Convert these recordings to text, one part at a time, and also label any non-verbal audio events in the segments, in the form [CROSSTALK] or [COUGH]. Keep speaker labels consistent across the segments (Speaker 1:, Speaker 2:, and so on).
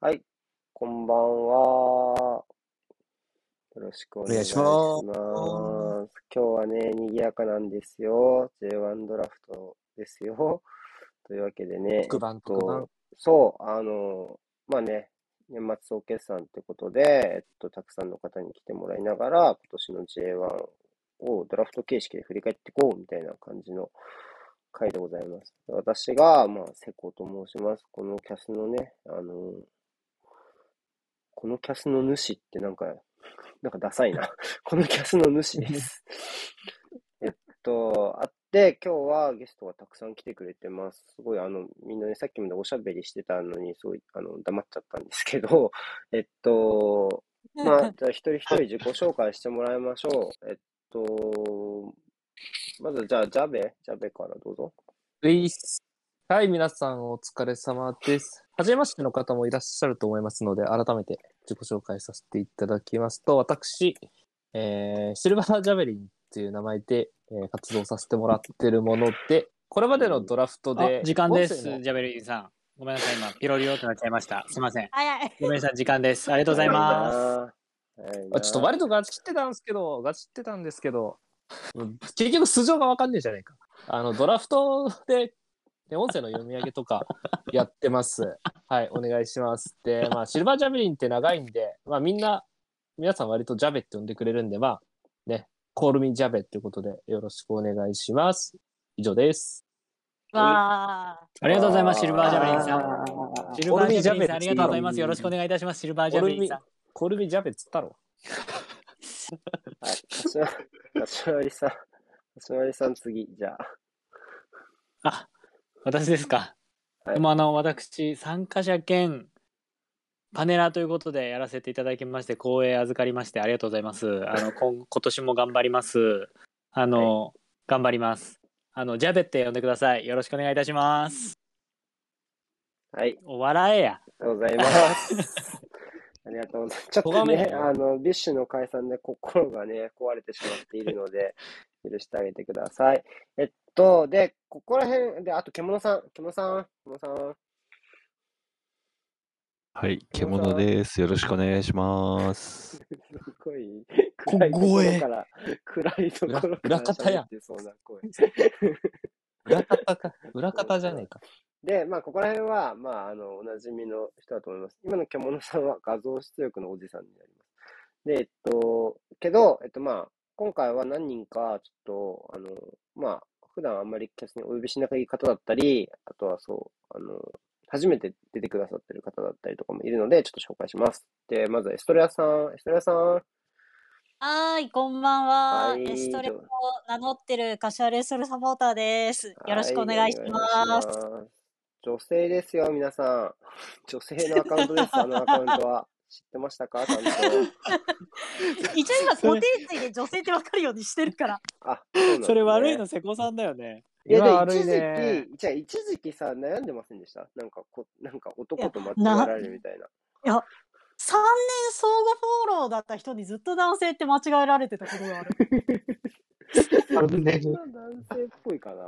Speaker 1: はい、こんばんは。よろしくお願いします。
Speaker 2: お
Speaker 1: 今
Speaker 2: 願
Speaker 1: 日はね、賑やかなんですよ。J1 ドラフトですよ。というわけでね、
Speaker 2: 特番
Speaker 1: えっと
Speaker 2: 特番。
Speaker 1: そう、あの、まあね、年末総決算ってことで、えっと、たくさんの方に来てもらいながら、今年の J1 をドラフト形式で振り返っていこうみたいな感じの回でございます。私が、まあ、セコと申します。このキャスのね、あの、このキャスの主ってなんか、なんかダサいな。このキャスの主です。えっと、あって、今日はゲストがたくさん来てくれてます。すごい、あの、みんなね、さっきまでおしゃべりしてたのに、すごい、あの、黙っちゃったんですけど、 [LAUGHS] えっと、まあ、じゃあ一人一人自己紹介してもらいましょう。えっと、まずじゃあ、ジャベ、ジャベからどうぞ。
Speaker 2: はい、皆さんお疲れ様です。はじめましての方もいらっしゃると思いますので、改めて自己紹介させていただきますと、私、えーシルバージャベリンという名前で、えー活動させてもらってるもので、これまでのドラフトで
Speaker 3: あ、時間です
Speaker 2: 音声の。
Speaker 3: ジャベリンさん。ごめんなさい、今、ピロリロとなっちゃいました。すいません。
Speaker 4: [LAUGHS] 早い。
Speaker 3: ごめんなさい、時間です。ありがとうございます。
Speaker 1: す。はい
Speaker 2: あちょっと割とガチってたんですけど、ガチってたんですけど、うん結局素性がわかんねえじゃねえか。あの、ドラフトで、ね音声の読み上げと [LAUGHS] かやってます。はい、お願いします。で、まあ、シルバージャベリンって長いんで、まあ、みんな、皆さん割とジャベって呼んでくれるんで、まあ、ね、コールミジャベってことでよろしくお願いします。以上です。
Speaker 4: わあ。
Speaker 3: ありがとうございます、シルバージャベリンさ
Speaker 1: あ
Speaker 3: ん。
Speaker 1: ー
Speaker 3: シルバージャベリンさん、ありがとうございます。よろしくお願いいたします、シルバージャベリンさん。
Speaker 2: コールミジャベっつったろ。
Speaker 1: はい。柏柏割さん、柏割さん次、じゃあ。
Speaker 3: あ、私ですか。
Speaker 1: はい
Speaker 3: でもあの、私、参加者兼、パネラーということでやらせていただきまして、光栄預かりまして、ありがとうございます。あの、今今年も頑張ります。あの、頑張ります。あの、ジャベって呼んでください。よろしくお願いいたします。
Speaker 1: はい。
Speaker 3: お笑えや。
Speaker 1: ありがとうございます。ありがとうございます。ちょっ [LAUGHS] とね、
Speaker 2: 咎め
Speaker 1: あの、ビッシュの解散で心がね、壊れてしまっているの [LAUGHS] で、許してあげてください。えっと、で、ここら辺、で、あと、獣さん、獣さん、獣さん。 [LAUGHS]
Speaker 5: はい、
Speaker 1: 獣
Speaker 5: 獣
Speaker 1: さん
Speaker 5: です。よろしくお願いします。
Speaker 1: すごい、暗いところから、暗いところから
Speaker 2: 裏裏方や
Speaker 1: 喋ってそうな声。
Speaker 2: 裏方か、裏方じゃねえか。
Speaker 1: で、まあ、ここら辺は、まあ、あの、おなじみの人だと思います。今の獣さんは画像出力のおじさんになります。で、えっと、けど、えっと、まあ、今回は何人か、ちょっと、あの、まあ、普段あんまりキャスにお呼びしない方だったり、あとはそう、あの、初めて出てくださってる方だったりとかもいるので、ちょっと紹介します。で、まずはエストレアさん、エストレアさん。
Speaker 4: はーい、こんばんは。
Speaker 1: はい
Speaker 4: エストレを名乗ってる柏レイソルサポーターです。よろしくお願いし
Speaker 1: はいお
Speaker 4: ます。
Speaker 1: 願いします女性ですよ、皆さん。女性のアカウントです、あのアカウントは。知ってましたかちゃんと。
Speaker 4: [LAUGHS] 一応今固定値で女性ってわかるようにしてる [LAUGHS] から。
Speaker 1: あ、そうなんですね
Speaker 3: それ悪いの。瀬古さんだよね。
Speaker 1: いや、
Speaker 2: 今
Speaker 1: でも
Speaker 2: 悪
Speaker 1: 一
Speaker 2: い
Speaker 1: 時
Speaker 2: ね
Speaker 1: 期、じゃあ一時期さ、悩んでませんでしたなんかこ、なんか男と間違えられるみたいな。
Speaker 4: 3年相互フォローだった人にずっと男性って間違えられてたことがある。
Speaker 1: そんな男性っぽいかな。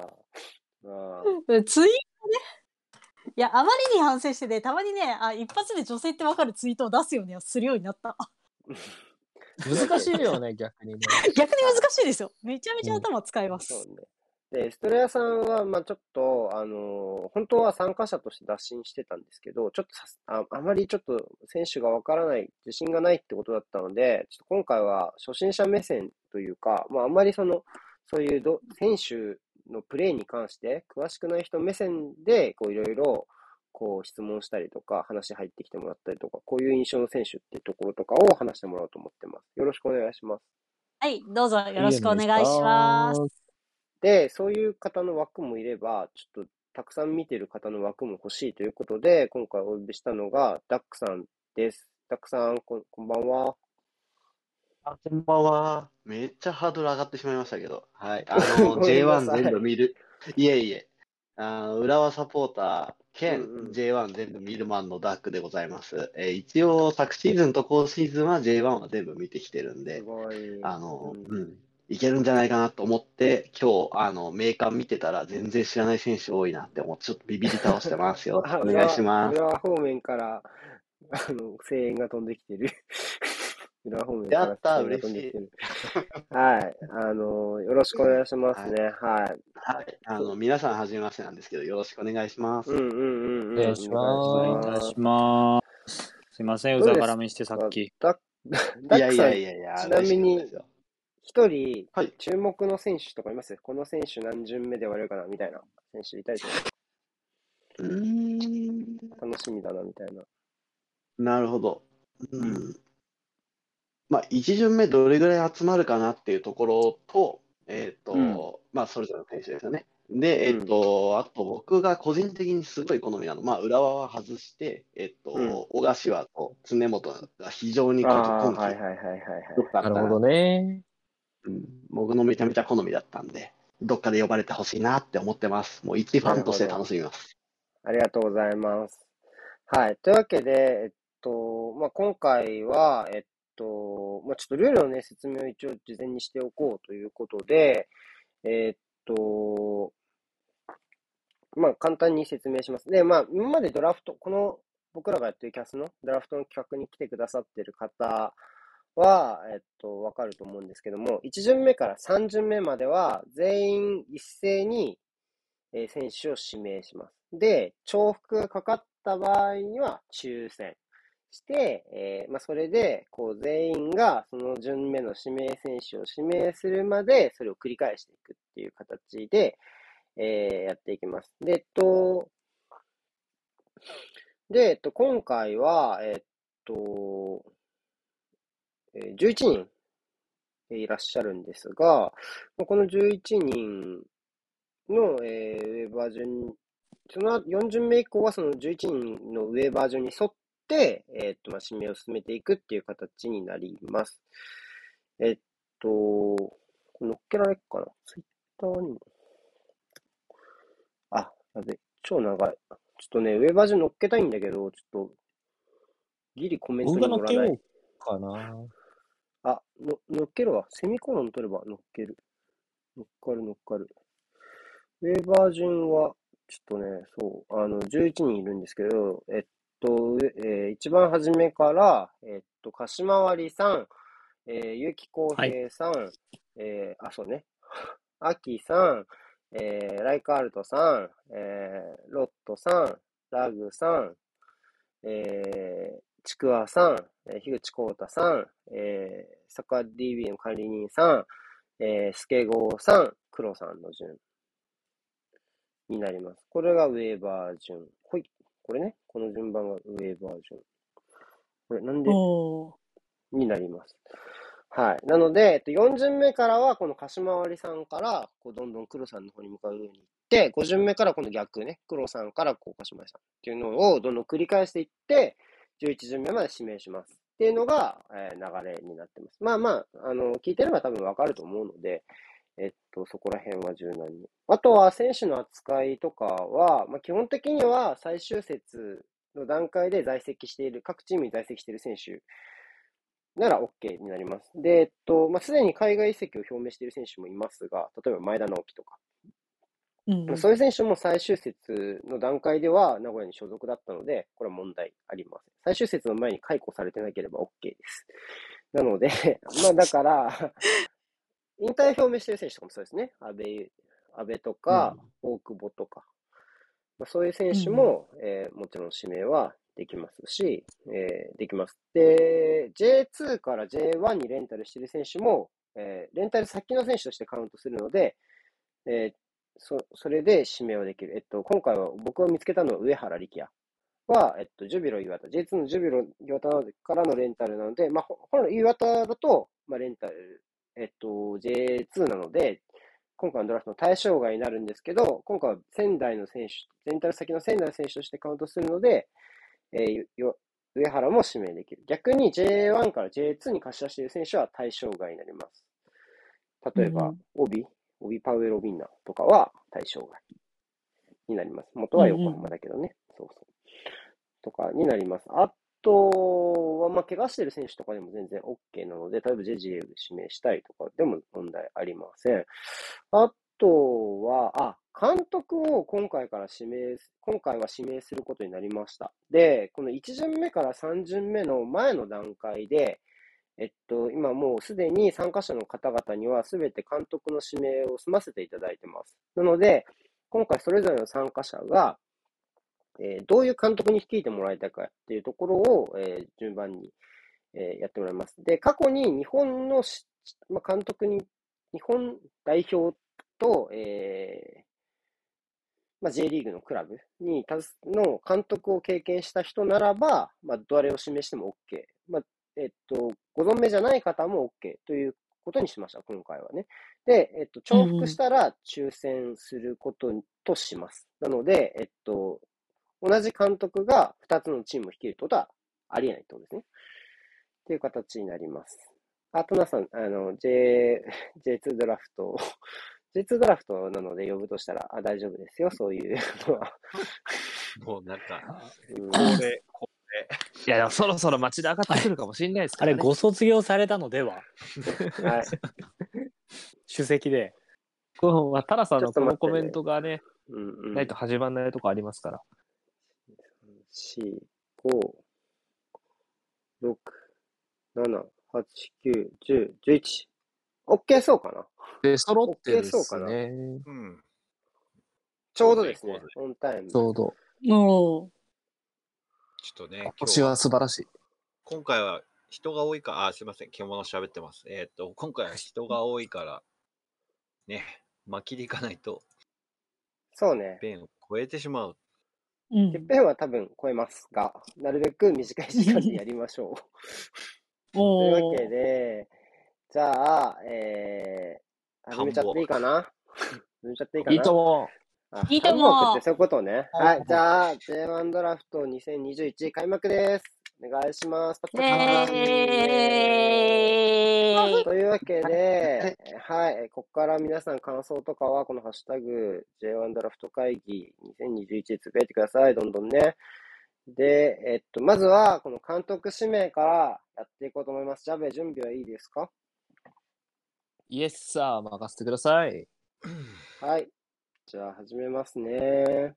Speaker 1: あ
Speaker 4: [LAUGHS] えツイートね。いや、あまりに反省してて、たまにね、あ、一発で女性ってわかるツイートを出すようにはするようになった。
Speaker 2: 難しいよね、逆 [LAUGHS] にね。
Speaker 4: 逆に難しいですよ。めちゃめちゃ頭使い
Speaker 1: あ、
Speaker 4: ま
Speaker 1: そう
Speaker 4: す。
Speaker 1: ね。で、エストレアさんは、まあちょっと、あの本当は参加者として打診してたんですけど、ちょっとさすあ、あまりちょっと選手がわからない、自信がないってことだったので、ちょっと今回は初心者目線というか、まああまりその、そういうど選手のプレーに関して、詳しくない人目線で、こういろいろ、こう質問したりとか、話入ってきてもらったりとか、こういう印象の選手っていうところとかを話してもらおうと思ってます。よろしくお願いします。
Speaker 4: はい、どうぞよろしくお願いします。
Speaker 2: す。
Speaker 1: で、そういう方の枠もいれば、ちょっとたくさん見てる方の枠も欲しいということで、今回お呼びしたのが、ダックさんです。ダックさん、こ、こんばんは。
Speaker 6: あこんばんは。めっちゃハードル上がってしまいましたけど、はい。あ
Speaker 1: [LAUGHS] ご
Speaker 6: の、
Speaker 1: めんなさい
Speaker 6: J1 全部見る。いえいえ。あの浦和サポーター兼
Speaker 1: うんうん
Speaker 6: J1 全部見るマンのダックでございます。えー一応、昨シーズンと今シーズンは J1 は全部見てきてるん
Speaker 1: す
Speaker 6: で、
Speaker 1: ごい。
Speaker 6: あの、
Speaker 1: う
Speaker 6: うんん、いけるんじゃないかなと思って、今日、あの、メーカー見てたら全然知らない選手多いなって思って、ちょっとビビり倒してますよ
Speaker 1: [LAUGHS] 。あ
Speaker 6: お願いします。
Speaker 1: 浦和浦和方面から、あの、声援が飛んできてる。 [LAUGHS] 裏方面
Speaker 6: やった
Speaker 1: 声援が飛んできてる。はい。あの、よろしくお願いしますね。はい。
Speaker 6: はい。あの、皆さん、はじめましてなんですけど、よろしくお願いします。
Speaker 1: うんうんうんうん。
Speaker 2: お願いします
Speaker 3: お願いいたします。すいません、うざ絡みしてさっき。
Speaker 1: ダッ
Speaker 6: い
Speaker 1: ダッ
Speaker 6: や
Speaker 1: ク
Speaker 6: い
Speaker 1: さ
Speaker 6: や
Speaker 1: ん、
Speaker 6: いやいや、
Speaker 1: ちなみに
Speaker 6: 大丈夫ですよ
Speaker 1: 一人、
Speaker 6: はい。
Speaker 1: 注目の選手とかいますこの選手何巡目で終われるかなみたいな選手いたりします
Speaker 6: うーん。
Speaker 1: 楽しみだな、みたいな。
Speaker 6: なるほど。うん。まあ、1巡目どれぐらい集まるかなっていうところと、えっ、と、
Speaker 1: うん
Speaker 6: まあ、それぞれの選手ですよね。で、えっ、
Speaker 1: うん
Speaker 6: と、あと僕が個人的にすごい好みなの、まあ、浦和は外して、えっ、と、
Speaker 1: うん
Speaker 6: 小柏と常本が非常に
Speaker 1: あ
Speaker 6: 今
Speaker 1: あー、
Speaker 6: 季
Speaker 1: はいはい
Speaker 6: 良
Speaker 1: はいはいはい。
Speaker 6: かった
Speaker 2: なるほ
Speaker 6: な
Speaker 2: どね。
Speaker 6: うん、僕のめちゃめちゃ好みだったんで、どっかで呼ばれてほしいなって思ってます。もう一ファンとして楽しみます。
Speaker 1: ありがとうございます。はい。というわけで、えっと、まあ、今回は、えっと、まあ、ちょっとルールのね、説明を一応事前にしておこうということで、えっと、まあ、簡単に説明します。で、まあ、今までドラフト、この僕らがやってるキャスのドラフトの企画に来てくださってる方は、えっと、わかると思うんですけども、1巡目から3巡目までは、全員一斉に、えー選手を指名します。で、重複がかかった場合には抽選して、えーまあ、それでこう全員がその順目の指名選手を指名するまでそれを繰り返していくっていう形で、えーやっていきます。で、えっと、で、えっと、今回は、えっと、えー11人えーいらっしゃるんですが、まあこの11人の、えーウェーバー順、その後4巡目以降はその11人のウェーバー順に沿って、えーっと、まあ、指名を進めていくっていう形になります。えっと、これ乗っけられっかなツイッターにも。あ、やべ、超長い。ちょっとね、ウェーバー順乗っけたいんだけど、ちょっと、ギリコメント
Speaker 2: 僕
Speaker 1: に
Speaker 2: が乗
Speaker 1: 乗
Speaker 2: っ
Speaker 1: ら
Speaker 2: け
Speaker 1: ない。
Speaker 2: ようかな。
Speaker 1: あ、の、乗っけるわ。セミコロン取れば乗っける。乗っかる乗っかる。ウェーバー順は、ちょっとね、そう、あの、11人いるんですけど、えっと、えー一番初めから、えっと、かしまわりさん、えー、ゆきこうへいさん、えーあ、そうね、 [LAUGHS] あきさん、えーライカールトさん、えーロットさん、ラグさん、えーちくわさん、えー、樋口浩太さん、えー、サッカー DB の管理人さん、えー、スケゴーさん、クロさんの順になります。これがウェーバー順。ほい。これね、この順番がウェーバー順。これなんで
Speaker 4: おー
Speaker 1: になります。はい。なので、えっと、4巡目からは、この貸し回りさんから、こう、どんどん黒さんの方に向かうように行って、5巡目から今度逆ね、黒さんから、こう、貸し回りさんっていうのを、どんどん繰り返していって、11巡目まで指名します。っていうのが、えー流れになってます。まあまあ、あの、聞いてれば多分わかると思うので、えっと、そこら辺は柔軟に。あとは、選手の扱いとかは、まあ、基本的には最終節の段階で在籍している、各チームに在籍している選手なら OK になります。で、えっと、まあ、すでに海外移籍を表明している選手もいますが、例えば前田直樹とか、
Speaker 4: うん
Speaker 1: まあそういう選手も最終節の段階では名古屋に所属だったので、これは問題ありません。最終節の前に解雇されてなければ OK です。 [LAUGHS] なので、 [LAUGHS] まあだ
Speaker 4: [LAUGHS]
Speaker 1: から、引退表明してる選手とかもそうですね。安倍、安倍とか、大久保とか。まあ、そういう選手も、えーもちろん指名はできますし、えーできます。で、J2 から J1 にレンタルしてる選手も、えーレンタル先の選手としてカウントするので、えーそそれで指名はできる。えっと、今回は僕が見つけたのは上原力也は、えっと、ジュビロ岩田、J2 のジュビロ岩田からのレンタルなので、まあ、ほ本来岩田だと、まあ、レンタル、えっと、J2 なので、今回のドラフトの対象外になるんですけど、今回は仙台の選手、レンタル先の仙台の選手としてカウントするので、えーよよ上原も指名できる。逆に J1 から J2 に貸し出している選手は対象外になります。例えば、帯、帯パウエロ・ビンナとかは対象外になります。元は横浜だけどね。そうそう。とかになります。あとは、まあ、怪我してる選手とかでも全然 OK なので、例えばジェジエル指名したいとかでも問題ありません。あとは、あ、監督を今回から指名す、今回は指名することになりました。で、この1巡目から3巡目の前の段階で、えっと、今もうすでに参加者の方々には全て監督の指名を済ませていただいてます。なので、今回それぞれの参加者が、えーどういう監督に率いてもらいたいかっていうところを、えー順番に、えーやってもらいます。で、過去に日本のし、まあ、監督に、日本代表と、えーまあ、J リーグのクラブにたすの監督を経験した人ならば、まあ、どれを示しても OK。まあえっと、ご存命じゃない方も OK ということにしました、今回はね。で、えっと、重複したら抽選することとします。なので、えっと、同じ監督が2つのチームを率いるってことはありえないってことですね。という形になります。あ、トナさん、あの、J、J2 ドラフ [LAUGHS] ト J2 ドラフトなので呼ぶとしたら、あ、大丈夫ですよ、そういうのは。
Speaker 2: もうなんか、
Speaker 1: うん
Speaker 2: これ、これ。いや、でもそろそろ街で上がってくるかもしれないですか
Speaker 3: あ
Speaker 2: ら、
Speaker 3: れ
Speaker 2: ね。
Speaker 3: ご卒業されたのでは
Speaker 1: はい。
Speaker 3: 主席で
Speaker 2: この、まあ、タラさん
Speaker 1: ちょ
Speaker 2: の
Speaker 1: っと
Speaker 2: こ
Speaker 1: 待ってね
Speaker 2: のコメントがね、
Speaker 1: うんうん。
Speaker 2: ないと始まんないとこありますから。
Speaker 1: 四、五、六、七、八、九、十、十一。オッケーそうかな。
Speaker 2: で、揃ってるっ
Speaker 1: OK そうか
Speaker 2: す
Speaker 1: な
Speaker 2: ね。
Speaker 7: うん。
Speaker 1: ちょうどですね
Speaker 7: そうね。
Speaker 1: オンタイム。
Speaker 2: ちょうど。
Speaker 4: もう
Speaker 7: ちょっとね、
Speaker 2: 今
Speaker 7: 今
Speaker 2: 年
Speaker 7: 日は
Speaker 2: は素晴らしい。
Speaker 7: 今回は人が多いか、あ、すいません、獣喋ってます。えーっと、今回は人が多いから、ね、巻きでいかないと、
Speaker 1: そうね。
Speaker 7: ペンを超えてしまう。
Speaker 4: う
Speaker 1: てっ
Speaker 4: ん、
Speaker 1: ぺんは多分超えますが、なるべく短い時間でやりましょう。という
Speaker 4: お
Speaker 1: わけ
Speaker 4: ー
Speaker 1: で、じゃあ、えー、始めちゃっていいかな始めちゃっていいかない
Speaker 2: いとも。
Speaker 1: あ
Speaker 4: いいとも
Speaker 1: ハンモックってそういうことね。
Speaker 2: は
Speaker 1: はいい、じゃあ、J1 ドラフト2021開幕です。お願いします。パチパチパチパチ
Speaker 4: イエーイ
Speaker 1: というわけ
Speaker 6: はい
Speaker 1: で、はい、ここから皆さん感想とかは、このハッシュタグ J1 ドラフト会議2021でつぶやいてください。どんどんね。で、えっと、まずは、この監督指名からやっていこうと思います。ジャベ、準備はいいですか
Speaker 2: イエスさあ、任せてください。
Speaker 1: はい。じゃあ、始めますね。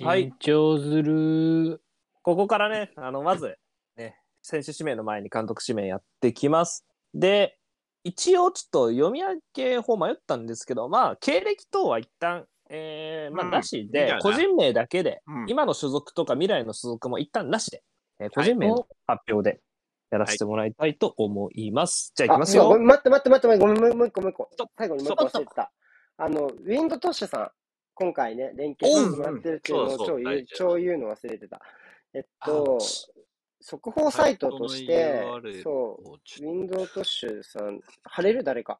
Speaker 2: はい
Speaker 3: 緊張する
Speaker 2: ここからね、あの、まず、ね、選手指名の前に監督指名やってきます。で、一応ちょっと読み上げ方迷ったんですけど、まあ、経歴等は一旦、えー、ま
Speaker 7: う
Speaker 2: あ、
Speaker 7: ん
Speaker 2: なし
Speaker 7: いいんじ
Speaker 2: で
Speaker 7: ゃな、い
Speaker 2: 個人名だけで、
Speaker 7: うん
Speaker 2: 今の所属とか未来の所属も一旦なしで、えー個人名の発表でやらせてもらいたいと思います。じゃあ、いきます
Speaker 1: あご
Speaker 2: よ。
Speaker 1: めん待って待って待って、ごめん、もうもう一個、もう一個
Speaker 7: ストッ。
Speaker 1: 最後にもう一
Speaker 7: ス
Speaker 1: 個忘れてた。あの、ウィンドトッシュさん、今回ね、連携してもらってるっていうの
Speaker 7: うんう
Speaker 1: を
Speaker 7: んそ
Speaker 1: 超
Speaker 7: うそう
Speaker 1: 言う
Speaker 7: 大事
Speaker 1: 超言うの忘れてた。えっ
Speaker 2: あ
Speaker 1: と、速報サイト
Speaker 7: サ
Speaker 1: として
Speaker 7: イトの URL、
Speaker 1: そう、
Speaker 7: をち
Speaker 1: ウ
Speaker 7: ょ
Speaker 1: ィンドトッシュさん、貼れる誰か。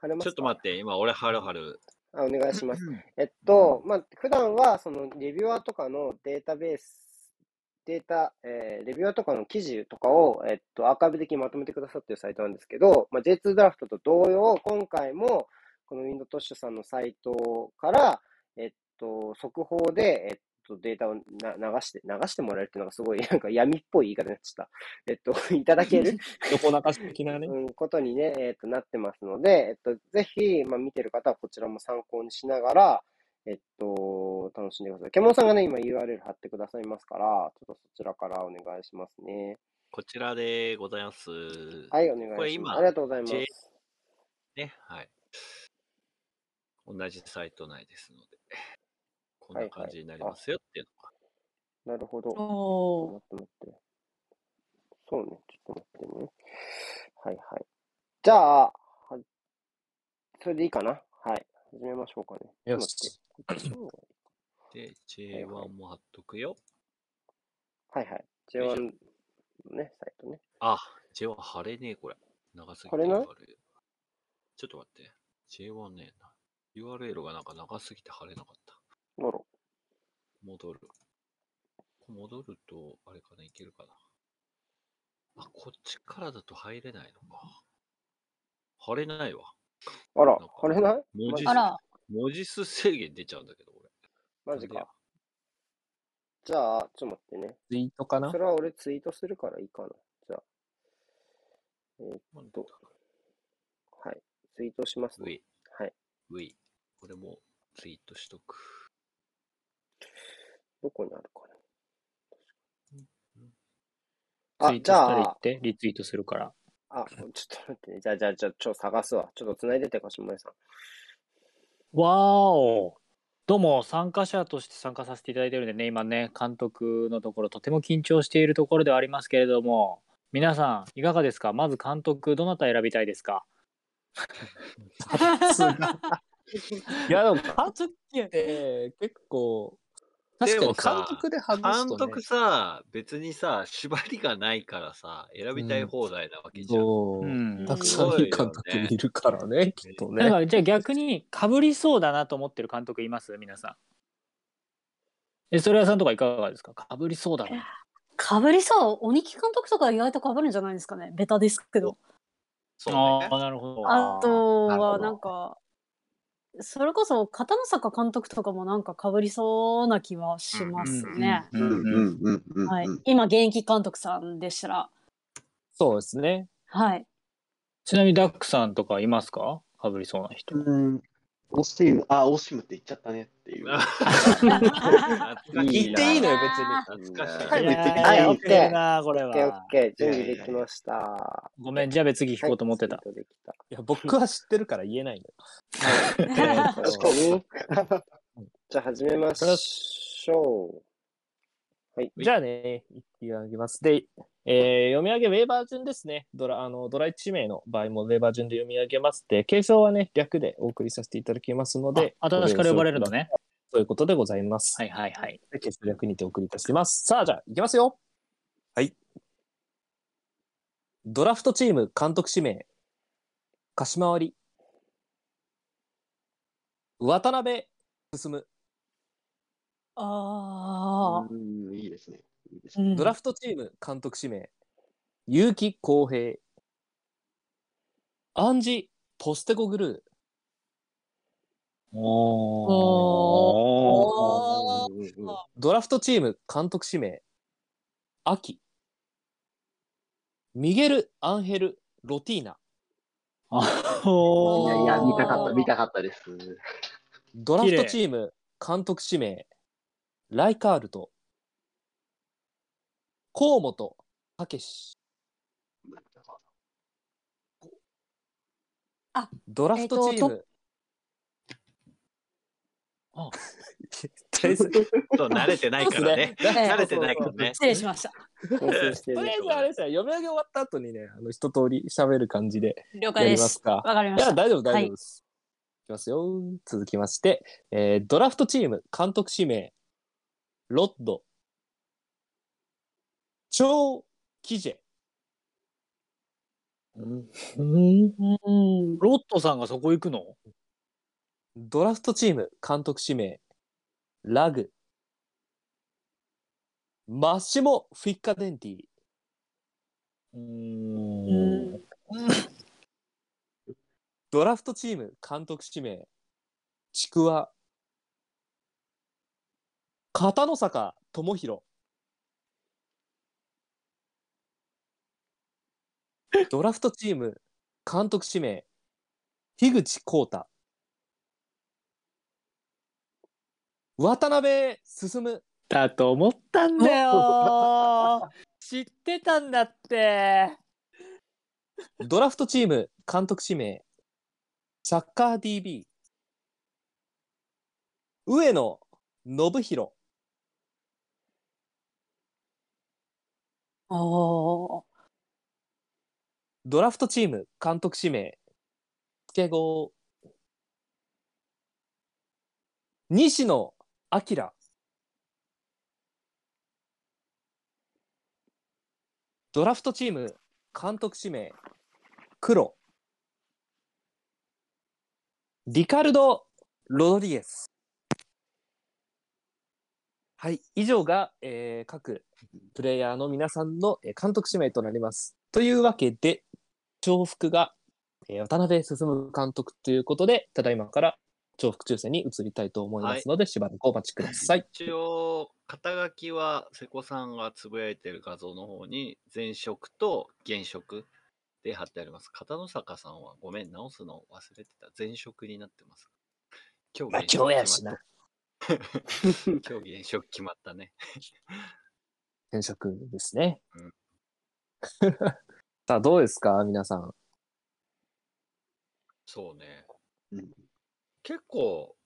Speaker 1: 貼れます
Speaker 7: ち
Speaker 1: か
Speaker 7: ょっと待って、今俺、ハルハル。
Speaker 1: あお願いします。えっと、まあ、普段は、その、レビュアーとかのデータベース、データ、えーレビュアーとかの記事とかを、えっと、アーカイブ的にまとめてくださってるサイトなんですけど、まあ、J2 ドラフトと同様、今回も、このウィンドトッシュさんのサイトから、えっと、速報で、えっと、データをな流して、流してもらえるっていうのがすごい、なんか闇っぽい言い方になっちゃった。えっと、いただける
Speaker 2: 横流し的なね。
Speaker 1: うん、ことにね、えっとなってますので、えっと、ぜひ、まあ、見てる方はこちらも参考にしながら、えっと、楽しんでください。ケモンさんがね、今 URL 貼ってくださいますから、ちょっとそちらからお願いしますね。
Speaker 7: こちらでございます。
Speaker 1: はい、お願
Speaker 7: こ
Speaker 1: い
Speaker 7: れ
Speaker 1: しま
Speaker 7: 今
Speaker 1: す。ありがとうございます。
Speaker 7: J- ね、はい。同じサイト内ですので、こんな感じになりますよっていうの
Speaker 1: な
Speaker 7: が。
Speaker 1: るほど。
Speaker 4: おー
Speaker 1: 待って待って。そうね、ちょっと待ってね。はいはい。じゃあ、はそれでいいかなはい。始めましょうかね。
Speaker 2: よ
Speaker 1: ちょっ
Speaker 2: し。
Speaker 1: と待ってこっちの方がいい
Speaker 7: で、
Speaker 1: はい
Speaker 7: J1 も貼っとくよ。
Speaker 1: はいはい。
Speaker 7: よい
Speaker 1: J1 のね、サイトね。
Speaker 7: あ、J1 貼れねえ、これ。長すぎ
Speaker 1: 貼
Speaker 7: て
Speaker 1: れない
Speaker 7: URL ちょっと待って。J1 ねえな。URL がなんか長すぎて貼れなかった。
Speaker 1: あら
Speaker 7: 戻る。戻ると、あれかな、いけるかな。あ、こっちからだと入れないのか。貼れないわ。
Speaker 1: あら
Speaker 7: なんか、
Speaker 1: 貼れない
Speaker 7: 文字
Speaker 1: マ
Speaker 4: あ
Speaker 1: ジ
Speaker 4: ら
Speaker 7: 文字数制限出ちゃうんだけど、俺。
Speaker 1: マジ
Speaker 7: な
Speaker 1: か
Speaker 7: んで。
Speaker 1: じゃあ、ちょっと待ってね。
Speaker 2: ツイートかな
Speaker 1: それは俺ツイートするからいいかな。じゃあ、
Speaker 7: や。なんだ
Speaker 1: とはい。ツイートします
Speaker 7: ウィ
Speaker 1: ね。、はい。
Speaker 7: ウィ。これもツイートしとく。
Speaker 1: どこにあるかな。
Speaker 3: ツ
Speaker 1: あ、
Speaker 3: イー
Speaker 1: じ
Speaker 3: トした
Speaker 1: ゃ
Speaker 3: ら言
Speaker 1: あ
Speaker 3: っ、て、リツイートするから。
Speaker 1: あ、ちょっと待ってね。じゃあ、じゃあ、じゃあ、ちょっと探すわ。ちょっと繋いでて、かしもねさん。
Speaker 3: わーおどうも参加者として参加させていただいてるんでね今ね監督のところとても緊張しているところではありますけれども皆さんいかがですかまず監督どなた選びたいですか
Speaker 2: いや、でも監督っ
Speaker 4: ちょっといや
Speaker 2: て結構、確かに監督で外すと、ね、
Speaker 7: 監督さ、別にさ、縛りがないからさ、選びたい放題なわけじゃん。
Speaker 2: そう、
Speaker 3: ん
Speaker 2: [LAUGHS] たくさんいい監督いるから
Speaker 3: [LAUGHS]
Speaker 2: ね、きっと
Speaker 3: なん
Speaker 2: ね。
Speaker 3: かじゃあ逆にかぶりそうだなと思ってる監督います皆さんえそれはさんとかいかがですかかぶりそうだな
Speaker 4: かぶりそう鬼木監督とか意外とかぶるんじゃないですかねベタですけど
Speaker 7: そうね
Speaker 3: あ。ーなるほど
Speaker 4: あとは
Speaker 2: な
Speaker 4: な
Speaker 2: る
Speaker 4: んかそれこそ片野坂監督とかもなんかかぶりそうな気はしますね、
Speaker 6: うんうんうんうん
Speaker 4: はい
Speaker 6: うん。
Speaker 4: 今現役監督さんでしたら
Speaker 2: そうですね。
Speaker 4: はい
Speaker 3: ちなみにダックさんとかいますかかぶりそうな人
Speaker 6: うん。オシム、あ、オシムって言っちゃったねっていう。
Speaker 2: 言っていいのよ、別に。
Speaker 7: 懐かしい。
Speaker 6: 早く言ってき
Speaker 3: いや
Speaker 6: て
Speaker 3: ー
Speaker 1: は
Speaker 3: や
Speaker 1: い
Speaker 3: ってるなこれ
Speaker 1: オッケーオッ
Speaker 3: は
Speaker 1: ケー。準備できました。は
Speaker 3: ごめんじゃあ別に聞こうと思ってた
Speaker 1: い、ツイートできた。
Speaker 2: いや、僕は知ってるから言えないのよ。
Speaker 1: 確かに。じゃあ始めましょ
Speaker 2: じゃあね、いってあげます。で、えー読み上げウェーバー順ですね。ドラ、あの、ドラ1名の場合もウェーバー順で読み上げますで、継承はね、略でお送りさせていただきますので、
Speaker 3: あ新しから呼ばれるの。ね
Speaker 2: ということでございます。
Speaker 3: はいはいはい
Speaker 2: で継承略にてお送りいたします。さあ、じゃあ、いきますよ。
Speaker 5: はい。
Speaker 2: ドラフトチーム監督指名、貸し回り、渡辺進。
Speaker 4: ああ、
Speaker 6: うん、いいですね。いいです
Speaker 4: う
Speaker 6: ね
Speaker 4: ん
Speaker 2: ドラフトチーム監督指名、結城康平、アンジ・ポステコグルー、
Speaker 3: お
Speaker 4: おー
Speaker 6: うんうんうん
Speaker 2: ドラフトチーム監督指名、秋、ミゲル・アンヘル・ロティーナ、
Speaker 6: い
Speaker 3: お
Speaker 6: や
Speaker 3: ー
Speaker 6: いや、見たかった、見たかったです。
Speaker 2: ドラフトチーム監督指名、ライカールと、河本武史、ドラフトチーム、
Speaker 3: あ
Speaker 2: [LAUGHS] 絶対それ
Speaker 7: そう、慣れてないからね。
Speaker 2: [LAUGHS] そうっすね
Speaker 7: 慣れてないからね。
Speaker 4: 失礼しました。
Speaker 1: う。更新して
Speaker 2: と
Speaker 1: る
Speaker 2: りあえずあれですよ、読み上げ終わった後にね、あの一通り喋る感じで
Speaker 4: 了
Speaker 2: や
Speaker 4: 解で
Speaker 2: ります
Speaker 4: す。
Speaker 2: か。
Speaker 4: わかりま
Speaker 2: い
Speaker 4: し
Speaker 2: や、
Speaker 4: た。
Speaker 2: 大丈夫、
Speaker 4: は
Speaker 2: 大
Speaker 4: い
Speaker 2: 丈夫です。いきますよ。続きまして、えードラフトチーム監督指名、ロッド、超キジェ、
Speaker 4: うん。
Speaker 3: ロットさんがそこ行くの
Speaker 2: ドラフトチーム監督指名、ラグ、マッシモ・フィッカデンティ、
Speaker 4: うん
Speaker 2: ドラフトチーム監督指名、ちくわ、片野坂智弘、ドラフトチーム監督指名、樋口浩太、渡辺進、
Speaker 3: だと思ったんだよ知ってたんだって
Speaker 2: ドラフトチーム監督指名、サッカー DB、上野信弘、
Speaker 4: おー
Speaker 2: ドラフトチーム監督指名、助郷、西野明、ドラフトチーム監督指名、黒、リカルド・ロドリゲス。はい、以上が、えー各プレイヤーの皆さんの、えー監督指名となります。というわけで、重複が、えー渡辺進監督ということで、ただいまから重複抽選に移りたいと思いますので、しばらくお待ちください。
Speaker 7: 一応、肩書きは瀬古さんがつぶやいてる画像の方に前職と現職で貼ってあります。片野坂さんはごめん、直すの忘れてた。前職になってます。今日現職しました。 [LAUGHS] 競技転職決まったね。
Speaker 2: 転職ですね [LAUGHS]
Speaker 7: うん。
Speaker 2: さあ、どうですか皆さん。
Speaker 7: そうね。
Speaker 6: うん
Speaker 7: 結構、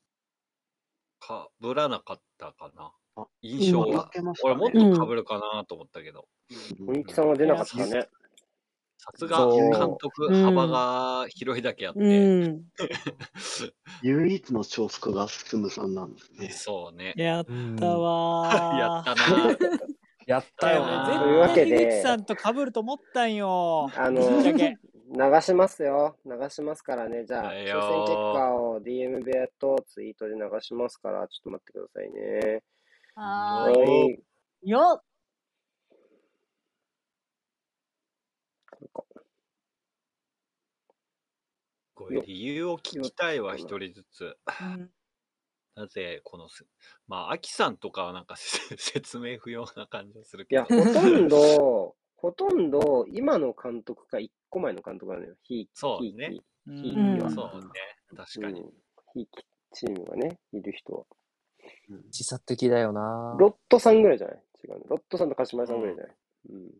Speaker 7: かぶらなかったか
Speaker 6: あ
Speaker 7: な。印象
Speaker 6: 負
Speaker 7: は。
Speaker 6: けました
Speaker 7: 俺もっ
Speaker 6: ね。
Speaker 4: うん
Speaker 7: とかぶるかなと思ったけど、
Speaker 1: 小雪さんは出なかった
Speaker 7: い
Speaker 1: ね。
Speaker 7: さすが
Speaker 2: そう
Speaker 7: 監督
Speaker 4: うん
Speaker 7: 幅が広いだけあって、
Speaker 4: うん。
Speaker 6: 唯一の超速が進むさんなんですね。
Speaker 7: そうね。
Speaker 3: やった
Speaker 7: やっ
Speaker 3: わー。
Speaker 7: たな。
Speaker 6: [LAUGHS]
Speaker 2: やったよ
Speaker 7: な
Speaker 3: 絶
Speaker 1: というわけ
Speaker 3: 対
Speaker 1: で
Speaker 3: 樋口さんと被ると思ったんよ。
Speaker 1: あ
Speaker 3: [LAUGHS]
Speaker 1: の
Speaker 3: ぶっちゃけ。
Speaker 1: 流しますよ。流しますからね。じゃあ、
Speaker 7: だ
Speaker 1: 抽
Speaker 7: よー
Speaker 1: 選結果を DM 部屋とツイートで流しますから、ちょっと待ってくださいね。
Speaker 4: は
Speaker 1: は
Speaker 4: ー
Speaker 1: い。
Speaker 4: い。よっ
Speaker 7: こういう理由を聞きたいわ、一人ずつ。
Speaker 4: うん
Speaker 7: なぜ、このせ、まあ、アキさんとかはなんか [LAUGHS] せ説明不要な感じがする
Speaker 1: い
Speaker 7: け
Speaker 1: や、
Speaker 7: ど。
Speaker 1: ほとんど、 [LAUGHS] ほとんど、今の監督か一個前の監督なのよ。ひいき、
Speaker 7: [LAUGHS] そう
Speaker 1: ひい
Speaker 7: ね
Speaker 1: き、
Speaker 3: う
Speaker 1: ひいき
Speaker 4: ん
Speaker 1: は。
Speaker 7: そうね。確かに。
Speaker 1: うんひいきチームがね、いる人は。
Speaker 2: 自殺的だよな。
Speaker 1: ロットさんぐらいじゃない違うの。ロットさんと鹿島井さんぐらいじゃないうん、違う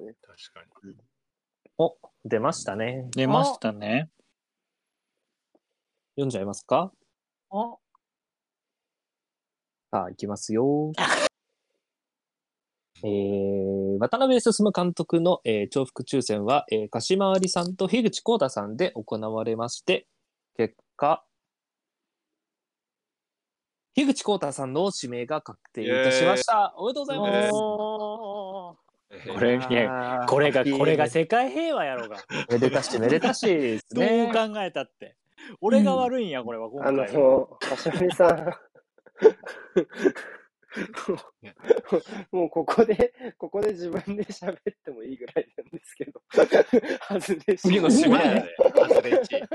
Speaker 1: のね。
Speaker 7: 確かに。
Speaker 2: お、出ましたね。
Speaker 3: 出ましたね。
Speaker 2: 読んじゃいますか
Speaker 4: お
Speaker 2: さあ、いきますよ。 [LAUGHS] えー、渡辺進監督の、えー重複抽選は、えー、鹿島有さんと樋口光太さんで行われまして、結果、樋口光太さんの指名が確定いたしました。おめでとうございます。
Speaker 4: おー
Speaker 7: え
Speaker 3: これ
Speaker 7: ー、
Speaker 3: いやこれがこれが世界平和やろうが。
Speaker 2: めでたし、めでたしです [LAUGHS]
Speaker 3: どう
Speaker 2: ね。
Speaker 3: 考えたって。俺が悪いんやこれは今
Speaker 1: あの、
Speaker 3: 回は。
Speaker 1: 柏木さん。
Speaker 3: [LAUGHS]
Speaker 1: もうもうここで、ここで自分で喋ってもいいぐらいなんですけど、外れし
Speaker 2: 次の
Speaker 7: し
Speaker 2: 指
Speaker 7: ま
Speaker 2: 名
Speaker 7: や、で。外れ1。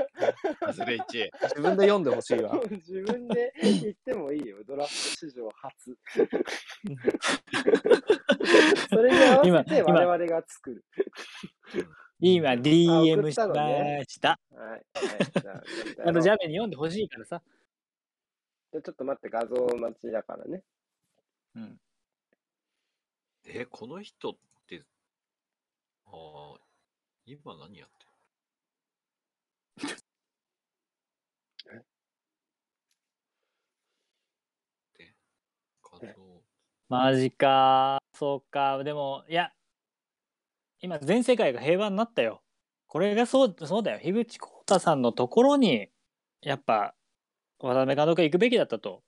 Speaker 7: 外れ1。
Speaker 2: 自分で読んでほしいわ
Speaker 1: も。う [LAUGHS] 自分で言ってもいいよ、ドラフト史上初。
Speaker 3: [LAUGHS]
Speaker 1: それに合わせて
Speaker 3: 今今
Speaker 1: 我々が作る。
Speaker 3: 今
Speaker 1: あ送
Speaker 3: DM
Speaker 1: っ
Speaker 3: した
Speaker 1: の
Speaker 3: ま
Speaker 1: ね
Speaker 3: した。
Speaker 1: はい。はい、じゃあ、
Speaker 3: あのジャベに読んでほしいからさ。
Speaker 1: じゃあちょっと待って、画像待ちだからね。
Speaker 7: え、この人って、ああ、今何やってるで画像
Speaker 3: マジか。そうか。でもいや今全世界が平和になったよ。これがそうそうだよ。樋口浩太さんのところにやっぱ渡辺監督が行くべきだったと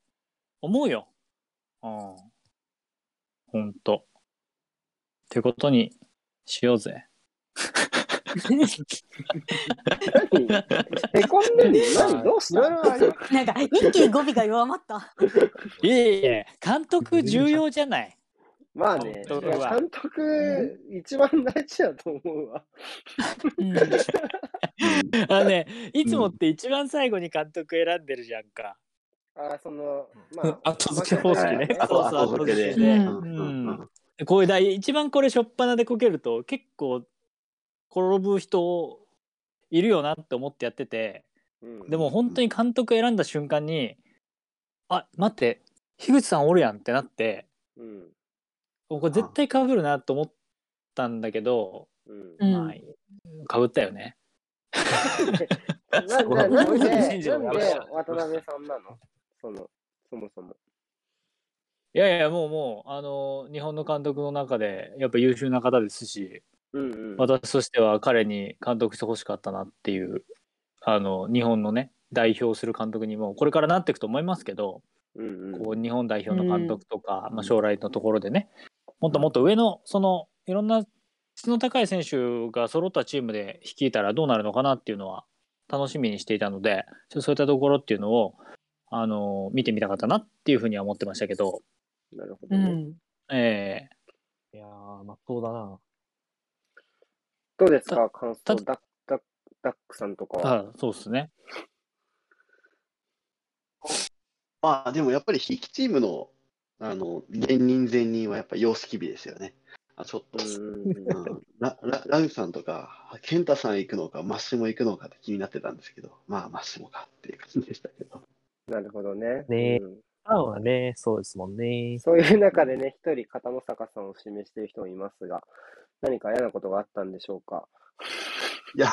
Speaker 3: 思うよ。うん。ほんと。ってことにしようぜ。 [LAUGHS]
Speaker 1: 何へこんでんの
Speaker 2: あ
Speaker 1: 何どうした
Speaker 2: いろいろあります
Speaker 4: なんか、一気に語尾が弱まった。
Speaker 3: いえいえ、監督重要じゃない。
Speaker 1: まあね、
Speaker 7: 監
Speaker 1: い
Speaker 3: 督は
Speaker 1: や監督、一番大事だと思うわ。
Speaker 3: あのね、いつもって一番最後に監督選んでるじゃんか。
Speaker 1: あその、まあ、
Speaker 2: 後付け方式ね
Speaker 1: 細かい
Speaker 6: あ
Speaker 1: か
Speaker 3: そ
Speaker 1: ら
Speaker 3: う
Speaker 6: と
Speaker 3: そう
Speaker 6: 後付けで。
Speaker 3: 後付け
Speaker 4: で
Speaker 6: うんうんうん
Speaker 3: こういうだ一番これ初っ端でこけると結構転ぶ人いるよなって思ってやってて
Speaker 1: うん
Speaker 3: でも本当に監督選んだ瞬間に「あ待って樋口さんおるやん」ってなって
Speaker 1: うん。
Speaker 3: これ絶対かぶるなと思ったんだけど、
Speaker 1: うん。
Speaker 4: うん
Speaker 3: まあかぶったよね。
Speaker 1: なな
Speaker 2: ごめん
Speaker 1: なん
Speaker 2: ごめん
Speaker 1: で、
Speaker 2: 信じ
Speaker 1: な
Speaker 2: るの
Speaker 1: んで
Speaker 2: やめて
Speaker 1: 渡辺さんなのその、そもそも。
Speaker 3: いやいやもうもうあの日本の監督の中でやっぱ優秀な方ですし
Speaker 1: うんうん。
Speaker 3: 私としては彼に監督してほしかったなっていうあの日本のね代表する監督にもこれからなっていくと思いますけど、
Speaker 1: うんうん。
Speaker 3: こう日本代表の監督とか、まあ、将来のところでねもっともっと上のそのいろんな質の高い選手が揃ったチームで率いたらどうなるのかなっていうのは楽しみにしていたのでちょっとそういったところっていうのをあの見てみたかったなっていうふうには思ってましたけど、
Speaker 1: なるほど
Speaker 4: う
Speaker 1: ね。
Speaker 4: ん。
Speaker 3: えー
Speaker 2: いやー、まっとうだな。
Speaker 1: どうですか感想。
Speaker 3: た
Speaker 1: ダック、ダック、ダックさんとかは。
Speaker 3: あそうですね。
Speaker 6: まあでもやっぱりひいきチームの、あの、前任前任はやっぱ様式美ですよね。あ、ちょっ
Speaker 1: うん
Speaker 6: と、
Speaker 1: うんうん。
Speaker 6: [LAUGHS] うん、ラララウさんとか、健太さん行くのか、マッシモ行くのかって気になってたんですけど、まあマッシモかっていう感じでしたけど。
Speaker 1: なるほどね。
Speaker 2: ね
Speaker 1: うん
Speaker 2: ターンはね、そうですもんね。
Speaker 1: そういう中でね、一人片野坂さんを指名している人もいますが、何か嫌なことがあったんでしょうか。
Speaker 6: いや、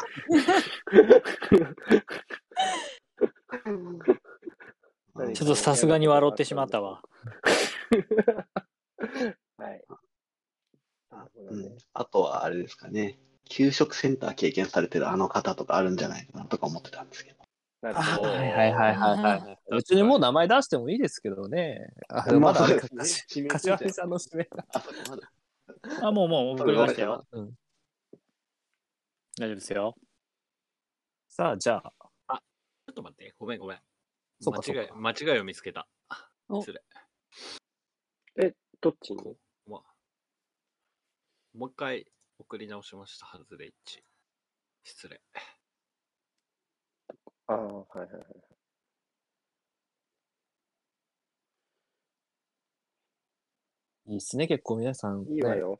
Speaker 1: 何
Speaker 3: ち
Speaker 1: か
Speaker 3: ょっとさすがに笑ってしまったわ。
Speaker 1: はい。
Speaker 6: うん、あとはあれですかね、給食センター経験されてるあの方とかあるんじゃないかなとか思ってたんですけど。
Speaker 1: なる
Speaker 2: あ
Speaker 1: ほど。
Speaker 2: はいはいはいはいはい。別にもう名前出してもいいですけどね。あ
Speaker 6: まあ
Speaker 2: まだあれか
Speaker 6: そうですね指名しち
Speaker 2: 柏
Speaker 6: ゃう
Speaker 2: 木さんの指名
Speaker 6: あ、そうか、まだ。
Speaker 3: あ、もうもう送りましたよ。
Speaker 2: うん
Speaker 3: [LAUGHS] 大丈夫ですよ。
Speaker 2: さあ、じゃあ、
Speaker 7: ちょっと待って、ごめんごめん。
Speaker 2: そうかそう
Speaker 7: 間違い
Speaker 2: か
Speaker 7: 間違いを見つけた。
Speaker 3: お
Speaker 7: 失礼。
Speaker 1: どっちに
Speaker 7: こうまもう一回送り直しました。ハズレ1。失礼。
Speaker 1: ああ、はいはいはい。
Speaker 2: いいですね、結構皆さん、ね。
Speaker 1: いいわよ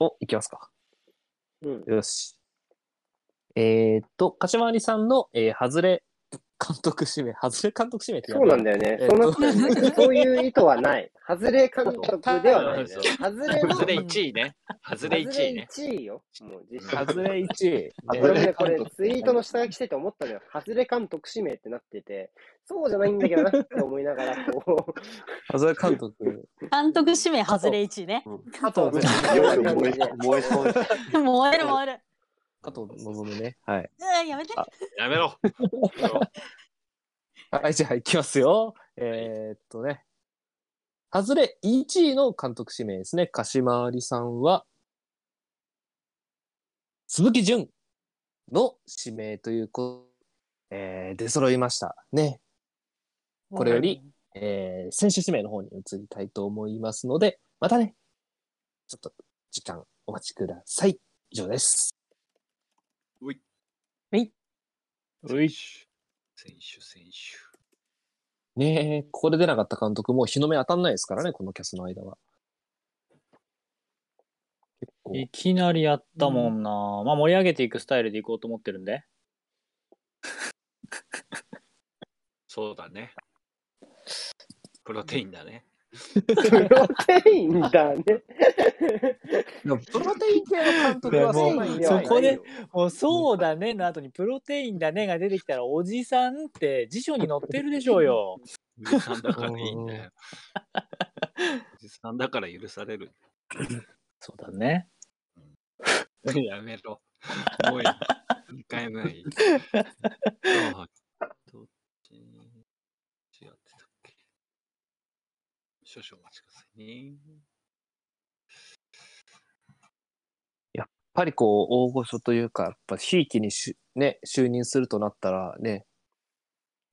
Speaker 2: お、いきますか。
Speaker 1: うん。
Speaker 2: よし。えー、っと、柏木さんの、えー、外れ監督指名、外れ監督指名ってや
Speaker 1: そうなんだよ
Speaker 2: え
Speaker 1: ね。そ
Speaker 2: っと
Speaker 1: うなったよね [LAUGHS] そういう意図はない。外れ監督ではないね
Speaker 7: そ
Speaker 1: [LAUGHS]
Speaker 7: う。
Speaker 1: 外れの、
Speaker 7: ハズレ1位ね。ハズレ1位ね。
Speaker 1: 外れ1位よ。もう実質。
Speaker 2: 外れ1位。ね
Speaker 1: 俺も
Speaker 6: 外れ
Speaker 1: ね、これ
Speaker 6: 監、督
Speaker 1: ツイートの下書きしてて思ったのよ。外れ監督指名ってなってて、そうじゃないんだけどなって思いながら、こ [LAUGHS] う、
Speaker 2: 外れ監督。
Speaker 4: 監督指名外れ1位ね。
Speaker 2: 加
Speaker 1: そう
Speaker 2: 藤
Speaker 1: [LAUGHS]
Speaker 2: 望
Speaker 1: そう
Speaker 6: よく燃
Speaker 1: [LAUGHS]
Speaker 6: え燃えそうです。
Speaker 4: 燃える燃える。
Speaker 2: 加藤望ね。はい。
Speaker 4: えーやめて。
Speaker 7: やめろ。
Speaker 2: [LAUGHS]
Speaker 7: やめろ
Speaker 2: はい、じゃあ、いきますよ。えー、っとね。外れ1位の監督指名ですね。鹿島ありさんは、鈴木純の指名ということ、えー、出揃いました。ね。これよりえー、選手指名の方に移りたいと思いますので、またね、ちょっと時間お待ちください。以上です。
Speaker 3: うい
Speaker 7: 選手、選手。
Speaker 2: ねえ、ここで出なかった監督、もう日の目当たんないですからね、このキャスの間は。結構。
Speaker 3: いきなりやったもんな、まあ盛り上げていくスタイルでいこうと思ってるんで。
Speaker 7: そうだね。プロテインだね。
Speaker 1: プロテインだね。
Speaker 2: プロテイン系の監督はそんなにい
Speaker 3: そ
Speaker 2: ない
Speaker 3: こでもうそうだねの後にプロテインだねが出てきたらおじさんって辞書に載ってるでしょうよ。
Speaker 7: おじさんだからいいんだよ。おじさんだから許される。
Speaker 3: そうだね。
Speaker 7: やめろ。もういい。一回目はいい。ああどっちどっちやってたっけ少々お待ちくださいね。
Speaker 2: やっぱりこう、大御所というか、やっぱ、ひいきにし、ね、就任するとなったら、ね、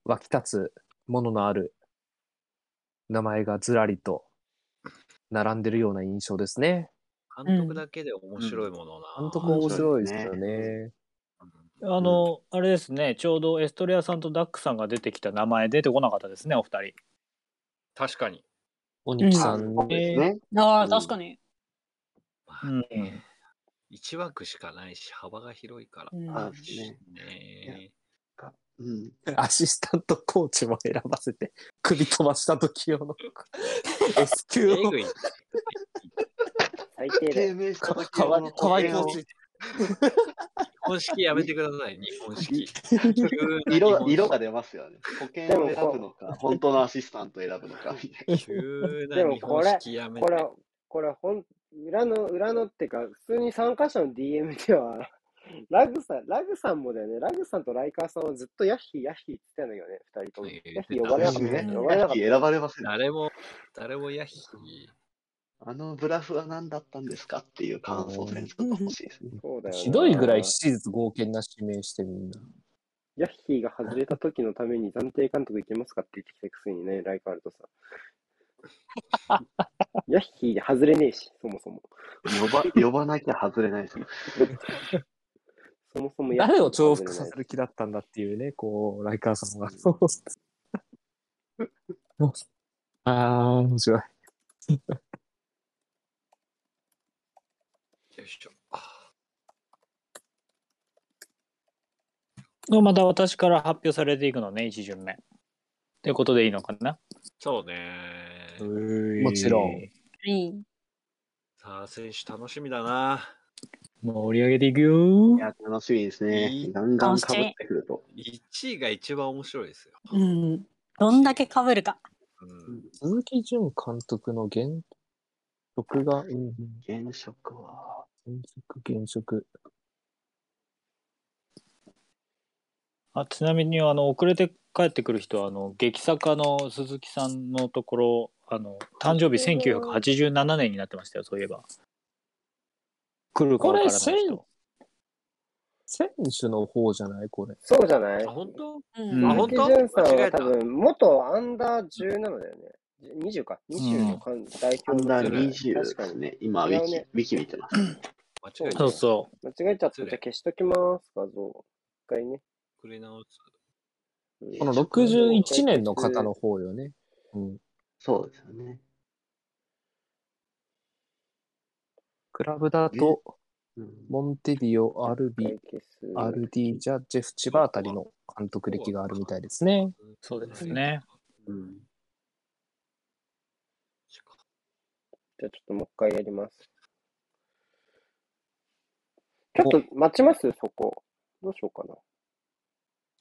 Speaker 2: 湧き立つもののある名前がずらりと並んでるような印象ですね。
Speaker 7: 監督だけで面白いものな。
Speaker 2: 監督面白いですよね。
Speaker 7: うん
Speaker 3: あの、あれですねちょうどエストレアさんとダックさんが出てきた名前出てこなかったですねお二人。
Speaker 7: 確かに。
Speaker 2: おにきさ
Speaker 6: あ
Speaker 2: ん
Speaker 6: そうです
Speaker 2: ね。
Speaker 6: ね。
Speaker 4: ああ、
Speaker 6: うん
Speaker 4: 確かに。
Speaker 7: ま
Speaker 3: う
Speaker 7: あ
Speaker 3: ん
Speaker 7: ね一枠しかないし、幅が広いから。
Speaker 4: うん
Speaker 6: あですね
Speaker 7: ね
Speaker 6: うん。
Speaker 2: アシスタントコーチも選ばせて、首飛ばした時用の S
Speaker 7: え
Speaker 2: 級を
Speaker 7: ぐい。
Speaker 1: 最低だ
Speaker 6: 低
Speaker 1: よ。
Speaker 6: 迷した
Speaker 2: か
Speaker 6: 時
Speaker 2: かわい
Speaker 6: の
Speaker 2: かわいコ
Speaker 6: 保険を
Speaker 2: ーチ。
Speaker 7: 日本式やめてください、日本
Speaker 2: [LAUGHS]
Speaker 7: 式。
Speaker 6: 色が
Speaker 7: 急な日本式
Speaker 6: 色が出ますよね。保険を選ぶのか、本当のアシスタントを選ぶのかみたいな。
Speaker 7: 急
Speaker 1: で
Speaker 7: な
Speaker 1: も
Speaker 7: 日
Speaker 1: こ
Speaker 7: 本
Speaker 1: れ
Speaker 7: 式やめ
Speaker 1: これ
Speaker 7: て。、
Speaker 1: これ、ほん、裏の、裏のってか、普通に参加者の DM では、 [LAUGHS] ラグさん、ラグさんもだよね。ラグさんとライカーさんはずっとヤッヒー、ヤッヒーって言ってたんだよね、二人とも。
Speaker 7: 言ってた
Speaker 1: ヤッヒー呼ばれなかった
Speaker 4: ね
Speaker 1: ね。呼ばれなかっ
Speaker 6: 選ばれ
Speaker 2: [LAUGHS]
Speaker 6: ません。
Speaker 7: 誰も、誰もヤヒ
Speaker 6: あのブラフは何だったんですかっていう感想戦争が欲しいですね。
Speaker 1: た。そうだよな
Speaker 2: ひどいぐらいシーズ合計な指名してみんな。
Speaker 1: ヤッヒーが外れた時のために暫定監督行けますかって言ってきたくせにね、ライカールトさ
Speaker 2: [LAUGHS]
Speaker 1: ん。ヤッヒーで外れねえし、そもそも。
Speaker 6: 呼 [LAUGHS] ば呼ばなきゃ外れないですね。
Speaker 1: そもそもヤッヒー
Speaker 2: 誰を
Speaker 1: が外
Speaker 2: 重
Speaker 1: れ
Speaker 2: 複
Speaker 1: ない
Speaker 2: させる気だったんだっていうね、こう、ライカーさんが。あ [LAUGHS] あ、面白い。
Speaker 7: よいしょ。あ
Speaker 3: また私から発表されていくのね1巡目。ということでいいのかな
Speaker 7: そうね。
Speaker 2: もちろん。
Speaker 4: いい。
Speaker 7: さあ、選手楽しみだな。
Speaker 3: 盛り上げていくよ
Speaker 6: いや、楽しみですね
Speaker 7: い。い
Speaker 6: ガンガン被ってくると。
Speaker 7: 1位が一番面白いですよ。
Speaker 4: うん。どんだけ被るか。
Speaker 7: うん
Speaker 2: 鈴木淳監督の原曲が、うんうん、
Speaker 6: 現職は、
Speaker 2: 原曲、原曲。
Speaker 3: あちなみにあの遅れて帰ってくる人はあの劇作家の鈴木さんのところあの誕生日1987年になってましたよそういえば来るか
Speaker 2: こ
Speaker 3: 分か
Speaker 2: れ、
Speaker 3: らない
Speaker 2: 選
Speaker 3: 人
Speaker 2: 選手の方じゃないこれ。
Speaker 1: そうじゃない
Speaker 7: あ、本当
Speaker 4: うん
Speaker 3: うん
Speaker 7: あ
Speaker 1: 鈴
Speaker 7: 本
Speaker 1: 木
Speaker 7: 当
Speaker 1: 潤さん
Speaker 7: 間違
Speaker 1: は
Speaker 7: えた
Speaker 1: 多分、元アンダー17だよね。20か。20のかん代
Speaker 6: ア
Speaker 1: 表
Speaker 6: ンダー
Speaker 1: だね
Speaker 6: 20で
Speaker 1: 確か
Speaker 6: す
Speaker 1: に。
Speaker 6: ね。今、ウ
Speaker 1: 違
Speaker 6: ィ
Speaker 1: う
Speaker 6: キ
Speaker 1: ね、
Speaker 6: ウィキ見てます。
Speaker 7: 間違え
Speaker 1: そ
Speaker 7: た。
Speaker 3: そうそ
Speaker 1: 間違えちゃった。
Speaker 7: 失
Speaker 1: じ
Speaker 7: 礼
Speaker 1: ゃあ消しときます、画像。一回ね。
Speaker 7: 繰り直す。
Speaker 1: うん
Speaker 2: この61年の方の方よね。うん。
Speaker 6: そうですよね。
Speaker 2: クラブだと、
Speaker 6: うん
Speaker 2: モンテディオ、アル
Speaker 1: 一
Speaker 2: ビ
Speaker 1: 回、消す。
Speaker 2: アルディジャ、ジェフ・チバあたりの監督歴があるみたいですね。
Speaker 7: うん
Speaker 3: うそうです。ね
Speaker 6: うん
Speaker 1: じゃあちょっともう一回やります。ちょっと待ちますそこ。どうしようか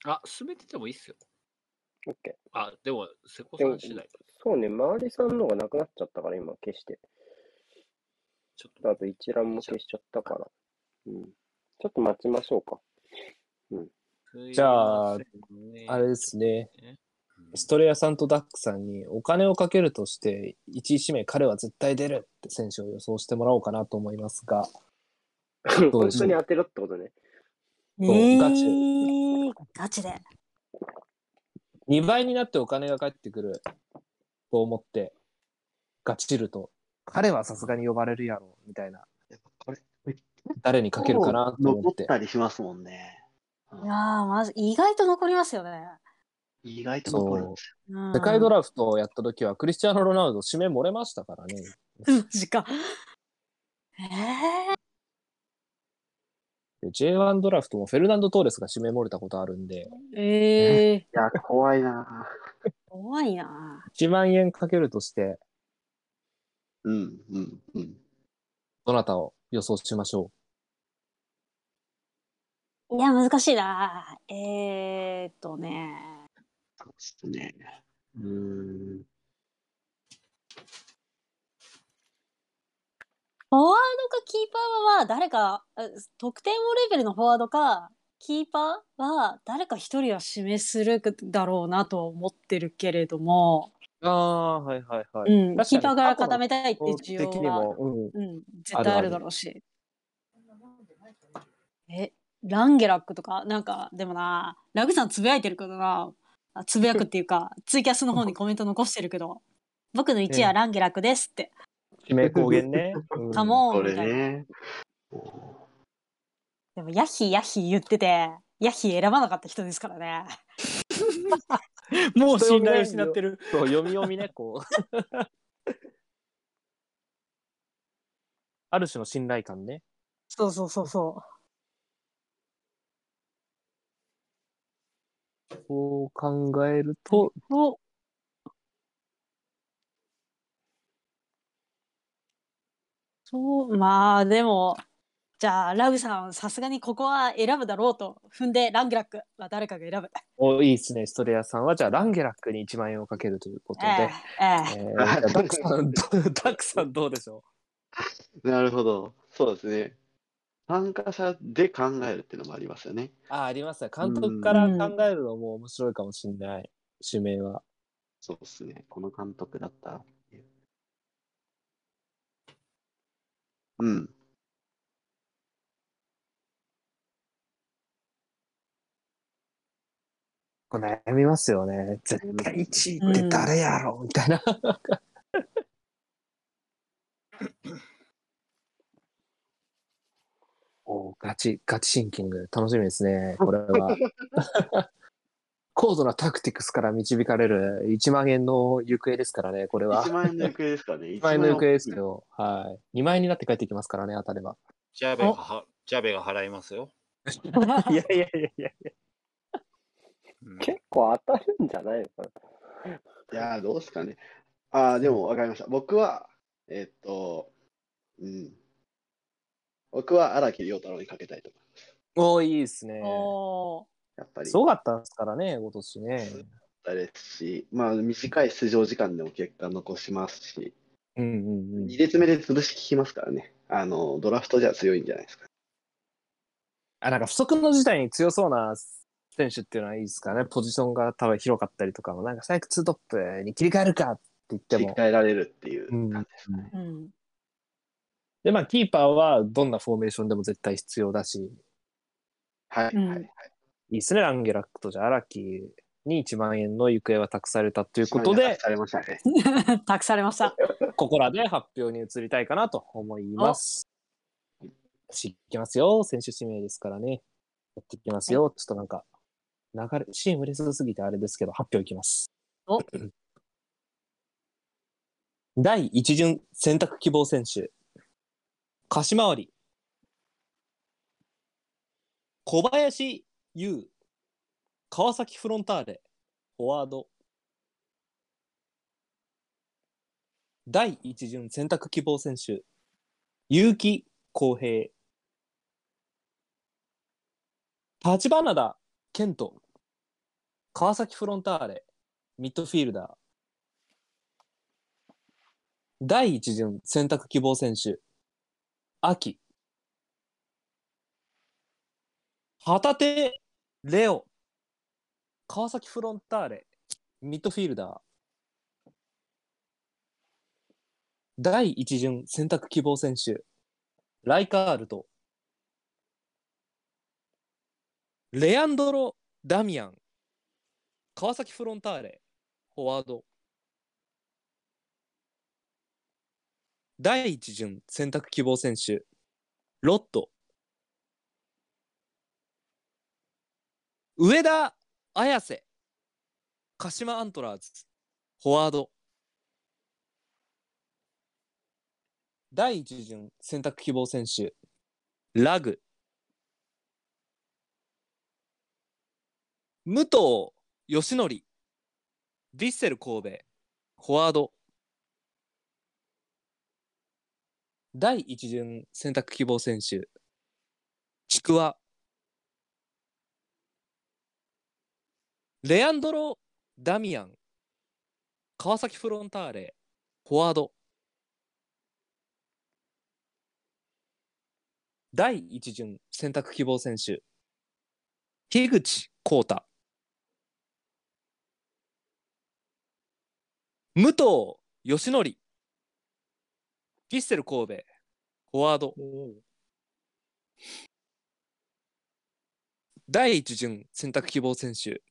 Speaker 1: な。
Speaker 7: あ、進めててもいいっすよ。
Speaker 1: オッケ
Speaker 7: あ、でも、瀬
Speaker 1: ー。
Speaker 7: 古
Speaker 1: で
Speaker 7: さ
Speaker 1: も
Speaker 7: ん次第。
Speaker 1: そうね、周りさんのがなくなっちゃったから、今消して。
Speaker 7: ちょっと。
Speaker 1: あと一覧も消しちゃったから。うん。ちょっと待ちましょうか。
Speaker 2: じゃああれですね。ストレアさんとダックさんにお金をかけるとして、1位指名彼は絶対出るって選手を予想してもらおうかなと思いますが、どう
Speaker 1: 本
Speaker 2: でし
Speaker 1: 当
Speaker 2: ょう
Speaker 1: に当てろってことね。
Speaker 4: え
Speaker 2: うガ
Speaker 4: ー、
Speaker 2: チ
Speaker 4: ガチで。
Speaker 2: 2倍になってお金が返ってくると思って、ガチると、彼はさすがに呼ばれるやろ、みたいな。
Speaker 6: やっぱこれ、
Speaker 2: 誰にかけるかなと思
Speaker 6: 残
Speaker 2: っ。
Speaker 6: ってたりしますもんね。うん
Speaker 4: いやー、まず、意外と残りますよね。
Speaker 6: 意外と残るん
Speaker 2: そ
Speaker 6: で
Speaker 2: う。
Speaker 6: す
Speaker 4: うん、
Speaker 2: 世界ドラフトをやった時は、クリスチャーノ・ロナウド指名漏れましたからね。
Speaker 4: マジか。ええ
Speaker 2: で J1 ドラフトもフェルナンド・トーレスが指名漏れたことあるんで、
Speaker 4: ー、ええ
Speaker 6: よ。いや、怖いなぁ
Speaker 4: 怖いな。
Speaker 2: 1万円かけるとして、
Speaker 6: うん、うん、うん。
Speaker 2: どなたを予想しましょ
Speaker 4: いや、難しいな。えー、っとね。
Speaker 6: そうですね。うーん。
Speaker 4: フォワードかキーパーは誰か、あ得点王レベルのフォワードか、キーパーは誰か一人は指名するだろうなとは思ってるけれども、
Speaker 2: う。ああ、はいはいは
Speaker 4: うん、
Speaker 2: 確か
Speaker 4: キ
Speaker 2: に
Speaker 4: ーパーから固めたいって
Speaker 2: 法
Speaker 4: 需
Speaker 2: 的
Speaker 4: 要
Speaker 2: に
Speaker 4: は、
Speaker 2: も、うん。
Speaker 4: うん、絶
Speaker 2: あるある
Speaker 4: 対あるだろうし。え、ランゲラックとか、なんか、でもな、ラグさんつぶやいてるけどな、あつぶやくってい
Speaker 2: [LAUGHS]
Speaker 4: うか、ツイキャスの方にコメント残してるけど、僕の1位はランゲラックですって、
Speaker 2: 指名公言ね。うん
Speaker 4: カモ
Speaker 6: こ
Speaker 4: ンみ
Speaker 6: れ
Speaker 4: たいな。
Speaker 6: ね。
Speaker 4: でも、ヤヒヤヒ言ってて、ヤヒ選ばなかった人ですからね。
Speaker 3: もう
Speaker 2: 人呼
Speaker 3: 信
Speaker 2: びないよ
Speaker 3: 頼失ってる
Speaker 2: そう、読み読みね、こう。 [LAUGHS] ある種の信頼感ね。
Speaker 4: そうそうそうそ
Speaker 2: こう考えると、
Speaker 4: う。おそう、まあでも、じゃあラグさん、さすがにここは選ぶだろうと踏んで、ランゲラックは誰かが選ぶ。
Speaker 2: おいいですね、ストレアさんは、じゃあ、ランゲラックに1万円をかけるということで、
Speaker 4: ええ、ええ。
Speaker 2: えーじゃあ [LAUGHS] ダックさん、どダックさんどうでしょ
Speaker 6: なるほど。そうですね。参加者で考えるっていうのもありますよね。
Speaker 2: うあ、ありますね。監督から考えるのも面白いかもしれない、指名は。
Speaker 6: そうですね。この監督だったらっていう。うん。
Speaker 2: これ悩みますよね。絶対1位って誰やろう、み [LAUGHS] たいな。おーガチ、ガチシンキング。楽しみです [LAUGHS] ね、これは。高度なタクティクスから導かれる1万円の行方ですからね、これは。
Speaker 6: 1万円の行方です
Speaker 2: [LAUGHS]
Speaker 6: かね。
Speaker 2: 1万円の行方です
Speaker 6: よ。
Speaker 2: よ。はい。2万円になって帰ってきますからね、当たれば。
Speaker 7: ジャベがは、ジャベが払いますよ。
Speaker 2: いやいやいやいや。
Speaker 7: うん
Speaker 1: 結構当たるんじゃないのかな。
Speaker 6: いやー、どうですかね。ああ、でも分かりました。僕は、えっと、うん。僕は荒木遼太郎にかけたいと思います。
Speaker 2: おーいいですね。
Speaker 4: [LAUGHS] おー
Speaker 6: やっぱり、
Speaker 2: すごかったですからね、今年ね。
Speaker 6: ですし、まあ、短い出場時間でも結果残しますし、
Speaker 2: うんうんうん。
Speaker 6: 2列目で潰し効きますからね。あの、ドラフトじゃ強いんじゃないですか。
Speaker 2: あ、なんか不測の事態に強そうな選手っていうのはいいですからね。ポジションが多分広かったりとかも、なんか最悪ツートップに切り替えるかって言って
Speaker 6: 切り
Speaker 2: も。
Speaker 6: 替えられるってい
Speaker 2: う
Speaker 6: う
Speaker 2: ん
Speaker 6: 感じですかね。
Speaker 4: うん
Speaker 2: で、まあ、キーパーはどんなフォーメーションでも絶対必要だし、
Speaker 6: はい、
Speaker 4: うん
Speaker 6: はい、はい。
Speaker 2: いいですね、ランゲラックとじゃ荒木に1万円の行方は託されたということで、
Speaker 6: されましたね。
Speaker 4: 託されました。
Speaker 2: [LAUGHS] ここらで発表に移りたいかなと思います。しいきますよ。選手指名ですからね。やっていきますよ。ちょっとなんか、流れ、シームレスすぎてあれですけど、発表いきます。
Speaker 4: お
Speaker 2: [CLEARS THROAT] 第一巡選択希望選手。鹿島り小林優。川崎フロンターレ。フォワード。第一巡選択希望選手、結城康平。立花田健人、川崎フロンターレ、ミッドフィールダー。第一巡選択希望選手、秋。旗手レオ、川崎フロンターレ、ミッドフィールダー。第一巡選択希望選手、ライカールと、レアンドロ・ダミアン、川崎フロンターレ、フォワード。第一巡選択希望選手、ロッド。上田綾瀬、鹿島アントラーズ、フォワード。第一巡選択希望選手ラグ武藤義則ヴィッセル神戸フォワード第一巡選択希望選手ちくわレアンドロ・ダミアン川崎フロンターレフォワード第一巡選択希望選手樋口浩太武藤義則ヴィッセル神戸フォワード第一巡選択希望選手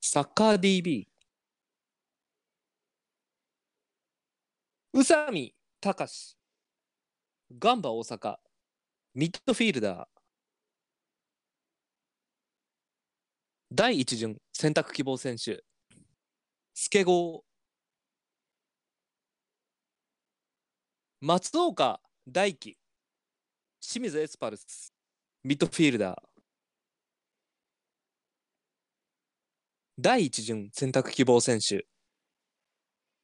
Speaker 2: サッカー DB 宇佐美隆ガンバ大阪ミッドフィールダー。第一巡選択希望選手。スケゴー。松岡大輝。清水エスパルス。ミッドフィールダー。第一巡選択希望選手。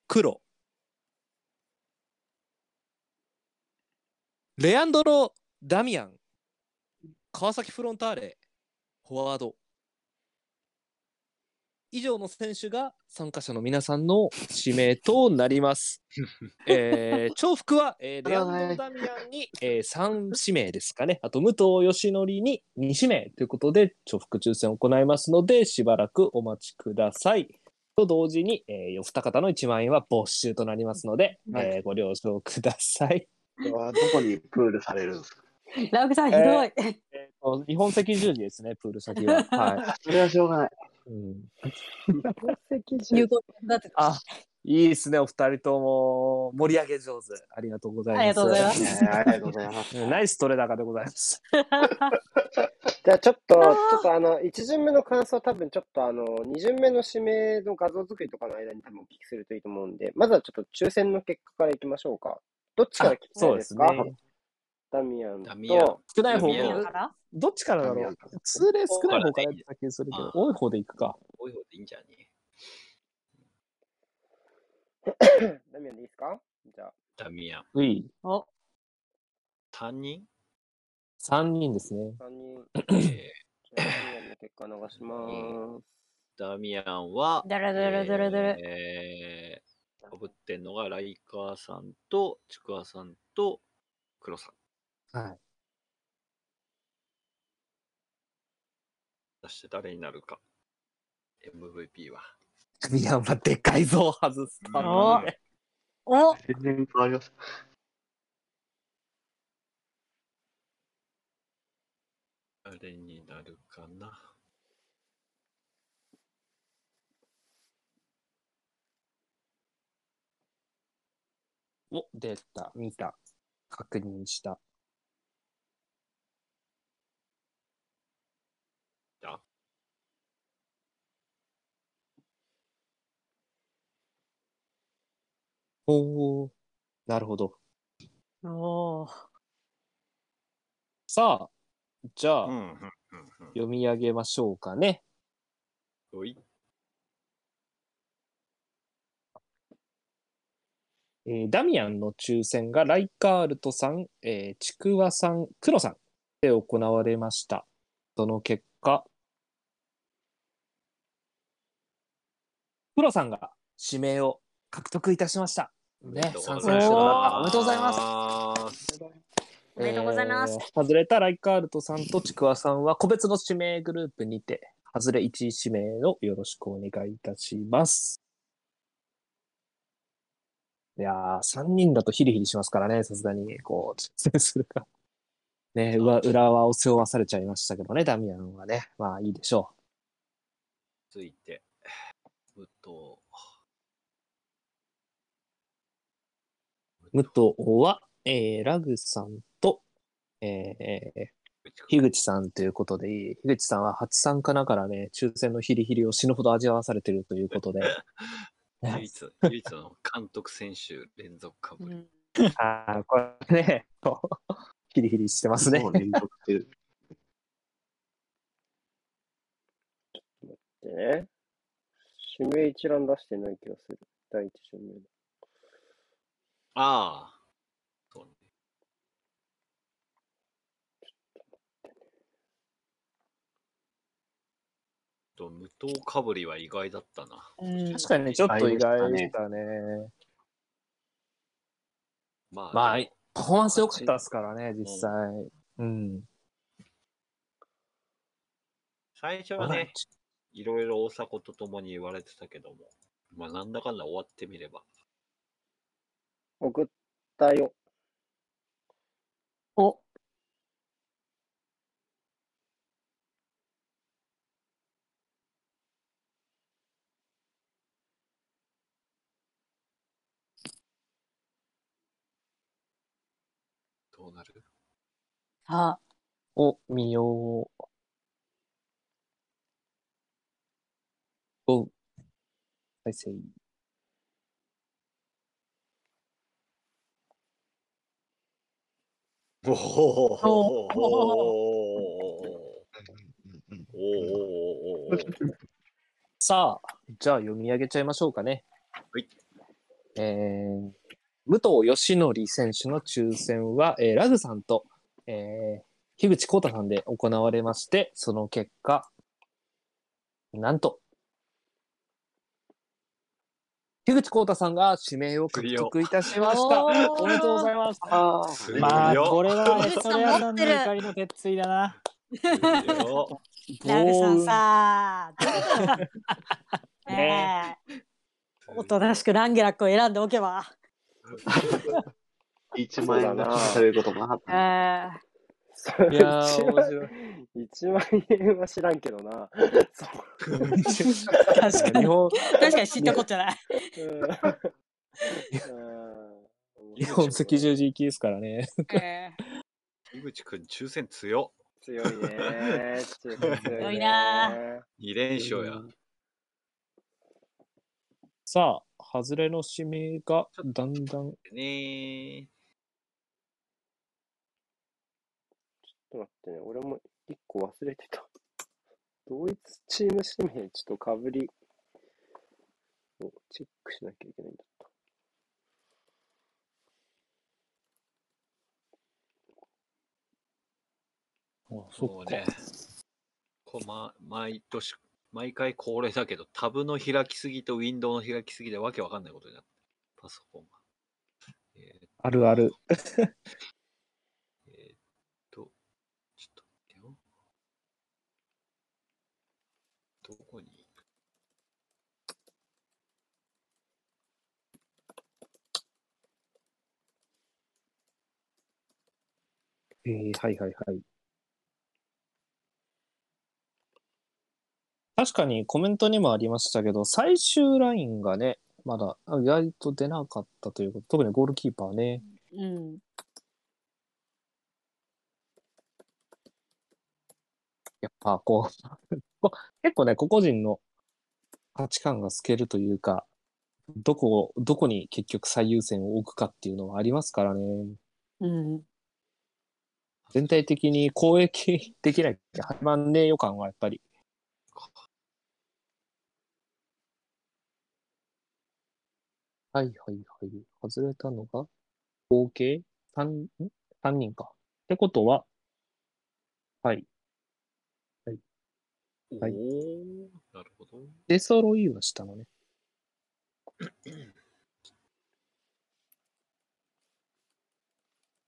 Speaker 2: 黒。レアンドロ・ダミアン、川崎フロンターレ、フォワード。以上の選手が参加者の皆さんの指名となり
Speaker 6: [LAUGHS]
Speaker 2: ます。えー、重複は、えー、レアンドロ・ダミアンに、えー、3指名ですかね。あと、武藤義則に2指名ということで、重複抽選を行いますので、しばらくお待ちください。と同時に、えー、お二方の1万円は没収となりますので、
Speaker 6: は
Speaker 2: え
Speaker 6: い
Speaker 2: ーご了承ください。
Speaker 6: これはどこにプールされるんですか
Speaker 4: ラグさんひどい。
Speaker 2: 日本赤十字ですね、プール先
Speaker 4: [LAUGHS]
Speaker 2: は。は
Speaker 6: それはしょうがない。
Speaker 2: い。うん
Speaker 4: 有効だって。
Speaker 2: あ、いいですね、お二人とも盛り上げ上手。ありがとうございます。
Speaker 4: ありがとうございま
Speaker 6: いやいやありがとうございます。
Speaker 2: うんナイス取れ高でございます。
Speaker 1: じゃあちょっと、ち
Speaker 4: あー
Speaker 1: ょっとあの、1巡目の感想は多分ちょっとあの、2巡目の指名の画像作りとかの間に多分お聞きするといいと思うんで、まずはちょっと抽選の結果からいきましょうか。どっちから聞きたいですか
Speaker 2: そうですね
Speaker 1: ダミアン
Speaker 7: ダミアン
Speaker 1: と、
Speaker 2: 少ない方
Speaker 7: ダミア
Speaker 4: だ
Speaker 7: ン
Speaker 2: が、
Speaker 4: から
Speaker 2: どっちからだ
Speaker 6: ダミ
Speaker 2: ろ
Speaker 6: ア
Speaker 2: う
Speaker 6: ンか。
Speaker 2: 通例少ない方から
Speaker 7: ここからね
Speaker 2: 先にするけど
Speaker 7: あ、
Speaker 2: 多い方でいくか。
Speaker 7: 多い方でいいんじゃね
Speaker 1: ダミアンでいいですかじゃあ、
Speaker 7: ダミアン。
Speaker 2: うい。
Speaker 4: お、
Speaker 7: 3人
Speaker 2: 3人ですね。
Speaker 1: 3人、
Speaker 2: [CLEARS THROAT]
Speaker 7: えー
Speaker 1: じゃあダミアンの結果流します。
Speaker 7: ダミアンは、
Speaker 4: だらだらだらだら。
Speaker 7: えー、かぶってんのがライカーさんと、ちくわさんと、黒さん。
Speaker 2: はい。
Speaker 7: 出して誰になるか。MVP は。
Speaker 2: ダミアンはでかいぞ、外すた
Speaker 4: お
Speaker 2: めに。
Speaker 4: お、
Speaker 6: 全然変わります。
Speaker 7: 誰になるかな。
Speaker 2: お、出た、見た、確認した。おお、なるほど。
Speaker 4: おー
Speaker 2: さあ、じゃあ、
Speaker 7: うん、うん、うん。
Speaker 2: 読み上げましょうかね。
Speaker 7: おい。
Speaker 2: えーダミアンの抽選がライカールトさん、えーちくわさん、クロさんで行われました。その結果、クロさんが指名を獲得いたしました。ね、参
Speaker 7: 参
Speaker 2: 戦してもらった。おめでとうございます。
Speaker 7: す。
Speaker 4: おめでとうございます。
Speaker 2: えー外れたライカールトさんとちくわさんは個別の指名グループにて、外れ1位指名をよろしくお願いいたします。いやー、3人だとヒリヒリしますからね、さすがに、こう、抽選するか。ね、うわ裏はを背負わされちゃいましたけどね、ダミアンはね。まあいいでしょ
Speaker 7: 続いて、武藤。
Speaker 2: う。武藤は、えーラグさんと、えー、樋口さんということで、樋口さんは初参加ながらね、抽選のヒリヒリを死ぬほど味わわされてるということで、
Speaker 7: 唯一、唯一の監督選手連続かぶ
Speaker 4: う
Speaker 7: り。
Speaker 4: ん
Speaker 2: ああ、これね、こうヒリヒリしてますね
Speaker 6: も。う連続してる。
Speaker 1: でね、指名一覧出してない気がする。第一指名。
Speaker 7: ああ。そうね。と無糖かぶりは意外だったな。
Speaker 4: うん
Speaker 2: 確かにね、ちょっと意外
Speaker 6: 意外
Speaker 2: で
Speaker 6: で
Speaker 2: し
Speaker 6: した
Speaker 2: ね。
Speaker 7: まあ、
Speaker 2: まあ
Speaker 7: でも、
Speaker 2: パフォーマンス良かったですからね、実際。うん。
Speaker 7: 最初はね、いろいろ大迫と共に言われてたけども、まあ、なんだかんだ終わってみれば、
Speaker 1: 送ったよ。
Speaker 4: お、
Speaker 7: どうなる
Speaker 4: あ、
Speaker 2: お、見よう。お、再生。
Speaker 7: お
Speaker 4: お
Speaker 7: おおお
Speaker 2: さあ、じゃあ読み上げちゃいましょうかね。
Speaker 7: はい。
Speaker 2: えー、武藤義則選手の抽選は、えーラグさんと、えー、樋口浩太さんで行われまして、その結果、なんと、樋口浩太さんが指名を獲得いたしました。
Speaker 4: おー
Speaker 2: おめでとうございます。
Speaker 6: ああ。
Speaker 7: 強
Speaker 3: まあこれ
Speaker 7: よ
Speaker 3: は
Speaker 4: 樋
Speaker 3: エ
Speaker 4: 口
Speaker 3: ソ
Speaker 4: さん
Speaker 3: レアさんの
Speaker 4: 持ってる
Speaker 3: 怒りの鉄槌だな。
Speaker 7: 強よ
Speaker 4: ラグさん
Speaker 2: 棒
Speaker 4: さ、どうだろうねえおとなしくランゲラックを選んでおけば。
Speaker 6: 1万円が消費されることもなかったな。
Speaker 4: え
Speaker 2: 運いや
Speaker 1: [LAUGHS]
Speaker 2: ー、
Speaker 1: 1
Speaker 2: 面白い。
Speaker 1: 万円は知らんけどな。そ
Speaker 4: ー、確か
Speaker 2: 日
Speaker 4: に。
Speaker 2: 本、
Speaker 4: 確かに知ったことじゃない。
Speaker 1: う。うん。うん
Speaker 2: 日本赤十字行きですからね。
Speaker 4: えー
Speaker 7: 井口くん抽選強
Speaker 1: 強いね。強い
Speaker 4: 強
Speaker 1: 強
Speaker 4: い
Speaker 1: い
Speaker 4: な
Speaker 1: ね。
Speaker 7: 2連勝や
Speaker 2: さあ、外れの指名がだんだん、
Speaker 7: ね
Speaker 1: ちょっと待ってね、俺も一個忘れてた。同一チーム指名、ちょっとかぶりをチェックしなきゃいけないんだった。
Speaker 7: そうね。こうま、毎年、毎回恒例だけど、タブの開きすぎとウィンドウの開きすぎでわけわかんないことになってる、パソコンが。えー
Speaker 2: あるある。
Speaker 7: えーっと、ちょっと待ってよ。どこに
Speaker 2: えーはいはいはい。確かにコメントにもありましたけど、最終ラインがね、まだ意外と出なかったということ、特にゴールキーパーね。
Speaker 4: うん。
Speaker 2: やっぱこう、 [LAUGHS] 結構ね、個々人の価値観が透けるというか、どこを、どこに結局最優先を置くかっていうのはありますからね。
Speaker 4: うん。
Speaker 2: 全体的に公益できなきゃ始まんねえ予感はやっぱり。はいはいはい。外れたのが合計三ん三人か。ってことは、はい。はい
Speaker 7: おー、なるほど。
Speaker 2: 出揃いはしたのね。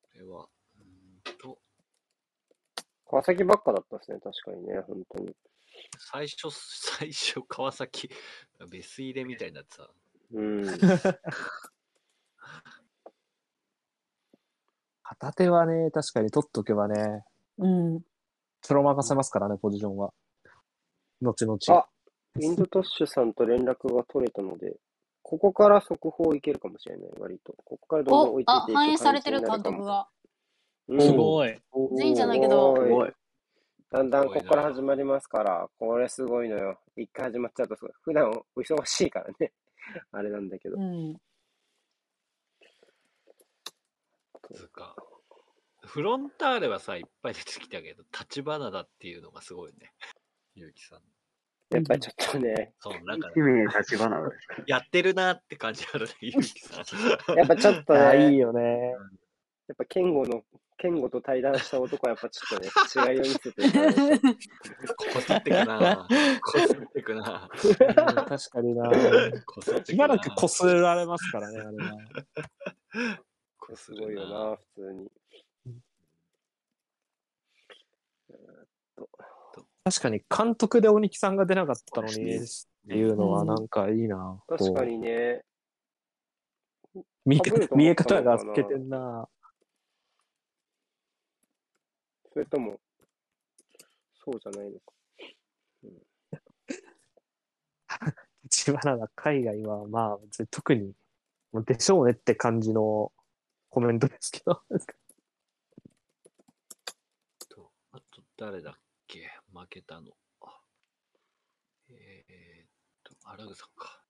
Speaker 7: これは、うーんと、
Speaker 1: 川崎ばっかだったですね、確かにね、本当に。
Speaker 7: 最初、最初、川崎、ベス入れみたいになってさ、
Speaker 1: うん。
Speaker 2: 片手はね、確かに取っとけばね、
Speaker 4: うん。
Speaker 2: プロ任せますからね、ポジションは。後々。
Speaker 1: あインドトッシュさんと連絡が取れたので、ここから速報いけるかもしれない、割と。ここからどんどん
Speaker 4: お
Speaker 1: 置い、てい
Speaker 4: あ
Speaker 1: っ、ていく
Speaker 4: 反映されてる
Speaker 1: 感
Speaker 4: 監
Speaker 1: じになかも。
Speaker 4: 督が。
Speaker 1: う
Speaker 3: す
Speaker 1: い。
Speaker 3: ごい。
Speaker 4: 全員じゃないけど
Speaker 1: す
Speaker 6: す
Speaker 1: ご
Speaker 6: ご
Speaker 1: い
Speaker 6: い。
Speaker 1: だんだんここから始まりますから、これすごいのよ。一回始まっちゃうとすごい、普段お忙しいからね。 [LAUGHS] あれなんだけど
Speaker 4: う。ん。
Speaker 7: つうか、フロンターレはさ、いっぱい出てきたけど、立花だっていうのがすごいね。ゆうきさん。
Speaker 1: やっぱりちょっとね、
Speaker 2: [LAUGHS]
Speaker 7: そう、なんか、
Speaker 6: チームが立花ですか
Speaker 7: やってるなって感じあるね、ゆう
Speaker 2: [LAUGHS]
Speaker 7: きさん。
Speaker 1: やっぱちょっと
Speaker 2: い
Speaker 1: ね、
Speaker 2: や、
Speaker 1: や
Speaker 2: いい
Speaker 1: っ
Speaker 2: よね。
Speaker 1: ぱ健吾の、健吾と対談した男はやっぱちょっとね、違いを見せていかないと。
Speaker 7: こすってくなこすってくな
Speaker 2: うん確かにな。
Speaker 7: こすって
Speaker 2: [LAUGHS] し
Speaker 7: く
Speaker 2: ば
Speaker 7: な
Speaker 2: らくこすられますからね、あれは。
Speaker 7: こす
Speaker 1: すごい
Speaker 7: る
Speaker 1: よ
Speaker 7: な
Speaker 1: な、普通に。
Speaker 2: 確かに監督で鬼木さんが出なかったのにっていうのは
Speaker 4: うん
Speaker 2: なんかいいな。
Speaker 1: 確か
Speaker 2: こ
Speaker 1: にね、
Speaker 2: う見
Speaker 1: 被ると
Speaker 2: 見
Speaker 1: 思
Speaker 2: え
Speaker 1: ったのかな
Speaker 2: 方が透けてんな。
Speaker 1: それとも、そうじゃないのか。
Speaker 2: 立花が海外はまあ別に特にでしょうねって感じのコメントですけど。
Speaker 7: と、あと誰だっけ負けたの。あえー、っと、荒草さんか。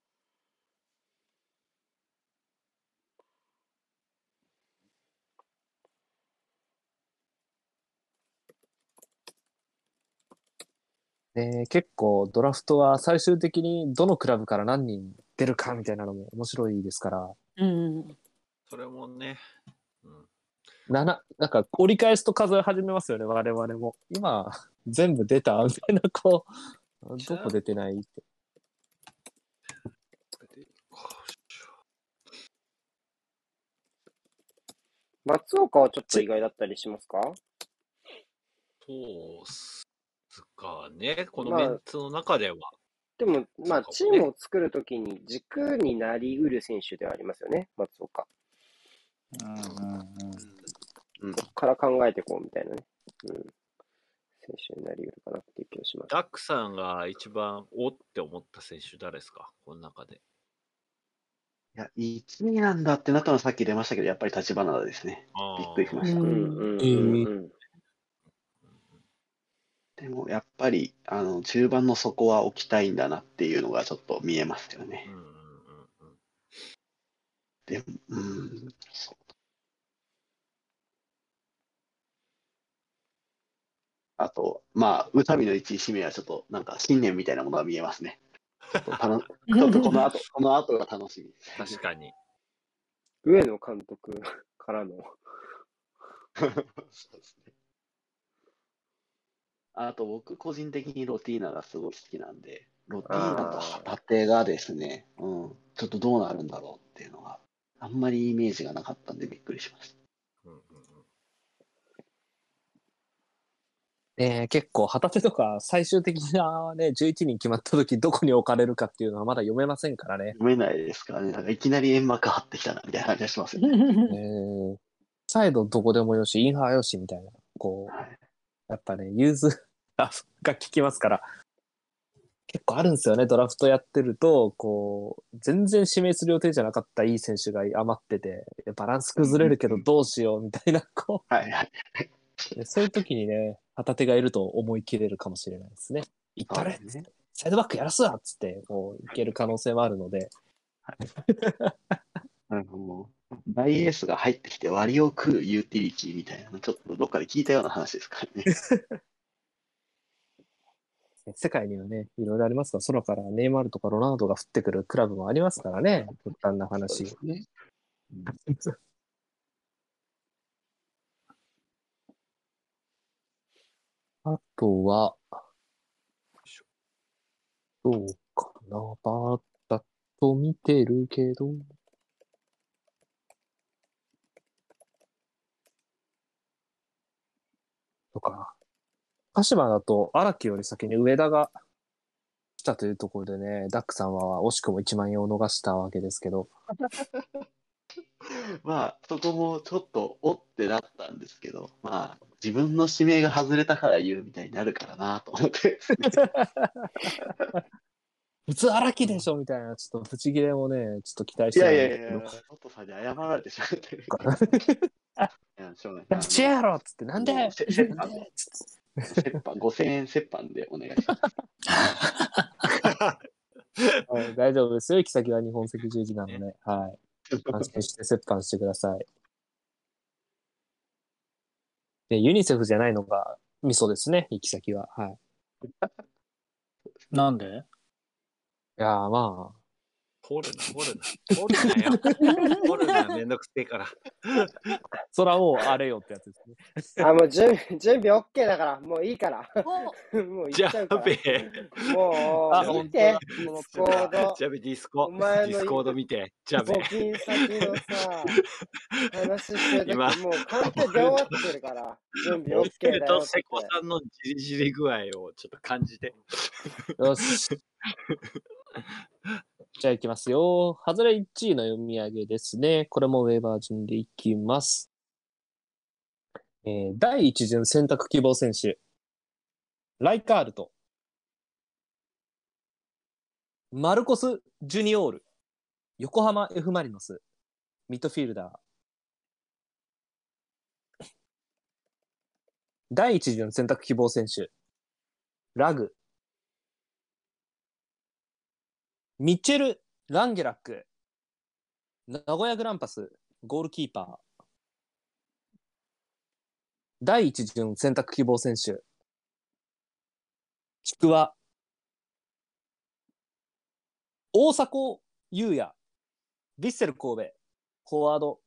Speaker 2: ね結構ドラフトは最終的にどのクラブから何人出るかみたいなのも面白いですから。
Speaker 4: うん。
Speaker 7: それもね、うん、
Speaker 2: なななんか折り返すと数え始めますよね、我々も。今、全部出たみたいな、こう、どこ出てないって。
Speaker 1: 松岡はちょっと意外だったりしますか
Speaker 7: そうっすかね、この
Speaker 1: まあ
Speaker 7: メンツの中では。
Speaker 1: でも、まあ、チ
Speaker 7: そうかもね
Speaker 1: ームを作るときに軸になりうる選手ではありますよね、松岡。
Speaker 3: うんうんうん
Speaker 7: うん
Speaker 1: そこから考えてこうみたいなね。うん。選手になりうるかなっていう気がします。
Speaker 7: ダックさんが一番おって思った選手誰ですかこの中で。
Speaker 6: いや、1、2なんだってなったのはさっき出ましたけど、やっぱり立花ですね。
Speaker 7: あ
Speaker 6: びっくりしま
Speaker 4: う
Speaker 6: した。
Speaker 1: うん
Speaker 4: ん。
Speaker 1: うんうんうん。
Speaker 6: でも、やっぱり、あの、中盤の底は置きたいんだなっていうのがちょっと見えますよ
Speaker 7: う
Speaker 6: ね。
Speaker 7: んうんうんうん。
Speaker 6: でも、うん、そう。あと、まあ、宇佐美の1位指名はちょっと、なんか、信念みたいなものが見えますね。ちょっと楽、ち
Speaker 4: [LAUGHS]
Speaker 6: ょっとこの後、この後が楽しみです。
Speaker 7: [LAUGHS] 確か
Speaker 2: [LAUGHS]
Speaker 7: に。
Speaker 1: 上野監 [LAUGHS] 督からの、
Speaker 6: そうですね。あと僕個人的にロティーナがすごい好きなんで、ロティーナと旗手がですね、うん、ちょっとどうなるんだろうっていうのが、あんまりイメージがなかったんでびっくりしました。
Speaker 7: うんうんうん
Speaker 2: ねえ結構、旗手とか最終的なね、11人決まった時、どこに置かれるかっていうのはまだ読めませんからね。
Speaker 6: 読めないですからね、なんかいきなり円幕張ってきたなみたいな感じがしますよね。
Speaker 2: えー、サイドどこでもよし、インハーよしみたいな、こう、
Speaker 6: はい、
Speaker 2: やっぱね、融通 [LAUGHS] が効きますから、結構あるんですよね、ドラフトやってると、こう、全然指名する予定じゃなかったいい選手が余ってて、バランス崩れるけどどうしようみたいな、こ
Speaker 6: はい、はい。
Speaker 2: う、 [LAUGHS] そういう時にね、旗手がいると思い切れるかもしれないですね。いったれ、
Speaker 6: そうですね
Speaker 2: サイドバックやらすわっつって、こう、いける可能性もあるので、
Speaker 6: なんかもう、大エースが入ってきて割を食うユーティリティみたいなの、ちょっとどっかで聞いたような話ですから [LAUGHS] ね。
Speaker 2: 世界にはね、いろいろありますから、空からネイマールとかロナウドが降ってくるクラブもありますからね、極端な
Speaker 6: そう
Speaker 2: 話
Speaker 6: で。すね。
Speaker 2: あとは
Speaker 7: しょ、
Speaker 2: どうかな、バーッだと見てるけど。とか、鹿島だと荒木より先に上田が来たというところでね、ダックさんは惜しくも1万円を逃したわけですけど、
Speaker 6: まあ、そこもちょっとおってなったんですけど、まあ、自分の指名が外れたから言うみたいになるからなと思 [LAUGHS] って、
Speaker 2: 普通荒木でしょみたいな、ちょっとブチ切れもね、ちょっと期待し
Speaker 6: い
Speaker 2: てた
Speaker 6: や
Speaker 2: ん
Speaker 6: い
Speaker 2: です
Speaker 6: やい
Speaker 2: けど
Speaker 6: や、ロ。ットさんに謝られてしま [LAUGHS] ってる。いや、しょうがない。
Speaker 2: シェアろっつって、なんで
Speaker 6: もうせ折半
Speaker 2: なんでつって
Speaker 6: 折半5000円折半でお願い [LAUGHS] します。
Speaker 2: はい大丈夫ですよ。行き先は日本赤十字なので、はい。安心して折半してください。で、ユニセフじゃないのがミソですね、行き先は。はい。い
Speaker 3: なんで
Speaker 2: やーま
Speaker 7: 掘るな、掘るな。掘るなよ。掘るな、めんどくせえから。
Speaker 2: あ、空を荒れよってやつですね。
Speaker 1: あ、もう準備、準備 OK だから、もういいから。 [LAUGHS]
Speaker 4: お
Speaker 1: もう
Speaker 7: じ
Speaker 1: 行
Speaker 7: ゃ
Speaker 1: っちゃうか
Speaker 7: あ
Speaker 1: ら。
Speaker 7: べえ。
Speaker 1: も
Speaker 2: あ、
Speaker 1: う、
Speaker 7: 本
Speaker 1: 見
Speaker 2: 当
Speaker 1: て
Speaker 2: だ、
Speaker 1: このコード
Speaker 7: じ。ゃべディスコ
Speaker 1: お、前の
Speaker 7: ディスコード見て、じゃべ。
Speaker 1: 募金先のさ、話してる
Speaker 7: 今
Speaker 1: 時もう完璧出終わってるから、準備
Speaker 7: オフィ [LAUGHS]
Speaker 1: OK
Speaker 7: ル
Speaker 1: だ
Speaker 7: と
Speaker 1: よって
Speaker 7: セ。コさんのじりじり具合をちょっと感じて。
Speaker 2: よし。じゃあ行きますよ。ハズレ1位の読み上げですね。これもウェーバー順でいきます。えー第1巡選択希望選手。ライカールト。マルコス・ジュニオール。横浜 F ・マリノス。ミッドフィールダー。第1巡選択希望選手。ラグ。ミッチェル・ランゲラック。名古屋グランパス、ゴールキーパー。第一巡選択希望選手。ちくわ。大迫勇也。ヴィッセル神戸。フォワード。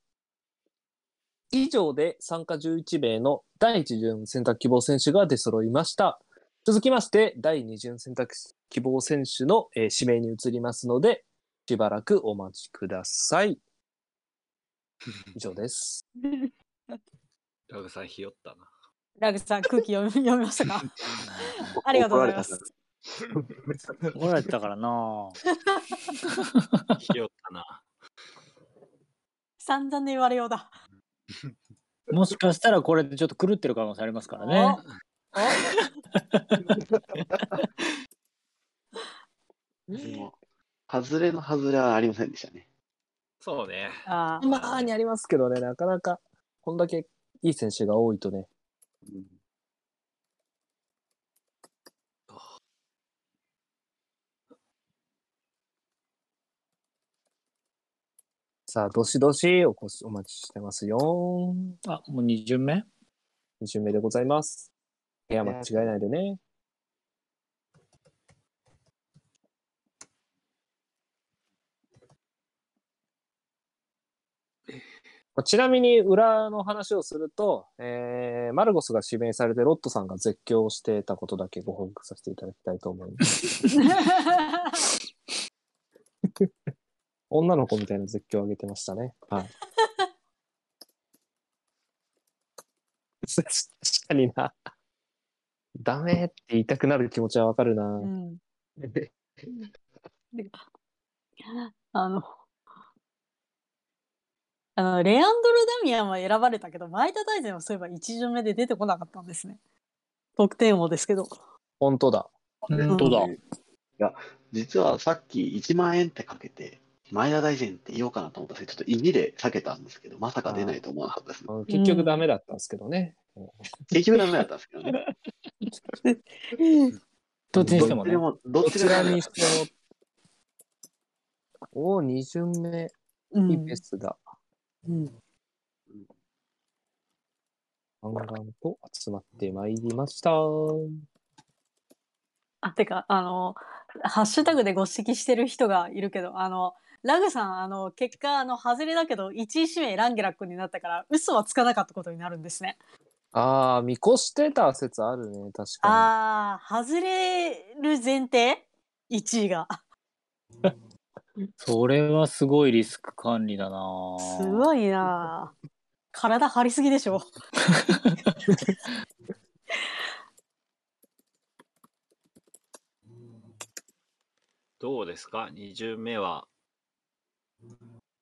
Speaker 2: 以上で参加11名の第一巡選択希望選手が出揃いました。続きまして、第二巡選択希望選手の、えー指名に移りますので、しばらくお待ちください。以上です。
Speaker 7: ラグさん、ひよったな。
Speaker 4: ラグさん空気読み読み
Speaker 1: [LAUGHS]
Speaker 4: ましたかありがとうございます。
Speaker 3: 怒られてたからな
Speaker 7: ひよったな。
Speaker 4: 散々で言われようだ。
Speaker 3: もしかしたらこれでちょっと狂ってる可能性ありますからね。
Speaker 4: お
Speaker 6: でも、外れの外れはありませんでしたね。
Speaker 7: そうね。
Speaker 4: あー
Speaker 2: まあにありますけどね、なかなか、こんだけいい選手が多いとね。さあ、どしどしおこしお待ちしてますよ。
Speaker 3: あ、もう2巡目
Speaker 2: 2巡目でございます。部屋間違えないでね。まあちなみに裏の話をすると、えーマルゴスが指名されてロットさんが絶叫してたことだけご報告させていただきたいと思います。
Speaker 1: [LAUGHS]
Speaker 2: 女の子みたいな絶叫を上げてましたね。はい。確かにな。ダメって言いたくなる気持ちはわかるな。
Speaker 4: うんであの、 [LAUGHS] あの、レアンドル・ダミアンは選ばれたけど、前田大然はそういえば一巡目で出てこなかったんですね。得点王ですけど。
Speaker 2: 本当だ。
Speaker 3: 本当だ。
Speaker 6: 実はさっき1万円ってかけて、前田大然って言おうかなと思ったんですけど、ちょっと意味で避けたんですけど、まさか出ないと思わなかったですね。
Speaker 2: 結局ダメだったんですけどね。
Speaker 6: 結局ダメだったんですけどね。
Speaker 3: どっちにして
Speaker 6: ど
Speaker 3: も
Speaker 6: っちで
Speaker 3: ね。
Speaker 6: も、どっ
Speaker 2: どち
Speaker 6: ちでも
Speaker 2: ら
Speaker 6: ダメだ
Speaker 2: に
Speaker 6: っ。
Speaker 2: したても。おお、二巡目。
Speaker 4: うん
Speaker 2: いいベスだ。
Speaker 4: うん
Speaker 2: ガンガンと集まってまいりました。
Speaker 4: あ、てか、あの、ハッシュタグでご指摘してる人がいるけど、あの、ラグさん、あの、結果、あの、外れだけど、1位指名ランゲラックになったから、嘘はつかなかったことになるんですね。
Speaker 2: ああ、見越してた説あるね、確か
Speaker 4: あー、外れる前提 ?1 位が。
Speaker 3: それはすごいリスク管理だな
Speaker 4: すごいなあ体張りすぎでしょ。
Speaker 7: どうですか ?2 巡目は、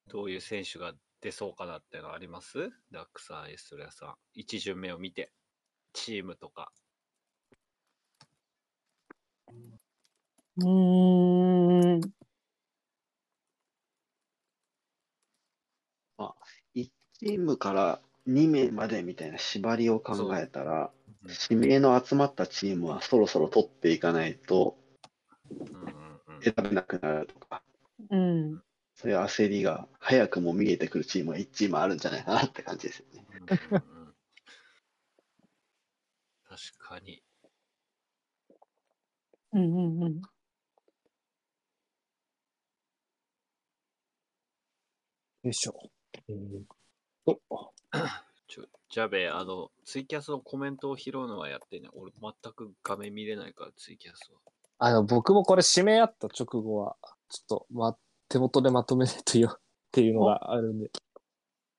Speaker 7: どういう選手が出そうかなってのありますダックさん、エストレアさん。1巡目を見て、チームとか。
Speaker 4: うーん。
Speaker 6: 1チームから2名までみたいな縛りを考えたら、
Speaker 7: うん
Speaker 6: 指名の集まったチームはそろそろ取っていかないと
Speaker 7: うんうんうん
Speaker 6: 選べなくなるとか、
Speaker 4: うん。
Speaker 6: そういう焦りが早くも見えてくるチームは1チームあるんじゃないかなって感じですよね。
Speaker 7: うんうんうん確かに。
Speaker 4: うんうんうん。
Speaker 2: に。よいしょ。えーと
Speaker 7: ちょジャベ、あの、ツイキャスのコメントを拾うのはやってね。俺、全く画面見れないから、ツイキャスを。
Speaker 2: あの、僕もこれ締め合った直後は、ちょっと、ま、手元でまとめないとよ [LAUGHS] っていうのがあるんで、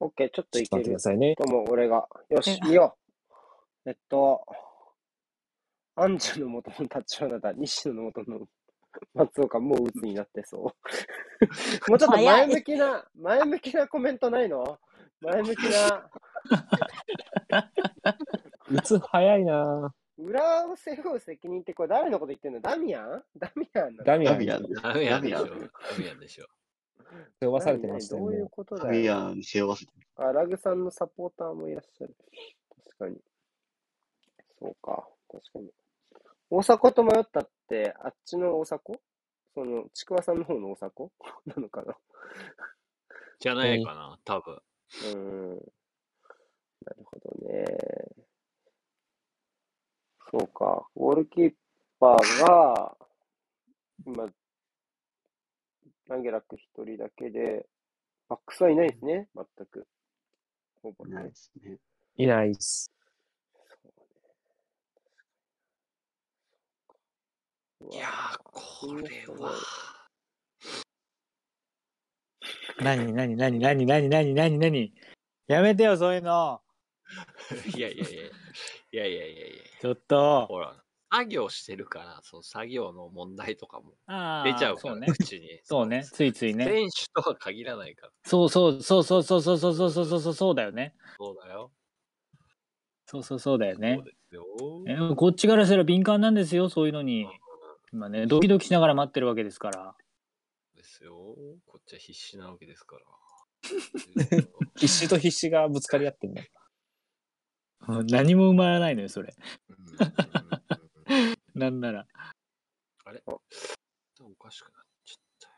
Speaker 1: OK、ちょっと
Speaker 2: ちょ
Speaker 1: いけ
Speaker 2: っと待ってく
Speaker 1: る
Speaker 2: だ。さいね。
Speaker 1: どうも、俺が。よし、
Speaker 4: え
Speaker 1: 見よう。えっと、アンジュの元の立花だ、西野の元の [LAUGHS] 松岡、もう鬱 [LAUGHS] になってそう。もうちょっと前向きな、前向きなコメントないの前向きな、
Speaker 2: 打つ早いな
Speaker 1: [LAUGHS] 裏を背負う責任ってこれ誰のこと言ってんのダミアンダミアンなの
Speaker 2: ダミア
Speaker 6: ダ
Speaker 2: ンに背
Speaker 6: ミアンです。
Speaker 7: ダミアンでしょ。
Speaker 6: ダミアン
Speaker 7: ダミアンでしょ。
Speaker 2: 負わされ
Speaker 1: 何
Speaker 2: てま
Speaker 1: 何
Speaker 2: した
Speaker 1: ど
Speaker 2: よ
Speaker 1: ういう
Speaker 2: ね。
Speaker 1: こと
Speaker 6: ダ
Speaker 1: だ
Speaker 6: ミ
Speaker 1: よ。
Speaker 6: アンに背負わせて。
Speaker 1: あ、ラグさんのサポーターもいらっしゃる。確かに。そうか。確かに。大阪と迷ったって、あっちの大阪その、ちくわさんの方の大阪 [LAUGHS] なのかな
Speaker 7: じゃないかな、多分。
Speaker 1: うーん。なるほどね。そうか。ゴールキーパーが、今、ランゲラック一人だけで、バックスはいないですね。全く。ほぼ
Speaker 6: ない
Speaker 1: ね。
Speaker 6: ですね。
Speaker 2: いないっす。
Speaker 1: そう
Speaker 7: い
Speaker 1: ね
Speaker 7: やー、
Speaker 1: み
Speaker 7: こ
Speaker 1: んな
Speaker 7: れ
Speaker 1: そうな
Speaker 7: は
Speaker 1: る。
Speaker 3: 何何何何何何何何やめてよそういうの
Speaker 7: いやいやいやいや。いやいやいやいや。
Speaker 3: ちょっと
Speaker 7: ほら、作業してるから、その作業の問題とかも
Speaker 3: ああ
Speaker 7: 出ちゃうか
Speaker 3: そう
Speaker 7: ら、
Speaker 3: ね
Speaker 7: 口に。
Speaker 3: そうねついついね
Speaker 7: 選手とは限らないから。
Speaker 3: そうそうそうそうそうそうそうそうそうそうそうだよね
Speaker 7: そうだよ。
Speaker 3: そうそうそうだよね
Speaker 7: そうですよ。
Speaker 3: えーこっちからしたら敏感なんですよそういうのに今ねドキドキしながら待ってるわけですから
Speaker 7: ですよ。こっちは必死なわけです
Speaker 3: [LAUGHS]
Speaker 7: から。
Speaker 2: 必死と必死がぶつかり合ってんだ。
Speaker 3: うん何も生まれないのよそれ
Speaker 7: うんうんうんうん
Speaker 3: なんなら
Speaker 7: あれおかしくなっちゃったよ。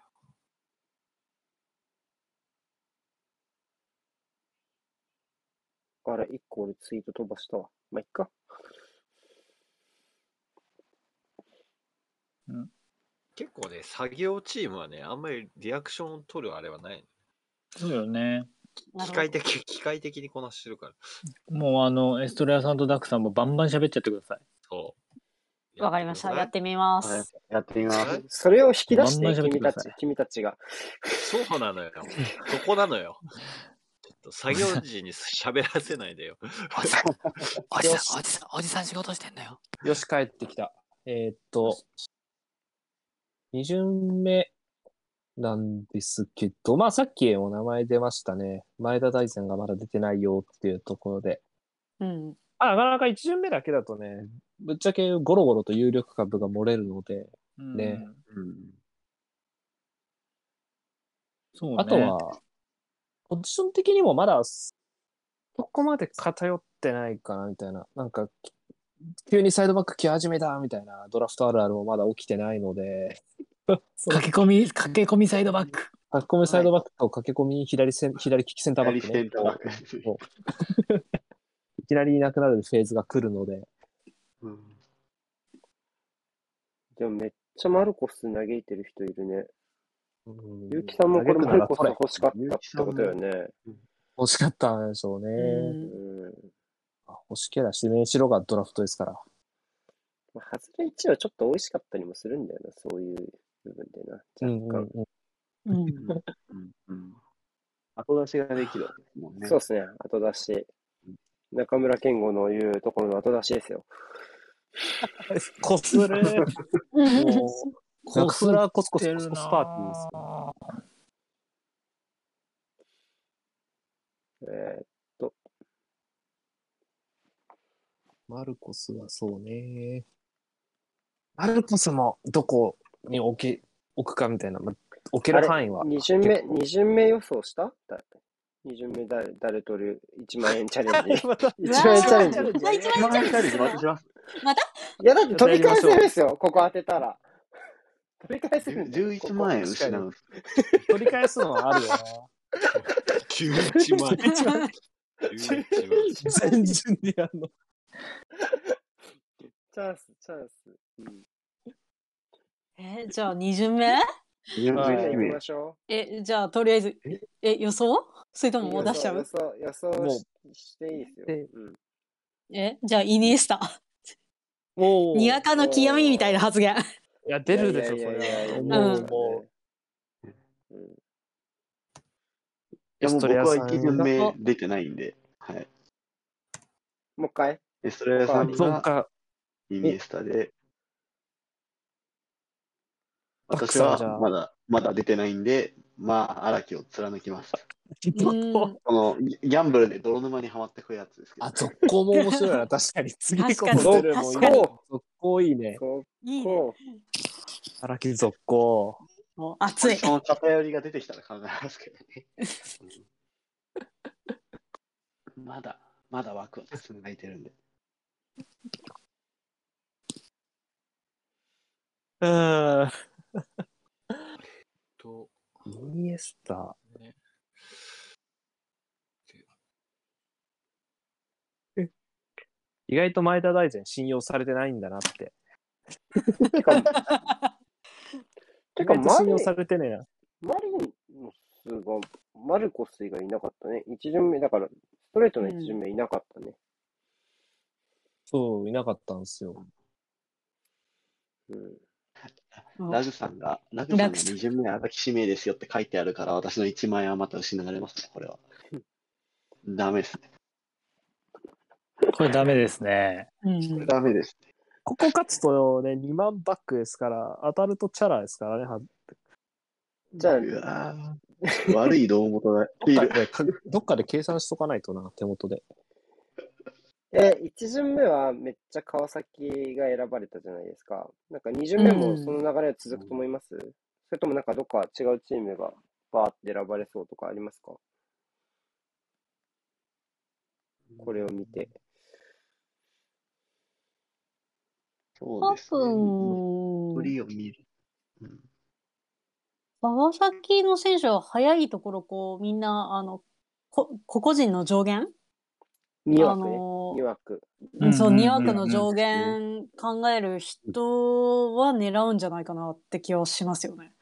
Speaker 1: あれ、一個俺ツイート飛ばしたわ。まあ、いっか。
Speaker 7: 結構ね、作業チームはね、あんまりリアクションを取るあれはない。
Speaker 3: そうよね
Speaker 4: なる
Speaker 7: 機
Speaker 4: ほ
Speaker 7: 械
Speaker 4: ど
Speaker 7: 的、機械的にこなしてるから。
Speaker 3: もうあの、エストレアさんとダックさんもバンバン喋っちゃってください。
Speaker 7: そう。
Speaker 4: わかりました。やっててみま
Speaker 6: はい
Speaker 4: す。
Speaker 6: やってみ
Speaker 7: く
Speaker 6: ま
Speaker 7: だ
Speaker 6: す
Speaker 7: さい。
Speaker 1: それを引き出し
Speaker 3: まん
Speaker 1: て、
Speaker 3: ま喋って
Speaker 1: 君
Speaker 3: く
Speaker 1: た
Speaker 3: だ
Speaker 1: ち
Speaker 3: さい、
Speaker 1: 君たちが。
Speaker 7: そうな
Speaker 4: [LAUGHS]
Speaker 7: のよ。そこなのよ。ちょっと作業時に喋らせないでよ。
Speaker 8: おじさん、おじ
Speaker 2: よ
Speaker 8: さ
Speaker 2: し
Speaker 8: ん、おじさん、おじさん仕事してんだよ。
Speaker 2: よし、帰ってきた。えーっと、二巡目なんですけど、まあさっきお名前出ましたね。前田大然がまだ出てないよっていうところで。
Speaker 4: うん。
Speaker 2: あなかなか一巡目だけだとね、ぶっちゃけゴロゴロと有力株が漏れるので、ね
Speaker 3: うん
Speaker 6: うん
Speaker 3: そうね。
Speaker 2: あとは、ポジション的にもまだ、そこまで偏ってないかなみたいな。なんか、き急にサイドバック来始めたみたいなドラフトあるあるもまだ起きてないので、その
Speaker 8: 駆け込み、駆け込みサイドバック。
Speaker 2: 駆け込みサイドバックと駆け込み左せん左利きセンターバッ
Speaker 6: 左
Speaker 2: ク
Speaker 6: セ
Speaker 2: ね。
Speaker 6: ンターバック。
Speaker 2: いきなりいなくなるフェーズが来るので、
Speaker 6: うん
Speaker 1: でもめっちゃマルコス嘆いてる人いるね。
Speaker 2: うん
Speaker 1: 結城さんもこれマルコス
Speaker 2: 嘆くなら取
Speaker 1: 欲
Speaker 2: れ
Speaker 1: しかったってことよね。
Speaker 2: 欲しかったんでしょうね。
Speaker 4: うん
Speaker 1: うん。
Speaker 2: 欲しけりゃ指名しろがドラフトですから。
Speaker 1: まあ外れ位置はちょっと美味しかったりもするんだよな、そういう部分でな。
Speaker 2: うんうん
Speaker 1: 若干。
Speaker 2: うん
Speaker 4: うん。
Speaker 6: うんうん後出しができるわけですもんね。
Speaker 1: そうですね、後出し。中村健吾の言うところの後出しですよ。
Speaker 3: こする。
Speaker 4: うん
Speaker 3: [LAUGHS] もう、こすらこって
Speaker 2: 中村コスコス
Speaker 3: るな
Speaker 2: コスパーティーです
Speaker 3: ぁ。
Speaker 1: えー
Speaker 2: マルコスはそうね。マルコスもどこに置け置くかみたいな、まあ、置
Speaker 1: あ
Speaker 2: ける
Speaker 1: れ
Speaker 2: 範囲は。
Speaker 1: 二巡目、
Speaker 2: 結構
Speaker 1: 二巡目予想しただ二巡目誰、誰取る ?1 万円チャレン
Speaker 2: [LAUGHS]
Speaker 1: ジ。1万円チャレンジ。
Speaker 4: うわー一番チ
Speaker 6: 一番チ
Speaker 4: ャ
Speaker 6: ャ
Speaker 4: レン
Speaker 6: レン
Speaker 4: ジ
Speaker 6: ジ
Speaker 4: するの
Speaker 6: 私します。
Speaker 1: いや、だって取り返せるんですよ、ここ当てたら。取り返せるんだよ。
Speaker 6: 11万円失
Speaker 1: ここ
Speaker 6: う。
Speaker 2: 取り返すのはあるよ
Speaker 7: 11万。11万。
Speaker 2: な。
Speaker 8: [LAUGHS]
Speaker 2: 全然でやんの。
Speaker 1: チャンス、チャンス。うん。
Speaker 4: え、じゃあ二巡目
Speaker 6: 12
Speaker 2: はい
Speaker 1: じゃあ行き
Speaker 6: 名
Speaker 1: ま。しょ
Speaker 4: え、じゃあとりあえず、え、予想それと
Speaker 1: う。
Speaker 4: ももう出しちゃ
Speaker 1: 予
Speaker 4: う
Speaker 1: 想、予想、予
Speaker 2: も
Speaker 1: 想ししていいですよ。
Speaker 2: で
Speaker 1: うん。
Speaker 4: え、じゃあイニエスタ。
Speaker 2: もう、
Speaker 4: にわかの極みみたいな発言。
Speaker 2: いや、出るでしょ、
Speaker 1: い
Speaker 2: そ
Speaker 1: やい
Speaker 2: れ
Speaker 1: やいやいや
Speaker 2: は。
Speaker 1: い
Speaker 2: も
Speaker 4: やう
Speaker 2: う、もう、
Speaker 1: う。うん。
Speaker 6: いやもう僕は1巡
Speaker 2: エストレアさんが
Speaker 6: 目出てないんで、はい。
Speaker 1: もう一回
Speaker 6: エストレアさん
Speaker 2: そっ
Speaker 6: が
Speaker 2: か、
Speaker 6: イニエスタで、
Speaker 2: バック
Speaker 6: 私
Speaker 2: さんは
Speaker 6: は
Speaker 2: じゃあ
Speaker 6: まだ、まだ出てないんで、まあ、荒木を貫きます。
Speaker 4: うん。
Speaker 6: この、ギャンブルで泥沼にはまってくるやつですけど
Speaker 2: あ、。続行も面白いな、確かに。次
Speaker 4: 確
Speaker 2: こ
Speaker 4: かに
Speaker 2: そ出るもいいな
Speaker 1: 確かに。
Speaker 2: 続行いいね。
Speaker 1: そ
Speaker 4: いいね。
Speaker 1: こ。
Speaker 2: 荒木続行。
Speaker 4: もう熱
Speaker 6: ポ
Speaker 4: い
Speaker 6: ジシ。ョンの偏りが出てきたら考えますけどね。うんまだ、まだ枠は進めてるんで。
Speaker 2: うん。
Speaker 7: と、
Speaker 2: イニエスタ。
Speaker 7: ね。
Speaker 2: 意外と前田大然信用されてないんだなって。
Speaker 1: てか、てか
Speaker 2: 意外と信
Speaker 1: マ
Speaker 2: 用
Speaker 1: リ
Speaker 2: されてねえな。
Speaker 1: マリノスが、マルコス以外いなかったね。一巡目、だから、ストレートの一巡目いなかったね。
Speaker 2: そう、いなかったんですよ。
Speaker 1: うん。
Speaker 4: うん
Speaker 6: ラグさんが、ラグさん
Speaker 4: ラ
Speaker 6: が
Speaker 4: グさん
Speaker 6: 2巡目荒木指名ですよって書いてあるから、私の1万円はまた失われますね、これは。ダメですね。
Speaker 3: これダメですね。
Speaker 4: うん。
Speaker 6: ダメです。
Speaker 2: ここ勝つとね、2万バックですから、当たるとチャラですからね。は
Speaker 1: じゃあ、
Speaker 6: うわぁ悪い胴元
Speaker 4: [LAUGHS]
Speaker 6: が
Speaker 2: ど
Speaker 6: い
Speaker 2: っ
Speaker 6: る
Speaker 2: か。で、かどっかで計算しとかないとな、手元で。
Speaker 1: え、1巡目はめっちゃ川崎が選ばれたじゃないですか。なんか2巡目もその流れは続くと思います、それともなんかどっか違うチームがバーって選ばれそうとかありますかこれを見て。
Speaker 6: そう
Speaker 4: 多
Speaker 6: ですね。
Speaker 4: 分、
Speaker 6: 鳥を見る。うん
Speaker 4: 川崎の選手は早いところ、こう、みんな、あの、こ個々人の上限、
Speaker 1: 2
Speaker 4: あ
Speaker 1: 枠ね。
Speaker 4: の
Speaker 1: 2枠。
Speaker 3: うん
Speaker 4: そう、
Speaker 3: うんうんうん
Speaker 4: 2枠の上限考える人は狙うんじゃないかなって気はしますよね。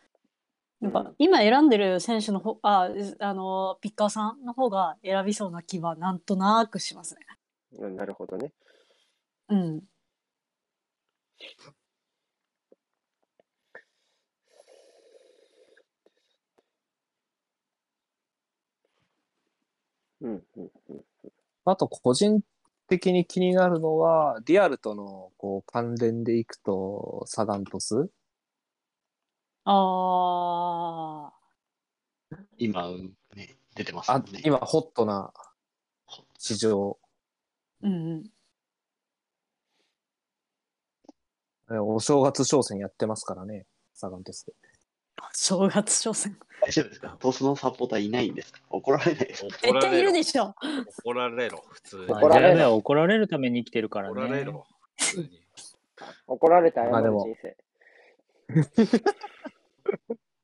Speaker 4: やっぱ今選んでる選手のほああのピッカーさんの方が選びそうな気はなんとなくしますね。
Speaker 1: うんなるほどね。
Speaker 4: うん。
Speaker 1: うん、うん、
Speaker 2: あと個人的に気になるのは、リアルとのこう関連でいくと、サガントス
Speaker 4: ああ。
Speaker 6: 今、うんね、出てますも
Speaker 2: あ
Speaker 6: んね。
Speaker 2: 今ホットな市場。
Speaker 4: うんうん。
Speaker 2: えお正月商戦やってますからね、サガントスで。
Speaker 4: 正月商戦。
Speaker 6: 大丈夫ですかトスのサポーターいないんですか怒られないですか
Speaker 4: 絶対いるでしょ。
Speaker 7: 怒られろ、普通に。
Speaker 1: 怒られる
Speaker 3: る。怒られるために生きてるから
Speaker 7: 怒
Speaker 3: ね。
Speaker 7: られろ、普通に。
Speaker 1: 怒られて謝
Speaker 2: まあで
Speaker 1: る
Speaker 2: も
Speaker 1: 人生。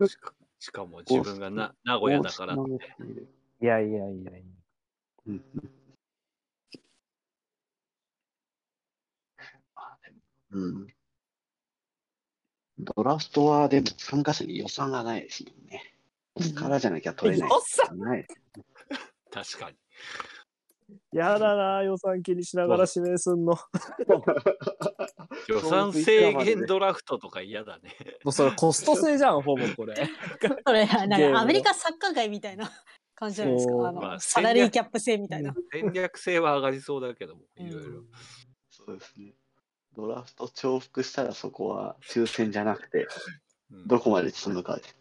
Speaker 1: [LAUGHS]
Speaker 7: しかしかも自分がな名古屋だから。
Speaker 2: いやいやいやいや。
Speaker 6: うんまあでもうんドラフトはでも参加者に予算がないですもんね。からじゃなきゃ取れない。
Speaker 2: 予算
Speaker 6: ない
Speaker 7: 確かに。
Speaker 2: やだな、予算気にしながら指名すんの。も
Speaker 7: 予算制限ドラフトとか嫌だね。
Speaker 2: うそれコスト制じゃん、ほぼ [LAUGHS] これ。
Speaker 4: それなん
Speaker 2: ゲーム
Speaker 4: か
Speaker 2: の
Speaker 4: アメリカサッカー界みたいな感じじゃないです
Speaker 2: おー
Speaker 4: か。あの、
Speaker 7: まあ
Speaker 4: サラリーキャップ制みたいな。
Speaker 7: 戦略性は上がりそうだけども、いろいろ。
Speaker 6: そうですね。ドラフト重複したらそこは抽選じゃなくて、
Speaker 7: うん
Speaker 6: どこまで進むかです。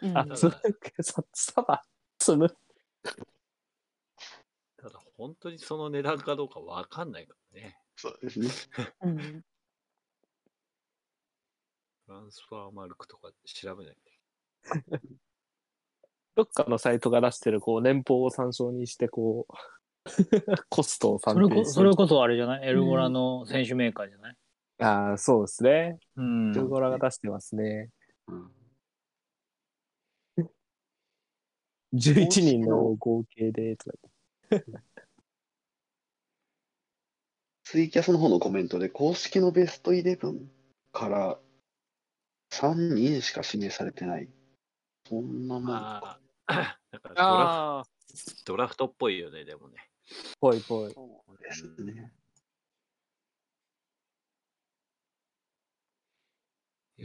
Speaker 4: うん
Speaker 2: あ、それ、さ、さば、積む。
Speaker 7: ただ本当にその値段かどうかわかんないからね。
Speaker 6: そうですね。
Speaker 4: うん
Speaker 7: トランスファーマルクとか調べない
Speaker 2: どっかのサイトが出してる、こう、年俸を参照にして、こう、 [LAUGHS] コストを
Speaker 3: そ
Speaker 2: 参
Speaker 3: れ
Speaker 2: 定
Speaker 3: こ
Speaker 2: して。
Speaker 3: それこそあれじゃないエルゴラの選手メーカーじゃない、
Speaker 2: ああ、そうですね。
Speaker 3: うん
Speaker 2: ジョゴラが出してますね。
Speaker 6: うん
Speaker 2: 11人の合計で、とか
Speaker 6: ツイキャスの方のコメントで、公式のベストイレブンから3人しか指名されてない。そんなもんか。
Speaker 7: ああ、 [LAUGHS] だからドラ
Speaker 2: ああ、
Speaker 7: フドラフトっぽいよね、でもね。
Speaker 2: ぽいぽい。
Speaker 6: そうですね。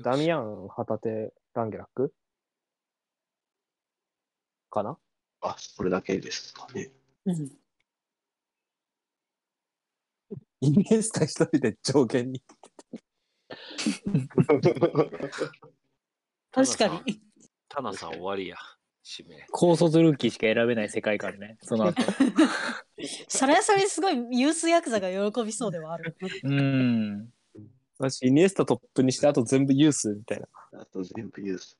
Speaker 2: ダミ
Speaker 7: ア
Speaker 2: アン、旗手、ランゲラックかな
Speaker 6: あ、それだけですかね。
Speaker 4: うん
Speaker 2: イニエスタ一人で上限に。
Speaker 4: 確かに。
Speaker 7: タナさん終わりや、指名。
Speaker 3: 高卒ルーキーしか選べない世界観ねその後
Speaker 4: それはそれですごいユースヤクザが喜びそうではある。
Speaker 3: うん
Speaker 2: 私、イニエスタトップにして、あと全部ユースみ
Speaker 4: [LAUGHS]
Speaker 2: たいな。
Speaker 6: あと全部ユース。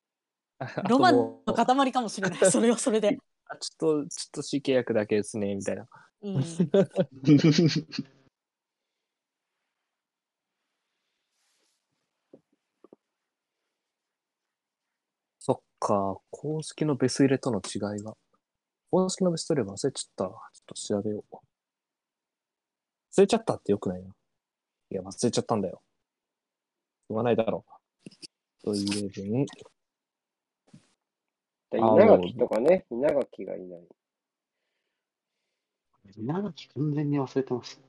Speaker 2: [LAUGHS] あ
Speaker 4: ロ
Speaker 2: と
Speaker 4: マン
Speaker 2: も
Speaker 4: の
Speaker 2: う
Speaker 4: 塊かもしれない。それはそれで。
Speaker 2: あちょっと、ちょっと死契約だけですね、みたいな。
Speaker 4: うん。
Speaker 2: そっか、公式のベス入れとの違いが。公式のベスト入れ忘れちゃった。ちょっと調べよう。忘れちゃったってよくないな。いや、忘れちゃったんだよ。言わないだろう。という分、
Speaker 1: だ
Speaker 2: あ
Speaker 1: 稲垣とかね、稲垣がいない。
Speaker 6: 稲垣完全に忘れてます。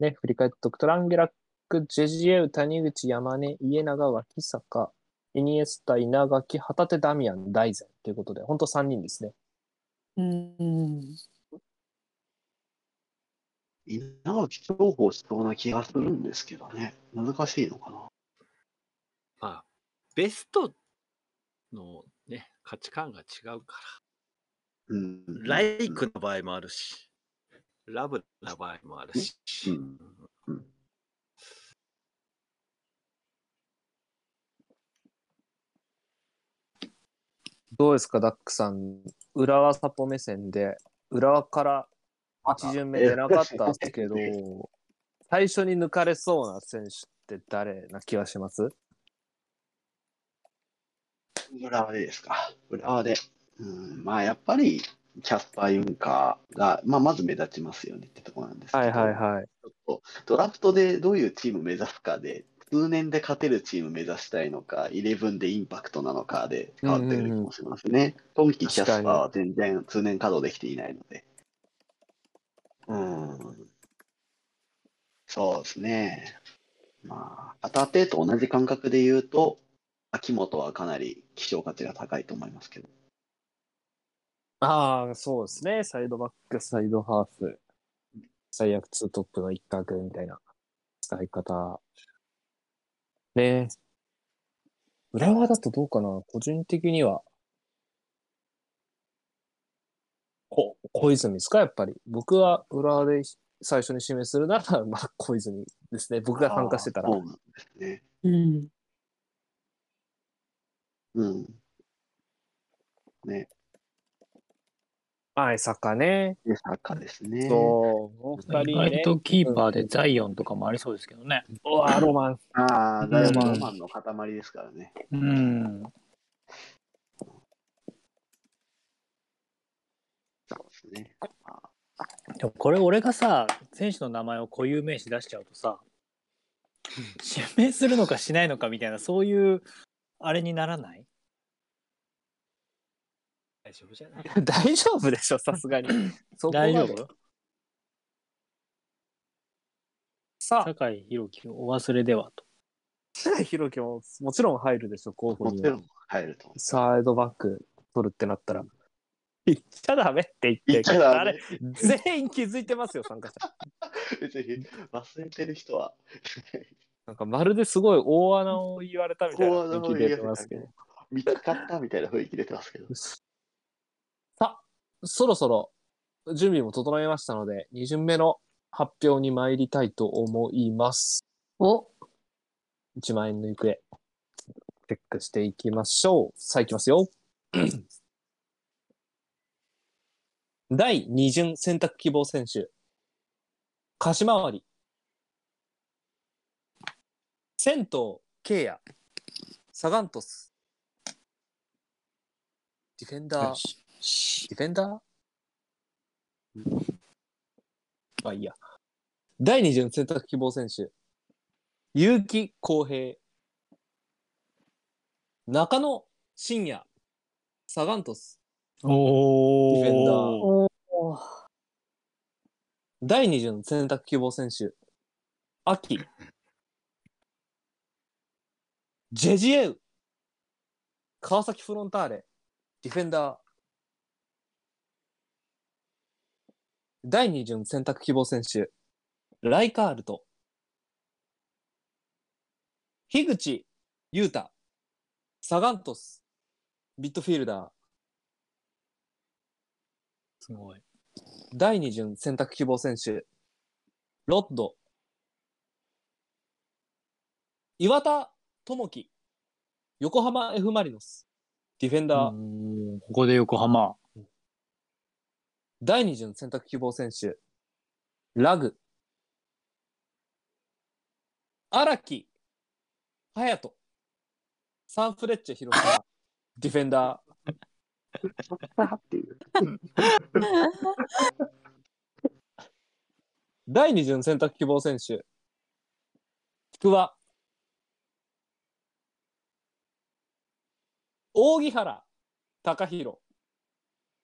Speaker 2: ね、振り返っとくと、ランゲラック、ジェジエウ、谷口、山根、家長、脇坂、イニエスタ、稲垣、旗手、ダミアン、大然ということで、ほんと3人ですね。
Speaker 4: うん。
Speaker 6: 稲垣重宝しそうな気がするんですけどね。難しいのかな。
Speaker 7: まあ、ベストのね、価値観が違うか
Speaker 6: うん。
Speaker 7: ら。ライクの場合もあるし、ラブな場合もあるし。
Speaker 6: うんうん
Speaker 2: どうですか、ダックさん。浦和サポ目線で、浦和から1巡目出なかったんですけど、最初に抜かれそうな選手って誰な気がします
Speaker 6: 浦和でですか。浦和で。うん、まあやっぱり、キャスパー・ユンカーが、まあ、まず目立ちますよねってところなんですけど、
Speaker 2: はい。
Speaker 6: ちょっとドラフトでどういうチーム目指すかで、通年で勝てるチーム目指したいのか、イレブンでインパクトなのかで変わってくるかもしれませんね。今季キャスパーは全然通年稼働できていないので。うーん。そうですね。まあ、片手と同じ感覚で言うと、秋元はかなり希少価値が高いと思いますけど。
Speaker 2: ああ、そうですね。サイドバック、サイドハーフ。最悪ツートップの一角みたいな使い方。ねえ浦和だとどうかな個人的には。こ、小泉ですかやっぱり。僕は浦和で最初に指名するなら、 [LAUGHS] まあ小泉ですね。僕が参加してたら
Speaker 6: あー。そうなんですね。
Speaker 4: うん。
Speaker 6: うん。ね。
Speaker 2: はい、サッカーね。
Speaker 6: で、サッカーですね。
Speaker 2: そう、この二
Speaker 3: 意
Speaker 2: 人ね
Speaker 3: 外。とキーパーでザイオンとかもありそうですけどね。
Speaker 2: うわ、ロマン。 [LAUGHS]
Speaker 6: ああ、だいぶ
Speaker 3: うん
Speaker 6: ロマンの塊ですからね。
Speaker 3: うん。
Speaker 6: そうですね。まあ
Speaker 3: でもこれ俺がさ選手の名前を固有名詞出しちゃうとさ指名するのかしないのかみたいなそういうあれにならない
Speaker 7: 大丈夫じゃない
Speaker 2: 大丈夫でしょ、さす
Speaker 3: [LAUGHS]
Speaker 2: がに。そこま
Speaker 3: 大
Speaker 2: で
Speaker 3: 丈夫
Speaker 2: さあ、
Speaker 3: 酒井宏樹をお忘れではと。
Speaker 2: 白井宏樹ももちろん入るでしょ、候補
Speaker 6: も
Speaker 2: に
Speaker 6: ち
Speaker 2: は
Speaker 6: ろ。ん入ると。
Speaker 2: サイドバック取るってなったら。 [LAUGHS] 言っちゃダメって言
Speaker 6: 言
Speaker 2: っ、
Speaker 6: ってちゃダ
Speaker 2: あ
Speaker 6: メ
Speaker 2: れ、全員気づいてますよ、参加者。
Speaker 6: 別に忘れてる人は。
Speaker 2: なんかまるですごい大穴を言われたみたいな雰囲気出てますけど。
Speaker 6: 見つかったみたいな雰囲気出てますけど。
Speaker 2: さあ、そろそろ準備も整えましたので、2巡目の発表に参りたいと思います。
Speaker 4: お
Speaker 2: 1万円の行方、チェックしていきましょう。さあ、いきますよ。 [CLEARS THROAT] 第2巡選択希望選手、鹿島割り、銭湯、ケイヤ、サガントス、ディフェンダー、ディフェンダーまあいいや。第2巡選択希望選手、結城康平、中野真也、サガントス、
Speaker 3: お
Speaker 2: ディフェンダー
Speaker 4: おお
Speaker 2: 第2巡選択希望選手、秋、ジェジエウ、川崎フロンターレ、ディフェンダー。第2巡選択希望選手、ライカールト、樋口優太、サガントス、ビットフィールダー。
Speaker 3: すごい。
Speaker 2: 第2巡選択希望選手、ロッド、岩田智樹、横浜 F ・マリノス、ディフェンダー、
Speaker 3: うんここで横浜。
Speaker 2: 第2巡選択希望選手、ラグ、荒木、隼人、サンフレッチェ広
Speaker 3: [LAUGHS]
Speaker 2: 島、ディフェンダー、
Speaker 6: っていう。
Speaker 2: 第2巡選択希望選手、福和、大木原、高弘、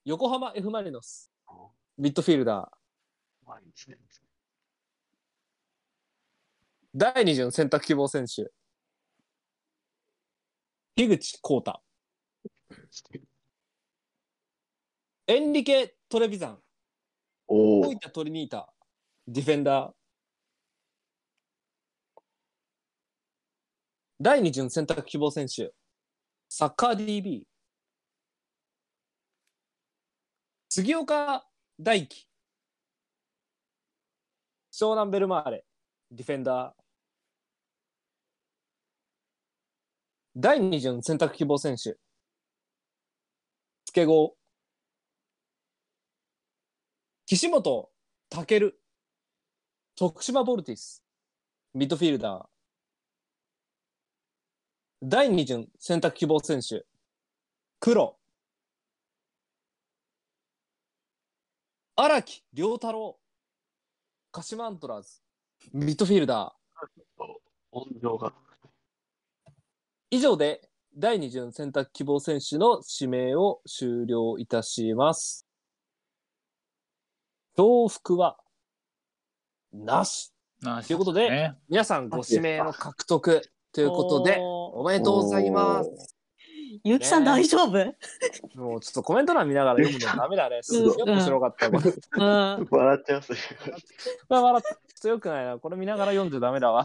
Speaker 2: 横浜 F ・マリノス、ミッドフィールダー、
Speaker 6: まあいいですね
Speaker 2: 第2巡選択希望選手、樋口浩太、エンリケ・トレビザン、
Speaker 6: お
Speaker 2: 大
Speaker 6: お
Speaker 2: 分。トリニータ、ディフェンダー。第2巡選択希望選手、サッカー DB、杉岡大輝、湘南ベルマーレ、ディフェンダー。第2巡選択希望選手、助郷、岸本タケル、徳島ボルティス、ミッドフィールダー。第2巡選択希望選手、黒。荒木良太郎、鹿島アントラーズ、ミッドフィールダー。
Speaker 6: 音量が。
Speaker 2: 以上で第2巡選択希望選手の指名を終了いたします。重複はなし。
Speaker 9: な
Speaker 2: ということで
Speaker 9: ね
Speaker 2: 皆さんご指名の獲得ということで、
Speaker 4: おー
Speaker 2: おめでとうございます。
Speaker 4: ゆきさん
Speaker 2: ね
Speaker 4: 大丈夫、
Speaker 2: もうちょっとコメント欄見ながら読むのダメだね。すごい面白かった。これ
Speaker 4: [LAUGHS] うん。
Speaker 6: 笑っちゃうす
Speaker 2: 笑っとよくないな。これ見ながら読んでダメだわ。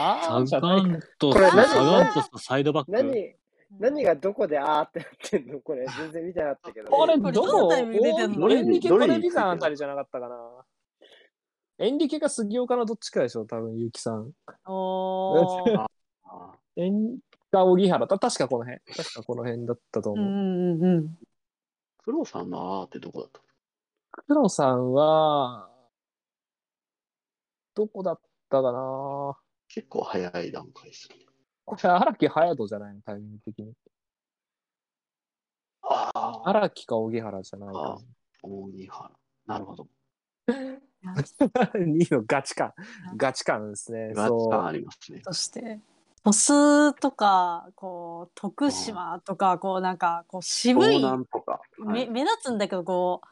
Speaker 2: あ
Speaker 9: サ
Speaker 2: あ、じゃな
Speaker 9: ガ
Speaker 2: いか
Speaker 9: ンと
Speaker 1: これ
Speaker 9: サ
Speaker 1: 何
Speaker 9: ガンとサイドバック。
Speaker 1: 何、何がどこであーってなってんのこれ、全然見てなかったけど。
Speaker 2: これ
Speaker 4: これ
Speaker 2: ど
Speaker 4: どの
Speaker 2: こ
Speaker 4: タイミングで出てんの
Speaker 2: おエンリケ・
Speaker 6: ど
Speaker 2: コ
Speaker 6: れに
Speaker 2: レビザンあたりじゃなかったかな。エンリケか杉岡のどっちかでしょ、多分、ゆきさん。
Speaker 4: お [LAUGHS] ー。
Speaker 2: エンか荻原た、確かこの辺。確かこの辺だったと
Speaker 4: う
Speaker 2: 思う。
Speaker 4: んうんうん。
Speaker 6: プロさんのあーってどこだった
Speaker 2: 黒さんは、どこだったかな。
Speaker 6: 結構早い段階ですよね。
Speaker 2: これ、荒木隼人じゃないの、タイミング的に。
Speaker 6: ああ、
Speaker 2: 荒木か荻原じゃないか
Speaker 6: 大原。なるほど。
Speaker 2: な。2の [LAUGHS] ガチ感。ガチ感ですね。
Speaker 6: ガチ感
Speaker 2: そ
Speaker 6: ありますね。
Speaker 4: として鳥栖とかこう徳島とかこうなんかこう渋
Speaker 6: 湘
Speaker 4: い、
Speaker 6: 南とか。は
Speaker 4: め
Speaker 6: い
Speaker 4: 目立つんだけどこう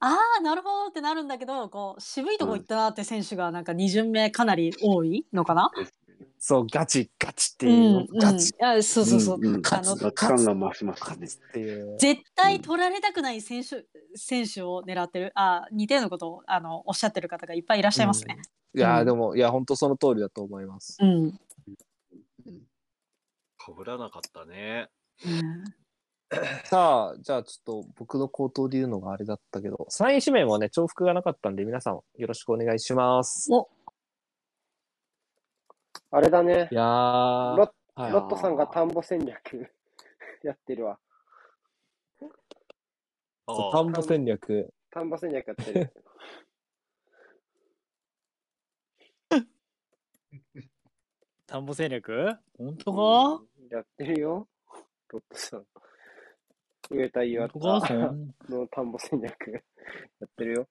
Speaker 4: ああなるほどってなるんだけどこう渋いとこ行ったなって選手がなんか2巡目かなり多いのかな、
Speaker 6: ですね
Speaker 2: う、そう、ガチ、ガチって
Speaker 4: うん
Speaker 2: いう、
Speaker 4: うん、
Speaker 2: ガチ、
Speaker 4: あそうそうそう、
Speaker 6: うんう
Speaker 4: あ
Speaker 6: んガ
Speaker 4: の
Speaker 6: チ感が増しました
Speaker 2: ガ
Speaker 6: ね
Speaker 2: チ。っていう。
Speaker 4: 絶対取られたくない選手選手を狙ってるあ似たようなことをあのおっしゃってる方がいっぱいいらっしゃいますね。
Speaker 2: いや
Speaker 4: う
Speaker 2: ー、
Speaker 4: ん
Speaker 2: でも、いや、本当その通りだと思います。
Speaker 4: うん、
Speaker 7: かぶらなかったね。
Speaker 4: うん
Speaker 2: さあ、じゃあちょっと僕の口頭で言うのがあれだったけど、3位指名はね、重複がなかったんで、皆さんよろしくお願いします。
Speaker 1: あれだね
Speaker 2: い。やー、
Speaker 1: ロ
Speaker 2: はい
Speaker 1: ッロットさんが田んぼ戦略 [LAUGHS] やってるわ。
Speaker 7: あ
Speaker 2: そう
Speaker 7: あ
Speaker 2: 田んぼ戦略。
Speaker 1: 田んぼ戦略やってる。
Speaker 3: 田んぼ戦略本当
Speaker 1: う
Speaker 3: か
Speaker 1: んやってるよ。ロットさん。植えた岩
Speaker 9: 本当
Speaker 1: 田
Speaker 9: かそん
Speaker 1: [LAUGHS] の田んぼ戦略やってるよ。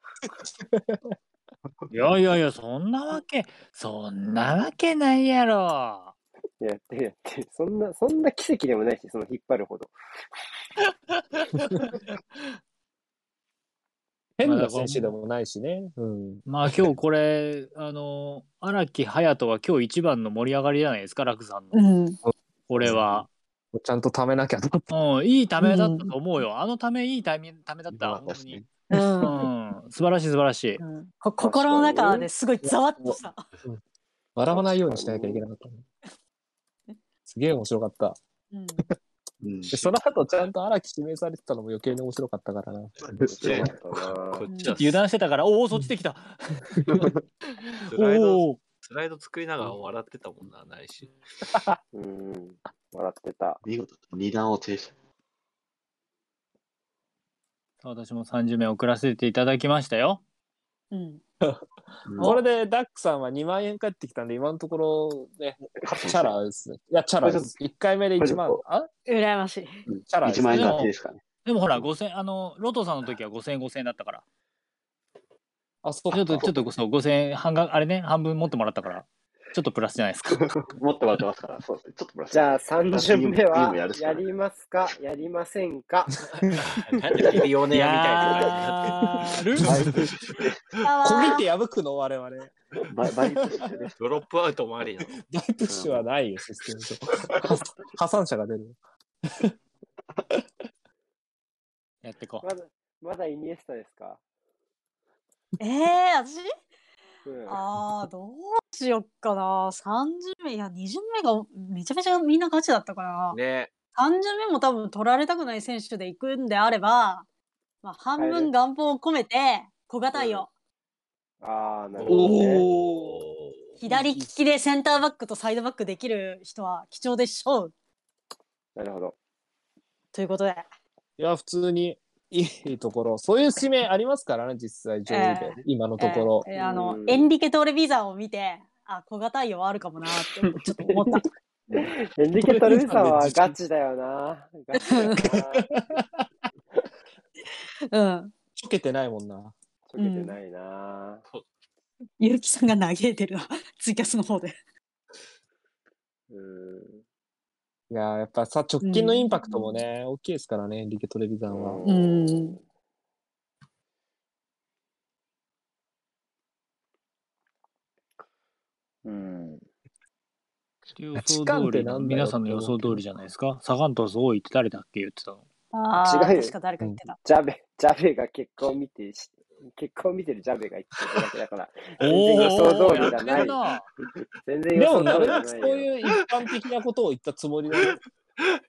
Speaker 3: いやいやいや、そんなわけ、そんなわけないやろ。
Speaker 1: やってるやってる。そんな、そんな奇跡でもないし、その引っ張るほど。
Speaker 2: 変な選手でもないしね。うん。
Speaker 3: まあ今日これ、あの、荒木隼人は今日一番の盛り上がりじゃないですか、楽さんの。
Speaker 4: うん
Speaker 3: これは。
Speaker 2: ちゃんと貯めな [LAUGHS] きゃと思って。
Speaker 3: うん、いいためだったと思うよ。あのため、いいため、ためだっ
Speaker 6: よ
Speaker 3: た。
Speaker 6: かった
Speaker 3: 本
Speaker 6: で
Speaker 3: 当
Speaker 6: す
Speaker 3: に
Speaker 6: ね。。
Speaker 4: うん
Speaker 3: うん、素晴らしい素晴らしい。
Speaker 4: うんこ心の中はねすごいざわっとした。
Speaker 2: 笑わないようにしなきゃいけなかったね、すげえ面白かった。
Speaker 4: うん
Speaker 6: うん。
Speaker 2: で、その後ちゃんと荒木指名されてたのも余計に面白かったからな。
Speaker 1: 面白かったな
Speaker 7: こ
Speaker 4: うん
Speaker 7: っ
Speaker 4: ち
Speaker 7: ち
Speaker 4: ょ
Speaker 7: は
Speaker 4: っ
Speaker 3: 油断してたから、おお、そっちできた。
Speaker 7: スライド、
Speaker 3: おお、
Speaker 7: スライド作りながら笑ってたもんな、ない [LAUGHS] し。
Speaker 1: うん。笑ってた。
Speaker 6: 見事、二段を停止。
Speaker 3: 私も30名送らせていただきましたよ。
Speaker 4: うん
Speaker 6: うん
Speaker 2: これでダックさんは2万円返ってきたんで、今のところね、チャラですね。いや、チャラです。1回目で1万
Speaker 6: こ、
Speaker 2: あ
Speaker 4: 羨ましい。
Speaker 6: うん
Speaker 2: チャラです
Speaker 6: 一万円が手ですかね。
Speaker 3: でもほら、5000、あの、ロトさんの時は5000、5000だったから。
Speaker 2: あ、そ
Speaker 3: ちょっ
Speaker 2: う
Speaker 3: と、ちょっと、そう、5000、半額、あれね、半分持ってもらったから、ちょっとプラスじゃないです [LAUGHS] か。
Speaker 6: 持ってもらってますから、そうですね。ちょっとプラス。
Speaker 1: じゃあ、3巡目
Speaker 6: 次
Speaker 1: は
Speaker 6: もやるし、か
Speaker 1: や
Speaker 6: ない
Speaker 1: りますかやりませんか
Speaker 7: なんでピリオネアみたいな感じになってる。
Speaker 3: やる
Speaker 2: こぎ
Speaker 4: あ
Speaker 2: て破くの我々。
Speaker 4: [LAUGHS]
Speaker 6: ババイトしてね。
Speaker 7: ドロップアウトもありなの。
Speaker 2: 大プッシュはないよ、システム上。 [LAUGHS] 破破産者が出る。
Speaker 3: やってこう。
Speaker 1: まだ、まだイニエスタですか
Speaker 4: ええー、私
Speaker 1: うん。
Speaker 4: ああ、どうしよっかな。30名、いや、20名がめちゃめちゃみんなガチだったから、
Speaker 7: ね。
Speaker 4: 30名も多分取られたくない選手で行くんであれば、まあ、半分願望を込めて、小型よ、
Speaker 1: ああ、なるほどね。
Speaker 2: おお。
Speaker 4: 左利きでセンターバックとサイドバックできる人は貴重でしょう。
Speaker 1: なるほど。
Speaker 4: ということで。
Speaker 2: いや、普通にいいところ。そういう指名ありますからね、実際、上位で。今のところ。
Speaker 4: えーえーあの
Speaker 1: う、ん
Speaker 4: エンリケ・トーレビザを見て、あ、小型よはあるかもなって、ちょっと思った。
Speaker 2: [LAUGHS]
Speaker 1: エンリケ・トルビさんはガチだよな。ガチだよな。ち
Speaker 4: うん。
Speaker 2: ちょけてないもんな。
Speaker 1: ょけてないな。
Speaker 4: ゆうきさんが嘆いてるわ。 [LAUGHS] ツイキャスの方で。
Speaker 2: いやーやっぱさ、直近のインパクトもね、大きいですからね、リケ・トレビザンは。
Speaker 4: うん。
Speaker 1: うん。
Speaker 9: 予
Speaker 2: 価値
Speaker 9: 想
Speaker 2: 観
Speaker 9: 通
Speaker 2: って
Speaker 9: り
Speaker 2: な
Speaker 9: の、
Speaker 2: んだよ
Speaker 9: 皆さんの予想通りじゃないですか。サガン鳥栖多いって誰だっけ言ってたの。
Speaker 4: ああ、
Speaker 1: 違うよ
Speaker 4: 確か誰か言ってた。
Speaker 1: ジャベ、ジャベが結果を見てし、結果を見てるジャベが言ってるだけだから、全然予想通りじゃない。全然
Speaker 2: で
Speaker 1: 予
Speaker 2: も、
Speaker 1: 想
Speaker 2: な
Speaker 1: 通りじ
Speaker 2: るべ
Speaker 1: ゃ
Speaker 2: く
Speaker 1: な
Speaker 2: そ
Speaker 1: いうよ。
Speaker 2: いう一般的なことを言ったつもりだね。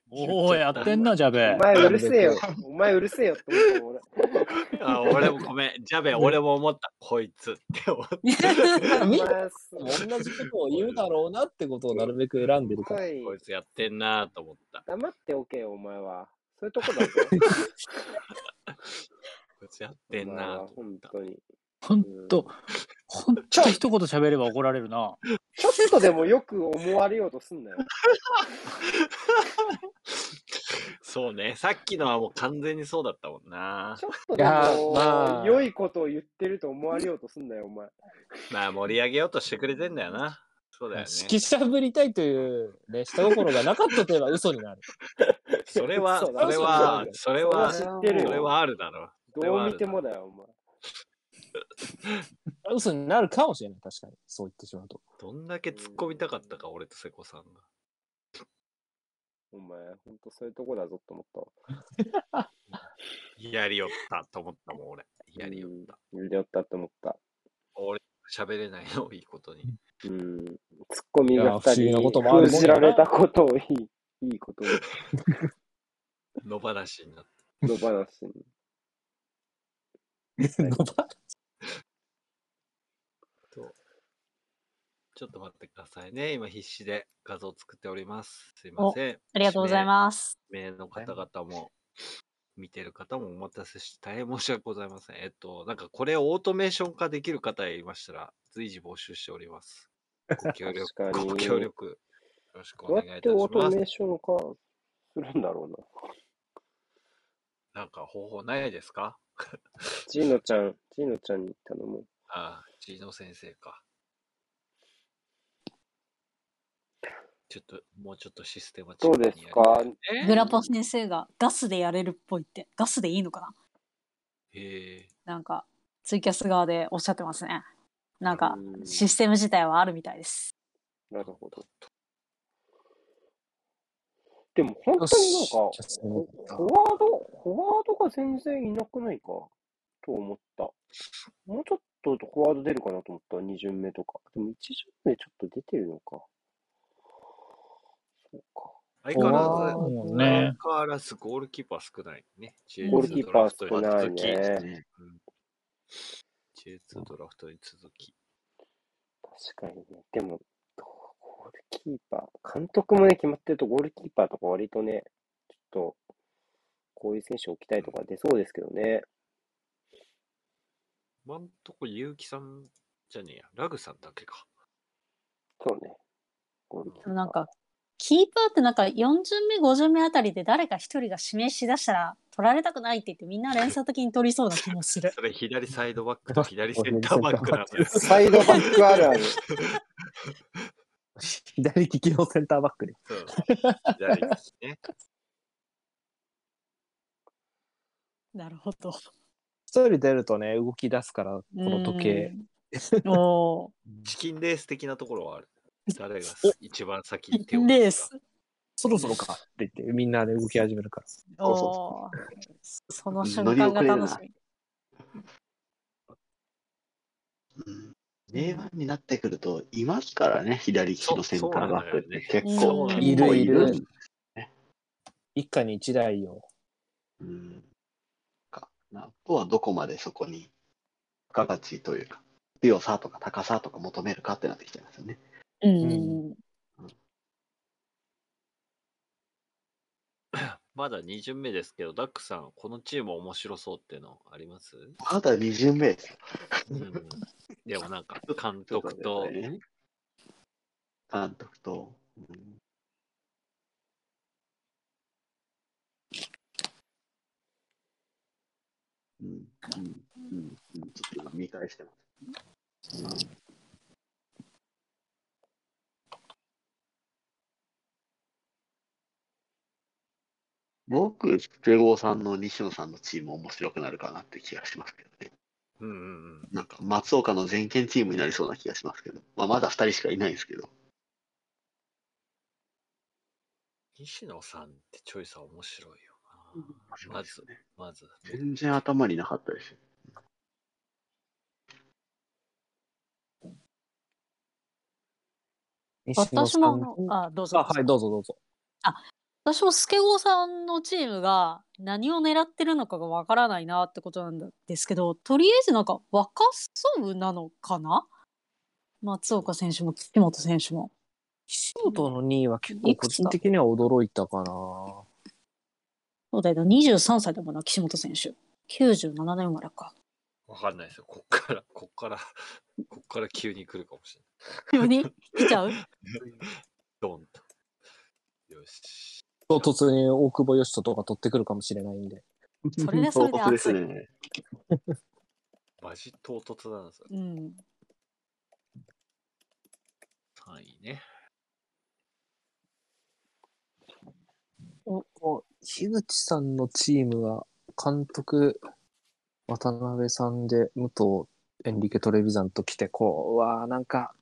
Speaker 9: おお、やってんな、ジャベ
Speaker 1: お。前うるせえよ。お前うるせえよって思ったもん、俺。
Speaker 7: あ俺もごめん。ジャベ、俺も思った。こいつって思った。
Speaker 2: だからみん
Speaker 1: お
Speaker 2: な
Speaker 1: 前す
Speaker 2: 同じことを言うだろうなってことをなるべく選んでるから。
Speaker 1: ごい
Speaker 7: こいつやってんなと思った。
Speaker 1: 黙っておけよ、お前は。そういうとこだ
Speaker 7: [LAUGHS]
Speaker 1: ぞ。
Speaker 7: こいつやって
Speaker 1: お
Speaker 7: ん
Speaker 1: 前
Speaker 7: な
Speaker 1: は
Speaker 7: と思っ
Speaker 1: 本
Speaker 7: た。
Speaker 1: 当に。
Speaker 9: ほんと、ほんと一言喋れば怒られるな。
Speaker 1: ちょっとでもよく思われようとすんなよ。
Speaker 7: そうね。さっきのはもう完全にそうだったもんな
Speaker 1: ち。ょっとでも、
Speaker 2: いやーまあ
Speaker 1: 良いことを言ってると思われようとすんなよ、お前。
Speaker 7: まあ盛り上げようとしてくれてんだよな。そうだよね。
Speaker 2: 指揮者ぶりたいという、ね、下心がなかったといえば嘘になる。
Speaker 7: それは、
Speaker 1: そう
Speaker 7: そ
Speaker 1: だ
Speaker 7: れは、それは、
Speaker 1: それ
Speaker 7: そ
Speaker 1: は知ってるよ
Speaker 7: れはあるだろう。それ
Speaker 1: ど
Speaker 7: は
Speaker 1: う
Speaker 7: あ
Speaker 1: 見
Speaker 7: る
Speaker 1: て
Speaker 7: だろ
Speaker 1: も
Speaker 7: う。
Speaker 1: だよ、お前。
Speaker 2: 嘘になるかもしれない、確かに。そう言ってしまうと。
Speaker 7: どんだけ突っ込みたかったか、俺と瀬古さんが。
Speaker 1: お前、ほんとそういうとこだぞと思ったわ。
Speaker 7: やりよったと思ったもん、俺。やりよった。
Speaker 1: うん。やったって思った。
Speaker 7: 俺、喋れないのをいいことに。
Speaker 1: うん。ツッコミ
Speaker 2: いや
Speaker 1: が
Speaker 2: ー不
Speaker 1: 二
Speaker 2: 思議なこ
Speaker 1: 人
Speaker 2: ともある
Speaker 1: 封
Speaker 2: もん
Speaker 1: じ
Speaker 2: だな
Speaker 1: られたことをいい、いいこと
Speaker 7: 野放しになって。
Speaker 2: [LAUGHS]
Speaker 1: の話に。はい
Speaker 2: ごば
Speaker 7: ちょっと待ってくださいね。今必死で画像作っております。すいません。
Speaker 4: [LAUGHS] ありがとうございます。
Speaker 7: す。名の方々も、見てる方もお待たせして、大変申し訳ございません。えっと、なんかこれをオートメーション化できる方がいましたら、随時募集しており
Speaker 1: [LAUGHS]
Speaker 7: ます。ご協力、
Speaker 1: 確かに
Speaker 7: ご協力、よろしく
Speaker 1: ど
Speaker 7: お
Speaker 1: う
Speaker 7: 願
Speaker 1: や
Speaker 7: い
Speaker 1: っ
Speaker 7: い
Speaker 1: て
Speaker 7: た
Speaker 1: オ
Speaker 7: し
Speaker 1: ー
Speaker 7: ま
Speaker 1: ト
Speaker 7: す
Speaker 1: メ。ーション化するんだろうな。
Speaker 7: なんか方法ないですか
Speaker 1: ジーノちゃん、ジーノちゃんに頼もう。
Speaker 7: ああ、ジーノ先生か。ちょっと、もうちょっとシステマチ
Speaker 1: ど
Speaker 7: ッ
Speaker 1: う
Speaker 7: クにや
Speaker 1: で
Speaker 7: り
Speaker 1: す
Speaker 7: たい
Speaker 1: か
Speaker 7: ね
Speaker 4: グラポ先生がガスでやれるっぽいって、ガスでいいのかな
Speaker 7: へえ。
Speaker 4: なんか、ツイキャス側でおっしゃってますね。なんか
Speaker 1: う、ん
Speaker 4: システム自体はあるみたいです。
Speaker 1: なるほど。でも本当になんか、
Speaker 2: よしじゃあそう
Speaker 1: フ
Speaker 2: [LAUGHS] いうこと
Speaker 1: ォワード、フォワードが全然いなくないかと思った。もうちょっとフォワード出るかなと思った、2巡目とか。でも1巡目ちょっと出てるのか。そうか。
Speaker 2: フ
Speaker 7: 相
Speaker 2: ォ
Speaker 7: 変わら
Speaker 2: ワ
Speaker 7: ず、
Speaker 9: も
Speaker 2: ー
Speaker 9: う
Speaker 2: ドは
Speaker 7: 相
Speaker 9: ね。
Speaker 7: 変わらずゴールキーパー少ないね。J2
Speaker 1: ゴールキー
Speaker 7: ド
Speaker 1: パ
Speaker 7: ラ
Speaker 1: ー
Speaker 7: フトに
Speaker 1: 少ない
Speaker 7: 続き、
Speaker 1: ね。
Speaker 7: うん、J2 ドラフトに続き。
Speaker 1: 確かにね。でも、どうゴールキーパー。監督もね、決まってるとゴールキーパーとか割とね、ちょっと、こういう選手を置きたいとか出そうですけどね。
Speaker 7: 今んとこ、結城さんじゃねえや。ラグさんだけか。
Speaker 1: そうね。ゴールキー
Speaker 4: で
Speaker 1: パー。
Speaker 4: もなんか、キーパーってなんか4巡目、5巡目あたりで誰か一人が指名しだしたら取られたくないって言ってみんな連鎖的に取りそうな気も
Speaker 2: [LAUGHS]
Speaker 4: する。
Speaker 7: それ左サイドバックと左センターバックなのよ。
Speaker 1: サイドバックあるある。
Speaker 2: 左利きのセンターバックで。
Speaker 7: そう左利きね。
Speaker 4: なるほど。
Speaker 2: 一人出るとね、動き出すから、この時計。
Speaker 4: うん。
Speaker 2: [LAUGHS]
Speaker 4: お
Speaker 7: チキンレース的なところはある。誰が
Speaker 2: お
Speaker 7: 一番先に手を
Speaker 4: ー
Speaker 7: 出
Speaker 4: レー
Speaker 7: す
Speaker 4: ス
Speaker 7: か。。
Speaker 2: そろそろかって言って、みんなで動き始めるから。
Speaker 6: そうそう
Speaker 4: おーその瞬
Speaker 6: 乗り
Speaker 4: 間
Speaker 6: 遅
Speaker 4: が
Speaker 6: れるな
Speaker 4: 楽しみ。
Speaker 6: うん。J1 になってくると、いますからね、左利きのセンターバックって結
Speaker 4: そ
Speaker 6: 構、
Speaker 4: うなんだよね
Speaker 6: 結構いるん
Speaker 2: いるい一家に一台を。
Speaker 6: うんかなあとはどこまでそこに付加価値というか、強さとか高さとか求めるかってなってきちゃいますよね。
Speaker 4: う
Speaker 2: うん
Speaker 4: ん。
Speaker 7: まだ2巡目ですけど、ダックさん、このチーム面白そうってのあります
Speaker 6: まだ2巡目ですよ。
Speaker 7: うん。でもなんか、監
Speaker 6: ちょっと
Speaker 7: 督と
Speaker 6: ね、これね監督と、うんうんうんうんうんちょっと今見返してます。僕、ケゴさんの西野さんのチーム面白くなるかなって気がしますけどね。
Speaker 7: うんうんうん。
Speaker 6: なんか、松岡の全県チームになりそうな気がしますけど。まあ、まだ2人しかいないんですけど。
Speaker 7: 西野さんってちょいさ面白いよな。まず、まず。
Speaker 6: 全然頭になかったですよ。
Speaker 2: 西野
Speaker 4: 私
Speaker 2: さん
Speaker 4: も、あ、どうぞ。
Speaker 2: あ、はい、どうぞどうぞ。
Speaker 4: 私もスケゴーさんのチームが何を狙ってるのかがわからないなってことなんですけど、とりあえずなんか若そうなのかな松岡選手も岸本選手も。
Speaker 2: 岸本の2位は結構個人的には驚いたかな。
Speaker 4: そうだよな、23歳だもんな、岸本選手。97年生まれ [LAUGHS] か。
Speaker 7: わかんないですよ。こっから、 [LAUGHS] こっから、こっから急に来るかもしれない。
Speaker 4: 急に来ちゃう
Speaker 7: ドンと。よし。
Speaker 2: 唐突に大久保嘉人とか取ってくるかもしれないんで。
Speaker 4: それでそれで
Speaker 6: 唐突で
Speaker 4: 熱
Speaker 6: す
Speaker 4: い。
Speaker 6: ね。
Speaker 7: マジ唐突なんですよ。
Speaker 4: うん。 [LAUGHS]
Speaker 7: 3位ね。
Speaker 2: おお樋口さんのチームは監督渡辺さんで武藤エンリケ・トレビザンと来てこううわーなんか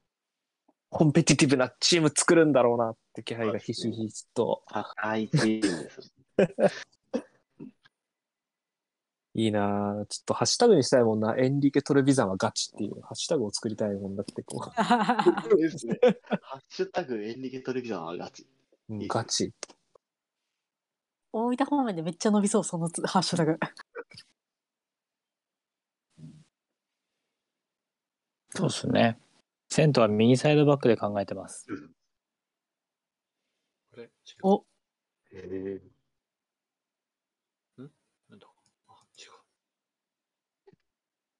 Speaker 2: コンペティティブなチーム作るんだろうなって気配がひしひしと
Speaker 6: 高いチームです。
Speaker 2: いいなあちょっとハッシュタグにしたいもんなエンリケ・トレビザンはガチっていうハッシュタグを作りたいもんだってこ
Speaker 6: そうですね。 [LAUGHS] ハッシュタグエンリケトレビジョンはガチ。
Speaker 2: ううんガチ
Speaker 4: 大分方面でめっちゃ伸びそう、そのつハッシュタグ。
Speaker 3: そうですね。セントは右サイドバックで考えてます。
Speaker 7: これ違う。
Speaker 3: お
Speaker 6: え
Speaker 7: なんだあ、違う。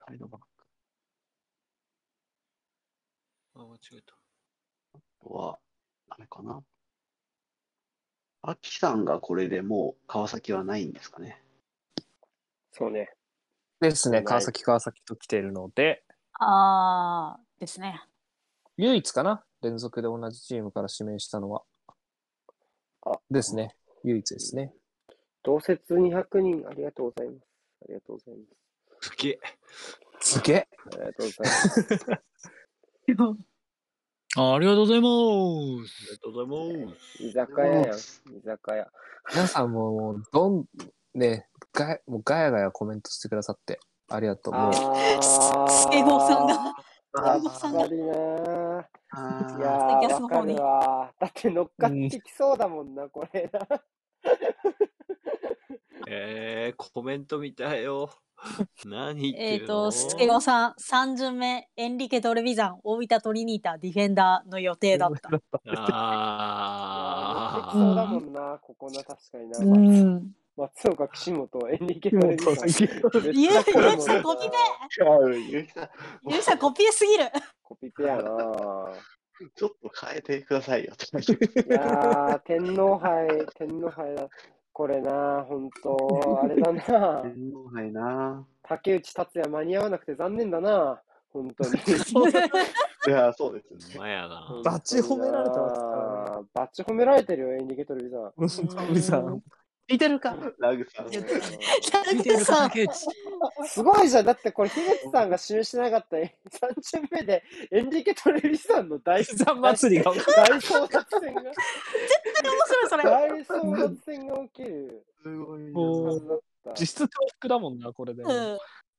Speaker 6: サイドバッ
Speaker 7: あ、間違えた。
Speaker 6: クは、あれかな。アキさんがこれでもう川崎はないんですかね。
Speaker 1: そうね。
Speaker 2: ですね
Speaker 1: ない
Speaker 2: 川崎川崎と来てるので
Speaker 4: あー、ですね。
Speaker 2: 唯一かな連続で同じチームから指名したのは
Speaker 1: あ
Speaker 2: ですね唯一ですね
Speaker 1: 同説200人、ありがとうございます。ありがとうございます。
Speaker 7: すげえ。
Speaker 2: すげえ
Speaker 1: ありがとうございます。
Speaker 3: ありがとうございま
Speaker 7: ありがとうございます。
Speaker 1: 居酒屋やん。居酒屋。
Speaker 2: 皆さんももうどんねがやもうガヤガヤコメントしてくださってありがとうも
Speaker 1: あ
Speaker 2: う
Speaker 4: スケゴーさんが。
Speaker 1: や
Speaker 4: スケゴーさ
Speaker 1: っ
Speaker 4: ん
Speaker 1: ぱ
Speaker 4: が。
Speaker 1: りなー。いや
Speaker 6: あ
Speaker 4: ツイキ
Speaker 1: ー、
Speaker 4: ャス
Speaker 1: わ
Speaker 4: の
Speaker 1: か
Speaker 4: 方に
Speaker 1: るわー。だって乗っかってきそうだもんな、これな。
Speaker 7: えー、コメント見たい [LAUGHS] よ。何言っ
Speaker 4: [LAUGHS]
Speaker 7: て
Speaker 4: えっ、
Speaker 7: るの
Speaker 4: と、スケゴさん、三巡目、エンリケ・ドルビザン、大分トリニータ、ディフェンダーの予定だった。
Speaker 1: 乗って
Speaker 7: あ
Speaker 1: き
Speaker 7: ー
Speaker 1: そうだもんな、ここな、確かにな。松
Speaker 4: ん。
Speaker 1: 松岡、岸本、エンリケ・トレビさん。
Speaker 4: ゆゆう
Speaker 1: 来る
Speaker 4: き
Speaker 1: もん
Speaker 4: さ
Speaker 1: なん
Speaker 4: コピペ
Speaker 6: あ、ゆうきさん、
Speaker 4: ゆうきさんコピペすぎる
Speaker 1: コピペやなー。
Speaker 6: ちょっと変えてください
Speaker 1: い
Speaker 6: よ。
Speaker 1: やー、天皇杯、天皇杯だ。これなー、ほんと、あれだなー。
Speaker 6: 天皇杯な
Speaker 1: 竹内達也間に合わなくて残念だな、本当に。
Speaker 6: いや、そうですよ
Speaker 7: ほん
Speaker 6: ね。
Speaker 7: まや [LAUGHS] な。
Speaker 2: [LAUGHS] バチ褒められてますから
Speaker 1: ね。バチ褒められてるよ、エンリケトルビザン。
Speaker 2: トミさん
Speaker 3: す。見てるか
Speaker 6: ラグさん。
Speaker 1: う
Speaker 3: 見てるか竹
Speaker 1: ん
Speaker 3: 内。
Speaker 1: すごいじゃん。だってこれ、樋口さんが示してなかった3巡目で、エンリケトルビザンの
Speaker 2: [LAUGHS]
Speaker 1: 大
Speaker 2: ピザ祭りが起こ
Speaker 1: 大争奪戦が、
Speaker 4: 面白いそれ
Speaker 1: 大争奪戦が起きる
Speaker 6: すごいな。
Speaker 1: は
Speaker 2: も
Speaker 1: ずだ
Speaker 2: う
Speaker 1: った。
Speaker 2: [LAUGHS] 実質重複だもんなこれで、
Speaker 4: うん
Speaker 1: い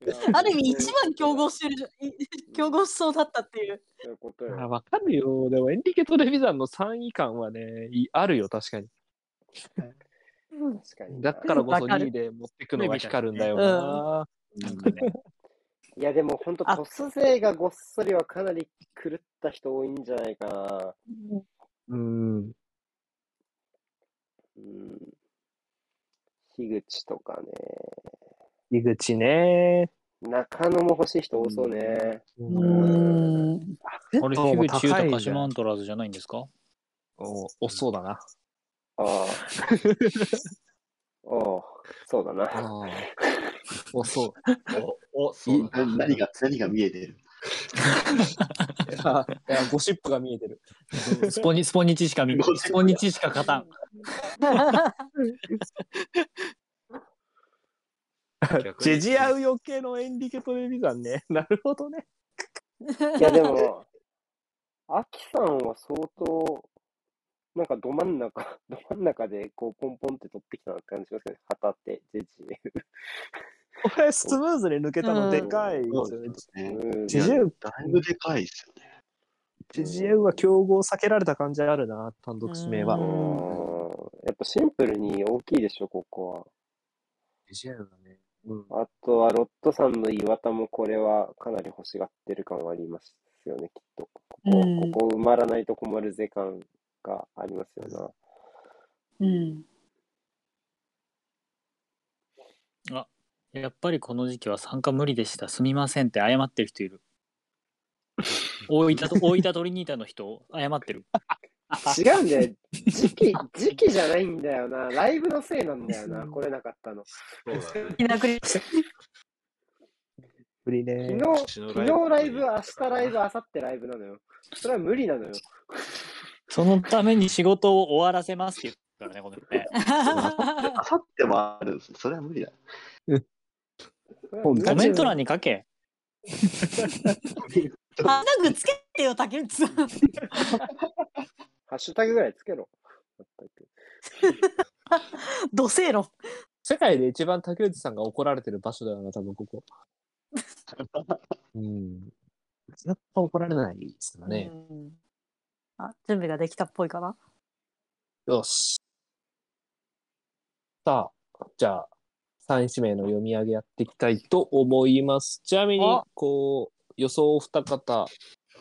Speaker 1: や
Speaker 4: ある意味一番競合してるじゃんい競合しそうだったっていう
Speaker 1: そういうこと
Speaker 2: あ
Speaker 1: よ。
Speaker 2: わかるよでもエンリケ・トレビザンの3位感はねいあるよ確かに
Speaker 1: 確かにな。
Speaker 2: だからこそ
Speaker 3: わかる
Speaker 2: 2位で持ってくのが光るんだよな、
Speaker 3: なんかね。
Speaker 1: いや、でも本当、
Speaker 4: あ
Speaker 1: トス勢がごっそりはかなり狂った人多いんじゃないかな。
Speaker 2: うん、
Speaker 1: うん。樋口とか
Speaker 2: 井口ね
Speaker 1: ね。中野も欲しい人多そうね。
Speaker 2: う
Speaker 1: うん。
Speaker 4: うん
Speaker 2: セ
Speaker 3: あれ、
Speaker 2: トも
Speaker 3: 樋口
Speaker 2: 高
Speaker 3: 豊
Speaker 2: い
Speaker 3: 鹿
Speaker 2: じゃ
Speaker 3: 島ア
Speaker 2: ん
Speaker 3: ントラーズじゃないんですか
Speaker 2: おおそうだな
Speaker 1: あ
Speaker 2: [LAUGHS]
Speaker 1: あ。ああ。そうだな。
Speaker 2: ああおそう [LAUGHS]
Speaker 7: お、お、そう
Speaker 2: い
Speaker 7: だな。
Speaker 6: 何が、何が見えてる
Speaker 2: いや、いやゴシップが見えてる。
Speaker 3: [LAUGHS] スポニスポニチしか見スポニチしか勝たん。
Speaker 7: 逆
Speaker 2: ジェ
Speaker 7: に
Speaker 2: ジアウヨ系のエンリケ・トレビザンね。 [LAUGHS] なるほどね。
Speaker 1: いや、でも、アキさんは相当、なんかど真ん中、 [LAUGHS] ど真ん中でこうポンポンって取ってきたなって感じしますけど、旗って、ジェジ
Speaker 2: これスムーズに抜けたのでかいですよね。
Speaker 1: エ
Speaker 6: ね
Speaker 1: うん
Speaker 2: ジェジエウ、
Speaker 6: だいぶでかいですよね。
Speaker 2: ジェジエウは競合避けられた感じあるな、単独指名は。
Speaker 4: う
Speaker 2: ジ
Speaker 4: ん
Speaker 1: やっぱシンプルに大きいでしょ、ここは。
Speaker 2: ェジエウはね。うん、
Speaker 1: あとはロットさんの岩田もこれはかなり欲しがってる感はありますよね、きっと。ここ、
Speaker 4: うん
Speaker 1: ここ埋まらないと困るぜ感がありますよな。
Speaker 4: うん。
Speaker 3: やっぱりこの時期は参加無理でした。すみませんって謝ってる人いる。大分と大分トリニータの人謝ってる。
Speaker 1: 違うんだよ。時期、時期じゃないんだよな。ライブのせいなんだよな。来れなかったの。
Speaker 7: そうだね。
Speaker 4: いなくりして
Speaker 2: 無理ね。
Speaker 1: 昨日、
Speaker 7: 昨
Speaker 1: 昨日ライブ、明日ライブ、明後日ライブなのよ。それは無理なのよ。
Speaker 3: そのために仕事を終わらせますって言うからね、このね。
Speaker 6: あさってもあるんですね。それは無理だ。
Speaker 1: それは無理
Speaker 2: も
Speaker 3: コ
Speaker 2: う
Speaker 3: メント欄に書け。
Speaker 4: ハッシュタグつけてよ、竹内さん。
Speaker 1: ハッシュタグぐらいつけろ。全く
Speaker 4: どせろ。
Speaker 2: 世界で一番竹内さんが怒られてる場所だよな、多分ここ。うん。やっぱ怒られないですかね。
Speaker 4: うんあ、準備ができたっぽいかな。
Speaker 2: よし。さあ、じゃあ、3指名の読み上げやっていきたいと思います。ちなみに
Speaker 4: あ、
Speaker 2: こう、予想お二方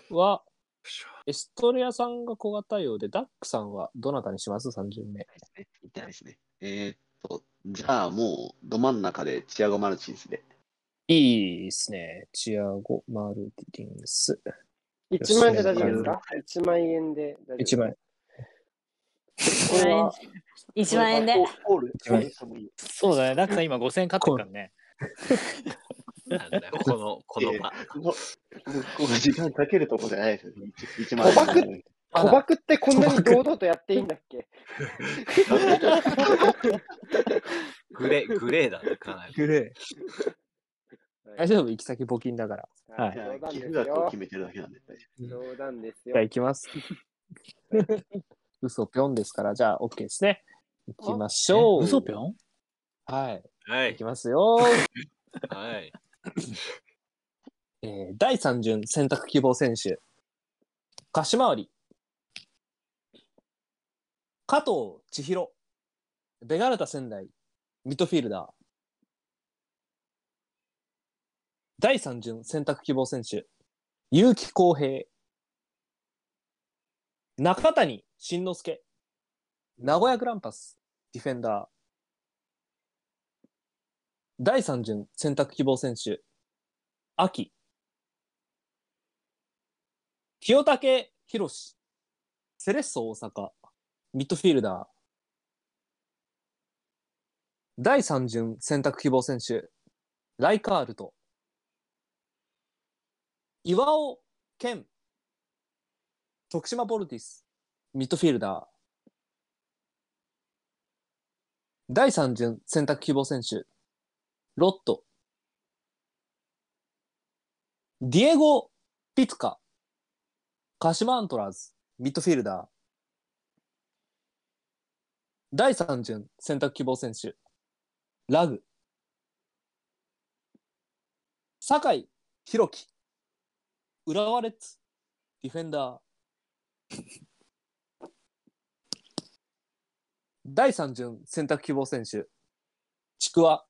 Speaker 2: は、エストレアさんが小型用で、ダックさんはどなたにします ?30 名。
Speaker 6: 痛いですね。えーっと、じゃあもう、ど真ん中でチアゴ・マルチンスで。
Speaker 2: いいですね。チアゴ・マルティンス。
Speaker 1: 1万円で大丈夫です
Speaker 2: よ
Speaker 1: か ?1 万円で大丈夫です
Speaker 2: 1
Speaker 1: か
Speaker 2: 枚。
Speaker 6: これは、
Speaker 4: 1万円で
Speaker 6: これ。はオール、
Speaker 2: 一番
Speaker 6: オールしてもいい。
Speaker 3: そうだね。だから今5000円勝ってるからね。
Speaker 7: なんだよこの、この場。
Speaker 6: もう、もうこう時間かけるとこじゃないですよ。1万
Speaker 1: 賭
Speaker 6: 円。 [LAUGHS]
Speaker 1: 博賭
Speaker 2: まだ
Speaker 1: 博ってこんなに堂々とやっていいんだっけ
Speaker 7: グレ、グレーだね、かなり。
Speaker 2: グレ
Speaker 1: は
Speaker 2: 大
Speaker 1: い
Speaker 2: 丈夫行き先募金だから。はい
Speaker 6: じゃ
Speaker 1: 冗
Speaker 6: あ、
Speaker 1: 談
Speaker 6: 寄
Speaker 1: で
Speaker 6: 付
Speaker 1: す
Speaker 6: 額を
Speaker 1: よ
Speaker 6: 決。めてるだけなんで。
Speaker 1: 冗談です
Speaker 2: じゃあ
Speaker 1: よ。
Speaker 2: 行きます。嘘ぴょんですから、じゃあ OK ですね。行きましょう。
Speaker 3: 嘘ぴょん
Speaker 2: はい。
Speaker 7: はいい
Speaker 2: き。ますよ。
Speaker 7: はい。
Speaker 2: えー第3巡選択希望選手。貸し回り。加藤千尋。ベガルタ仙台。ミッドフィールダー。第3巡選択希望選手。結城康平。中谷慎之介。名古屋グランパス。ディフェンダー。第3巡選択希望選手。秋。清武博士、セレッソ大阪、ミッドフィールダー。第3巡選択希望選手、ライカールト。岩尾健、徳島ボルティス、ミッドフィールダー。第3巡選択希望選手、ロット。ディエゴ・ピツカ、鹿島アントラーズ、ミッドフィールダー。第3巡、選択希望選手。ラグ。酒井宏樹。浦和レッズ、ディフェンダー。 [LAUGHS] 第3巡、選択希望選手。ちくわ。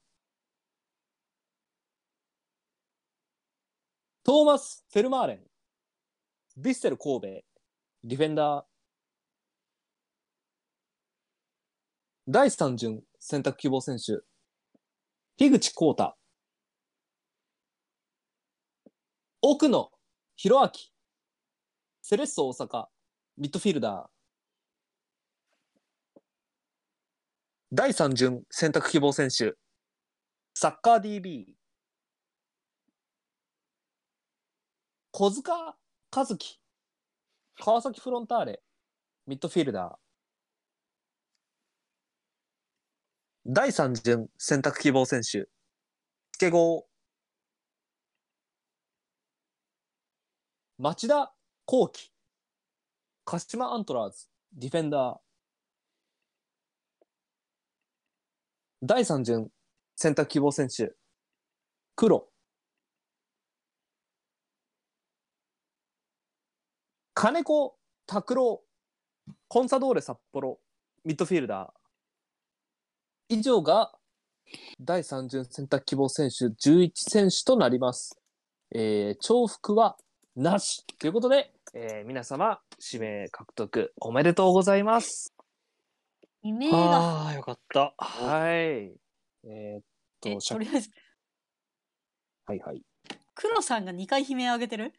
Speaker 2: トーマス・フェルマーレン。ヴィッセル神戸、ディフェンダー。第3巡選択希望選手、樋口光太。奥野博明、セレッソ大阪、ミッドフィルダー。第3巡選択希望選手、サッカー DB。小塚和樹、川崎フロンターレ、ミッドフィールダー。第3巡選択希望選手、スケゴー。町田幸輝、鹿島アントラーズ、ディフェンダー。第3巡選択希望選手、黒。金子拓郎、コンサドーレ札幌、ミッドフィールダー。以上が第3巡選択希望選手11選手となります。えー、重複はなしということで、えー皆様指名獲得おめでとうございます。
Speaker 4: 2名が。
Speaker 3: ああ、よかった。
Speaker 2: はい。えーっ
Speaker 4: え
Speaker 2: と、しゃ
Speaker 4: とりあえず、
Speaker 2: はいはい。
Speaker 4: 黒さんが2回悲鳴上げてる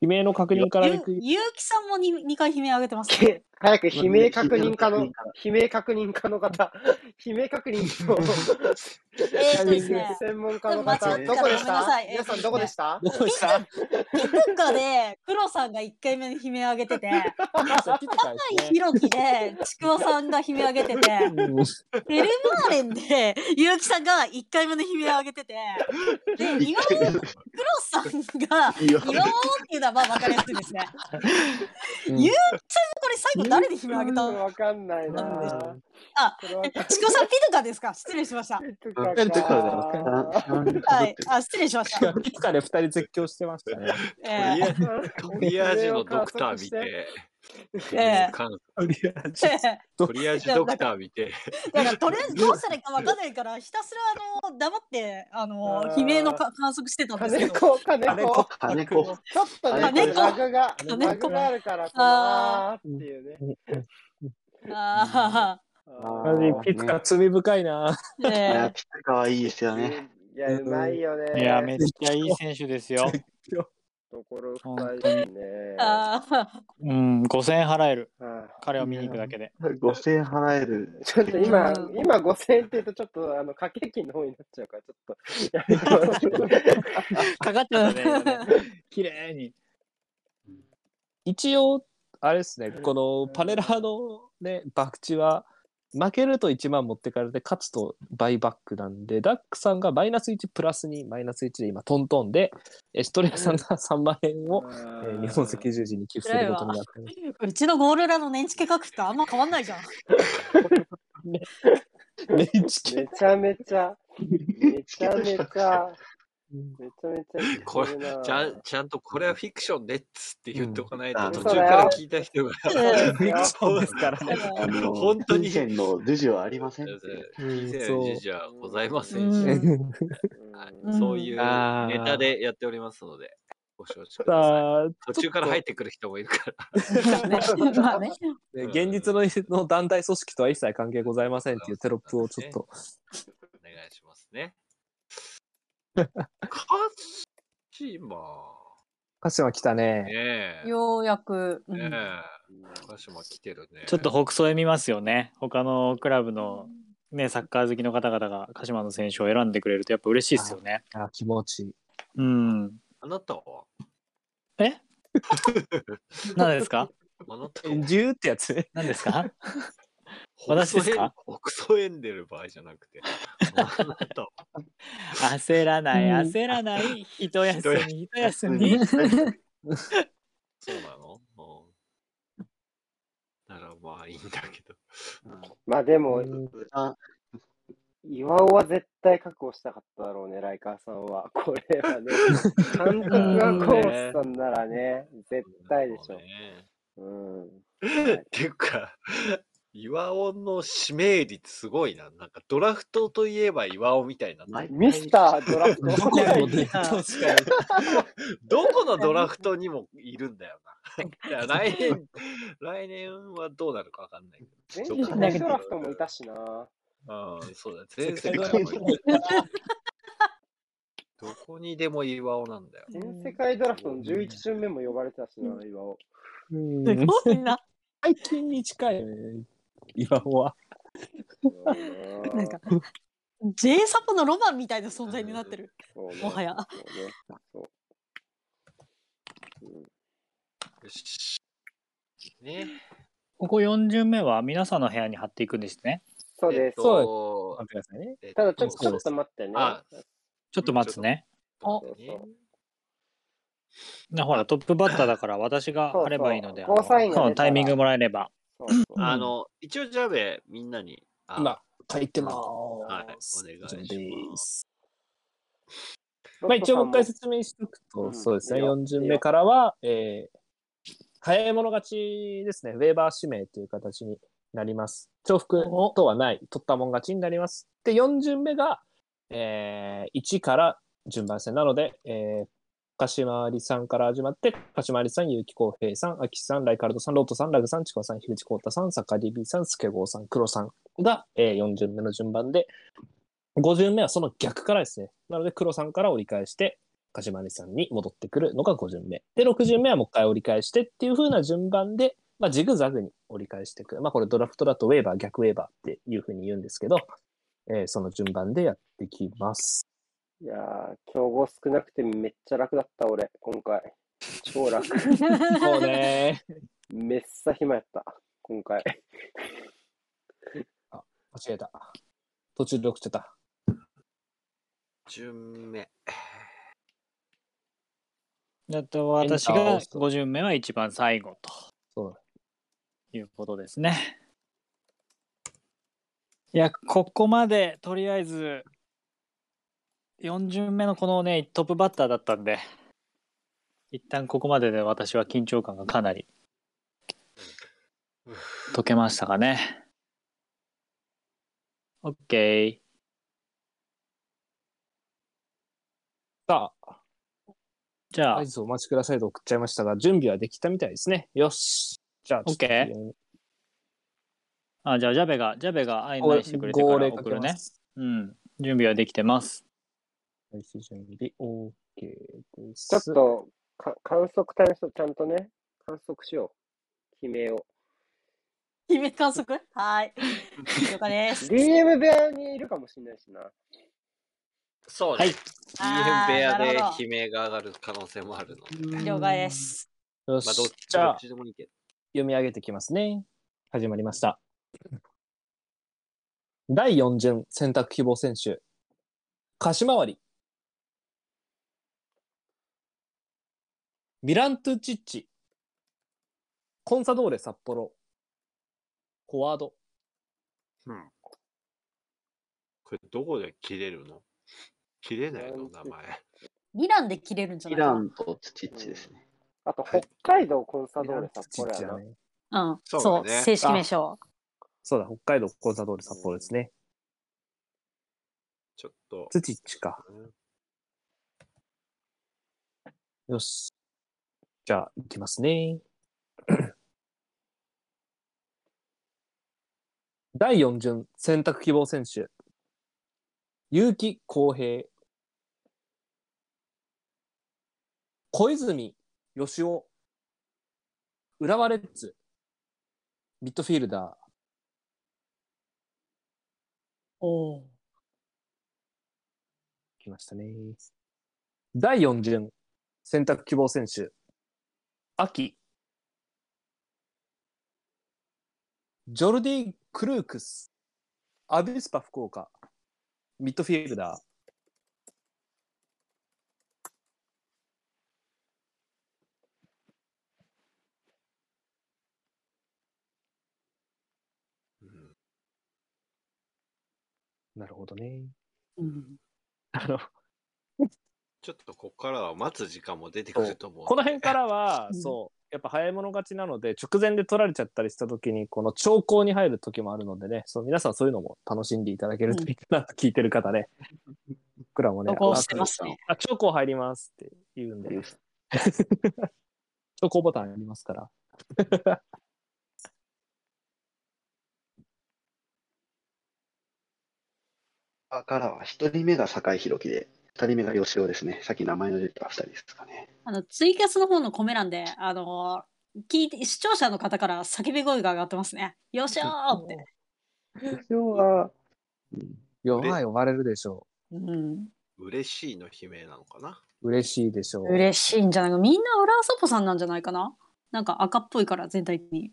Speaker 2: 指名の確認から
Speaker 4: ゆ
Speaker 2: いく
Speaker 4: うゆうきさんも 2, 回悲鳴上げてますね。
Speaker 1: け早く悲鳴確認家
Speaker 6: う
Speaker 1: の
Speaker 6: ん、
Speaker 1: 悲鳴確認家の方、 [LAUGHS] 悲鳴確認の
Speaker 4: えーとですね
Speaker 1: 専門家の
Speaker 4: 間違って
Speaker 1: 方、
Speaker 4: たら
Speaker 1: どこでし
Speaker 4: ごめんな
Speaker 1: た
Speaker 4: さいえ
Speaker 1: 皆
Speaker 4: ーと
Speaker 1: さんどこでした
Speaker 2: どうした
Speaker 4: ピトカで黒さんが1回目に悲鳴上げてて、
Speaker 2: ピ [LAUGHS] ッツァピッツァ返す
Speaker 4: ひろきでちくわさんが悲鳴上げてて、
Speaker 2: ねうん
Speaker 4: ベルマーレンで結城さんが1回目の悲鳴を上げてて、で、
Speaker 6: 一
Speaker 4: 岩尾
Speaker 6: 回目
Speaker 4: 黒さんが
Speaker 6: いいよ
Speaker 4: 岩尾っていうのはまあ分かりやすいですね。
Speaker 2: うん
Speaker 4: ゆうきさんがこれ最後誰で悲鳴上げた
Speaker 1: うん
Speaker 4: の
Speaker 1: わかんない
Speaker 4: なんでし
Speaker 1: な
Speaker 4: あ
Speaker 1: これわかんない
Speaker 4: ちくわさんピトカですか失礼しました。
Speaker 1: ピトカ
Speaker 5: ピトカだよ
Speaker 1: か。
Speaker 6: [LAUGHS]
Speaker 4: はい。あ、失礼しまし
Speaker 2: ピ
Speaker 4: た。
Speaker 2: ッツァで2人絶叫してました
Speaker 4: [LAUGHS]
Speaker 2: ね。
Speaker 4: え
Speaker 7: とりあ
Speaker 4: ー
Speaker 7: えず、トリアージのドクター見て、
Speaker 4: ええ
Speaker 7: かん
Speaker 4: えー
Speaker 7: トリアージドクター見て、
Speaker 4: [LAUGHS] だからとりあえずどうしたらいいか分かんないからひたすらあの黙ってあの
Speaker 1: あー
Speaker 4: 悲鳴のか観測してたんです
Speaker 1: 金
Speaker 4: けど
Speaker 1: 子、金
Speaker 2: 金
Speaker 1: 子
Speaker 2: 子。
Speaker 6: 金子。
Speaker 1: ちょっとね、これ
Speaker 6: 金子
Speaker 1: ラグが、
Speaker 4: 金子
Speaker 1: ラグがあるから、このあーっていうね。あ
Speaker 4: あ
Speaker 2: マジ
Speaker 6: あー
Speaker 2: ピッツァ罪深いな。 [LAUGHS]
Speaker 4: ー、
Speaker 6: い
Speaker 4: え
Speaker 6: や、ピッツァ可愛いですよ
Speaker 1: ー
Speaker 6: ね。
Speaker 1: いや、うまいよね。
Speaker 3: いや、めっちゃいい選手ですよ。
Speaker 1: ところ
Speaker 3: 本
Speaker 1: 深いし
Speaker 3: 当に。
Speaker 4: ー、
Speaker 1: ね。
Speaker 4: あー
Speaker 3: うん、5000円払える。
Speaker 1: はい
Speaker 3: 彼を見に行くだけ
Speaker 6: [LAUGHS]
Speaker 3: で。
Speaker 6: 5000円払える。
Speaker 1: ちょっと今、
Speaker 4: うん
Speaker 1: 今5000円って言うと、ちょっと、あの、掛け金の方になっちゃうから、ちょっと、やめてもらっていい。
Speaker 3: かかっちゃったね、今ね。綺麗に。
Speaker 2: 一応、あれですね、このパネラーのね、博打は、負けると1万持ってかれて、勝つと倍バックなんで、ダックさんがマイナス1プラス2、マイナス1で今トントンで、エストレアさんが3万円を、えー日本赤十字に寄付することになってます。
Speaker 4: うちのゴールラの年付け額ってあんま変わんないじゃん。
Speaker 2: [LAUGHS] ね、一気
Speaker 1: めちゃめちゃ、めちゃめちゃ、
Speaker 2: に
Speaker 1: めちゃめちゃい
Speaker 7: これ
Speaker 1: けてるな
Speaker 7: ちゃん、ちゃんとこれはフィクションでっつって言っとかないと、
Speaker 6: うん
Speaker 7: 途中から聞いた人が、
Speaker 1: そうです
Speaker 2: そうですからね。
Speaker 6: あの、
Speaker 7: 本当に
Speaker 6: 金銭の授受はありませんっていう。
Speaker 7: 金銭の授受はございません
Speaker 4: う
Speaker 7: し、
Speaker 4: ん
Speaker 7: は
Speaker 1: よ。
Speaker 7: い
Speaker 1: うん
Speaker 7: そういう
Speaker 2: あー
Speaker 7: ネタでやっておりますので、ご承知ください。
Speaker 2: さあ、
Speaker 7: 途中から
Speaker 2: ちょっと
Speaker 7: 入ってくる人もいるから。
Speaker 4: ねまあね。
Speaker 2: ね
Speaker 7: う
Speaker 2: [LAUGHS]
Speaker 7: ん
Speaker 2: 現実のの団体組織とは一切関係ございませんっていうテロップをちょっと。
Speaker 7: お願いしますね。カシマ。
Speaker 2: 鹿島来たね。
Speaker 7: ねえ。
Speaker 4: ようやく。うん
Speaker 7: ねえ。鹿島来てるね。
Speaker 3: ちょっと北総へ見ますよね。他のクラブの、ね、サッカー好きの方々が鹿島の選手を選んでくれるとやっぱ嬉しいですよね。
Speaker 2: あー気持ちいい。
Speaker 3: うん。
Speaker 7: あなたは
Speaker 3: え何ですか
Speaker 7: あなたは
Speaker 2: 天獣ってやつね。
Speaker 3: 何ですか
Speaker 7: 北
Speaker 3: 私
Speaker 7: 総
Speaker 3: です
Speaker 7: へん
Speaker 3: か
Speaker 7: 北総へんでる場合じゃな
Speaker 3: [LAUGHS]
Speaker 7: くて。あなたは
Speaker 3: 焦らない、焦らない、一休み、一休み。
Speaker 7: そうなのうんならまあいいんだけど。
Speaker 1: まあでも、
Speaker 6: あ
Speaker 1: 岩尾は絶対確保したかっただろうね、ライカーさんは。これはね、監督がコースさんならね、絶対でし
Speaker 7: そう
Speaker 1: ょ。
Speaker 7: ね
Speaker 1: うん。
Speaker 7: っていうか、 [LAUGHS] 岩尾の指名率すごいな。なんかドラフトといえば岩尾みたいな。
Speaker 6: 毎
Speaker 1: ミスタードラフト。
Speaker 2: どこの
Speaker 1: いや
Speaker 2: ね、
Speaker 1: いや
Speaker 2: 確かに。
Speaker 7: どこのドラフトにもいるんだよ
Speaker 1: [LAUGHS]
Speaker 7: な。だから来年、来年はどうなるかわかんないけ
Speaker 1: 前
Speaker 7: ど。
Speaker 1: 世界ドラフトもいたしな。
Speaker 7: ああ、そうだ、
Speaker 2: 世
Speaker 7: 全世
Speaker 2: 界
Speaker 7: 界
Speaker 2: ドラ
Speaker 7: も
Speaker 2: フ
Speaker 1: [LAUGHS]
Speaker 7: い
Speaker 2: ト
Speaker 7: る。どこにでも岩尾なんだよ。
Speaker 1: 前世界ドラフトの11巡目も呼ばれてたしな、岩尾。
Speaker 4: す
Speaker 2: うん
Speaker 4: ごいな。
Speaker 2: 最近に近いよね。岩尾は。
Speaker 1: そう
Speaker 4: なん
Speaker 1: な
Speaker 4: か J サポのロマンみたいな存在になってる。
Speaker 1: そうね
Speaker 4: もはや。
Speaker 1: そうね。そう。
Speaker 7: よし。ね。
Speaker 3: ここ4巡目は皆さんの部屋に貼っていくんですね。
Speaker 1: そうです。
Speaker 7: そ
Speaker 2: 待ってくださいね。
Speaker 7: う
Speaker 1: ただちょっと、ち
Speaker 7: そう
Speaker 1: ょ
Speaker 7: で
Speaker 1: っ
Speaker 7: す
Speaker 1: と待ってね。
Speaker 7: あ
Speaker 3: ちょっと待つね。
Speaker 7: そ
Speaker 1: そうう
Speaker 7: です
Speaker 1: そ
Speaker 7: ね
Speaker 1: う
Speaker 3: なほら、トップバッターだから私が貼ればいいので、
Speaker 1: そうそうゴーサインが出たら
Speaker 3: あのタイミングもらえれば。
Speaker 1: そうそう。
Speaker 7: あの、一応ジャベ、みんなに。あ
Speaker 2: 今、書いてま
Speaker 7: はい
Speaker 2: ーす。
Speaker 7: お願いし
Speaker 2: 以
Speaker 7: ます
Speaker 2: 上です。
Speaker 1: ロ
Speaker 2: [LAUGHS] まあ
Speaker 1: ット
Speaker 2: 一
Speaker 1: さ
Speaker 2: 応も
Speaker 1: ん
Speaker 2: う一回説明しておくと、
Speaker 1: うん
Speaker 2: そうです
Speaker 1: い
Speaker 2: ね、
Speaker 1: いよ
Speaker 2: 4巡目からは、えー早い者勝ちですね、ウェーバー指名という形になります。重複とはない、取ったもん勝ちになります。で、4巡目が、えー1から順番戦なので、えー、鹿島まりさんから始まって、鹿島まりさん、結城康平さん、秋さん、ライカルドさん、ロートさん、ラグさん、チコさん、樋口浩太さん、坂リビーさん、スケゴーさん、黒さんが、えー4巡目の順番で、5巡目はその逆からですね。なので、黒さんから折り返して、鹿島根さんに戻ってくるのが5巡目。で、6巡目はもう一回折り返してっていう風な順番で、まあ、ジグザグに折り返していく。まあ、これドラフトだとウェーバー、逆ウェーバーっていう風に言うんですけど、えーその順番でやってきます。
Speaker 1: いやー、競合少なくてめっちゃ楽だった、俺、今回。超楽。
Speaker 2: そうね。
Speaker 1: めっさ暇やった、今回。
Speaker 2: 間違えた。途中で送っちゃった。
Speaker 7: 順目。
Speaker 3: だと私が
Speaker 2: エンターを押すと
Speaker 3: 5巡目は一番最後
Speaker 2: そうだ。
Speaker 3: ということですね。いや、ここまでとりあえず4巡目のこのね、トップバッターだったんで、一旦ここまでで私は緊張感がかなり解けましたかね。OK。
Speaker 2: さ
Speaker 3: じゃ
Speaker 2: あ、
Speaker 3: あ
Speaker 2: 合、図をお待ちくださいと送っちゃいましたが、準備はできたみたいですね。よし。じゃあ、ちょっと
Speaker 3: OK あじゃあ、ジャベが、ジャベが案内してくれてか
Speaker 2: 号
Speaker 3: ら
Speaker 2: 令か
Speaker 3: 送
Speaker 2: け
Speaker 3: る
Speaker 2: ま
Speaker 3: ね。
Speaker 2: す。
Speaker 3: うん。準備はできてます。
Speaker 2: 開始準備 OK です。
Speaker 1: ちょっと、か観測隊の人、ちゃんとね、観測しよう。悲鳴を。
Speaker 4: [LAUGHS] 姫観測はーい。了解です。
Speaker 1: DM 部屋にいるかもしれないしな。
Speaker 7: そうね。
Speaker 4: あー
Speaker 7: DM 部屋で
Speaker 4: なる
Speaker 7: 悲
Speaker 4: ほど
Speaker 7: 鳴が上がる可能性もあるので。
Speaker 4: 了解です。
Speaker 2: よ
Speaker 7: まあ、どっ
Speaker 2: し。
Speaker 7: ち
Speaker 2: じ
Speaker 7: ど
Speaker 2: ゃ
Speaker 7: っ
Speaker 2: あ、
Speaker 7: ちでもいいけど。
Speaker 2: 読み上げてきますね。始まりました。第4巡選択希望選手、柏回り。ミラントゥチッチ。コンサドーレ札幌。フォワード。
Speaker 7: うん。これ、どこで切れるの切れないの名前。
Speaker 4: ミランで切れるんじゃ
Speaker 6: イ
Speaker 4: ないか
Speaker 6: ラ
Speaker 4: な
Speaker 6: ンとチチッチですね。
Speaker 1: あと、
Speaker 7: は
Speaker 1: 北
Speaker 7: い
Speaker 1: 海道コンサ
Speaker 2: ミ
Speaker 1: ド
Speaker 2: ラ
Speaker 1: ー
Speaker 2: ン
Speaker 1: レ
Speaker 2: トゥ
Speaker 1: 札
Speaker 2: チ
Speaker 1: 幌
Speaker 2: ッ
Speaker 1: や
Speaker 2: チ
Speaker 1: な
Speaker 2: だ。ね。
Speaker 4: うん、
Speaker 7: そう
Speaker 4: そ
Speaker 7: だ
Speaker 4: う、
Speaker 7: ね
Speaker 4: 正式名称。
Speaker 2: そうだ、北海道コンサドーレ札幌ですね。
Speaker 7: ちょっと。
Speaker 2: ツチッチか。よし。じゃあ、いきますね。 [COUGHS] 第4巡選択希望選手、結城康平、小泉義雄、浦和レッズ、ミッドフィールダー、
Speaker 4: おお。
Speaker 2: 来ましたね。第4巡選択希望選手、秋、ジョルディ・クルークス、アビスパ福岡、ミッドフィールダー、
Speaker 7: うん
Speaker 2: なるほどね。
Speaker 4: うん
Speaker 2: あの、
Speaker 7: ちょっとここからは待つ時間も出てくると思うので。
Speaker 2: この辺からは、
Speaker 4: [LAUGHS] うん
Speaker 2: そう、やっぱ早い者勝ちなので、直前で取られちゃったりした時に、この兆候に入る時もあるのでね、そう皆さんそういうのも楽しんでいただけるといいかなと聞いてる方
Speaker 4: [LAUGHS]
Speaker 2: ね。僕らもね、
Speaker 4: 投稿
Speaker 2: あ
Speaker 4: してますね。
Speaker 2: あ、兆候入りますって言うん [LAUGHS] で、兆候ボタンありますから。
Speaker 6: ここからは一人目が酒井宏樹で、二人目が吉尾ですね。さっき名前の出た二人ですかね。
Speaker 4: あの、ツイキャスの方のコメ欄で、あのー聞いて、視聴者の方から叫び声が上がってますね。よっしゃーって。
Speaker 6: 吉尾は、
Speaker 2: 弱い呼ばれるでしょ
Speaker 4: うん。
Speaker 7: 嬉しいの悲鳴なのかな
Speaker 2: う。嬉しいでしょう。
Speaker 4: 嬉しいんじゃないか。みんな裏あそぽさんなんじゃないかな。なんか赤っぽいから全体的に。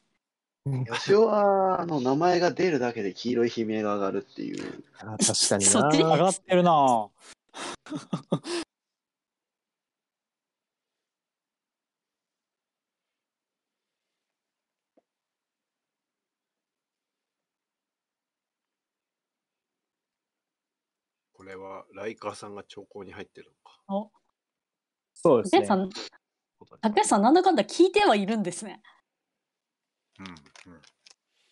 Speaker 6: 吉尾は、あの、名前が出るだけで黄色い悲鳴が上がるっていう。
Speaker 2: あ確かに
Speaker 4: そっち
Speaker 2: な。
Speaker 3: 上がってるな
Speaker 7: これはライカーさんが兆候に入ってるのか。
Speaker 2: そうです
Speaker 4: 竹
Speaker 2: ね
Speaker 4: 内さ。ん、竹内さんなんだかんだ聞いてはいるんですね。
Speaker 7: うんうん。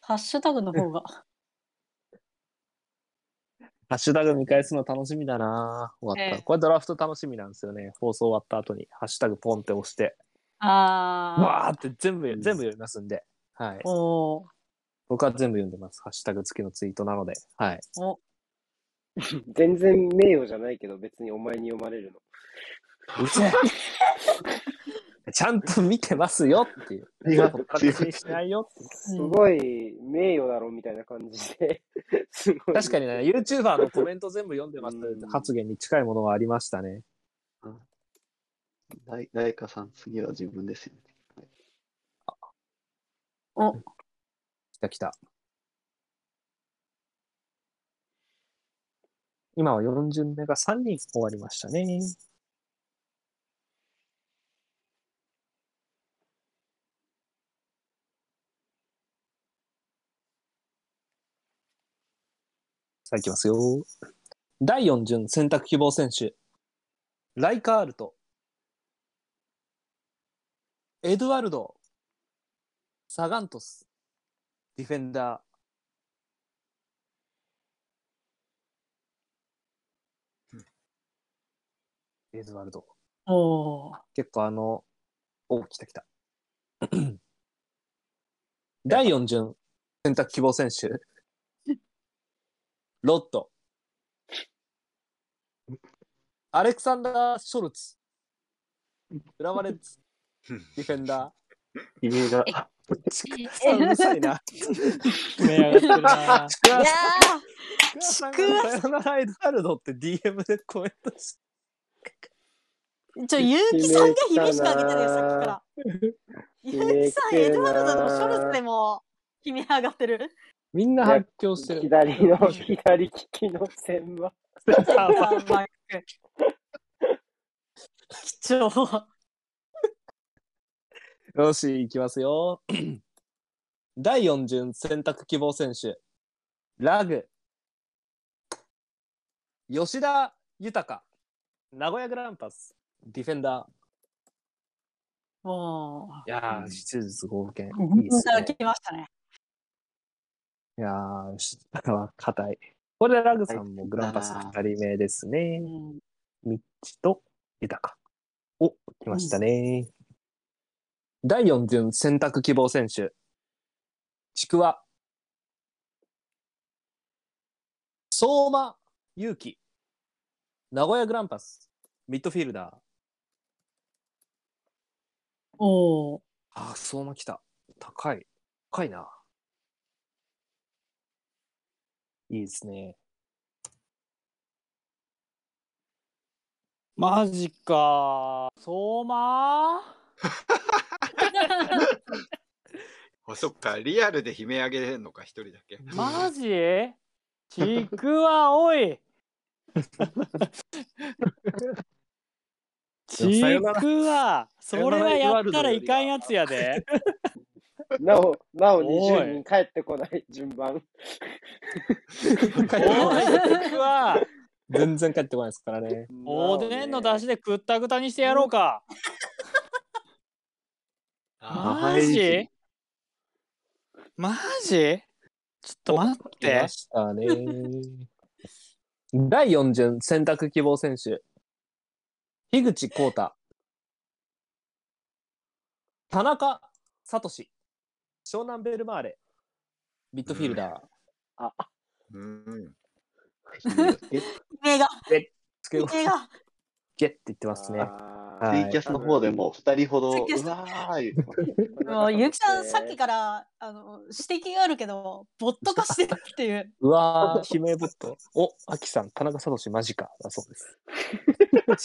Speaker 4: ハッシュタグの方が。
Speaker 2: ハッシュタグ見返すの楽しみだな。終わった。
Speaker 4: ええ
Speaker 2: これドラフト楽しみなんですよね。放送終わった後に、ハッシュタグポンって押して、
Speaker 4: あ
Speaker 2: わーって全部、全部読みますんで。はい
Speaker 4: あ。。おー
Speaker 2: 僕は全部読んでます。ハッシュタグ付きのツイートなので。はい。
Speaker 4: お。
Speaker 1: 全然名誉じゃないけど、別にお前に読まれるの。
Speaker 2: うるせえちゃんと見てますよって [LAUGHS] いう。
Speaker 6: ありがとう
Speaker 2: ほったらかしにしないよっていう
Speaker 1: すごい名誉だろみたいな感じで、すごい。
Speaker 2: 確かにね、YouTuber のコメント全部読んでます
Speaker 1: うん
Speaker 2: 発言に近いものはありましたね。
Speaker 6: ライライカさん、次は自分ですよね。
Speaker 2: 来た来た。今は4巡目が3人終わりましたね。さあいきますよ。第4巡選択希望選手。ライカールト。エドワルド。サガントス。ディフェンダー。エドワルド。
Speaker 4: おー
Speaker 2: 結構あの、お、来た来た。 [CLEARS THROAT] 第4巡、選択希望選手。 [LAUGHS] ロッド。アレクサンダー・ショルツ。浦和レッズ、ディフェンダ
Speaker 6: 悲鳴が、
Speaker 2: ー。ちくわさんうるさいな。
Speaker 3: 上上がってるな
Speaker 2: ちく
Speaker 4: い
Speaker 2: わ
Speaker 4: や
Speaker 2: さんちくわさん
Speaker 4: ちく
Speaker 2: がさよならエドワルドって DM でコメントして。
Speaker 4: ーちょ、ゆうきさんが悲鳴しか上げてないよ、さっきから。ゆ
Speaker 1: 悲
Speaker 4: う
Speaker 1: 鳴
Speaker 4: き
Speaker 1: 来
Speaker 4: さん、
Speaker 1: て
Speaker 4: エ
Speaker 1: る
Speaker 4: ド
Speaker 1: な
Speaker 4: ワルドのショルツでも悲鳴上がってる。
Speaker 2: みんな発狂して
Speaker 1: [LAUGHS]
Speaker 2: る。
Speaker 1: 左の、左利きの線は。
Speaker 2: センタ
Speaker 4: センタ
Speaker 2: ーバック
Speaker 4: ーバック。貴重。
Speaker 2: よし、いきますよ。 [CLEARS THROAT] 第4巡選択希望選手、ラグ、吉田豊、名古屋グランパス、ディフェンダ
Speaker 4: もう。
Speaker 2: ー。いやー、手術合計いいです
Speaker 4: だ
Speaker 2: ね。
Speaker 4: きましたね。
Speaker 2: いやー、吉田は硬い。これでラグさんもグランパス2人目ですね
Speaker 4: う。ん
Speaker 2: ミッチと豊か。お、来ましたね。第4巡選択希望選手。ちくわ。相馬勇気。名古屋グランパス。ミッドフィールダー。
Speaker 4: おお。
Speaker 2: あー、相馬来た。高い。高いな。いいですね。
Speaker 3: マジか相馬
Speaker 7: あ、そっか、リアルで悲鳴上げれるのか、一人だけ。
Speaker 3: マジちくわおいちくわそれはやったらいかんやつやで
Speaker 1: なお、なお
Speaker 3: おい
Speaker 1: 20人帰ってこない順番。
Speaker 3: おいちくわ
Speaker 2: 全然帰ってこないですからね。
Speaker 3: おでんの出
Speaker 1: し。
Speaker 3: 汁でくったくたにしてやろうか
Speaker 7: あ
Speaker 3: マジマジちょっと待っ
Speaker 2: 来
Speaker 3: て
Speaker 2: ましたね。第4巡選択希望選手。樋口光太。田中聡。湘南ベルマーレ。ミッドフィールダー。
Speaker 7: うん。
Speaker 6: 悲鳴が、え
Speaker 4: 目が、
Speaker 2: ゲッ、つけ
Speaker 4: 目
Speaker 2: よう
Speaker 4: が。
Speaker 2: ゲッって言ってますね。
Speaker 1: あ
Speaker 6: ツイキャスの方でも2人ほど、
Speaker 4: ツイキャス
Speaker 6: うわー言ってます
Speaker 4: もう、ゆきさん、さっきから、あの、指摘があるけど、ボット化してるっていう。
Speaker 2: うわー、悲鳴ボット。お、アキさん、田中聡マジか。だそう [LAUGHS] です。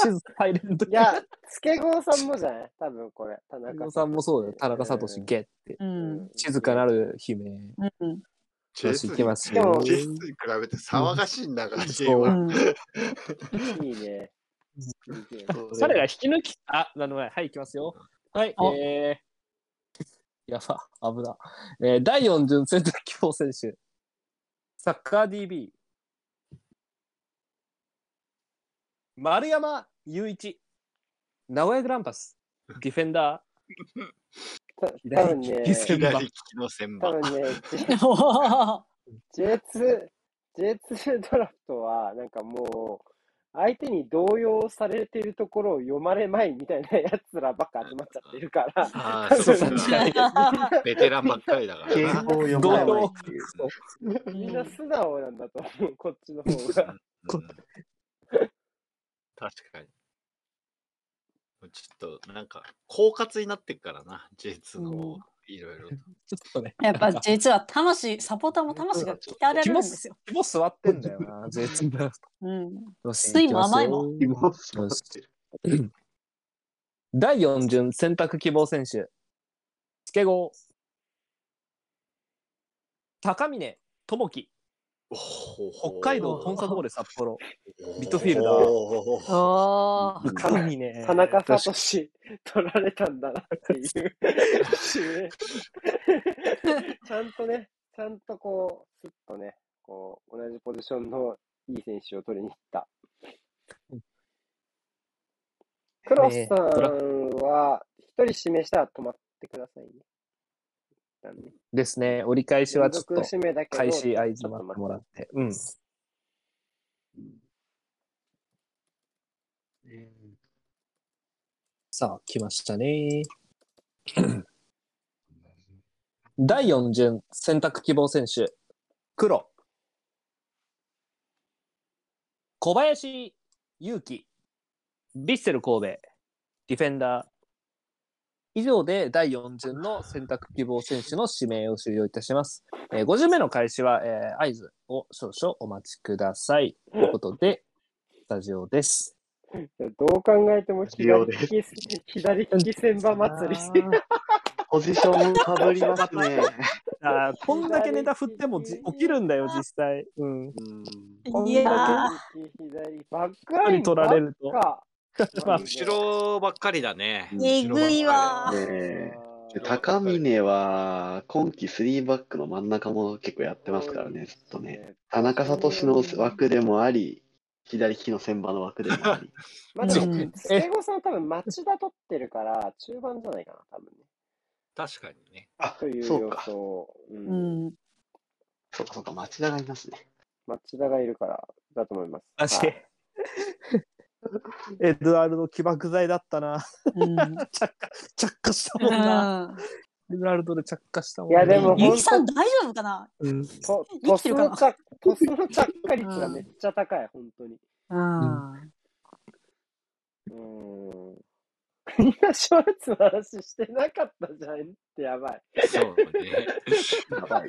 Speaker 2: シズサイレント。
Speaker 1: いや、スケゴーさんもじゃない多分これ。田中
Speaker 2: 田中さんもそうだよ。田中聡ゲって。
Speaker 4: うん。
Speaker 2: 静かなる悲鳴。
Speaker 4: うん。
Speaker 7: チェ
Speaker 2: よし
Speaker 7: スに
Speaker 2: い
Speaker 7: チ
Speaker 2: け
Speaker 7: ェ
Speaker 2: ま
Speaker 7: ス
Speaker 2: す
Speaker 7: に
Speaker 1: でも
Speaker 2: よ。
Speaker 7: 比べて騒がしいんだから、J
Speaker 2: う
Speaker 7: は。
Speaker 4: うん
Speaker 1: いいね。いいね
Speaker 2: 彼ら引き抜き、あ、なるほど。はい、いきますよ。はい、
Speaker 4: あ
Speaker 2: えー、 [LAUGHS] やば、危な。えー、第4巡選択希望選手。サッカー DB。丸山雄一。名古屋グランパス。ディフェンダ
Speaker 1: た
Speaker 2: ー。
Speaker 1: 多分ね、
Speaker 2: 左利き千
Speaker 7: 左
Speaker 2: 葉
Speaker 7: 利きの千
Speaker 1: 多
Speaker 7: 葉。
Speaker 1: 分ね、J-
Speaker 4: お
Speaker 1: J2、J2 ドラフトは、なんかもう、相手に動揺されているところを読まれまいみたいなやつらばっか集まっちゃってるから、
Speaker 7: ああ、
Speaker 1: 多
Speaker 7: そう
Speaker 1: 分
Speaker 7: か。
Speaker 1: なんかね、
Speaker 7: ベテランばっかりだから
Speaker 6: 傾
Speaker 7: な。
Speaker 6: 向を読
Speaker 2: 同
Speaker 6: まれ
Speaker 2: 様
Speaker 6: ま [LAUGHS] い
Speaker 2: そ
Speaker 6: っていう。
Speaker 2: う
Speaker 1: みんな、みんな素直なんだと思う、こっちの方が。
Speaker 7: うん確かに。ちょっと、なんか、狡猾になってっからな、J2 の方が、いろいろと。
Speaker 2: ちょっとね。
Speaker 4: [LAUGHS] やっぱ実は魂、サポーターも魂が鍛えられるんですよ。
Speaker 2: 肝座ってんだよな、J2 ドラフ
Speaker 4: うん。
Speaker 2: ト。
Speaker 4: 酸いも甘いも
Speaker 2: ん
Speaker 6: 気もそうってる
Speaker 2: 第4巡選択希望選手。スケゴー。高峰智樹。 [LAUGHS] 北海道コンサドーレ札幌。ミッドフィールダー
Speaker 7: ー。
Speaker 4: おー。
Speaker 2: 高峰。
Speaker 1: 田中聡取られたんだなっていう悲鳴ちゃんとね、ちゃんとこう、スッとね、こう、同じポジションのいい選手を取りに行った。クロスさん
Speaker 2: ねえドラ
Speaker 1: は、一人指名したら止まってくださいね。一旦ね
Speaker 2: ですね。折り返しは
Speaker 1: 連
Speaker 2: ちょっ
Speaker 1: 続
Speaker 2: と
Speaker 1: 指名だけど、
Speaker 2: 開始合
Speaker 1: ち
Speaker 2: 図
Speaker 1: ょっ
Speaker 2: 待
Speaker 1: と
Speaker 2: っ
Speaker 1: 待
Speaker 2: ても
Speaker 1: っ
Speaker 2: らって。うん。さあ、来ましたね。 [COUGHS] 第4巡選択希望選手。黒。小林勇輝。ヴィッセル神戸。ディフェンダー。以上で第4巡の選択希望選手の指名を終了いたします。えー、50名の開始は、えー、合図を少々お待ちください。ということで、スタジオです。 [LAUGHS]
Speaker 1: て。どう考えても
Speaker 6: 重要
Speaker 1: 左
Speaker 6: で
Speaker 1: 利き、左利き千葉祭り。
Speaker 6: ポジションかぶりますね。
Speaker 2: あーこんだけネタ振ってもじ
Speaker 1: [LAUGHS] 左利
Speaker 2: 起
Speaker 1: き
Speaker 2: きるんだよ、実際。うん。
Speaker 6: うん
Speaker 1: こん
Speaker 4: いや
Speaker 1: だ
Speaker 4: ー。
Speaker 1: け右左バックライン
Speaker 2: 取られる
Speaker 1: ば
Speaker 2: と
Speaker 1: っか
Speaker 2: [LAUGHS] まあ
Speaker 7: 後ろばっかりだね。
Speaker 6: うん
Speaker 4: えぐいわ
Speaker 6: ねえで高峰は今季3バックの真ん中も結構やってますからね、ずっとね。。田中聡の枠でもあり、左利きの先場の枠でもあ
Speaker 4: [LAUGHS]
Speaker 6: り。
Speaker 1: まあでも
Speaker 4: うん、
Speaker 1: スケゴさんは多分町田取ってるから、中盤じゃないかな、多分ね。
Speaker 7: 確かにね。
Speaker 6: あ
Speaker 1: とい、う
Speaker 6: そう
Speaker 1: 予
Speaker 6: か。
Speaker 1: 想。う。
Speaker 4: うんん。
Speaker 6: そうか、そうか、町田がいますね。
Speaker 1: 町田がいるから、だと思います。
Speaker 2: マジ
Speaker 1: はい
Speaker 2: で。 [LAUGHS] エドワルド起爆剤だったな。 [LAUGHS]
Speaker 4: うん。
Speaker 2: 着火、着火したもんな。
Speaker 4: うん
Speaker 2: エドワルドで着火したもん
Speaker 1: いや、でも
Speaker 4: ゆ
Speaker 1: 本
Speaker 4: きさん大丈夫かな
Speaker 2: 当うん。
Speaker 1: 当、と
Speaker 4: 生
Speaker 1: ト
Speaker 4: き
Speaker 1: ス
Speaker 4: てるか
Speaker 1: の
Speaker 4: な
Speaker 1: 着、トスの着火率がめっちゃ高い、本当に。
Speaker 4: うん。
Speaker 1: うーん。みんなショルツの話してなかったじゃんってやばい。
Speaker 7: そうね。
Speaker 6: やばい。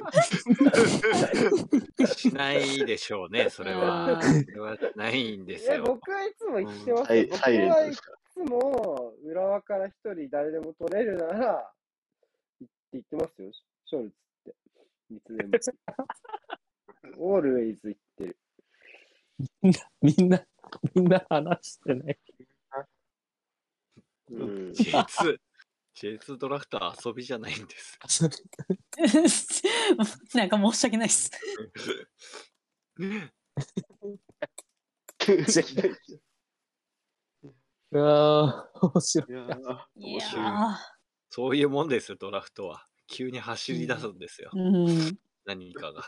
Speaker 7: しないでしょうね、それは。
Speaker 4: うん
Speaker 7: それはないんです
Speaker 1: え、
Speaker 7: よ。
Speaker 1: 僕はいつも言ってます
Speaker 6: サ
Speaker 1: よ。
Speaker 6: イ
Speaker 1: 僕
Speaker 6: サイレント
Speaker 1: は
Speaker 6: で
Speaker 1: い
Speaker 6: すか
Speaker 1: つも浦和から一人誰でも取れるなら、いって言ってますよ、ショルツって。いつでも。オールウェイズ言ってる。
Speaker 2: みんな、みんな話してない。
Speaker 1: うん。
Speaker 7: J2、J2 ドラフトは遊びじゃないんです。
Speaker 4: [LAUGHS] なんか申し訳ないです。
Speaker 6: [LAUGHS] ら。い
Speaker 2: ああ、面白い。
Speaker 6: やー
Speaker 4: いや
Speaker 7: そういうもんですよ、ドラフトは。急に走り出すんですよ、
Speaker 4: ー。うん。
Speaker 7: 何かが。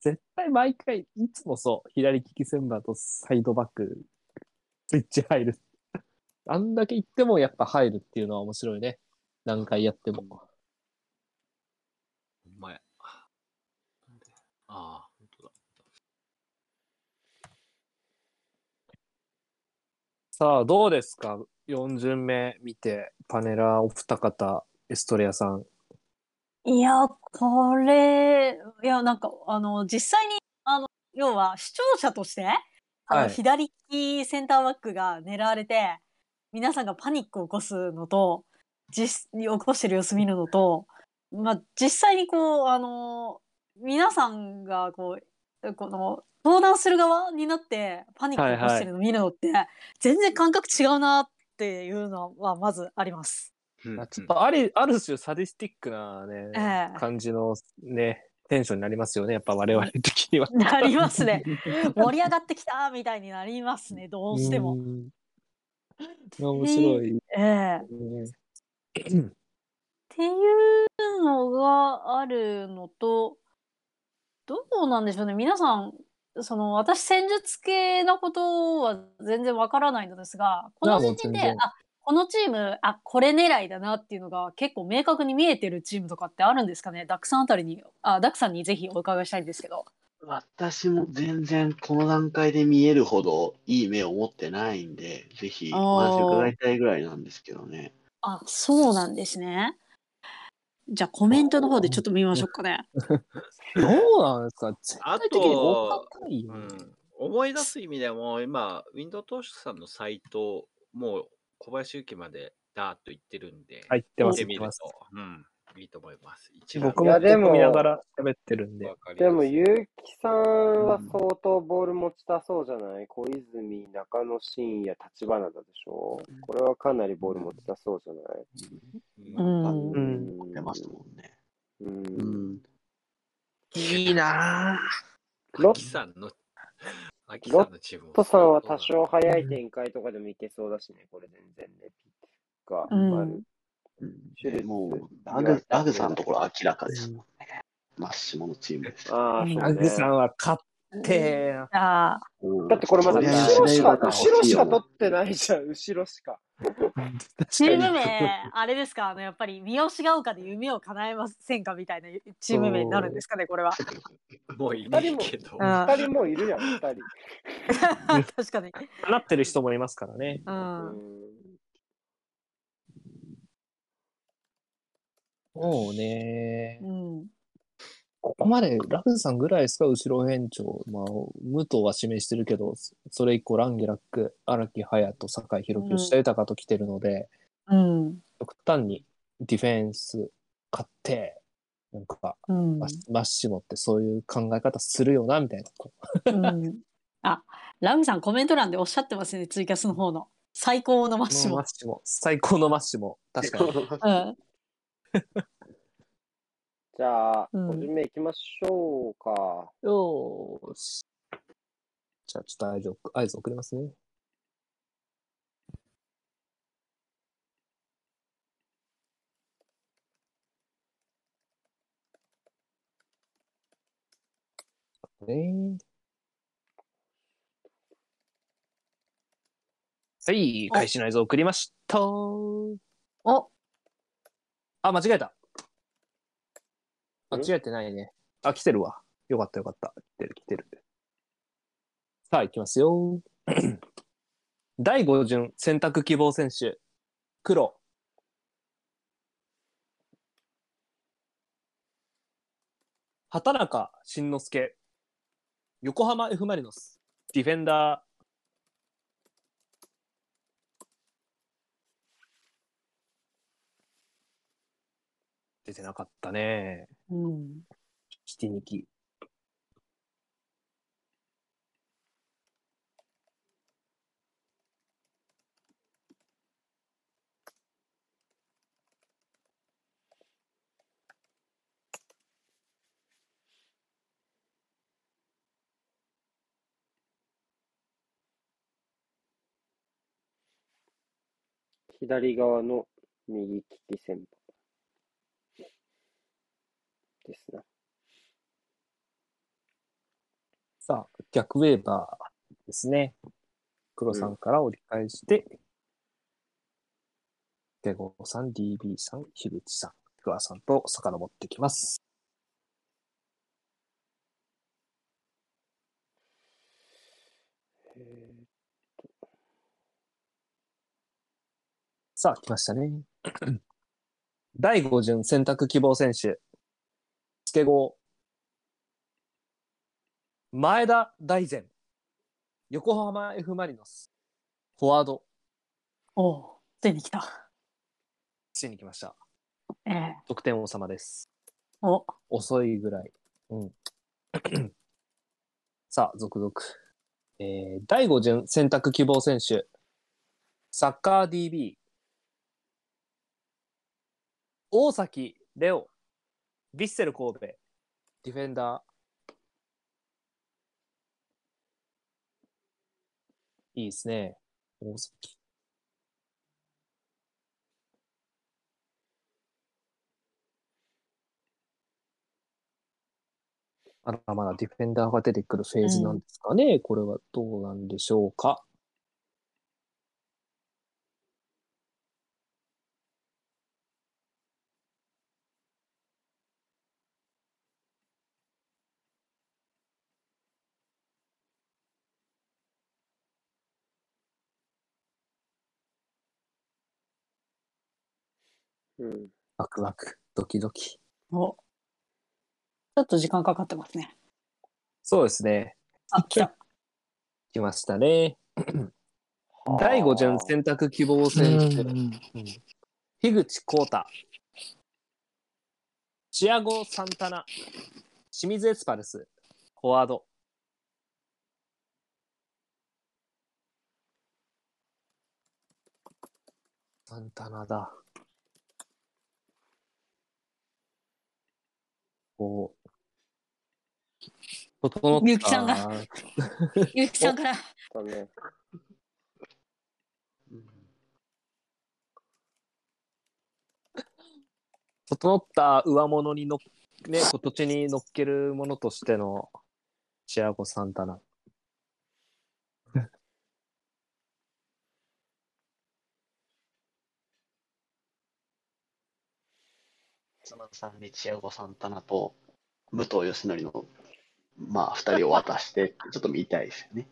Speaker 2: 絶対毎回、いつもそう。左利きセンバーとサイドバック、スイッチ入る。あんだけ言ってもやっぱ入るっていうのは面白いね。何回やっても。
Speaker 7: お前。 [LAUGHS] ああ、本当だ。
Speaker 2: さあ、どうですか ?4 巡目見て、パネラーお二方、エストレアさん。
Speaker 4: いや、これ、いや、なんか、あの、実際に、あの、要は視聴者として、あの、
Speaker 2: はい
Speaker 4: 左利きセンターバックが狙われて、皆さんがパニックを起こすのと、実、起こしてる様子見るのと、まあ、実際にこう、あの、皆さんがこう、この、登壇する側になってパニックを起こしてるの見るのって、全然感覚違うなっていうのは、まずあります。 [LAUGHS]
Speaker 7: うん
Speaker 2: ちょっとあり、ある種サディスティックなね、
Speaker 4: ええ
Speaker 2: 感じのね、テンションになりますよね。やっぱ我々的には。
Speaker 4: なりま
Speaker 2: [LAUGHS]
Speaker 4: すね。盛り上がってきたみたいになりますね、どうしても。
Speaker 2: うん。面白い。
Speaker 4: ええっていうのがあるのと、どうなんでしょうね。皆さん、その、私、戦術系なことは全然わからないのですが、この
Speaker 2: あも
Speaker 4: 時
Speaker 2: う全
Speaker 4: 点で、
Speaker 2: 然
Speaker 4: あ、このチーム、あ、これ狙いだなっていうのが結構明確に見えてるチームとかってあるんですかね。ダックさんあたりに、あ、ダックさんにぜひお伺いしたいんですけど。
Speaker 6: 私も全然この段階で見えるほどいい目を持ってないんで、ぜひお話伺いたいぐらいなんですけどね。
Speaker 4: あ、そうなんですね。じゃあ、コメントの方でちょっと見ましょうかね。
Speaker 2: どうなんですか全
Speaker 7: あ
Speaker 2: 体的にお
Speaker 7: と
Speaker 2: 高いよ
Speaker 7: う
Speaker 2: ね。
Speaker 7: ん、思い出す意味でも、今、ウィンドウ投資さんのサイト、もう小林幸までダーッと行ってるんで、
Speaker 2: 入ってま
Speaker 7: 見
Speaker 2: す、
Speaker 7: て
Speaker 2: 入って
Speaker 7: みる
Speaker 2: ます。
Speaker 7: と、うん、いいと思います。一覧
Speaker 2: 僕
Speaker 7: が
Speaker 2: も
Speaker 7: わ
Speaker 2: ここ見なが
Speaker 1: い
Speaker 2: ら喋ってるんで。
Speaker 7: かり
Speaker 1: で
Speaker 7: や
Speaker 1: も、
Speaker 7: すい。
Speaker 1: ゆうきさんは相当ボール持ちたそうじゃない小泉、中野真也、立花でしょこれはかなりボール持ちたそうじゃない
Speaker 7: うん
Speaker 6: 中
Speaker 4: うん
Speaker 6: 野
Speaker 2: う
Speaker 6: も
Speaker 2: ん。
Speaker 6: 持ってますもんね。
Speaker 1: う。
Speaker 6: うんん。いいなぁ。
Speaker 1: ロ
Speaker 7: 秋さん
Speaker 1: [LAUGHS]
Speaker 7: の、秋
Speaker 1: ロ
Speaker 7: さ
Speaker 1: ッ
Speaker 7: んのチームも
Speaker 1: トさんは
Speaker 7: 相当
Speaker 1: 多
Speaker 7: だ
Speaker 1: 少早い展開とかでもいけそうだしね、これ全然ね。ピックが
Speaker 4: う
Speaker 1: 丸
Speaker 4: ん。。
Speaker 6: うん
Speaker 1: シュルツ
Speaker 6: もう、ラ
Speaker 1: 岩
Speaker 6: グ、
Speaker 1: 田
Speaker 6: ラグさ
Speaker 1: 村
Speaker 6: んのところ明らかですもんね。真っ白のチームです。
Speaker 1: ああ、そう
Speaker 2: アグさ
Speaker 1: ね。
Speaker 2: んは勝ってーな。
Speaker 4: ああ、
Speaker 6: うん、
Speaker 1: だってこれまだ
Speaker 6: そり
Speaker 1: 後
Speaker 6: ゃ
Speaker 1: ろしか、
Speaker 6: 白が欲
Speaker 1: 後ろ
Speaker 6: しい
Speaker 1: し
Speaker 6: よ
Speaker 1: か
Speaker 6: な
Speaker 1: 取ってないじゃん、後ろしか。
Speaker 2: 確
Speaker 4: チ
Speaker 2: か
Speaker 4: ー
Speaker 2: に
Speaker 4: ム。名、あれですか、あの、やっぱり、三好が丘で夢を叶えませんかみたいなチーム名になるんですかね、これは。
Speaker 7: もうい
Speaker 1: 二
Speaker 7: ね
Speaker 1: 人
Speaker 7: え
Speaker 1: も、
Speaker 7: けど
Speaker 4: う。ん。
Speaker 1: 二人もういるやん、二人。
Speaker 4: [LAUGHS] 確かに。
Speaker 2: なってる人もいますからね。
Speaker 4: う。
Speaker 1: うんん。
Speaker 2: そうね。
Speaker 4: うん。
Speaker 2: ここまでラグさんぐらいですか後ろ変調。まあ、武藤は指名してるけど、それ以降ランゲラック、荒木隼人、酒井宏樹、吉田豊と来てるので、
Speaker 4: うん。
Speaker 2: 極端にディフェンス勝って、なんか、
Speaker 4: うん
Speaker 2: マ。ッシモってそういう考え方するよな、みたいな。こう
Speaker 4: うん。あ、ラグさんコメント欄でおっしゃってますね、ツイキャスの方の。最高のマッシ
Speaker 2: マ
Speaker 4: モ
Speaker 2: ッ。シモ。最高のマッシモ。確かに。
Speaker 4: うん。
Speaker 1: じゃあ、
Speaker 4: うん
Speaker 1: 5巡目いきましょうか。
Speaker 2: よーし。じゃあ、ちょっと合図を合図送りますね。ねはい、開始の合図を送りました。
Speaker 4: お、
Speaker 2: あ、間違えた。間違えてないね。あ、来てるわ。よかったよかった。来てる来てる。さあ、行きますよ。 [CLEARS THROAT] 第5巡、選択希望選手。黒。畑中慎之介。横浜 F ・マリノス。ディフェンダー。出てなかったね。
Speaker 4: うん。
Speaker 2: 引き抜き。
Speaker 1: 左側の右利き先輩ですな。
Speaker 2: さあ、逆ウェーバーですね。黒さんから折り返して、デゴさん、DB さん、樋口さん、桑さんと遡ってきます。
Speaker 1: えー
Speaker 2: さあ、来ましたね。 [COUGHS] 第5巡選択希望選手、スケゴー。前田大然。横浜 F ・マリノス。フォワード。
Speaker 4: おう、ついに来た。
Speaker 2: ついに来ました。
Speaker 4: ええ
Speaker 2: 得点王様です。
Speaker 4: お、
Speaker 2: 遅いぐらい。うん。 [CLEARS THROAT] さあ、続々。えー、第5巡選択希望選手。サッカー DB。大崎レオ。ヴィッセル神戸。ディフェンダー。いいですね。大崎。まだまだディフェンダーが出てくるフェーズなんですかね、これはどうなんでしょうか。
Speaker 1: うん。
Speaker 2: ワクワク、ドキドキ。
Speaker 4: お。ちょっと時間かかってますね。
Speaker 2: そうですね。
Speaker 4: あ、来た。
Speaker 2: 来ましたね。第5巡選択希望選手、樋口浩太、チアゴ・サンタナ、清水エスパルス、フォワード。サンタナだ。お整った。
Speaker 4: みゆきさんがゆうきさんから。
Speaker 1: だね。
Speaker 2: 整った上物にのっね、こう土地に乗っけるものとしてのチアゴ・サンタナ。
Speaker 6: 妻さんに千ゴさんタナと武藤義則の、まあ、二人を渡して、ちょっと見たいですよね。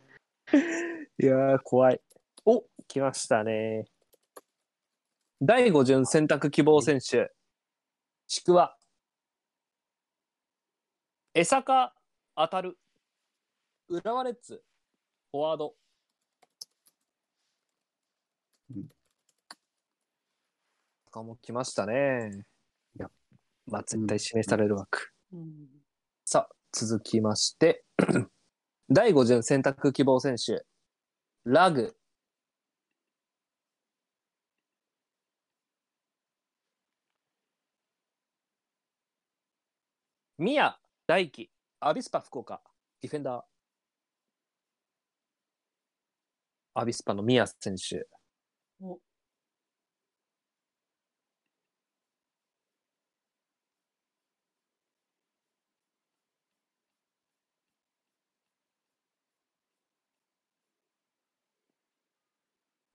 Speaker 2: いやー、怖い。お来ましたね。第5巡選択希望選手、ちくわ、江坂当たる、浦和レッズ、フォワード。坂も来ましたね。いや、まあ、絶対指名される枠。
Speaker 4: うん。
Speaker 2: さあ、続きまして、 [CLEARS THROAT] 第5巡選択希望選手、ラグ。宮大輝、アビスパ福岡、ディフェンダー。アビスパの宮選手。
Speaker 4: お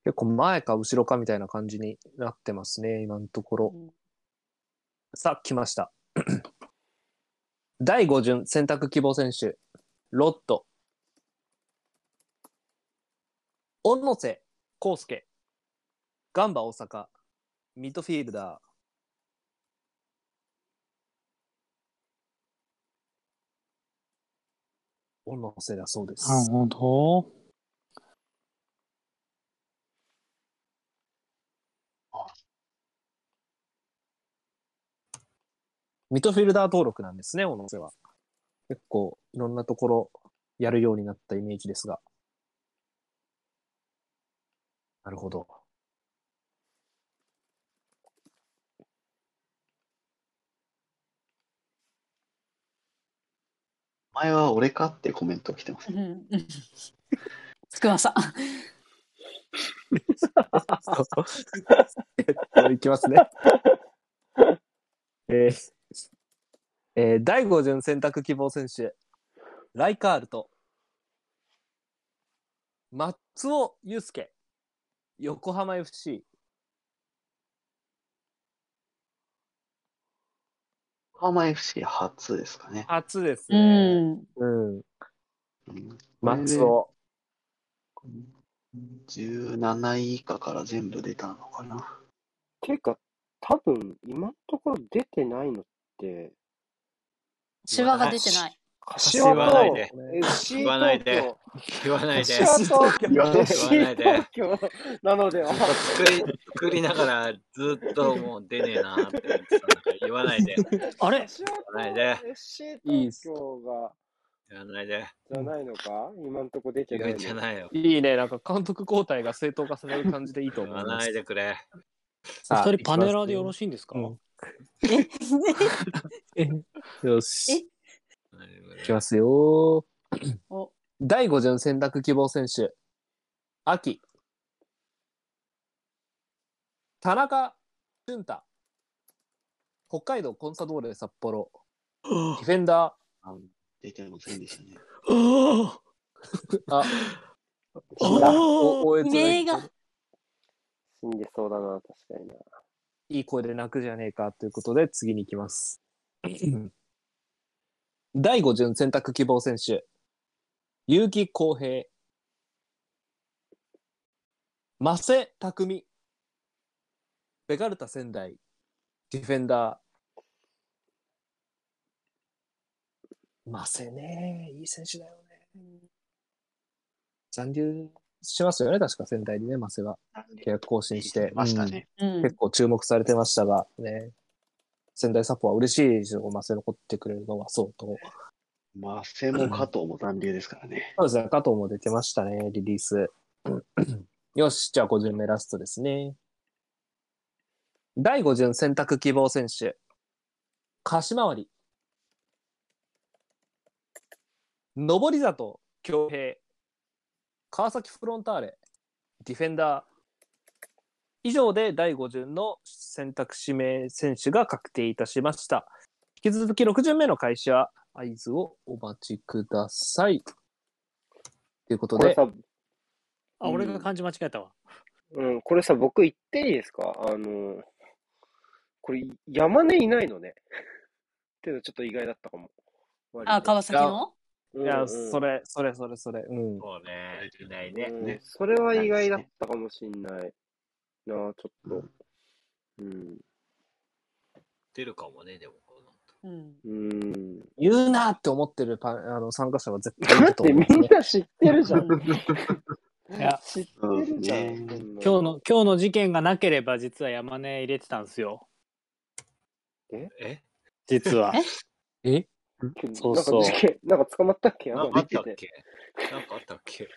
Speaker 2: 結構前か後ろかみたいな感じになってますね、今のところ。
Speaker 4: うん
Speaker 2: さあ、来ました。 [COUGHS] 第5巡選択希望選手、ロッド。小野瀬康介。ガンバ大阪。ミッドフィールダー。小野瀬だそうです。
Speaker 3: なるほど。
Speaker 2: ミッドフィルダー登録なんですね、小野瀬は。結構いろんなところやるようになったイメージですが。なるほど。 [LAUGHS]
Speaker 6: 前は俺かってコメント来てます。
Speaker 4: うんつくわさん。
Speaker 2: いきますね。えーえー第5巡選択希望選手、ライカールと、松尾祐介、横浜 FC。
Speaker 6: 横浜 FC 初ですかね。
Speaker 2: 初です
Speaker 4: う
Speaker 2: ね。
Speaker 4: ん。
Speaker 2: うん。
Speaker 6: うん
Speaker 2: 松尾。
Speaker 6: 17位以下から全部出たのかな。
Speaker 1: ていうか、多分、今のところ出てないのって、
Speaker 4: シワが出て [LAUGHS] ない。
Speaker 1: 柏
Speaker 7: 言わない
Speaker 1: と
Speaker 7: で
Speaker 1: FC
Speaker 7: 言わない
Speaker 1: 東
Speaker 7: で
Speaker 1: 京、
Speaker 7: 言わないで。
Speaker 1: 柏と
Speaker 6: 言わない
Speaker 1: FC
Speaker 7: 言わないで
Speaker 1: 東京なのでは、
Speaker 7: 作り、作りながらずっともう出ねえなって思ってたんだから言わないで。
Speaker 3: あ
Speaker 1: [LAUGHS]
Speaker 3: れ
Speaker 1: 柏と
Speaker 7: ないね
Speaker 1: FC 東京が、
Speaker 7: 言わないで。
Speaker 1: じゃないのか今のとこ出てな
Speaker 7: 言うん
Speaker 1: い
Speaker 7: じゃ
Speaker 1: の。
Speaker 7: ないよ。
Speaker 2: いいね、なんか監督交代が正当化される感じでいいと
Speaker 7: 言
Speaker 2: 思
Speaker 7: わ
Speaker 2: いま
Speaker 7: な
Speaker 2: す
Speaker 7: い。でくれ。
Speaker 2: さあ
Speaker 3: 二人パネラーでよろ
Speaker 2: し
Speaker 3: しいんですか、
Speaker 2: うん
Speaker 4: え
Speaker 2: い。よし。いきますすよ
Speaker 4: お。
Speaker 2: 第5巡選択希望選手。秋。田中俊太。北海道コンサドーレ札幌。ディフェンダ
Speaker 6: 出てませんでしたね。
Speaker 2: ー。あ、
Speaker 1: 死んだ。
Speaker 2: お、おえ
Speaker 4: 悲
Speaker 2: つが
Speaker 4: 鳴
Speaker 2: い
Speaker 4: が。
Speaker 1: 死んでそうだな、確かにな。
Speaker 2: い声で泣くじゃねえかということで、次に行きます。 [CLEARS THROAT] 第5巡選択希望選手。結城康平。マセ匠。ベガルタ仙台。ディフェンダー。マセね、いい選手だよね。残留しますよね、確か仙台にね、マセは。契約更新して。
Speaker 6: ました
Speaker 2: うん
Speaker 6: ね。
Speaker 4: うん
Speaker 2: 結。構注目されてましたが、ね、仙台サポは嬉しいですよ、マセ残ってくれるのはそうと。
Speaker 6: まあ、専門加藤も残留ですからね。
Speaker 2: そうですね、加藤も出てましたね、リリース。よし、じゃあ5巡目ラストですね。第5巡選択希望選手。貸回り。上り里京平。川崎フロンターレ。ディフェンダー。以上で第5巡の選択指名選手が確定いたしました。引き続き6巡目の開始は合図をお待ちください。ということ
Speaker 1: これ
Speaker 2: で、
Speaker 1: さ、
Speaker 3: あ俺が漢字間違えたわ、
Speaker 1: うん、これさ、僕言っていいですかあの、これ、山根いないのね。 [LAUGHS] っていうのちょっと意外だったかも。割と
Speaker 4: あ、川崎の
Speaker 1: うん
Speaker 2: いや、そ
Speaker 1: れ、
Speaker 2: れ、それ、それ、それ、うん。
Speaker 7: そうね。いないうね。
Speaker 1: ん
Speaker 6: ね
Speaker 1: それは意外だったかもしんないなあ、ちょっと。うん。
Speaker 7: 出るかもね、でも。こ
Speaker 4: う
Speaker 7: の
Speaker 4: ん。
Speaker 1: うん。
Speaker 2: 言うなって思ってるパあの参加者は絶対い
Speaker 1: だ
Speaker 2: る
Speaker 1: っ
Speaker 2: と
Speaker 1: て
Speaker 2: 思う、
Speaker 1: み
Speaker 2: ね。
Speaker 1: んな知ってるじゃん。
Speaker 3: いや
Speaker 1: 知って
Speaker 6: そうです
Speaker 1: るじゃん。
Speaker 6: ね。
Speaker 3: 今日の今日の事件がなければ実は山根入れてたんですよ
Speaker 7: え
Speaker 3: 実は
Speaker 4: え
Speaker 2: え
Speaker 1: の
Speaker 3: そう
Speaker 1: なんか
Speaker 3: そう
Speaker 1: 事件、なんか捕まったっけ
Speaker 7: な
Speaker 1: 山根
Speaker 7: んかあっ
Speaker 1: 言
Speaker 7: たっ
Speaker 1: ってて。
Speaker 7: けなんかあったっけ
Speaker 3: ち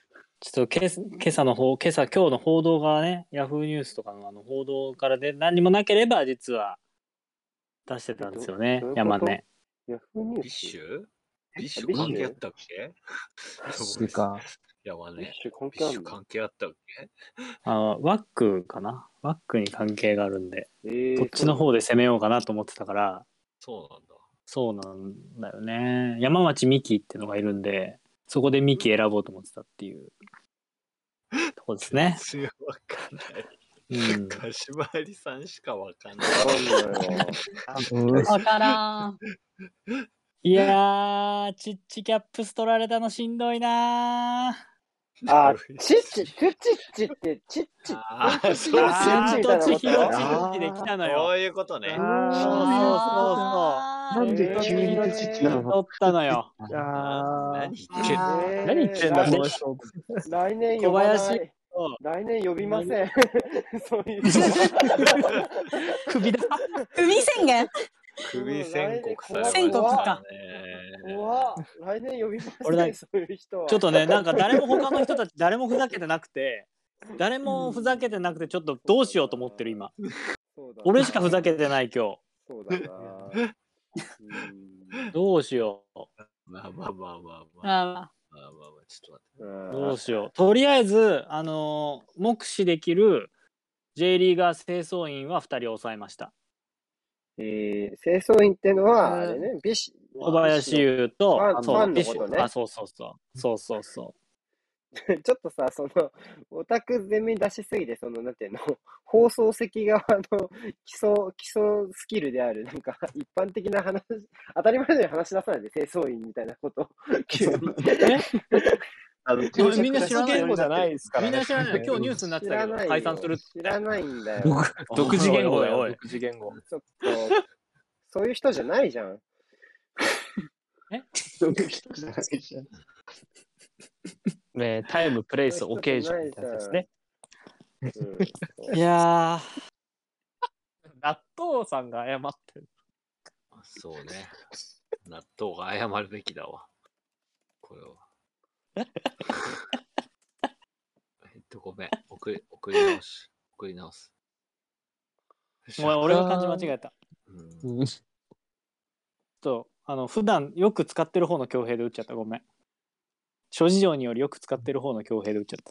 Speaker 3: ょっとけ今朝の方今朝今日の報道がねヤフーニュースとかのあの報道からで何もなければ実は出してたんですよね
Speaker 1: どどういうこ
Speaker 3: 山
Speaker 1: と
Speaker 3: 根
Speaker 1: ヤフーニュ
Speaker 7: ビッ
Speaker 1: ース
Speaker 7: シュビッシ
Speaker 1: ビ
Speaker 7: ュ
Speaker 1: ッシュ
Speaker 7: 関係あったっけ
Speaker 2: しか。
Speaker 7: 山
Speaker 1: ビッ
Speaker 7: ね。
Speaker 1: シュ関
Speaker 7: ビッ
Speaker 1: 係あ
Speaker 7: シ
Speaker 1: ん
Speaker 7: ュ
Speaker 1: の
Speaker 7: 関係あったっけ
Speaker 3: あワックかなワックに関係があるんで
Speaker 1: え
Speaker 3: そっ
Speaker 1: え、
Speaker 3: ちの方で攻めようかなと思ってたから
Speaker 7: そうなんだ。
Speaker 3: そうなんだよね山町美希ってのがいるんでそこで美希選ぼうと思ってたっていうとこですね、
Speaker 7: 強わかんない。
Speaker 3: うん、
Speaker 7: かしまりさんしかわかんない。
Speaker 1: わかんないわ。
Speaker 4: わからん。
Speaker 3: いやーチッチキャップス取られたのしんどいなー
Speaker 1: あ、チッチ、トゥチッチって、チッチ、
Speaker 7: あ
Speaker 1: ト
Speaker 7: ー
Speaker 1: ゥチのチッチみた
Speaker 3: 千
Speaker 1: い
Speaker 3: と
Speaker 1: な
Speaker 3: 千
Speaker 1: こと
Speaker 3: 尋チッチで来たの
Speaker 7: そ
Speaker 3: よ
Speaker 7: ういうことね。
Speaker 3: あ
Speaker 4: あ
Speaker 3: ー
Speaker 4: ー
Speaker 5: なんで急に土地なの
Speaker 3: 取ったのよ
Speaker 7: な
Speaker 2: あ
Speaker 7: 何言ってんの
Speaker 4: あー
Speaker 2: 何言ってんだ、
Speaker 1: えー
Speaker 2: この人。
Speaker 1: 来年
Speaker 3: 小
Speaker 1: 呼ばな
Speaker 3: 林
Speaker 1: い。
Speaker 3: を
Speaker 1: 来年呼びません。そういう
Speaker 3: 首だ
Speaker 4: 海宣言
Speaker 7: 首宣告されま
Speaker 4: 宣告
Speaker 7: した
Speaker 4: か
Speaker 7: ね。
Speaker 1: 怖っ来年呼びませ
Speaker 3: 俺だ
Speaker 1: ん、そういう人は。
Speaker 3: ちょっとねなんか誰も他の人たち誰もふざけてなくて誰もふざけてなくてちょっとどうしようと思ってる今
Speaker 1: そうだな
Speaker 3: 俺しかふざけてない今日
Speaker 1: そうだな。うん
Speaker 3: どうしよう
Speaker 7: まあまあまあまあまあ。
Speaker 4: あ
Speaker 7: まあまあまあ、ちょっと待って。
Speaker 3: ど
Speaker 1: あ
Speaker 3: うしようとりあえずあのー目視できる J リーガー清掃員は2人抑えました
Speaker 1: ーえー、清掃員ってのは、あれね、ビシ、
Speaker 3: 小林
Speaker 1: ビシ
Speaker 3: 優
Speaker 1: の
Speaker 3: と
Speaker 1: ファン
Speaker 3: そう
Speaker 1: ファンのことね
Speaker 3: あ。そうそうそうそうそうそう
Speaker 1: [LAUGHS] ちょっとさ、その、オタク全面出しすぎて、その、なんていうの、 [LAUGHS] 放送席側の基礎、基礎スキルである、なんか、 [LAUGHS] 一般的な話、 [LAUGHS] 当たり前のように話し出さないで、清掃員みたいなことを、急に。
Speaker 3: え
Speaker 1: あの
Speaker 3: これみんな知らない
Speaker 2: 言語じゃないですからね
Speaker 3: みんな知らない。 [LAUGHS] 今日ニュースになってたけど、解散するって。
Speaker 1: 知らないんだよ。
Speaker 2: 独自言語だ
Speaker 3: おいおいお
Speaker 2: よ、
Speaker 3: い
Speaker 2: 独自言語。
Speaker 1: ちょっと、そういう人じゃないじゃん。
Speaker 6: そういう人じゃないじゃん
Speaker 2: ね、タイム、プ
Speaker 3: [LAUGHS]
Speaker 2: レイス、
Speaker 1: そうい
Speaker 2: オ
Speaker 1: う人
Speaker 2: ケー
Speaker 1: じ
Speaker 2: ジ
Speaker 1: ゃ
Speaker 2: ョ
Speaker 1: な
Speaker 2: ン
Speaker 1: い
Speaker 2: み
Speaker 1: じ
Speaker 2: た
Speaker 1: ゃ
Speaker 2: い
Speaker 1: ん
Speaker 2: なやつですね。
Speaker 1: うん
Speaker 3: [LAUGHS] いや [LAUGHS]
Speaker 2: 納豆さんが謝ってる。
Speaker 7: そうね。納豆が謝るべきだわ。これは。 [LAUGHS] えっと、ごめん。送り、送り直し。送り直す。
Speaker 3: ー、ごめん、俺が漢字間違えた。
Speaker 7: うん
Speaker 3: ちょっと、あの、普段よく使ってる方の強兵で打っちゃった。ごめん。諸事情によりよく使ってる方の強兵で打っちゃっ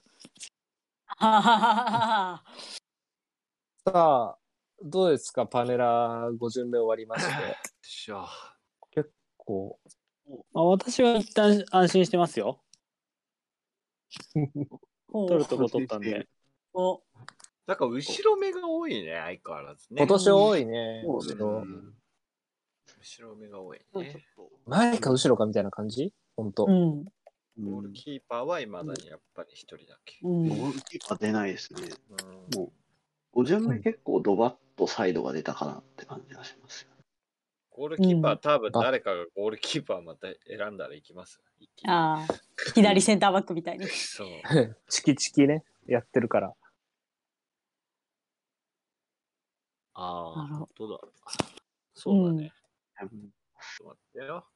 Speaker 3: た。
Speaker 2: さあ、どうですか、パネラ5巡目終わりまして。
Speaker 7: よっしゃ。
Speaker 2: こう
Speaker 3: まあ、私は一旦安心してますよ。取るとこ取ったんで。
Speaker 4: お
Speaker 7: なんか、後ろ目が多いね、相変わらずね。
Speaker 2: 今年多いね、
Speaker 6: そう
Speaker 2: 後
Speaker 6: ね
Speaker 2: ろ。
Speaker 7: うん後ろ目が多い
Speaker 6: ちょっ
Speaker 7: ね。
Speaker 6: と
Speaker 2: 前か後ろかみたいな感じ本当。
Speaker 4: うん。
Speaker 7: ゴールキーパーはいまだにやっぱり一人だけ。
Speaker 4: うん。
Speaker 6: ゴールキーパー出ないですね。
Speaker 7: うん
Speaker 6: もう、5巡目結構ドバッとサイドが出たかなって感じがしますよ。
Speaker 7: ゴールキーパ
Speaker 4: う
Speaker 7: ー、多分誰かがゴールキーパーまた選んだら行きますよ。一気に
Speaker 4: ああ、左センターバックみたいに。
Speaker 7: そう。
Speaker 2: [LAUGHS] チキチキね、やってるから。
Speaker 7: ああ、
Speaker 4: なるほ
Speaker 7: 本当だ。そうだね。
Speaker 6: うん
Speaker 7: ちょっと待ってよ。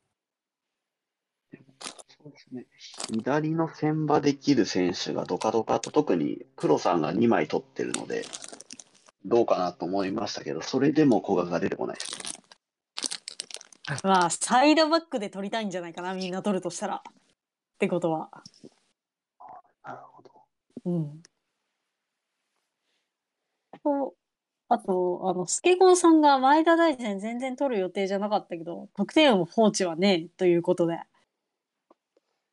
Speaker 6: そうですね。左の線場できる選手がドカドカと、特に黒さんが2枚取ってるので、どうかなと思いましたけど、それでも古賀が出てこないですね。
Speaker 4: まあ、サイドバックで取りたいんじゃないかな、みんな取るとしたら。ってことは。
Speaker 6: なるほど。
Speaker 4: うん。と、あと、あの、スケゴンさんが前田大然全然取る予定じゃなかったけど、得点王も放置はねえ、ということで。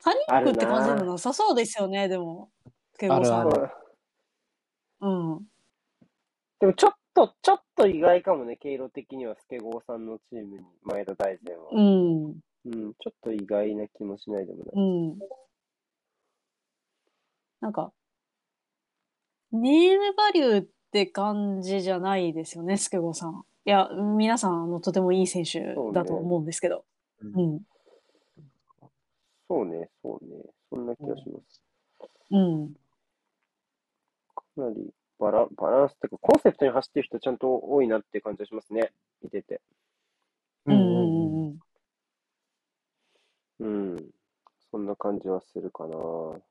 Speaker 4: パニックって感じでもなさそうですよね、でも、スケゴンさ
Speaker 2: あ
Speaker 4: ん
Speaker 2: るあ
Speaker 4: は。
Speaker 2: る
Speaker 4: うん。
Speaker 1: でもちょっと、ちょっと意外かもね、経路的には、スケゴーさんのチームに、前田大然は。
Speaker 4: うん。
Speaker 1: うん、ちょっと意外な気もしないでもない。
Speaker 4: うん。なんか、ネームバリューって感じじゃないですよね、スケゴさん。いや、皆さん、あの、とてもいい選手だと思うんですけど。う。
Speaker 6: うん
Speaker 1: そうね、そうね。そんな気がします。
Speaker 4: うん。
Speaker 1: かなりバラバランスっていうか、コンセプトに走ってる人ちゃんと多いなっていう感じがしますね。見てて。
Speaker 4: うん。うんうん。
Speaker 1: うん。そんな感じはするかな。そ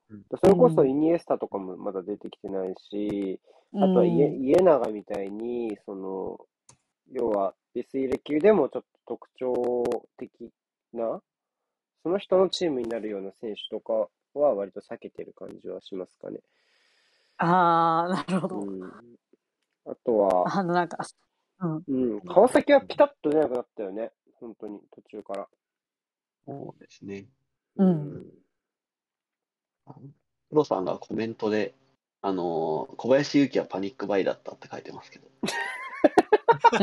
Speaker 6: ん
Speaker 1: れこ
Speaker 4: う
Speaker 1: そ
Speaker 4: ん
Speaker 1: イニエスタとかもまだ出てきてないし、
Speaker 4: うん。
Speaker 1: あとは家家長みたいに、その、要は SE 級でもちょっと特徴的な、その人のチームになるような選手とかは割と避けてる感じはしますかね。
Speaker 4: ああ、なるほど。
Speaker 1: うん。あとは、
Speaker 4: あの、なんか、うん。
Speaker 1: うん、川崎はピタッと出なくなったよね。本当に、途中から。
Speaker 6: そうですね。
Speaker 4: うん
Speaker 6: 黒さんがコメントで、あのー小林勇輝はパニックバイだったって書いてますけど、
Speaker 4: うん。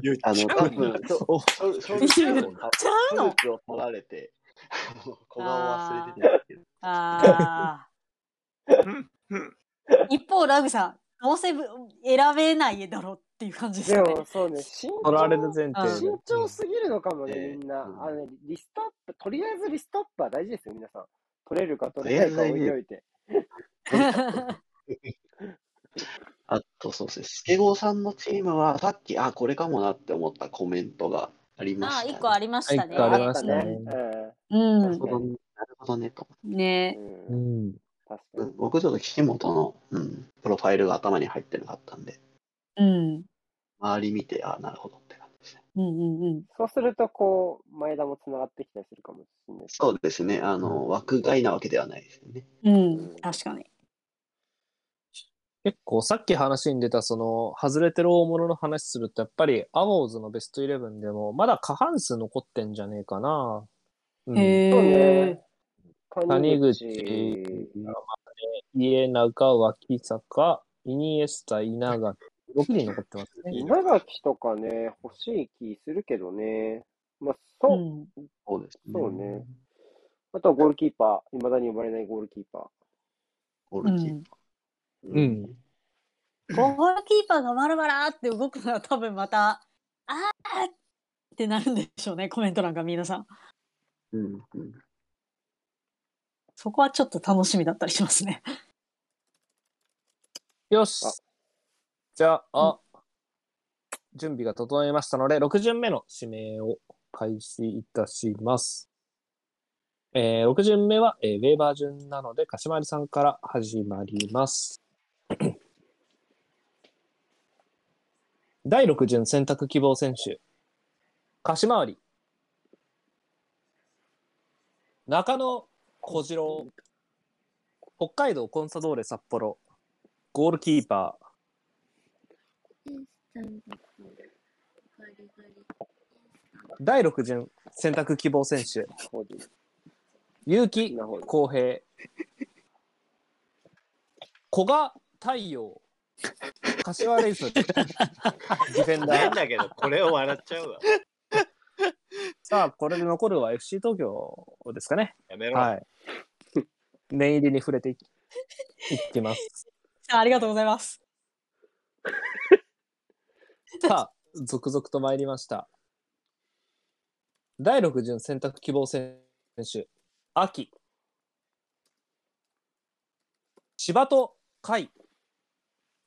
Speaker 7: 言っ
Speaker 6: あの、
Speaker 7: ちゃ [LAUGHS]
Speaker 6: 多
Speaker 7: うな
Speaker 6: 分、そうおショル
Speaker 4: [LAUGHS]
Speaker 6: ショル
Speaker 4: 言
Speaker 6: ツを
Speaker 4: っちゃう
Speaker 6: ショル
Speaker 4: の
Speaker 6: ツを取られて、 [LAUGHS] あの小顔忘れてたんですけど、
Speaker 4: ああ。一方、ラグさん、どうせぶ選べないだろうっていう感じです
Speaker 1: で
Speaker 4: よね [LAUGHS]
Speaker 1: も、。そうね、身
Speaker 2: 取られる
Speaker 1: 長、
Speaker 2: 前提
Speaker 4: う
Speaker 2: で。
Speaker 1: 慎重すぎるのかもね、
Speaker 6: うん
Speaker 1: みんな。
Speaker 6: うん
Speaker 1: あのね、リストアップ、とりあえずリストアップは大事ですよ、皆さん。取れるか取
Speaker 6: と
Speaker 1: れ
Speaker 6: り
Speaker 1: な
Speaker 6: あえ
Speaker 1: いか
Speaker 6: ず大
Speaker 1: 置い
Speaker 6: 事
Speaker 1: ておいて。
Speaker 6: あとそうですね、スケゴーさんのチームは、さっき、あ、これかもなって思ったコメントがありま
Speaker 4: ああ、
Speaker 6: し
Speaker 4: 一
Speaker 6: た
Speaker 4: 個あ
Speaker 6: ね。
Speaker 4: りまし
Speaker 2: はい、
Speaker 4: た
Speaker 2: 変わ
Speaker 1: あ
Speaker 2: り
Speaker 1: っ
Speaker 4: ね。
Speaker 2: ま
Speaker 1: た
Speaker 2: し
Speaker 1: ね。
Speaker 2: たね。
Speaker 1: う
Speaker 4: う
Speaker 6: なる
Speaker 4: ん。
Speaker 6: ほど、なるほどねと。
Speaker 4: ね
Speaker 2: う
Speaker 1: うん。
Speaker 2: ん。
Speaker 1: 確か
Speaker 6: う
Speaker 1: に。
Speaker 6: ん、僕ちょっと岸本の、うん、プロファイルが頭に入ってなかったんで、
Speaker 4: うん。
Speaker 6: 周り見て、あ、なるほどって感じですね。
Speaker 4: うんうんうん。
Speaker 1: そうすると、こう、前田も繋がってきたりするかもしれない。
Speaker 6: そうですね、あの、枠外なわけではないですよね。
Speaker 4: うん。確かに。
Speaker 2: 結構さっき話に出たその外れてる大物の話するとやっぱりアウォーズのベストイレブンでもまだ過半数残ってんじゃねえかな。うん。
Speaker 1: そう
Speaker 4: へ
Speaker 1: ね
Speaker 4: え。。
Speaker 1: 谷
Speaker 2: 谷
Speaker 1: 口
Speaker 2: 口、家中、脇坂、イニエスタ、稲垣、6人残ってますね。
Speaker 1: 稲垣とかね、欲しい気するけどね。まあ、
Speaker 4: う
Speaker 1: そ
Speaker 4: ん。
Speaker 6: そうですね。
Speaker 1: そうねあとはゴールキーパー、いまだに呼ばれないゴールキーパー。
Speaker 6: ゴ
Speaker 4: う
Speaker 6: ールキー
Speaker 4: ん。
Speaker 6: パー。
Speaker 2: う。ん。
Speaker 4: ゴールキーパーがバラバラって動くのは多分また、あーってなるんでしょうね、コメント欄が皆さん。
Speaker 6: うんうん
Speaker 4: そこはちょっと楽しみだったりしますね。
Speaker 2: よし。じゃあ、準備が整いましたので、6巡目の指名を開始いたします。えー、6巡目は、えーウェーバー順なので、かしまりさんから始まります。 [COUGHS] 第6巡選択希望選手、かしまわり、中野小次郎、北海道コンサドーレ札幌、ゴールキーパー、第6巡選択希望選手、
Speaker 1: コーディ
Speaker 2: 結城
Speaker 1: なるほど
Speaker 2: 浩平。古賀太陽。柏レイソル。ディフェンダ
Speaker 7: 変
Speaker 2: ー。
Speaker 7: だけど、これを笑っちゃうわ。
Speaker 2: さあ、これで残るは FC 東京ですかね。
Speaker 7: やめろ。
Speaker 2: はい。念入りに触れていきいきます。
Speaker 4: ありがとうございます。 [LAUGHS]
Speaker 2: さあ、続々と参りました。第6巡選択希望選手、秋。柴戸海、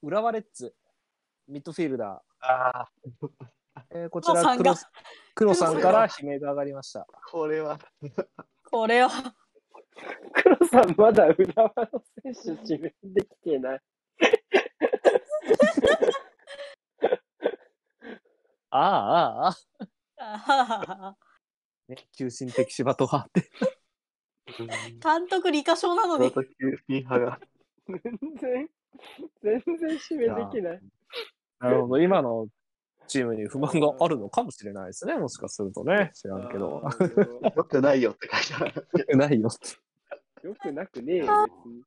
Speaker 2: 浦和レッズ、ミッドフィールダ
Speaker 6: ああ、
Speaker 2: ー。えーこち
Speaker 4: 黒さ
Speaker 2: ら
Speaker 4: ん
Speaker 2: 黒
Speaker 4: が
Speaker 2: さ、黒さん
Speaker 4: 黒
Speaker 2: か
Speaker 4: さん
Speaker 2: ら
Speaker 6: が
Speaker 2: 悲鳴が上がりました。
Speaker 6: これは。
Speaker 4: これは、 [LAUGHS]
Speaker 1: 黒さん、まだ浦和の選手指名できてない。
Speaker 2: ああ、ああ、あ
Speaker 4: あははは
Speaker 2: あ。急進的柴戸派って。
Speaker 4: 監督理科賞なの
Speaker 6: ま
Speaker 4: に
Speaker 6: た、QP 派が。
Speaker 1: 全然、全然指名できない。
Speaker 2: [LAUGHS] なるほど。今のチームに不満があるのかもしれないですね。もしかするとね。知らんけど
Speaker 1: あ。ー。
Speaker 6: よくないよって書いてある。
Speaker 2: [LAUGHS] ないよって。
Speaker 1: よくなくねえよ、別に。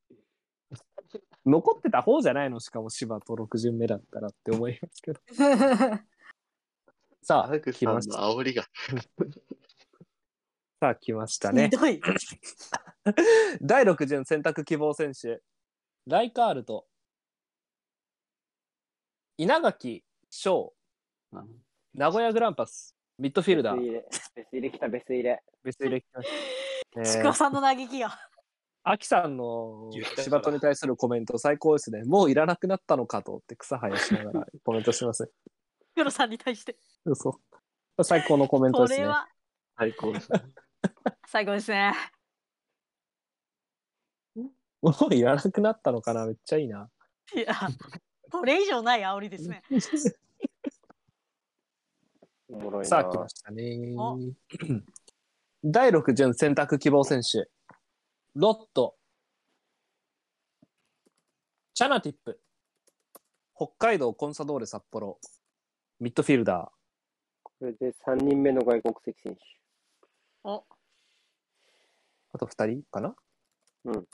Speaker 2: 残ってた方じゃないのしかも柴戸6巡目だったらって思いますけど。 [LAUGHS] さ
Speaker 6: マ
Speaker 2: あ、
Speaker 6: ーク
Speaker 2: 来
Speaker 6: さん
Speaker 2: ま
Speaker 6: の
Speaker 2: した。
Speaker 6: 煽りが。
Speaker 2: さあ、来ました
Speaker 4: [LAUGHS] ひ
Speaker 2: ね。
Speaker 4: どい。
Speaker 2: [LAUGHS] 第6巡選択希望選手、ライカールと、稲垣翔、名古屋グランパス、ミッドフィールダ
Speaker 1: ベス入、れ。
Speaker 2: ー
Speaker 1: ベス入れ来た、ベス入れ。
Speaker 2: 別にできまし
Speaker 4: ち
Speaker 2: た。
Speaker 4: く
Speaker 2: え
Speaker 4: わ
Speaker 2: ー
Speaker 4: さんの嘆きが。
Speaker 2: アキさんの
Speaker 7: 言ったから
Speaker 2: 柴戸に対するコメント最高ですね。もういらなくなったのかとって草生やしなが [LAUGHS] らコメントしますね。
Speaker 4: 黒さんに対して。
Speaker 2: そう最高のコメント
Speaker 4: こ
Speaker 2: です
Speaker 4: れ
Speaker 2: ね。
Speaker 4: は
Speaker 6: 最高です [LAUGHS] ね。
Speaker 4: 最高ですね。
Speaker 2: もういらなくなったのかなめっちゃいいな。
Speaker 4: いや、これ以上ない煽りで
Speaker 2: [LAUGHS]
Speaker 4: すね。
Speaker 1: おもろいな。
Speaker 2: さあ来ましたね [CLEARS THROAT]
Speaker 4: お。
Speaker 2: 第6巡選択希望選手、ロット、チャナティップ、北海道コンサドーレ札幌、ミッドフィールダ
Speaker 1: これで3人目の外国籍選手。
Speaker 4: お、
Speaker 2: ー、あと2人かな
Speaker 1: うん。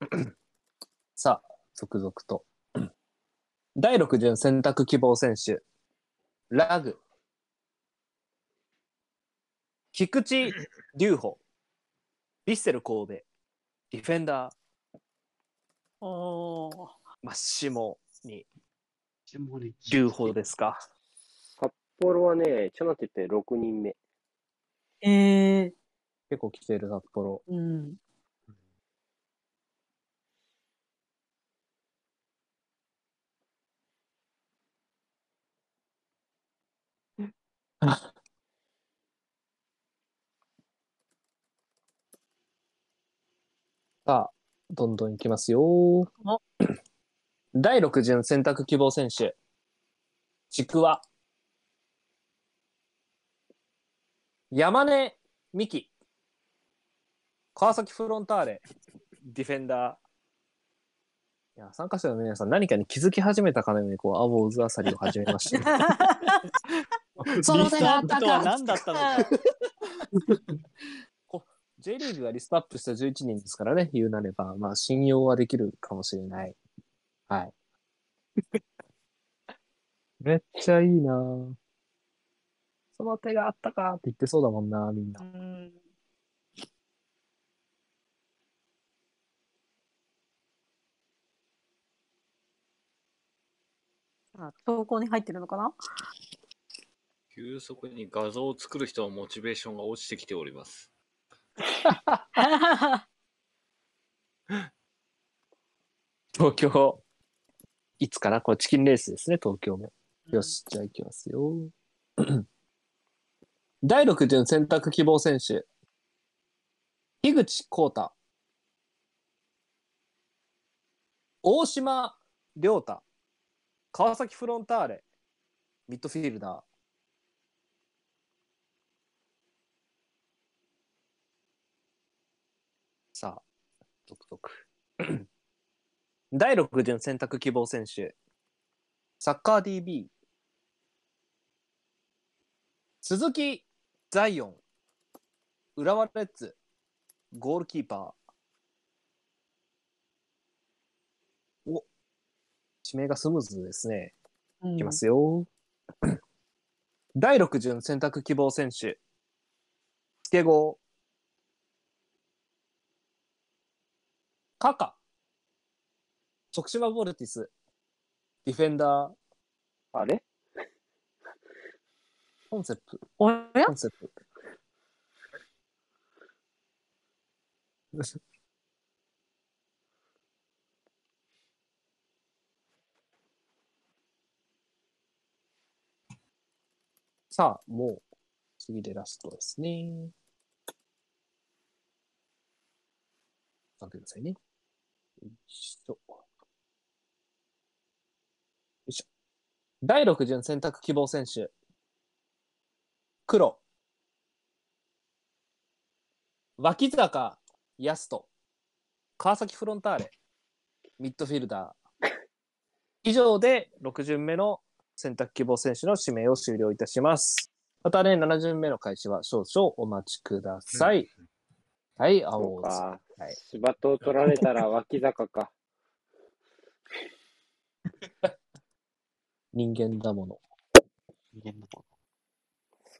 Speaker 2: [CLEARS THROAT] さあ、続々と。 [CLEARS THROAT] 第6巡選択希望選手、ラグ、菊池龍穂、ヴィッセル神戸、ディフェンダー、
Speaker 4: おー
Speaker 2: マッシモに
Speaker 6: 下に
Speaker 2: 龍穂ですか。
Speaker 1: 札幌はね、チャナティって6人目。
Speaker 4: えー、
Speaker 2: 結構来てる札幌。
Speaker 8: [LAUGHS]
Speaker 4: うん。
Speaker 2: さあ、どんどんいきますよ。 [CLEARS THROAT] 第6巡選択希望選手、ちくわ、山根美希、川崎フロンターレ、ディフェンダー。いや参加者の皆さん、何かに気づき始めたかのように、こう、アボウズアサリを始めましたね、
Speaker 4: [LAUGHS]
Speaker 8: その手があっ
Speaker 3: リストアッ
Speaker 8: た
Speaker 3: プとは
Speaker 8: か
Speaker 3: 何だったのか。
Speaker 4: う
Speaker 2: J リーグがリストアップした11人ですからね、言うなれば、まあ、信用はできるかもしれない。はい。 [LAUGHS] めっちゃいいなぁその手があったかって言ってそうだもんなみんな。
Speaker 4: んあ投稿に入ってるのかな
Speaker 7: 急速に画像を作る人のモチベーションが落ちてきております。
Speaker 2: 東京、いつかなこれチキンレースですね、東京も。よし、じゃあ行きますよ。 [CLEARS THROAT] 第6巡選択希望選手。樋口光太。大島亮太。川崎フロンターレ。ミッドフィールダー。さあ、続々。第6巡選択希望選手。サッカー DB。鈴木ザイオン浦和レッズゴールキーパーお指名がスムーズですねいきますよ、第6巡選択希望選手スゴーカカ徳島ボルティスディフェンダー
Speaker 1: あれ
Speaker 2: コンセプト
Speaker 4: [LAUGHS] お
Speaker 2: コンセプト。さあ、もう次でラストですね。待ってくださいね。よいしょ。よいしょ。第6巡選択希望選手。黒。脇坂康人。川崎フロンターレ。ミッドフィルダー。以上で6巡目の選択希望選手の指名を終了いたします。またね、7巡目の開始は少々お待ちください。はい、青
Speaker 1: そう
Speaker 2: 津。
Speaker 1: か。芝と取られたら脇坂か。
Speaker 2: 人間だもの。
Speaker 1: そ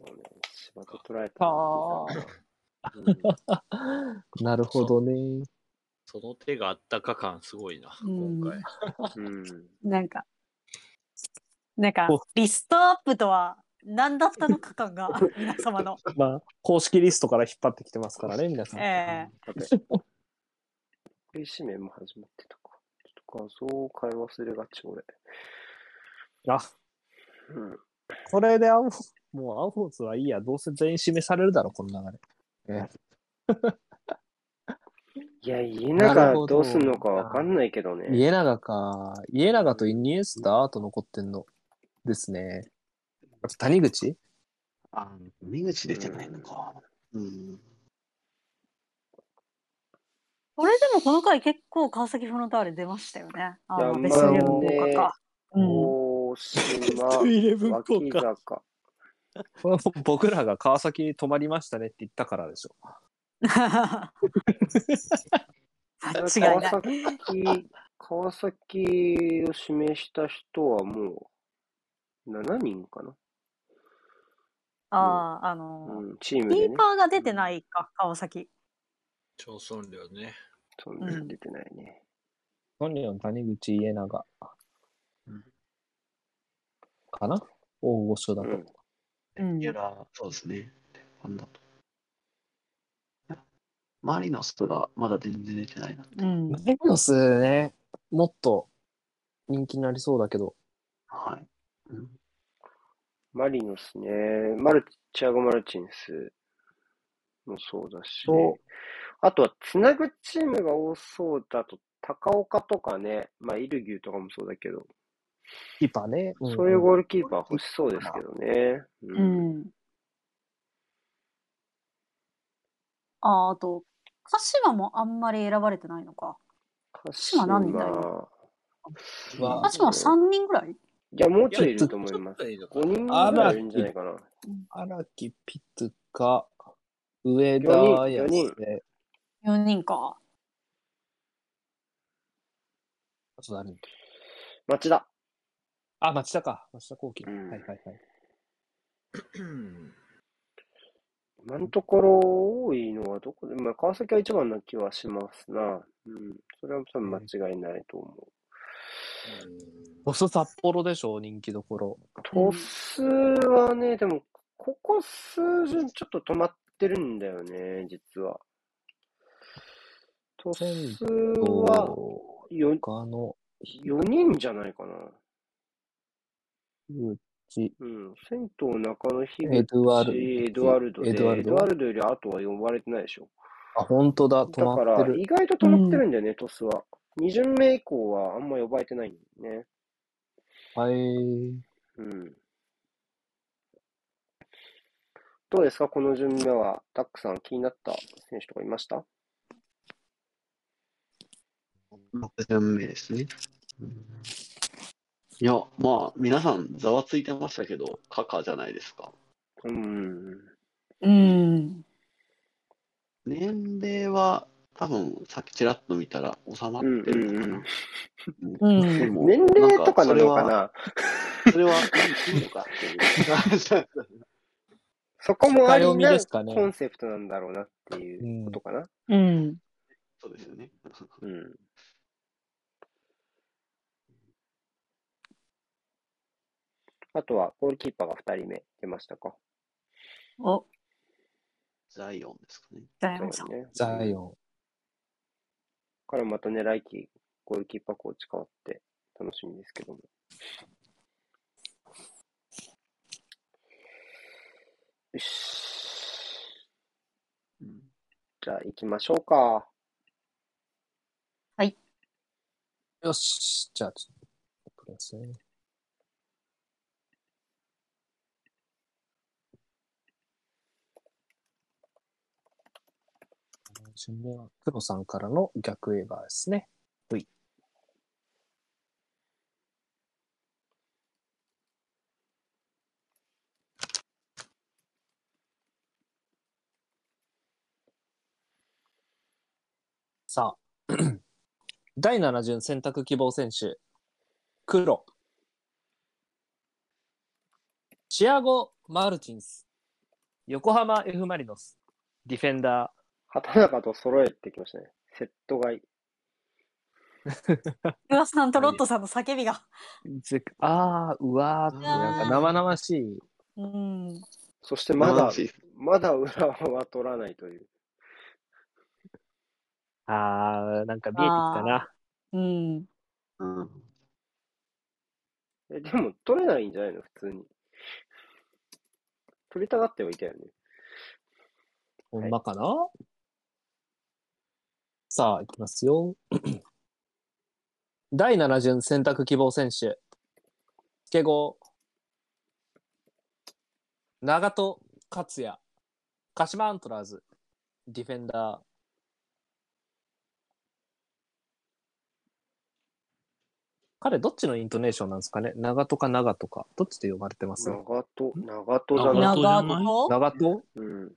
Speaker 1: うね。芝と取られたら
Speaker 2: は
Speaker 1: 脇坂。
Speaker 2: あ
Speaker 1: うん。
Speaker 2: なるほどね。
Speaker 7: その手があったか感すごいな、
Speaker 4: うん
Speaker 7: 今回。
Speaker 1: うん。
Speaker 4: なんか、なんか、リストアップとは何だったのか感 [LAUGHS] が、皆様の。
Speaker 2: まあ、公式リストから引っ張ってきてますからね、皆さん。
Speaker 4: ええ
Speaker 1: あれ。食いしめも始まってたか。ちょっと画像を買い忘れがち、俺。
Speaker 2: あ、
Speaker 1: うん。
Speaker 2: これで青、もう青ホーズはいいや、どうせ全員指名されるだろ、この流れ。
Speaker 1: いや、家長どうすんのかわかんないけどね。
Speaker 2: 家長か。家長とイニエスタあと残ってんの。ですね。あと谷口
Speaker 6: あ、目口出てないのか。うん。
Speaker 4: これでもこの回結構川崎フロンターレ出ましたよね。あー、まあ、ベストイレブン
Speaker 1: 山
Speaker 4: 効果
Speaker 9: ト
Speaker 1: 根大
Speaker 4: か。うん。
Speaker 9: イレ文
Speaker 1: 島、
Speaker 9: 庫か
Speaker 1: 脇坂。
Speaker 2: これはもう [LAUGHS] 僕らが川崎泊まりましたねって言ったからでしょ。
Speaker 4: [LAUGHS]
Speaker 1: 川
Speaker 4: 違いない。
Speaker 1: 崎、川崎を指名した人はもう7人かな。
Speaker 4: ああ、あ
Speaker 1: う
Speaker 4: の
Speaker 1: ん、チー
Speaker 4: ー、
Speaker 1: ム
Speaker 4: キ
Speaker 1: で
Speaker 4: ー
Speaker 1: ね。
Speaker 4: パーが出てないか、川崎。
Speaker 7: 調査量ね。
Speaker 1: そんなに出てないね。
Speaker 2: ソニオン、谷口、家長。
Speaker 6: うん
Speaker 2: かな大御所だ
Speaker 1: う
Speaker 2: と。
Speaker 1: ん。
Speaker 4: うん
Speaker 6: い。やら、そうですね。鉄板だと。マリノスがまだ全然出てないな。
Speaker 4: うん
Speaker 2: マ。リノスね、もっと人気になりそうだけど。
Speaker 6: はい。うん
Speaker 1: マリノスね。マルチアゴ・マルチンスもそうだし。
Speaker 2: と
Speaker 1: あとは、つなぐチームが多そうだと、高岡とかね、まあ、イルギュとかもそうだけど、
Speaker 2: キーパーね。ん
Speaker 1: そういうゴールキーパー欲しそうですけどね。う。
Speaker 4: うんん。あー、あと、鹿島もあんまり選ばれてないのか。
Speaker 1: 鹿
Speaker 4: 島何人だ
Speaker 1: 島。
Speaker 2: は
Speaker 4: 鹿島3人ぐらい
Speaker 1: いや、もうちょいいると思います。
Speaker 7: いやもうちょっといるの
Speaker 1: 5
Speaker 7: かな
Speaker 1: 人ぐらいいるんじゃないかな。
Speaker 2: 荒木ピトゥカ、上田
Speaker 1: 四人
Speaker 2: や
Speaker 1: 四人
Speaker 2: 瀬、
Speaker 4: ?4 人か。
Speaker 2: あと誰
Speaker 1: 町田。
Speaker 2: あ、町田か。町田幸輝、
Speaker 1: うん
Speaker 2: はいはいはい。
Speaker 7: うん
Speaker 1: 今のところ多いのはどこで、まあ、川崎は一番な気はしますな。うん。それは多分間違いないと思う。
Speaker 2: ボス札幌でしょ、人気どころ。
Speaker 1: トスはね、でも、ここ数巡ちょっと止まってるんだよね、実は。トスは4、
Speaker 2: 他の、
Speaker 1: 4人じゃないかな。
Speaker 2: うち、
Speaker 1: うん。銭湯中野樋口、
Speaker 2: エドワルド
Speaker 1: エドワルドで、エ
Speaker 2: エ
Speaker 1: ド
Speaker 2: ド
Speaker 1: ワ
Speaker 2: ワ
Speaker 1: ル
Speaker 2: ル
Speaker 1: ド
Speaker 2: ド
Speaker 1: より後は呼ばれてないでしょ。
Speaker 2: あ、本当だ、止
Speaker 1: だか
Speaker 2: まって
Speaker 1: ら、
Speaker 2: る
Speaker 1: 意。外と止まってるんだよね、トスは。2巡目以降はあんま呼ばれてないんだよね。
Speaker 2: はい。
Speaker 1: うん。どうですか、この順目は。タックさん、気になった選手とかいました
Speaker 6: 6巡目ですね。うんいや、まあ、皆さん、ざわついてましたけど、カカじゃないですか。
Speaker 1: うん。
Speaker 4: うん。
Speaker 6: 年齢は、多分、さっきちらっと見たら収まってるのかな。
Speaker 4: うん
Speaker 6: うんでも
Speaker 1: 年齢とかなのかな
Speaker 6: それは、いいいいのかっていう [LAUGHS]
Speaker 1: そこもあり
Speaker 2: 深読み
Speaker 1: な
Speaker 2: ですかね
Speaker 1: コンセプトなんだろうなっていうことかな。
Speaker 4: うん。
Speaker 6: そうですよね。
Speaker 1: うん。あとは、ゴールキーパーが2人目出ましたか。
Speaker 4: お、
Speaker 6: ザイオンですかね。
Speaker 4: ダイヤモンさん。
Speaker 1: ね。
Speaker 2: ザイオン。
Speaker 1: からまた狙い機、ゴールキーパーコーチ変わって楽しみですけども。よし。じゃあ行きましょうか。
Speaker 2: よし、じゃあ、ちょっと、これですね。順目は、黒さんからの逆エヴァーですね。さあ、第7巡選択希望選手、黒。チアゴ・マルチンス。横浜 F ・マリノス。ディフェンダ
Speaker 1: 畑中と揃えてきましたね。セット買い。
Speaker 4: 岩瀬さんとロットさんの叫びが。
Speaker 2: ー。ぜあー、うわーって、なんか生々しい。
Speaker 4: うん。
Speaker 1: そしてまだ
Speaker 6: マジ、
Speaker 1: まだ裏は取らないという。
Speaker 2: あー、なんか見えてきたな。
Speaker 4: うん。
Speaker 6: うん。
Speaker 1: え、でも取れないんじゃないの普通に。取りたがってはいたよね。
Speaker 2: ほんまかな、さあ、いきますよ。 [CLEARS THROAT] 第7巡選択希望選手。スケゴ長戸克也。鹿島アントラーズ。ディフェンダー。彼、どっちのイントネーションなんですかね長戸か長戸か。どっちで呼ばれてます
Speaker 1: 長戸、長戸だな。
Speaker 4: 長
Speaker 7: 長じゃない
Speaker 4: 友
Speaker 2: 長戸
Speaker 1: うん。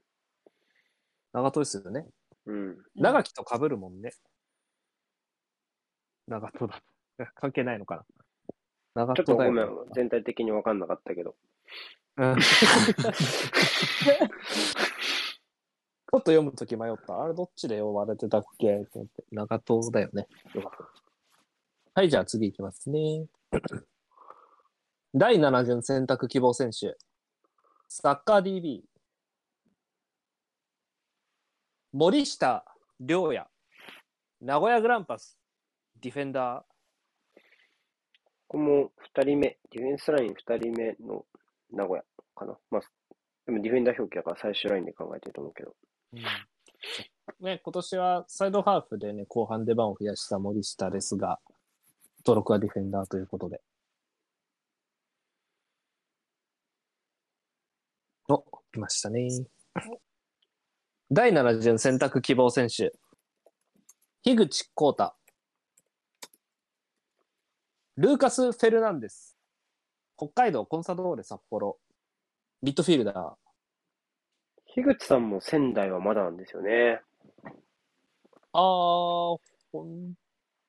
Speaker 2: 長戸ですよね。
Speaker 1: うん。
Speaker 4: うん
Speaker 2: 長木と被るもんね。長戸だ。 [LAUGHS] 関係ないのかな。長
Speaker 1: ちょっと
Speaker 2: 戸だ
Speaker 1: ご
Speaker 2: よ
Speaker 1: め
Speaker 2: ね、
Speaker 1: ん。全体的に分かんなかったけど。
Speaker 2: うんちょっと読むとき迷った。あれどっちで呼ばれてたっけと思って。長戸だよね。よかったはい、じゃあ次いきますね。 [COUGHS] 第7巡選択希望選手。サッカー DB。森下良也。名古屋グランパス。ディフェンダー。
Speaker 1: ここも2人目、ディフェンスライン2人目の名古屋かな。まあ、でもディフェンダー表記だから最終ラインで考えてると思うけど。
Speaker 2: ね、今年はサイドハーフでね、後半出番を増やした森下ですが、登録はディフェンダーということで。お、来ましたね。 [LAUGHS] 第7巡選択希望選手、樋口浩太、ルーカス・フェルナンデス、北海道コンサドーレ札幌、ミッドフィールダー、
Speaker 1: 樋口さんも仙台はまだなんですよね。
Speaker 2: あー、本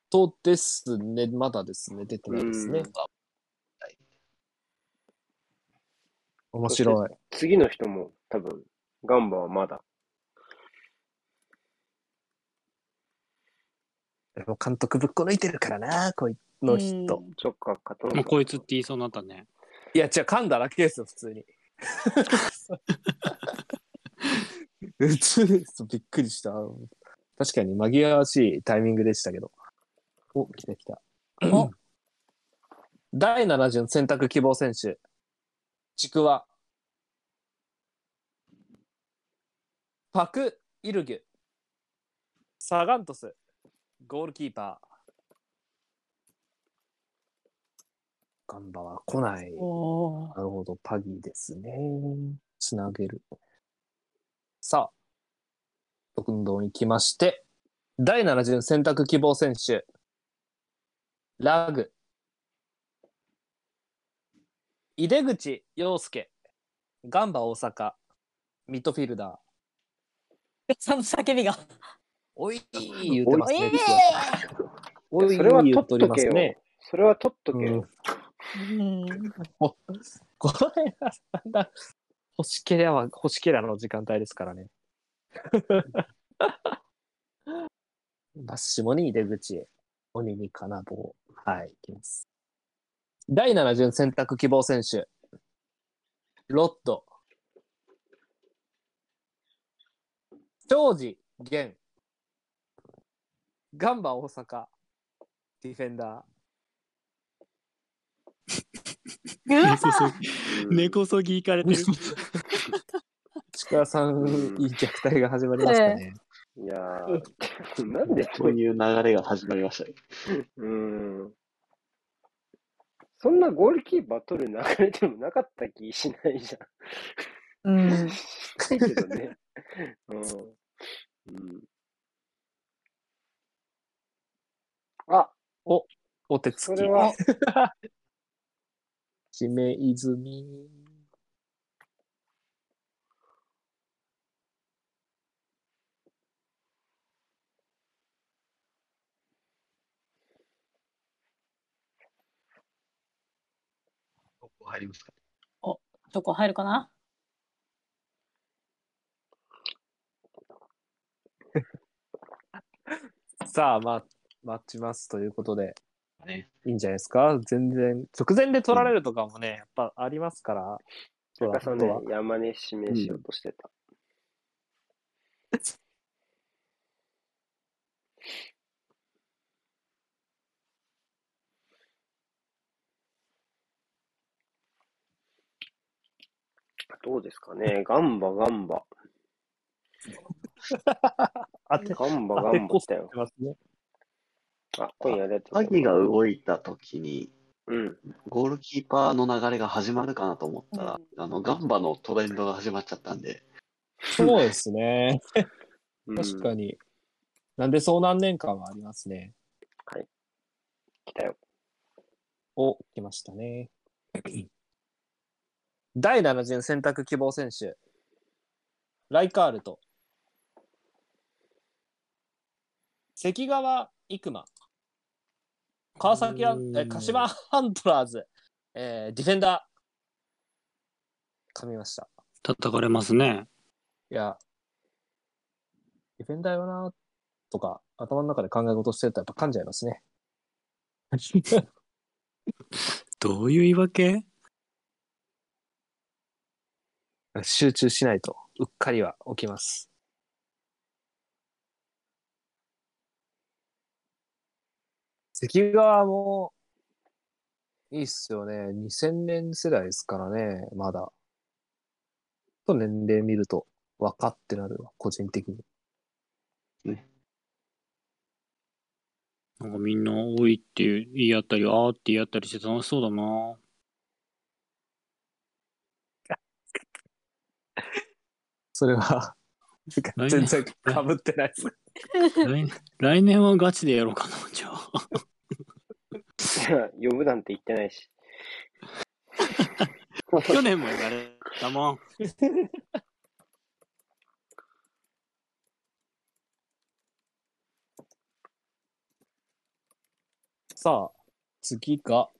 Speaker 2: 当ですね。まだですね。出てないですね
Speaker 1: うん。
Speaker 2: 面白い。
Speaker 1: 次の人も多分、ガンバはまだ。
Speaker 2: でも監督ぶっこ抜いてるからな、こいノーヒット。
Speaker 1: 直角かと
Speaker 3: もうこいつって言いそうになった [LAUGHS] ね。
Speaker 2: いや、違う、噛んだだけですよ、普通に。 [LAUGHS] 普通です。びっくりした。確かに紛らわしいタイミングでしたけど。お、来た来た。 [CLEARS THROAT] 第7巡選択希望選手。ちくわ。パク・イルギュ。サガントス。ゴールキーパー。ガンバは来ない。
Speaker 4: お
Speaker 2: なるほど、パギーですね。つなげる。さあ、六道に来まして、第7巡選択希望選手、ラグ、井出口洋介、ガンバ大阪、ミッドフィルダー。
Speaker 4: さんの叫びが。
Speaker 2: おい言ってます
Speaker 4: お
Speaker 2: ね
Speaker 4: い。
Speaker 2: おい
Speaker 1: それは取
Speaker 2: 言
Speaker 1: っ
Speaker 2: っており
Speaker 1: と
Speaker 2: ま
Speaker 1: け
Speaker 2: す
Speaker 1: よ。
Speaker 2: ね。
Speaker 1: それは取っとけよ。
Speaker 4: うん
Speaker 2: この辺はだんだん、星ケラは、星ケラの時間帯です [LAUGHS] からね。まっしもに入り口へ、鬼に金棒。はい、いきます。第7巡選択希望選手、ロッド。長治源。ガンバ大阪。ディフェンダー。
Speaker 3: 根こそぎ、
Speaker 1: うん
Speaker 3: 根こそぎいか
Speaker 1: [LAUGHS]
Speaker 3: れてる。
Speaker 2: 力さん、
Speaker 1: うん
Speaker 2: いい虐待が始まりましたね。
Speaker 1: いやー、なんで
Speaker 6: そういう流れが始まりましたよ。
Speaker 1: うん。そんなゴールキーパー取る流れでもなかった気しないじゃ
Speaker 4: うん
Speaker 1: ん。。したいけど
Speaker 2: [LAUGHS]
Speaker 1: ね。うん。うん。あ、
Speaker 2: お手つ
Speaker 1: そ
Speaker 2: き。
Speaker 1: れは、
Speaker 2: 姫泉。
Speaker 6: ここ入りますか
Speaker 4: どこ入るかな
Speaker 2: さあ、ま、待ちますということで、
Speaker 6: ね。
Speaker 2: いいんじゃないですか全然、直前で取られるとかもね、やっぱありますから。
Speaker 1: 田中さんね
Speaker 2: ドラフ、
Speaker 1: 山根指名しようとしてた。どうですかねガンバ、ガン
Speaker 2: [LAUGHS]
Speaker 1: バ。
Speaker 2: トは当て、
Speaker 1: ガンバ、
Speaker 2: 当
Speaker 1: ガ
Speaker 2: て
Speaker 1: ンバ
Speaker 2: こ
Speaker 1: だよ
Speaker 2: っ。てますね。
Speaker 1: あ、今夜ありがとうございます。
Speaker 6: 鍵が動いた時に、
Speaker 1: うん。
Speaker 6: ゴールキーパーの流れが始まるかなと思ったら、
Speaker 4: うん
Speaker 6: あの、ガンバのトレンドが始まっちゃったんで、
Speaker 2: そうですね。
Speaker 1: うん
Speaker 2: 確かに。なんでそう何年間はありますね。
Speaker 1: 来たよ。 [LAUGHS]
Speaker 2: お、来ましたね。第7巡選択希望選手、ライカールと、関川育馬、川崎アン、え、柏ハントラーズ、えーディフェンダー、噛みました。
Speaker 3: 叩かれますね。
Speaker 2: いや、ディフェンダーよな、とか、頭の中で考え事してるとやっぱ噛んじゃいますね。
Speaker 3: どういう言い訳
Speaker 2: 集中しないと、うっかりは起きます。関川も、いいっすよね。2000年世代ですからね、まだ。と年齢見ると、若ってなるわ、個人的に。
Speaker 3: なんかみんな多いっていう言い合ったり、あーって言い合ったりして楽しそうだな。
Speaker 2: それは、
Speaker 3: 来
Speaker 2: 全
Speaker 3: 年
Speaker 2: 然被ってないです。
Speaker 3: 来年来年はガチでやろうかな、じゃあ。
Speaker 1: 呼ぶなんて言ってない
Speaker 2: [LAUGHS]
Speaker 1: し。
Speaker 3: 去年も言われたもん。
Speaker 2: さあ、次が、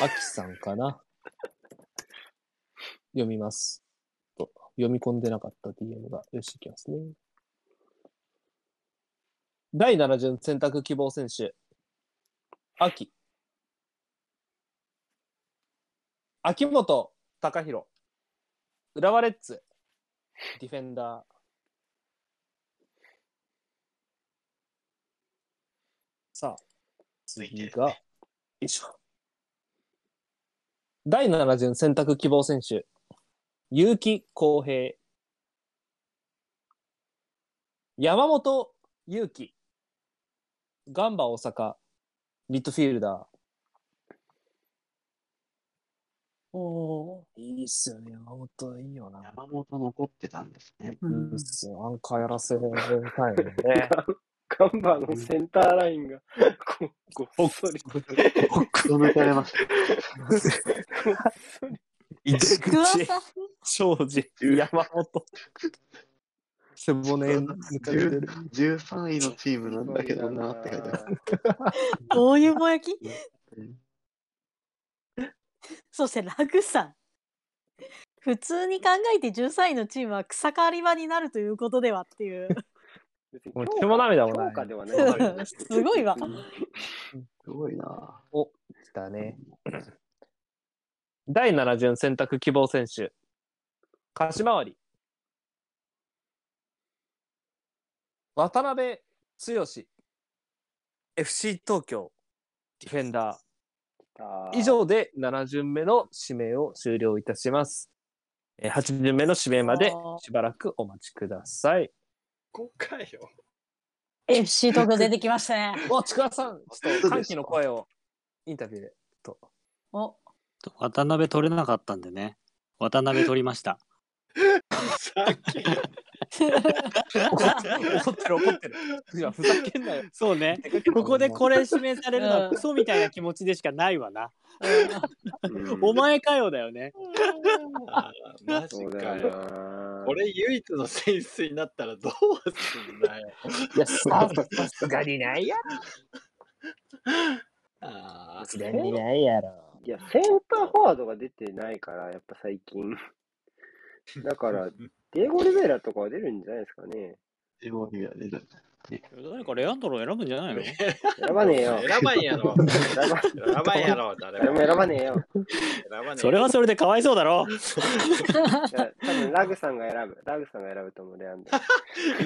Speaker 2: アキさんかな。 [LAUGHS] 読みます。と読み込んでなかった DM が。よし、いきますね。第7巡選択希望選手、秋。秋元隆弘、浦和レッズ、ディフェンダー。さあ、次が、よいしょ。第7巡選択希望選手、結城康平、山本勇輝、ガンバ大阪、ミッドフィールダー。おー、いいっすよね、山本いいよな。
Speaker 6: 山本残ってたんですね。
Speaker 2: いいっすよ、アンカーやらせたいよね。
Speaker 1: ガンバのセンターラインが、こごっそり。
Speaker 2: [LAUGHS]
Speaker 6: ど抜かれました。
Speaker 2: 井出
Speaker 4: うわさ
Speaker 2: 口、庄司、山本。背骨抜かれてる。
Speaker 6: 13位のチームなんだけどなって書いてある。
Speaker 4: どういうぼやきそしてラグさん。普通に考えて13位のチームは草刈り場になるということではっていう。
Speaker 2: もう血も涙もない
Speaker 1: 評価ではない。
Speaker 4: [LAUGHS] すごいわ。
Speaker 6: すごいな。
Speaker 2: お、来たね。 [LAUGHS] 第7巡選択希望選手、鹿島割。渡辺剛、FC 東京、ディフェンダ
Speaker 1: あー
Speaker 2: ー。以。上で7巡目の指名を終了いたします。えー8巡目の指名までしばらくお待ちください。
Speaker 7: 今回よ。
Speaker 4: FC 東京出てきましたね。
Speaker 2: お、ちくわさん、ちょっと歓喜の声をインタビ [LAUGHS] ューで。
Speaker 4: お、
Speaker 3: 渡辺取れなかったんでね。渡辺取りました。
Speaker 7: さっき。
Speaker 2: 怒ってる怒 [LAUGHS] ってる。いや、ふざけんなよ。
Speaker 3: そうね。ここでこれ指名されるの
Speaker 4: う
Speaker 3: は
Speaker 4: ん
Speaker 3: クソみたいな気持ちでしかないわな。
Speaker 1: うん
Speaker 3: お前かよだよね。
Speaker 7: あーマジ
Speaker 1: そう
Speaker 7: か
Speaker 1: だよ
Speaker 7: よ。
Speaker 1: な。
Speaker 7: これ唯一の選出になったらどうすんだよ。
Speaker 2: いや、ささすがにないやろ。さ
Speaker 7: ああ。
Speaker 2: すがにないやろ。
Speaker 1: いや、センターフォワードが出てないから、やっぱ最
Speaker 2: [LAUGHS]
Speaker 1: 近。だから、デーゴリベイラとかは出るんじゃないですかね。
Speaker 6: でもいや出る
Speaker 3: 誰かレアンドロ選ぶんじゃないの
Speaker 1: 選ばねえよ。
Speaker 7: 選ばんやろ。
Speaker 1: [LAUGHS] 選ば、
Speaker 7: 選ばんやろ。誰
Speaker 1: 誰
Speaker 7: も
Speaker 1: も選ばねえよ。
Speaker 7: 選ばねえよ
Speaker 3: それはそれでかわいそうだろ。
Speaker 1: いや、多分ラグさんが選ぶ。ラグさんが選ぶと思う、レアンド。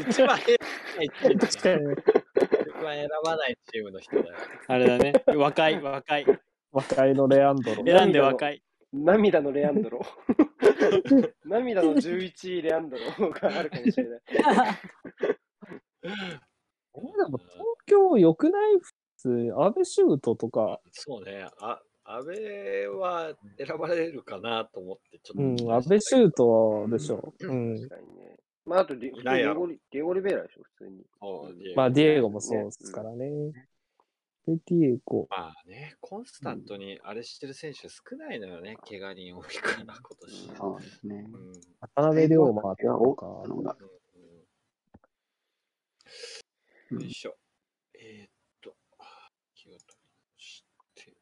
Speaker 7: 一番選ばないチームだ。
Speaker 2: 確かに
Speaker 7: 一番選ばないチームの人だよ。
Speaker 3: あれだね。若い、若い。
Speaker 2: 若いのレアンドロ。
Speaker 3: [LAUGHS] 選んで若い。
Speaker 1: 涙のレアンドロ。涙の11位レアンドロがあるかもしれない。
Speaker 2: えでも東京良くない普通、安倍シュートとか、
Speaker 7: そうね。あ、安倍は選ばれるかなと思って、ちょっ
Speaker 2: う
Speaker 7: と。
Speaker 2: ん、安倍シュートでしょ。うん
Speaker 1: 確。かにね。まあ、あとディ、普通にデーゴリデーゴリベイラでしょ、普通に。
Speaker 7: そうディエゴ
Speaker 2: まあ、ディエゴもそうですからね。で、ディエゴ。
Speaker 7: まあね、コンスタントにあれしてる選手少ないのよね、怪我人多いから、今年。
Speaker 6: そうですね。
Speaker 7: うん
Speaker 2: 渡辺龍馬とか。
Speaker 6: あの
Speaker 7: う
Speaker 6: うんん
Speaker 7: よいしょ。えーっと、気を取り直して。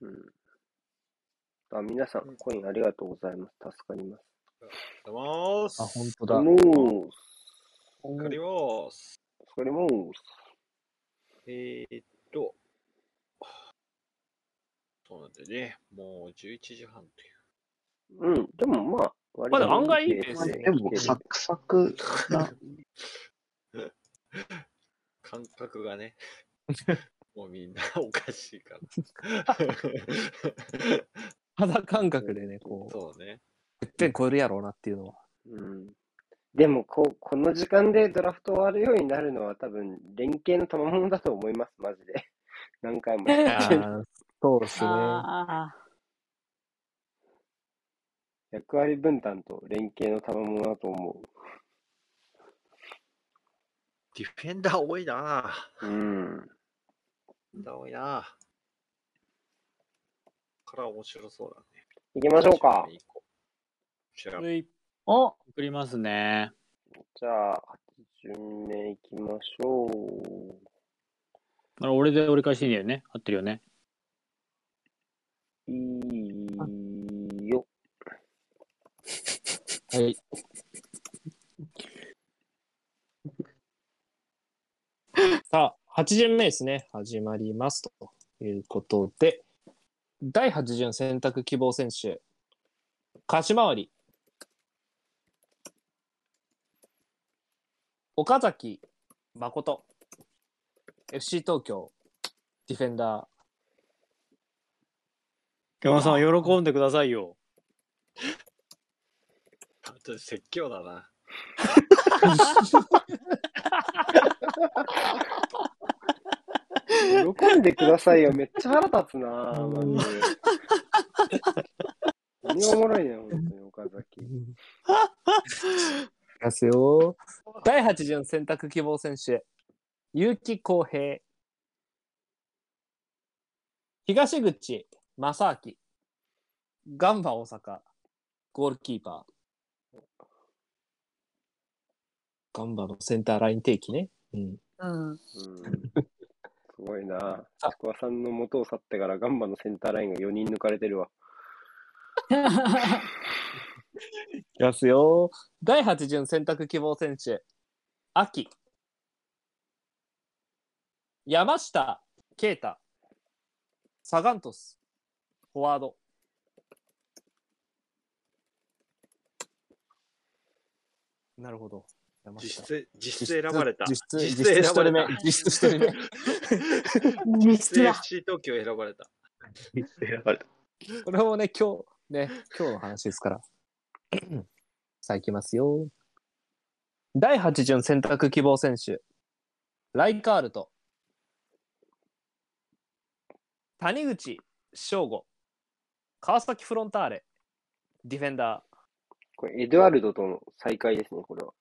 Speaker 1: うん。あ、皆さん、コインありがとうございます。助かります。
Speaker 7: どうもーす。
Speaker 2: あ、本当だ。
Speaker 1: もう、
Speaker 7: 当かります。
Speaker 1: それもう、
Speaker 7: えーっと、そうなんでね、もう11時半という。
Speaker 1: うん、でもまあ、割
Speaker 2: まあでも案外いいペース
Speaker 6: でもサクサクな。
Speaker 7: [LAUGHS] 感覚がね、もうみんなおかしいから。
Speaker 2: 肌感覚でね、こう、
Speaker 7: そうね。
Speaker 2: てっぺん超えるやろうなっていうのは。
Speaker 1: うん。でもこう、この時間でドラフト終わるようになるのは多分、連携の賜物だと思います、マジで。 [LAUGHS] 何回もやってる。
Speaker 2: ああ、そうですね。
Speaker 4: あ
Speaker 1: 役割分担と連携の賜物だと思
Speaker 7: ディフェンダー多いな
Speaker 1: う。
Speaker 7: ぁ。
Speaker 1: うん。
Speaker 7: 多いな。これは面白そうだね。
Speaker 1: 行きましょうか。
Speaker 7: じゃあ。
Speaker 3: [LAUGHS] はい
Speaker 4: お、
Speaker 3: 送りますね。
Speaker 1: じゃあ、8巡目行きましょう。
Speaker 3: あれ俺で折り返していいんだよね。合ってるよね。
Speaker 1: いいよ。
Speaker 2: はい。 8巡目ですね、始まりますということで、第8巡選択希望選手、勝ち回り、岡崎誠、FC 東京、ディフェンダー、
Speaker 3: 山さん、喜んでくださいよ。
Speaker 7: ちょっと説教だな。
Speaker 1: 喜んでください [LAUGHS] よ。めっちゃ腹立つなぁ、 [LAUGHS] マジで。何がおもろいねん、本当に、岡崎。
Speaker 2: ますよ。第8巡選択希望選手、結城浩平。東口正明。ガンバ大阪。ゴールキーパー。ガンバのセンターライン定期ね。うん。
Speaker 4: うん。
Speaker 1: うんすごいなぁ。ちくわさんの元を去ってからガンバのセンターラインが4人抜かれてるわ。
Speaker 2: いきますよ。第8巡選択希望選手、秋。山下啓太。サガントス。フォワード。なるほど。山
Speaker 7: 実
Speaker 2: 下。
Speaker 7: 質、実質選ばれた。
Speaker 2: 実質、実質一人目。実質一人目。
Speaker 7: 実質 FC 東京選ばれた。
Speaker 6: 選ばれた。
Speaker 2: これもね、今日、ね、今日の話ですから。 [CLEARS THROAT] さあ、いきますよ。第8巡選択希望選手、ライカールト。谷口翔吾。川崎フロンターレ。ディフェンダー。
Speaker 1: これ、エドワルドとの再会ですね、これは。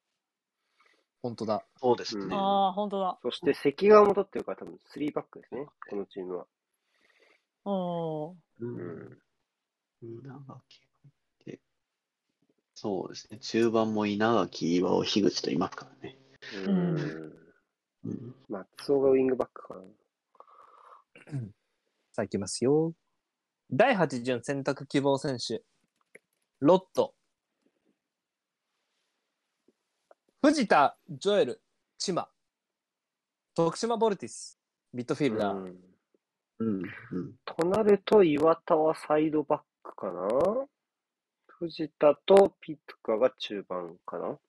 Speaker 2: 本当だ。
Speaker 6: そうですね。
Speaker 4: ああ、本当だ。
Speaker 1: そして、関川も取ってるから、多分3バックですね、このチームは。
Speaker 4: おー
Speaker 1: うん。
Speaker 6: 稲垣でそうですね。中盤も稲垣、岩尾、樋口といますからね。
Speaker 1: うん。
Speaker 6: うん、
Speaker 1: 松尾がウィングバックかな。
Speaker 2: さあ、いきますよ。第8巡選択希望選手、ロット。藤田、ジョエル、チマ。徳島ボルティス、ミッドフィルダー。
Speaker 1: うん
Speaker 6: うん、うん。
Speaker 1: となると、岩田はサイドバックかな藤田とピトカが中盤かな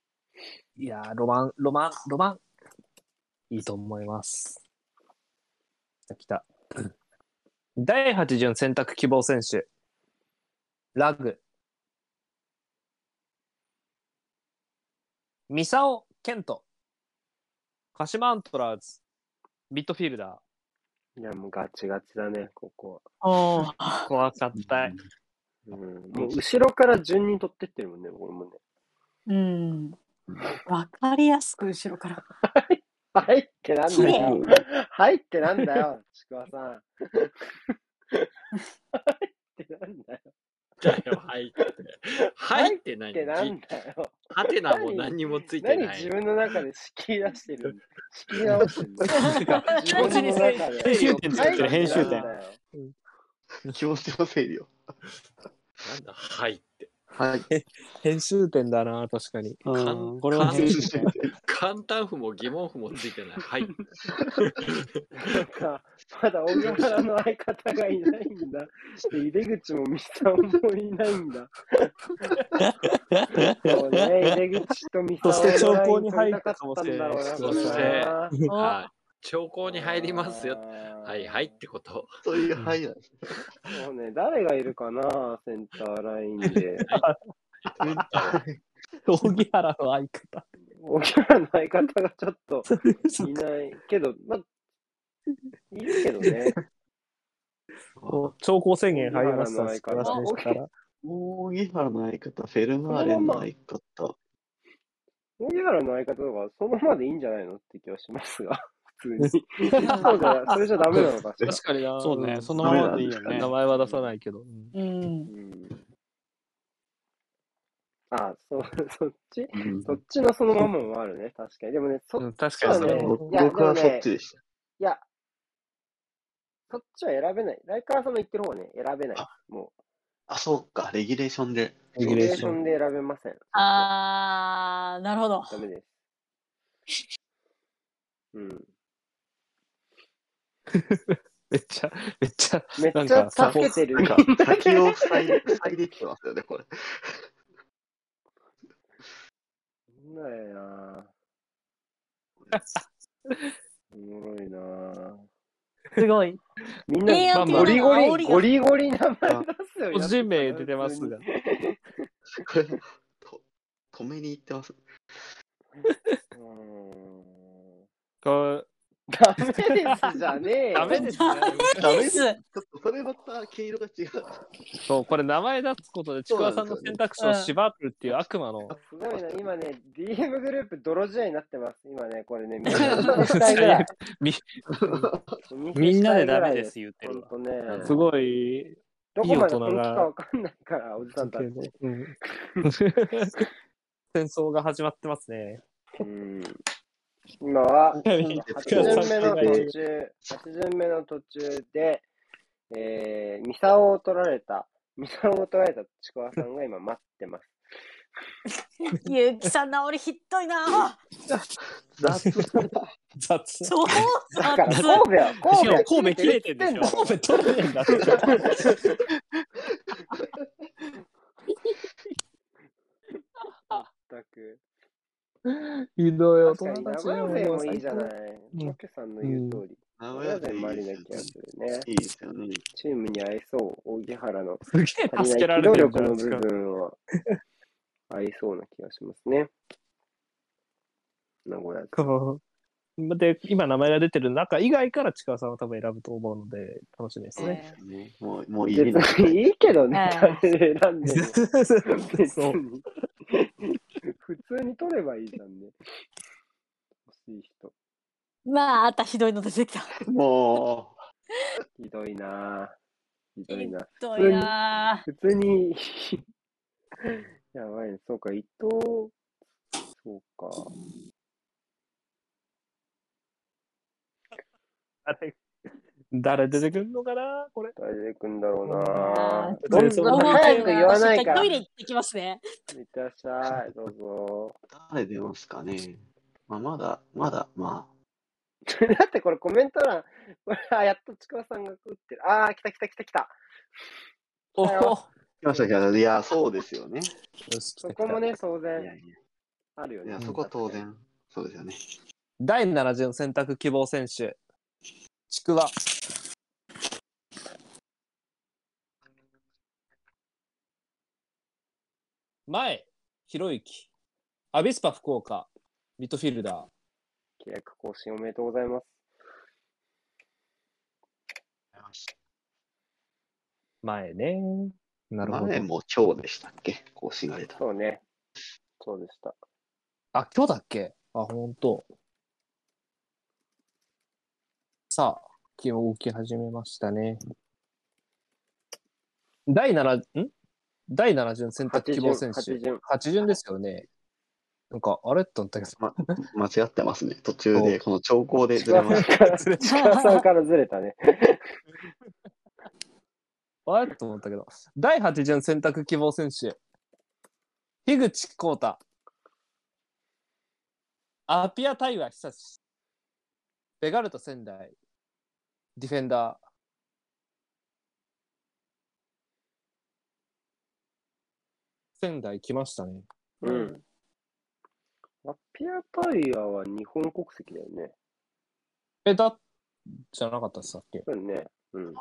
Speaker 1: い
Speaker 2: やー、ロマン、ロマン、ロマン。いいと思います。来た来た。 [CLEARS THROAT] 第8巡選択希望選手。ラグ。ミサオ・ケント。鹿島アントラーズ。ミッドフィールダ
Speaker 1: いや、もうガチガチだね、ここ
Speaker 4: おー
Speaker 2: ー。怖かったい。
Speaker 1: は。うん。もう後ろから順に取ってってるもんね、俺もね。
Speaker 4: うん。わかりやすく後ろから。
Speaker 1: はいってなん
Speaker 4: 綺
Speaker 1: だ
Speaker 4: 麗
Speaker 1: よ。はいってなんだよ、ちくわさん。はいってなんだよ。
Speaker 7: だよ、入
Speaker 1: [LAUGHS]
Speaker 7: って。入ってな
Speaker 1: っ
Speaker 7: い。
Speaker 1: てなんだよ。
Speaker 7: はてなも何にもついて
Speaker 1: 何
Speaker 7: な
Speaker 1: 自
Speaker 7: い。
Speaker 1: 分の中で仕切り出してるんだ
Speaker 2: [LAUGHS]
Speaker 1: 仕切り直してるんだよ。自
Speaker 2: 気持ち
Speaker 1: 分
Speaker 2: に
Speaker 1: の
Speaker 2: 整
Speaker 1: 中で。はいってて
Speaker 2: 編集点作っる編集
Speaker 1: なん
Speaker 2: 点。
Speaker 1: だよ。
Speaker 6: 気持ちの整理を。
Speaker 7: なんだ、入って。
Speaker 6: はい。
Speaker 2: 編集点だな、確かに。
Speaker 3: うん、
Speaker 7: 完
Speaker 3: これは編集点。
Speaker 7: 簡単符も疑問符もついてない。はい。
Speaker 1: なんか、まだ小原の相方がいないんだ。で、入れ口も三沢もいないん
Speaker 2: [LAUGHS]
Speaker 1: だ。そうね、入れ口と三
Speaker 2: そ
Speaker 1: 沢
Speaker 2: して
Speaker 1: の
Speaker 2: 兆
Speaker 1: ライ
Speaker 2: 候
Speaker 1: ン
Speaker 2: に
Speaker 1: 取
Speaker 2: 入
Speaker 1: り
Speaker 2: った
Speaker 1: かったんだろうな、
Speaker 2: たか
Speaker 1: こ
Speaker 7: も
Speaker 1: れ
Speaker 7: しれない
Speaker 1: な。
Speaker 4: お
Speaker 7: はい。兆候に入りますよ。はい、はいってこと。
Speaker 6: そういう範囲なんです。
Speaker 1: そうね、誰がいるかな、センターラインで。
Speaker 2: [LAUGHS]
Speaker 7: [LAUGHS]
Speaker 2: 荻原の相 [LAUGHS] 方。
Speaker 1: 小原の相方がちょっといないけど、まあ、いるけどね。
Speaker 2: 超高宣言入りました。
Speaker 1: 荻
Speaker 2: 素晴
Speaker 1: 原
Speaker 2: ら
Speaker 1: の相方
Speaker 2: しいですから。
Speaker 6: 大木原の相方、フェルマーレの相方。
Speaker 1: 小原の相方とか、そのままでいいんじゃないのって気はしますが、普通に。そうじゃない、それじゃダメなのかしら。
Speaker 2: 確かにな。
Speaker 3: そうね、
Speaker 2: ん
Speaker 3: そのままでいいよね
Speaker 2: 名。前は出さないけど。うん
Speaker 4: うん。
Speaker 1: うんあ、そう、そっち、
Speaker 6: うん
Speaker 1: そっちのそのままもあるね、確かに。でもね、そ、
Speaker 2: うん確
Speaker 1: かにそれもいや
Speaker 6: 僕は
Speaker 1: でも
Speaker 6: そ
Speaker 1: ね
Speaker 6: っちでした。
Speaker 1: いや、そっちは選べない。ライカーさんの言ってる方はね、選べない。も
Speaker 6: あ、そうか、レギュレーションで。
Speaker 1: う、レギ
Speaker 2: レギ
Speaker 1: ュ
Speaker 2: ュレ
Speaker 1: レ
Speaker 2: ー
Speaker 1: ー
Speaker 2: シ
Speaker 1: シ
Speaker 2: ョ
Speaker 1: ョ
Speaker 2: ン。
Speaker 1: ンで選べません。
Speaker 4: あー、なるほど。
Speaker 1: ダメです。うん。
Speaker 2: めっちゃ、めっちゃ、
Speaker 1: め
Speaker 2: な
Speaker 1: っ
Speaker 2: ん
Speaker 1: ちゃ
Speaker 2: かサ
Speaker 1: 助
Speaker 2: ポ
Speaker 1: けてる。
Speaker 6: なんか先を塞いで塞いできてますよね、これ。
Speaker 1: そんなんやなおもろいな
Speaker 4: すごい。
Speaker 1: みんな、
Speaker 4: 平安っていう
Speaker 1: ゴリゴ
Speaker 4: のは煽り
Speaker 1: リ、
Speaker 4: が
Speaker 1: ゴリゴリ名前出すよ。
Speaker 2: 個人名出てますが。
Speaker 6: これと止めに行ってます。
Speaker 1: うー
Speaker 2: こ
Speaker 1: ん。ダメですじゃねえ
Speaker 2: れ
Speaker 1: よ。
Speaker 2: ダメですね。
Speaker 6: ダメ
Speaker 4: で
Speaker 6: ち
Speaker 4: す
Speaker 6: ょっとそれまた毛色が違う。
Speaker 2: そう、これ名前出すことで、ちくわさんの選択肢を縛るっていう悪魔の。
Speaker 1: すごいな、今ね、DM グループ泥試合になってます。今ね、これね、みんなしたいぐらい。
Speaker 2: み
Speaker 3: みんなでダメです言って
Speaker 1: ほ
Speaker 3: る
Speaker 1: ん
Speaker 3: わ。
Speaker 1: とね、
Speaker 2: すごい、
Speaker 1: どこまで本気かわかんないから、おじさんたち。
Speaker 2: うん戦争が始まってますね。
Speaker 1: うん今は、
Speaker 2: うん
Speaker 1: 8巡目の途中、8巡目の途中で、えー、ミサオを取られた、ミサオを取られたちくわさんが今待ってます。
Speaker 4: ゆうきさん治りひっどいな。
Speaker 6: 雑だな。
Speaker 2: 雑。
Speaker 4: そう
Speaker 1: だから
Speaker 4: 雑。
Speaker 1: 神戸は、
Speaker 3: し
Speaker 1: 神戸
Speaker 3: かも
Speaker 1: は
Speaker 3: 神戸切れて
Speaker 1: 切れ
Speaker 3: んで
Speaker 1: て
Speaker 3: し
Speaker 1: ん
Speaker 3: ょ
Speaker 1: だ。
Speaker 2: 神戸取れねえんだって。
Speaker 1: 全く。
Speaker 2: ひどい大
Speaker 1: 確かに、
Speaker 2: 人た
Speaker 1: 名
Speaker 2: ちだよ
Speaker 1: 古屋勢もいいじゃない
Speaker 2: も。
Speaker 1: ロケさんの言う通り。
Speaker 6: 名
Speaker 1: 名
Speaker 6: 古
Speaker 1: 古屋
Speaker 6: 屋
Speaker 1: 勢
Speaker 6: でい
Speaker 1: もあり
Speaker 6: い
Speaker 1: な気が
Speaker 6: ですす
Speaker 1: るね。
Speaker 6: いいですよね。
Speaker 1: チームに合いそう、扇原の
Speaker 2: う最高すげえ
Speaker 1: 足
Speaker 2: 助
Speaker 1: り
Speaker 2: け
Speaker 1: な
Speaker 2: ら
Speaker 1: い機
Speaker 2: れ
Speaker 1: 動
Speaker 2: てる
Speaker 1: 力
Speaker 2: じゃ
Speaker 1: の部
Speaker 2: んちくわ
Speaker 1: 分は合いそうな気がしますね。名古屋勢。
Speaker 2: この [LAUGHS] で、今名前が出てる中以外からちくわさんは多分選ぶと思うので、楽しみですね。
Speaker 4: え
Speaker 6: ねもう、もういい
Speaker 1: 別
Speaker 6: な。
Speaker 1: [LAUGHS] にいいけどね、
Speaker 4: え
Speaker 1: 誰選んでも。別
Speaker 2: そう。
Speaker 1: に。普通に取ればいいじゃんね。欲しい人。
Speaker 4: ーまあ、あったひどいの出てきた。
Speaker 6: も
Speaker 1: ひどいなぁ。ひどいな。
Speaker 4: ひどいな。
Speaker 1: 普通に、 [LAUGHS] やばいね。そうか、伊藤、そうか。
Speaker 2: 誰誰出てくるのかなこれ。
Speaker 1: 誰で行くんだろう
Speaker 4: あ
Speaker 1: なぁ。
Speaker 2: ー
Speaker 1: どん
Speaker 2: そ
Speaker 1: ど
Speaker 2: うん思
Speaker 1: 早く言わないから。
Speaker 4: トイレ
Speaker 1: い
Speaker 4: 行ってきますね。
Speaker 1: ってらっしゃい。どうぞ。 [LAUGHS]
Speaker 6: う、誰出ますかね。まあ、まだ、まだ、ま
Speaker 1: だってこれコメント欄、これ、あ、やっとちくわさんが打ってる。あー、来た来た来た来た。
Speaker 2: お
Speaker 1: 来たよ
Speaker 2: お。
Speaker 6: あ。来ましたけど、いや、そうですよね。
Speaker 2: よし、来
Speaker 1: そ
Speaker 2: た
Speaker 1: こ
Speaker 2: 来
Speaker 1: も
Speaker 2: た。
Speaker 1: ね、当
Speaker 6: い
Speaker 1: 然
Speaker 6: やいや、
Speaker 1: あるよ
Speaker 6: い
Speaker 1: ね
Speaker 6: や。そこは当然、そうですよね。
Speaker 2: 第7巡選択希望選手。ちくわ。前、ひろゆき。アビスパ福岡。ミッドフィルダー。
Speaker 1: 契約更新おめでとうございます。
Speaker 2: 前ね。なるほど
Speaker 6: 前。も今日でしたっけ更新が出た。
Speaker 1: そうね。そうでした。
Speaker 2: あ、今日だっけあ、ほんと。さあ、気を動き始めましたね。第7、ん第7順選択希望選手。
Speaker 1: 8巡
Speaker 2: 8順ですよね。なんか、あれって思ったけど、
Speaker 6: ま、間違ってますね。途中で、この兆候でず
Speaker 1: [LAUGHS]
Speaker 6: れました。
Speaker 2: ずれちゃ
Speaker 1: ちくわさんからずれたね。
Speaker 2: うあれって思ったけど、第8順選択希望選手。樋口浩太。アピアタイワ久志。ベガルト仙台。ディフェンダー。仙台来ましたね。
Speaker 1: うん。アピアタイヤは日本国籍だよね。
Speaker 2: え、だ、じゃなかったっすっけ
Speaker 1: そうね。うん。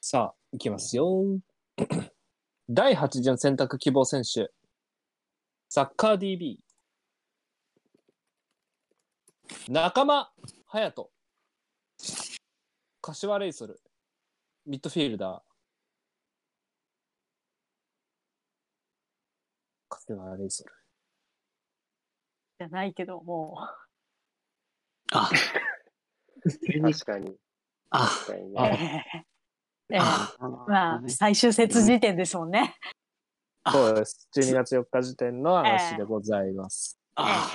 Speaker 2: さあ、いきますよ。 [COUGHS] 第8順選択希望選手。サッカー DB。仲間隼人。柏レイソル。ミッドフィールダー。柏レイソル。
Speaker 4: じゃないけど、も
Speaker 3: あ、
Speaker 1: 確かに。
Speaker 3: あ、
Speaker 1: 確かにね
Speaker 4: う。え
Speaker 2: あ
Speaker 4: えええ
Speaker 3: あ
Speaker 4: まあ、最終節時点ですもんね。
Speaker 2: そうです。12月4日時点の話
Speaker 4: 話
Speaker 2: で
Speaker 4: で
Speaker 2: ございます。
Speaker 3: あ、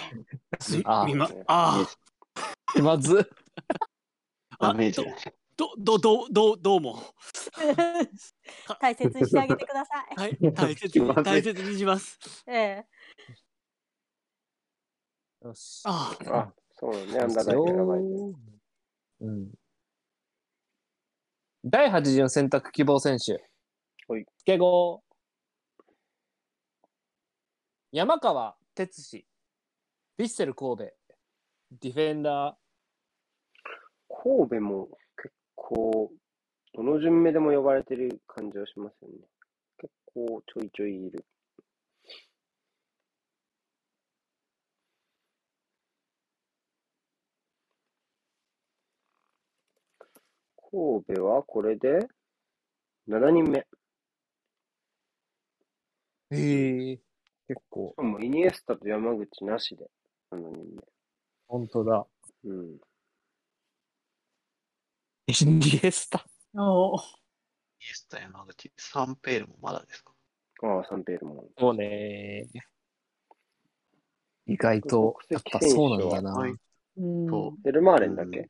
Speaker 3: す
Speaker 2: あ
Speaker 3: みま
Speaker 1: ね、
Speaker 3: あ、
Speaker 2: 気まずっ。
Speaker 6: ダ
Speaker 3: あ、
Speaker 6: メージが。
Speaker 3: ど、ど、ど、ど、どうも。
Speaker 4: 大切にしてあげてくださ
Speaker 3: [LAUGHS]
Speaker 4: い。
Speaker 3: はい、大切に、大切にします。
Speaker 4: ええ
Speaker 2: よし。
Speaker 3: あ、
Speaker 1: あ、そうね、アンダーライフ選ばれてる。
Speaker 2: うん。第84選択希望選手。
Speaker 1: はい。
Speaker 2: 敬語。山川哲司。ヴィッセル神戸。ディフェンダー。
Speaker 1: 神戸も結構、どの順目でも呼ばれてる感じはしますよね。結構ちょいちょいいる。神戸はこれで7人目。
Speaker 2: へえ。結構。
Speaker 1: もうイニエスタと山口なしで7人
Speaker 2: 本当だ。
Speaker 1: 目。うん。
Speaker 9: イニエスタ。
Speaker 4: おー
Speaker 6: エスタ山口、サンペールもまだですか
Speaker 1: ああ、サンペールも。
Speaker 2: そうね。意外と、やっぱ
Speaker 1: 国籍選手
Speaker 2: そう
Speaker 1: は
Speaker 2: なんだな。
Speaker 6: はい。
Speaker 4: うん
Speaker 6: と、
Speaker 1: エルマーレンだっけ、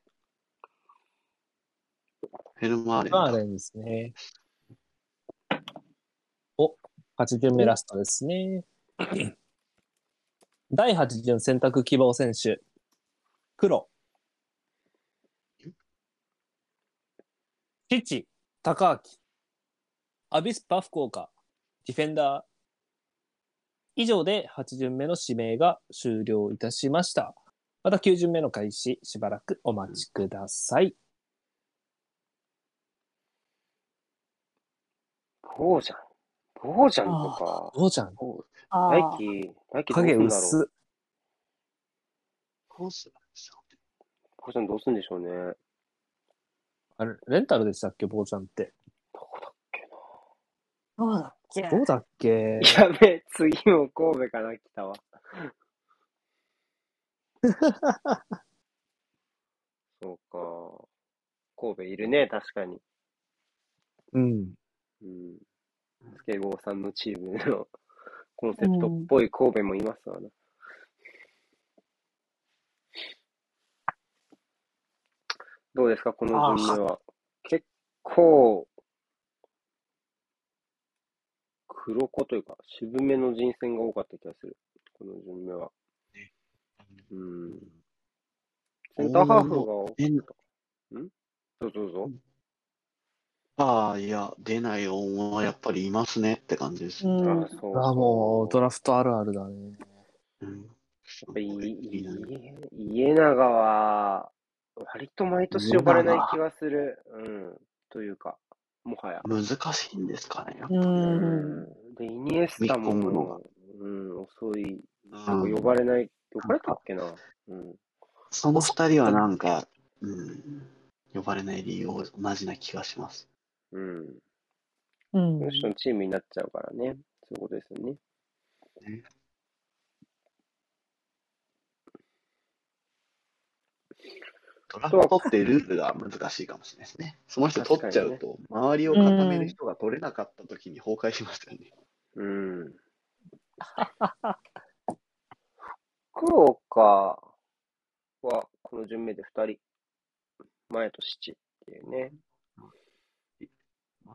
Speaker 6: フェルマーレン
Speaker 2: まあ
Speaker 6: だ。
Speaker 2: ねですね。お、8巡目ラストですね。第8巡選択希望選手。黒。父、高明。アビスパ福岡。ディフェンダー。以上で8巡目の指名が終了いたしました。また9巡目の開始、しばらくお待ちください。
Speaker 1: ボージャン。ボージャンとか。
Speaker 2: どうじゃん
Speaker 4: あ
Speaker 1: 来
Speaker 4: ー
Speaker 1: 季、来季どう
Speaker 2: 影
Speaker 1: すんだろう。
Speaker 2: 薄っ。
Speaker 6: コースなんですよ。
Speaker 1: ボージャンどうすんでしょうね。
Speaker 2: あれ、レンタルでしたっけ、坊ちゃんって。
Speaker 1: どこだっけ
Speaker 4: どうだっけ
Speaker 2: どうだっけ
Speaker 1: な。やべえ、次も神戸から来た [LAUGHS] わ。そうか。神戸いるね、確かに。
Speaker 2: うん。
Speaker 1: うん。スケゴーさんのチームの [LAUGHS] コンセプトっぽい神戸もいますわな。どうですか、この順目は。結構、黒子というか、渋めの人選が多かった気がする。この順目は。うん。センターハーフが多かった。んどうぞどうぞ。
Speaker 6: ああ、いや、出ない恩はやっぱりいますねって感じです
Speaker 4: う
Speaker 6: ね。
Speaker 4: ん
Speaker 1: ああ、そう
Speaker 2: ああ、もう、ド
Speaker 1: ラ
Speaker 2: ラフトあるあるだね。
Speaker 6: うん。
Speaker 1: やっぱり
Speaker 6: いいな
Speaker 1: 家長は、割と毎年呼ばれない気がする。うん。というか、もはや。
Speaker 6: 難しいんですかね、やっぱ
Speaker 4: う。
Speaker 1: うんん。で、イニエスタも
Speaker 6: 見込むの
Speaker 1: も
Speaker 6: が
Speaker 1: う、うん、遅い。
Speaker 6: う
Speaker 1: なん
Speaker 6: ん
Speaker 1: か呼ばれない、呼ばれたっけな。うん。
Speaker 6: その二人はなんか、うん、呼ばれない理由同じな気がします。
Speaker 1: うん。
Speaker 4: う
Speaker 1: この
Speaker 4: ん。
Speaker 1: 人のチームになっちゃうからね。そういうことですよね。
Speaker 6: ドラフトってルールが難しいかもしれないですね。その人取っちゃうと、周りを固める人が取れなかった時に崩壊しましたよね。
Speaker 1: うん。福岡は、この順目で2人。前と七っていうね。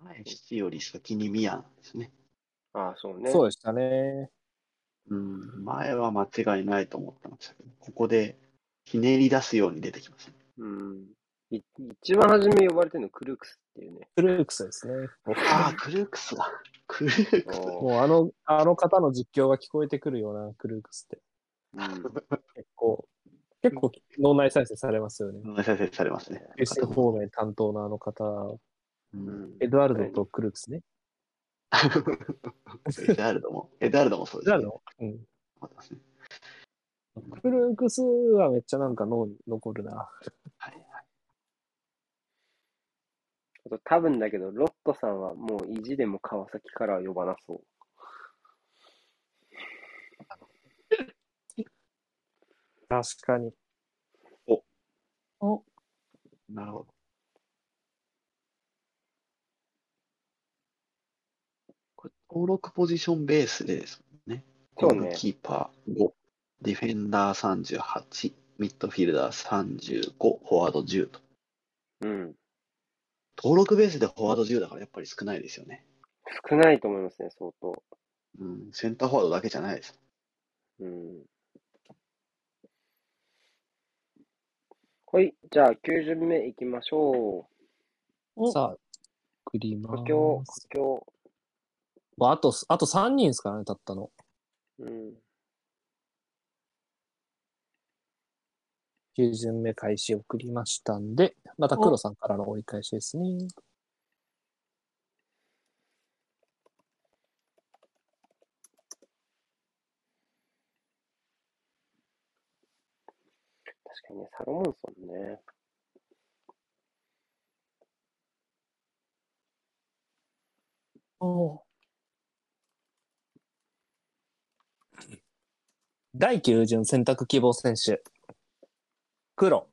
Speaker 6: 前七より先にミヤなんですね。
Speaker 1: ああ、そうね。
Speaker 2: そうでしたね。
Speaker 6: うん、前は間違いないと思ってましたけど、ここでひねり出すように出てきましたね。
Speaker 1: うん。い一番初め呼ばれてるのクルークスっていうね。
Speaker 2: クルークスですね。
Speaker 6: ああ、クルークスだ。クルークス。
Speaker 1: お
Speaker 2: もう、あの、あの方の実況が聞こえてくるような、クルークスって。
Speaker 1: うん、
Speaker 2: 結構、結構、脳内再生されますよね。
Speaker 6: 再生されますね。
Speaker 2: 九州方面担当のあの方、
Speaker 6: うん
Speaker 2: エドワルドとクルークスね。
Speaker 6: エダルドも、エダルドもそうで
Speaker 2: じゃあ
Speaker 6: すね。
Speaker 2: の、うん。
Speaker 6: はい
Speaker 2: クルークスはめっちゃなんか脳に残るな。
Speaker 6: はい。
Speaker 1: あと多分だけど、ロットさんはもう意地でも川崎からは呼ばなそう。
Speaker 2: 確かに。
Speaker 4: お、
Speaker 6: なるほど。これ登録ポジションベースでですもんね。
Speaker 1: そ
Speaker 6: ゴ
Speaker 1: うね
Speaker 6: ールキーパー5、ディフェンダー38、ミッドフィルダー35、フォワード10と。
Speaker 1: うん。
Speaker 6: 登録ベースでフォワード10だからやっぱり少ないですよね。
Speaker 1: 少ないと思いますね、相当。
Speaker 6: うん、センターフォワードだけじゃないです。
Speaker 1: うん。はい、じゃあ9巡目いきましょう。
Speaker 2: さあ、クリマ
Speaker 1: 補強、補強。
Speaker 2: まああと、あと3人ですからね、たったの。
Speaker 1: うん。
Speaker 2: 9巡目開始送りましたんで、また黒さんからの折り返しですね。
Speaker 1: 確かにね、サロモンソンね。
Speaker 2: 第9巡選択希望選手。黒。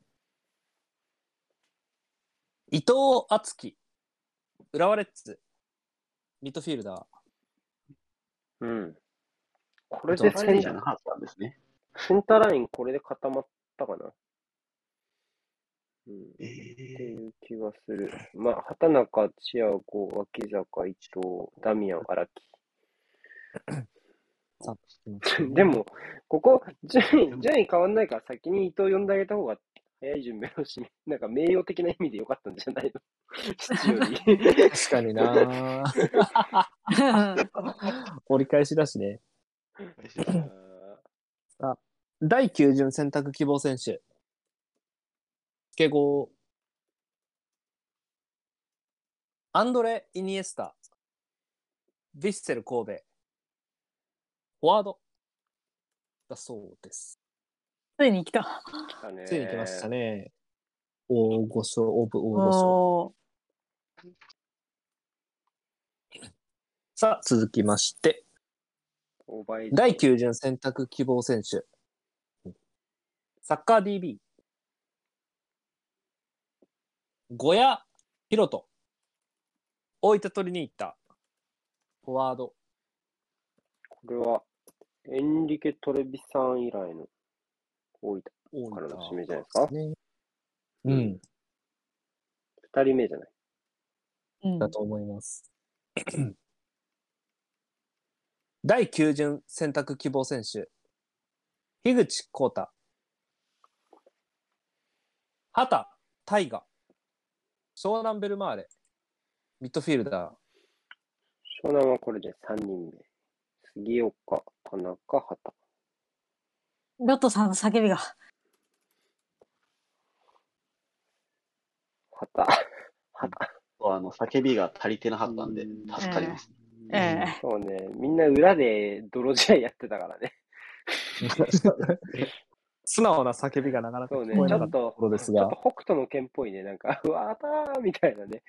Speaker 2: 伊藤敦樹。浦和レッズ。ミッドフィールダー。
Speaker 1: うん。これ
Speaker 2: じゃ
Speaker 1: で
Speaker 2: あ
Speaker 1: セン
Speaker 2: じゃな
Speaker 6: かったんですね。
Speaker 1: センターラインこれで固まったかな。うん。っていう気がする。まあ、畑中、千アゴ、脇坂、伊藤、ダミアン、
Speaker 2: [LAUGHS]
Speaker 1: 荒
Speaker 2: さ
Speaker 1: 木。でも、ここ、順位、順位変わんないから先に伊藤呼んであげた方が早い順目をしめ、 [LAUGHS] なんか名誉的な意味でよかったんじゃないの [LAUGHS] 質より。
Speaker 2: 確かにな折り返しだしね。さあ、第9巡選択希望選手。スケゴー。アンドレ・イニエスタ。ヴィッセル神戸。フォワード。だそうです。
Speaker 4: ついに来た。
Speaker 2: ついに来ましたね。大御所、オブ大御所。
Speaker 4: お
Speaker 2: さあ、続きまして、
Speaker 1: オーバーエイジ
Speaker 2: 第9巡選択希望選手。サッカー DB。小屋ヒロト。大分取りに行った。フォワード。
Speaker 1: これは、エンリケ・トレビさん以来の大分からの指名じゃないですか。
Speaker 2: うん。
Speaker 1: 二人目じゃない。
Speaker 2: だと思います。 [CLEARS THROAT] 第9巡選択希望選手。樋口浩太。畑大河。湘南ベルマーレ。ミッドフィールダー。
Speaker 1: 湘南はこれで3人目。杉岡、田中、畑。
Speaker 4: ーロットさんの叫びが。
Speaker 1: 畑。
Speaker 6: あの叫びが足りてなかったんで、助かります。
Speaker 4: ええ
Speaker 1: そうね、みんな裏で泥試合やってたからね。 [LAUGHS]
Speaker 2: 素直な叫びがなかなか
Speaker 1: そう
Speaker 2: 聞
Speaker 1: ね、
Speaker 2: こえ
Speaker 1: ち
Speaker 2: な
Speaker 1: ょ
Speaker 2: かっ
Speaker 1: った
Speaker 2: と
Speaker 1: と
Speaker 2: こ、ろです
Speaker 1: ちょっ
Speaker 2: が
Speaker 1: と。北斗の剣っぽいね、なんか、うわーたーみたいなね。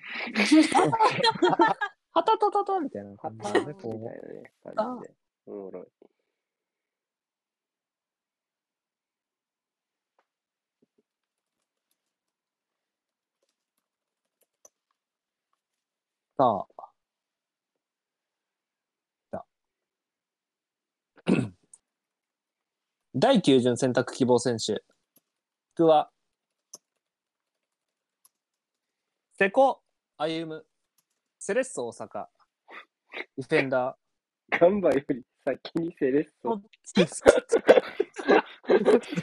Speaker 2: はたたたたみたいな感じで
Speaker 1: み
Speaker 2: ね、
Speaker 1: た
Speaker 2: こ
Speaker 1: いなね、
Speaker 2: う。
Speaker 1: 感じで。おもろい。
Speaker 2: さあ。だ [CLEARS THROAT] 第9巡選択希望選手。僕は、瀬古歩夢、セレッソ大阪、ディフェンダ
Speaker 1: ガンバより先にセレッ [LAUGHS] ソ。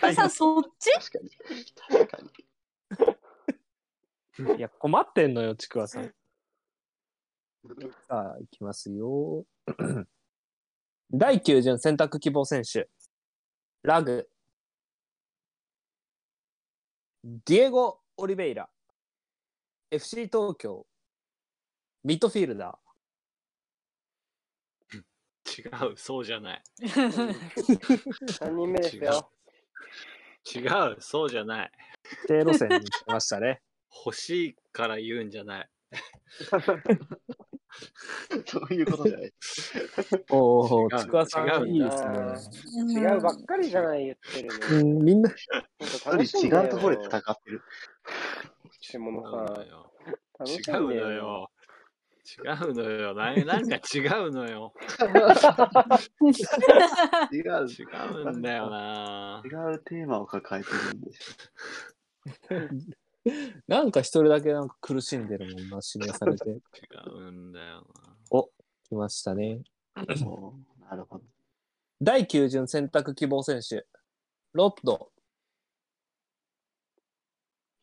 Speaker 4: あさ、そっち
Speaker 2: ー。いや、困ってんのよ、ちくわさん。さあ、いきますよ。 [CLEARS THROAT] 第9巡選択希望選手。ラグ。ディエゴ・オリベイラ。FC 東京。ミッドフィールダ
Speaker 7: 違う、そうじゃない。
Speaker 1: 3人目です
Speaker 7: 違
Speaker 1: よ。
Speaker 7: う、違う、そうじゃない。
Speaker 2: ー。低路線に来ましたね。
Speaker 7: 欲しいから言うんじゃない。
Speaker 6: [LAUGHS] そういうことじゃない。
Speaker 2: [LAUGHS] おお、
Speaker 7: 違う
Speaker 2: ちくわさ
Speaker 7: 違
Speaker 2: ん、
Speaker 7: う
Speaker 2: いいですね。
Speaker 1: 違うばっかりじゃない、言ってる
Speaker 2: う
Speaker 1: の。
Speaker 2: ん、みんな、
Speaker 1: ほんと楽
Speaker 6: 一
Speaker 1: し
Speaker 6: 人
Speaker 1: んでよ
Speaker 6: 違うところで戦ってる。
Speaker 1: でも
Speaker 7: 違
Speaker 1: も
Speaker 7: う
Speaker 1: さ
Speaker 7: の、よ。
Speaker 1: 楽し
Speaker 7: 違
Speaker 1: ん
Speaker 7: う
Speaker 1: でよ。
Speaker 7: のよ。違うのよ。ななんか違うのよ。
Speaker 6: 違う、
Speaker 7: 違うんだよな
Speaker 6: 違。うテーマを抱えてるんです。
Speaker 2: なんか一人だけなんか苦しんでるもんな、指名されて。
Speaker 7: 違うんだよな。
Speaker 2: 来ましたね。
Speaker 6: そうなるほど。
Speaker 2: 第9巡選択希望選手。ロッド。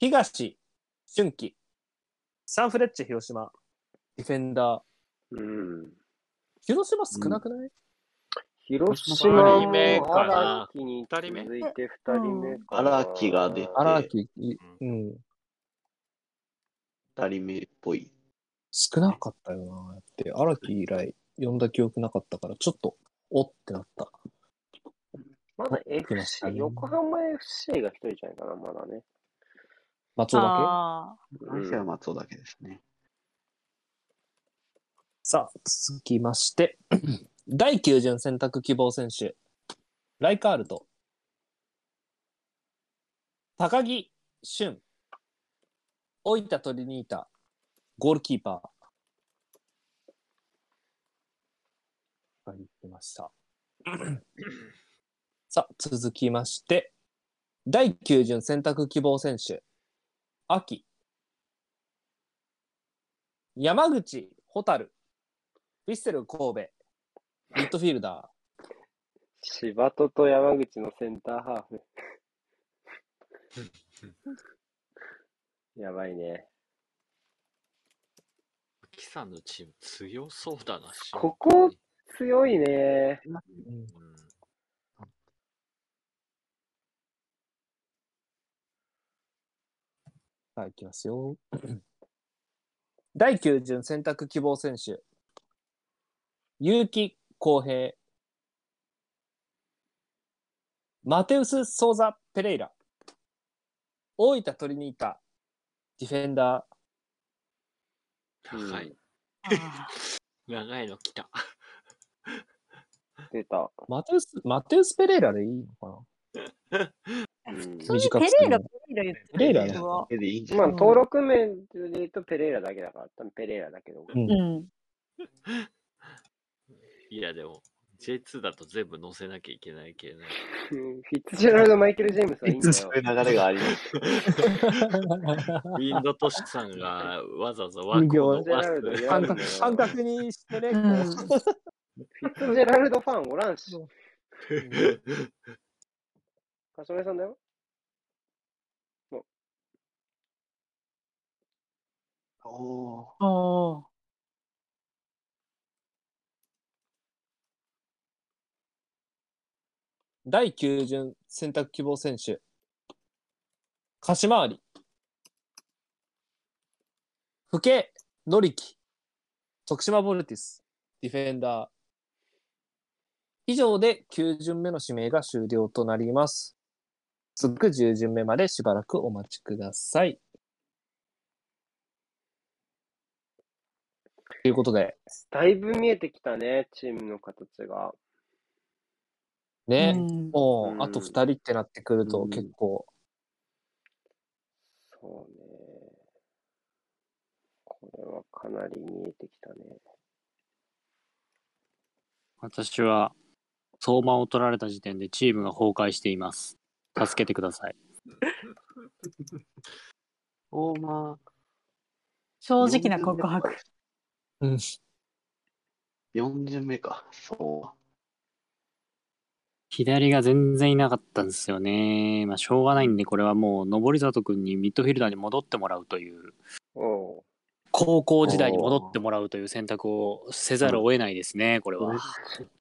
Speaker 2: 東俊樹、サンフレッチェ広島、ディフェンダー。
Speaker 1: うん。
Speaker 2: 広島少なくない、
Speaker 1: 広島
Speaker 2: 二
Speaker 1: も
Speaker 2: 人目かな
Speaker 1: 荒木に続いて2人目かな。
Speaker 6: 荒木が出て、
Speaker 2: 荒木、いうん、
Speaker 6: 二人目っぽい。
Speaker 2: 少なかったよな。だって、荒木以来、呼んだ記憶なかったから、ちょっと、おってなった。
Speaker 1: まだ
Speaker 2: 来まし
Speaker 1: FC、
Speaker 2: たね
Speaker 1: 横浜 FC が1人じゃないかな、まだね。
Speaker 2: 松尾だ
Speaker 4: あ
Speaker 1: うん
Speaker 6: 私は松尾だけですね。
Speaker 2: けさあ、続きまして、 [CLEARS THROAT] 第9巡選択希望選手、ライカールト、高木俊、老田トリニータ、ゴールキーパー。が言ってました。 [CLEARS THROAT] さあ、続きまして、第9巡選択希望選手、秋、山口蛍、ヴィッセル神戸、ミッドフィールダ
Speaker 1: 柴戸と山口のセンターハーフ。やばいね。
Speaker 7: キさんのチーム強そうだな。
Speaker 1: ここ強いね。
Speaker 2: ー。はい、いきますよ。第9巡選択希望選手、結城康平、マテウス・ソーザ・ペレイラ、大分トリニータ、ディフェンダー、
Speaker 7: 長い。長いの来た。
Speaker 1: 出た。
Speaker 2: マテウス、マテウス・ペレイラでいいのか
Speaker 1: うん
Speaker 4: あ。普通
Speaker 2: 短
Speaker 4: に
Speaker 2: く
Speaker 4: ペ
Speaker 2: する
Speaker 4: レーラ、ペレーラ言ってる
Speaker 2: ペレイラ
Speaker 4: 僕は。
Speaker 6: でいいんじゃ
Speaker 1: まあ、
Speaker 6: ない
Speaker 1: 登録名で言うとペレイラだけだから、多分ペレイラだけど。 [LAUGHS]
Speaker 2: な、うん、
Speaker 4: うん。
Speaker 7: いや、でも、J2 だと全部載せなきゃいけないけどね。
Speaker 1: うんフィッツジェラルド・マイケル・ジェームスはいいんだ
Speaker 6: そ
Speaker 1: よ
Speaker 6: うい。う流れがあります。
Speaker 7: ウィンドトシさんがわざわざ枠を伸
Speaker 1: ジェ
Speaker 7: ば
Speaker 1: ラルド
Speaker 7: す。
Speaker 1: や
Speaker 2: 感
Speaker 1: るの
Speaker 2: 覚
Speaker 1: よ。
Speaker 2: 感覚にしてね、こう
Speaker 4: うん
Speaker 1: フィッツジェラルドファンおらんし。かしめさんだよ。
Speaker 6: おー
Speaker 4: おー
Speaker 2: 第9巡選択希望選手、鹿島あり、府警、のりき、徳島ボルティス、ディフェンダー。以上で9巡目の指名が終了となります。続く10巡目までしばらくお待ちください。ということで、
Speaker 1: だいぶ見えてきたね、チームの形が。
Speaker 2: ね、
Speaker 4: うん
Speaker 2: もう、
Speaker 1: うん
Speaker 2: あと2人ってなってくると結構、
Speaker 1: そうね。これはかなり見えてきたね。
Speaker 3: 私は相馬を取られた時点でチームが崩壊しています助けてください
Speaker 6: 大間、
Speaker 4: 正直な
Speaker 1: [LAUGHS]
Speaker 4: 告白。 [LAUGHS]
Speaker 2: うん
Speaker 6: 4巡目か。そ
Speaker 3: 左が全然いなかったんですよねまあしょうがないんでこれはもう上里君にミッドフィルダーに戻ってもらうという
Speaker 1: おう。
Speaker 3: 高校時代に戻ってもらうという選択をせざるを得ないですねこれ
Speaker 6: う。それ
Speaker 3: は、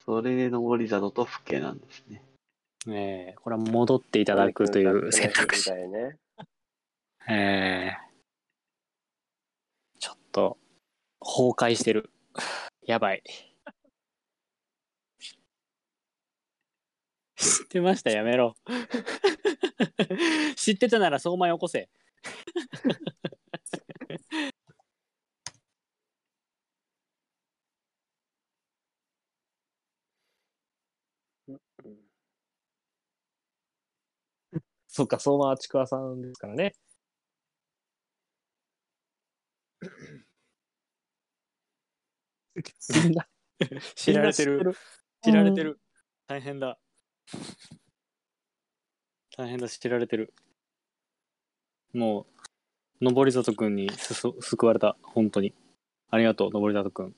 Speaker 6: それで上り里と府警なんですね。
Speaker 3: ええこれは戻っていただくという選択肢
Speaker 1: だよね。
Speaker 3: ええちょっと崩壊してる [LAUGHS] やばい知ってましたやめろ [LAUGHS] 知ってたなら相馬よこせ
Speaker 2: そっか、相馬ちくわさんですからね。みんな
Speaker 3: 知
Speaker 2: み
Speaker 3: られて
Speaker 2: んな知って
Speaker 3: る
Speaker 2: る
Speaker 3: 知られてる大変だ大変だ知られてるもう上里くんにすす救われた本当にありがとう上里くん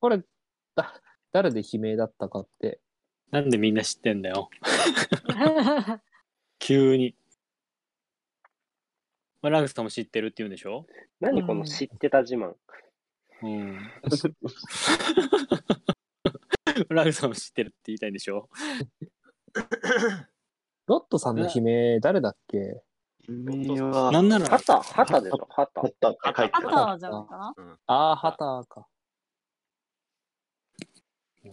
Speaker 2: これ、だ誰で悲鳴だったかって。
Speaker 3: なんでみんな知ってんだよ。急に。まあ、ラグスさんも知ってるって言うんでしょ
Speaker 1: 何この知ってた自慢。
Speaker 3: [LAUGHS] うん。ラグさんも知ってるって言いたいんでしょ
Speaker 2: ロットさんの悲鳴、誰だっけ
Speaker 6: 君は、
Speaker 3: なんなら、
Speaker 1: ハタ、ハタでしょ、ハタ。
Speaker 6: 書いて
Speaker 4: あ
Speaker 6: る
Speaker 4: ったじゃないかな。
Speaker 2: ああ、ハターか。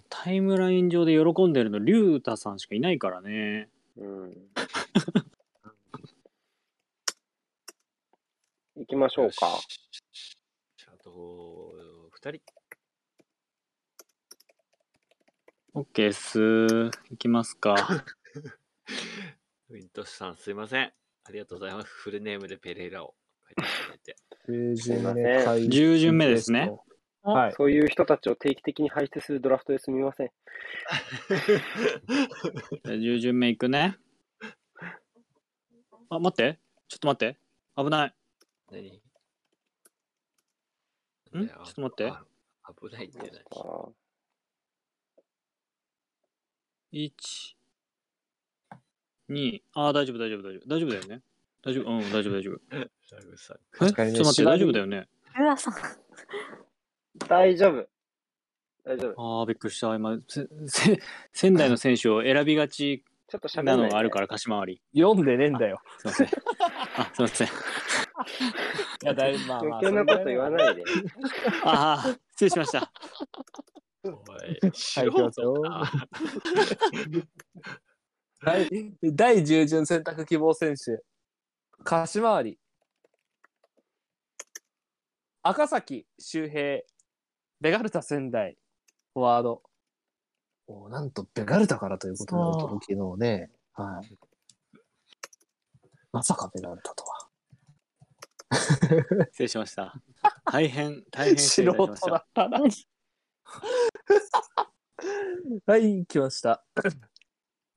Speaker 3: タイムライン上で喜んでるの、リュウタさんしかいないからね。
Speaker 1: うん。行きましょうか。
Speaker 7: よし。あと、二人。
Speaker 3: OK っす。いきますか。
Speaker 7: ウィントスさん、すいません。ありがとうございます。フルネームでペレイラを書いていただいて。
Speaker 2: 10巡
Speaker 1: ません
Speaker 2: 目回
Speaker 3: 10巡目ですね。
Speaker 2: はい。
Speaker 1: そういう人たちを定期的に排出するドラフトですみません。
Speaker 3: じゃあ10巡目いくね。あ、待って。ちょっと待って。危ない。
Speaker 7: 何ん
Speaker 3: んちょっと待って
Speaker 7: 危ないって
Speaker 1: あ
Speaker 7: 何
Speaker 1: ー
Speaker 3: 1、2、あー、大丈夫、大丈夫、大丈夫。大丈夫だよね。大丈夫、うん、大丈夫、大丈夫。
Speaker 7: ラグさん。
Speaker 3: え
Speaker 2: [LAUGHS] 確
Speaker 3: ちょ
Speaker 2: か
Speaker 3: っ
Speaker 2: にね
Speaker 3: と待
Speaker 2: 調
Speaker 3: って、
Speaker 2: べ
Speaker 3: 大丈夫だよね。
Speaker 4: うわさん。
Speaker 1: 大丈夫。大丈夫。
Speaker 3: ああ、びっくりした。今、せ [LAUGHS] せ仙台の選手を選びがち
Speaker 1: ちょっと喋
Speaker 3: な
Speaker 1: ゃ
Speaker 3: の
Speaker 1: ない
Speaker 3: がある
Speaker 1: で。
Speaker 3: から、貸し回り。
Speaker 2: 読んでねえんだよ。
Speaker 3: すいません。あ、すいません。
Speaker 2: いや、だいぶ、まあまあ。
Speaker 1: 余計なこと言わ
Speaker 2: い。
Speaker 1: ないで。
Speaker 3: ああ、失礼しました。
Speaker 7: おい、素
Speaker 2: きます [LAUGHS]
Speaker 7: 人
Speaker 2: よ
Speaker 7: か。
Speaker 2: 第第10巡選択希望選手。貸回り。赤崎周平。ベガルタ仙台。フォワード。おなんとベガルタからということ
Speaker 4: そう
Speaker 2: で、驚きのね。はい。まさかベガルタとは。
Speaker 3: 失礼しました。大変、大変
Speaker 2: 素
Speaker 3: 失礼いたしまし
Speaker 2: 人だ
Speaker 3: た。
Speaker 2: ったな。 [LAUGHS] はい、来ました。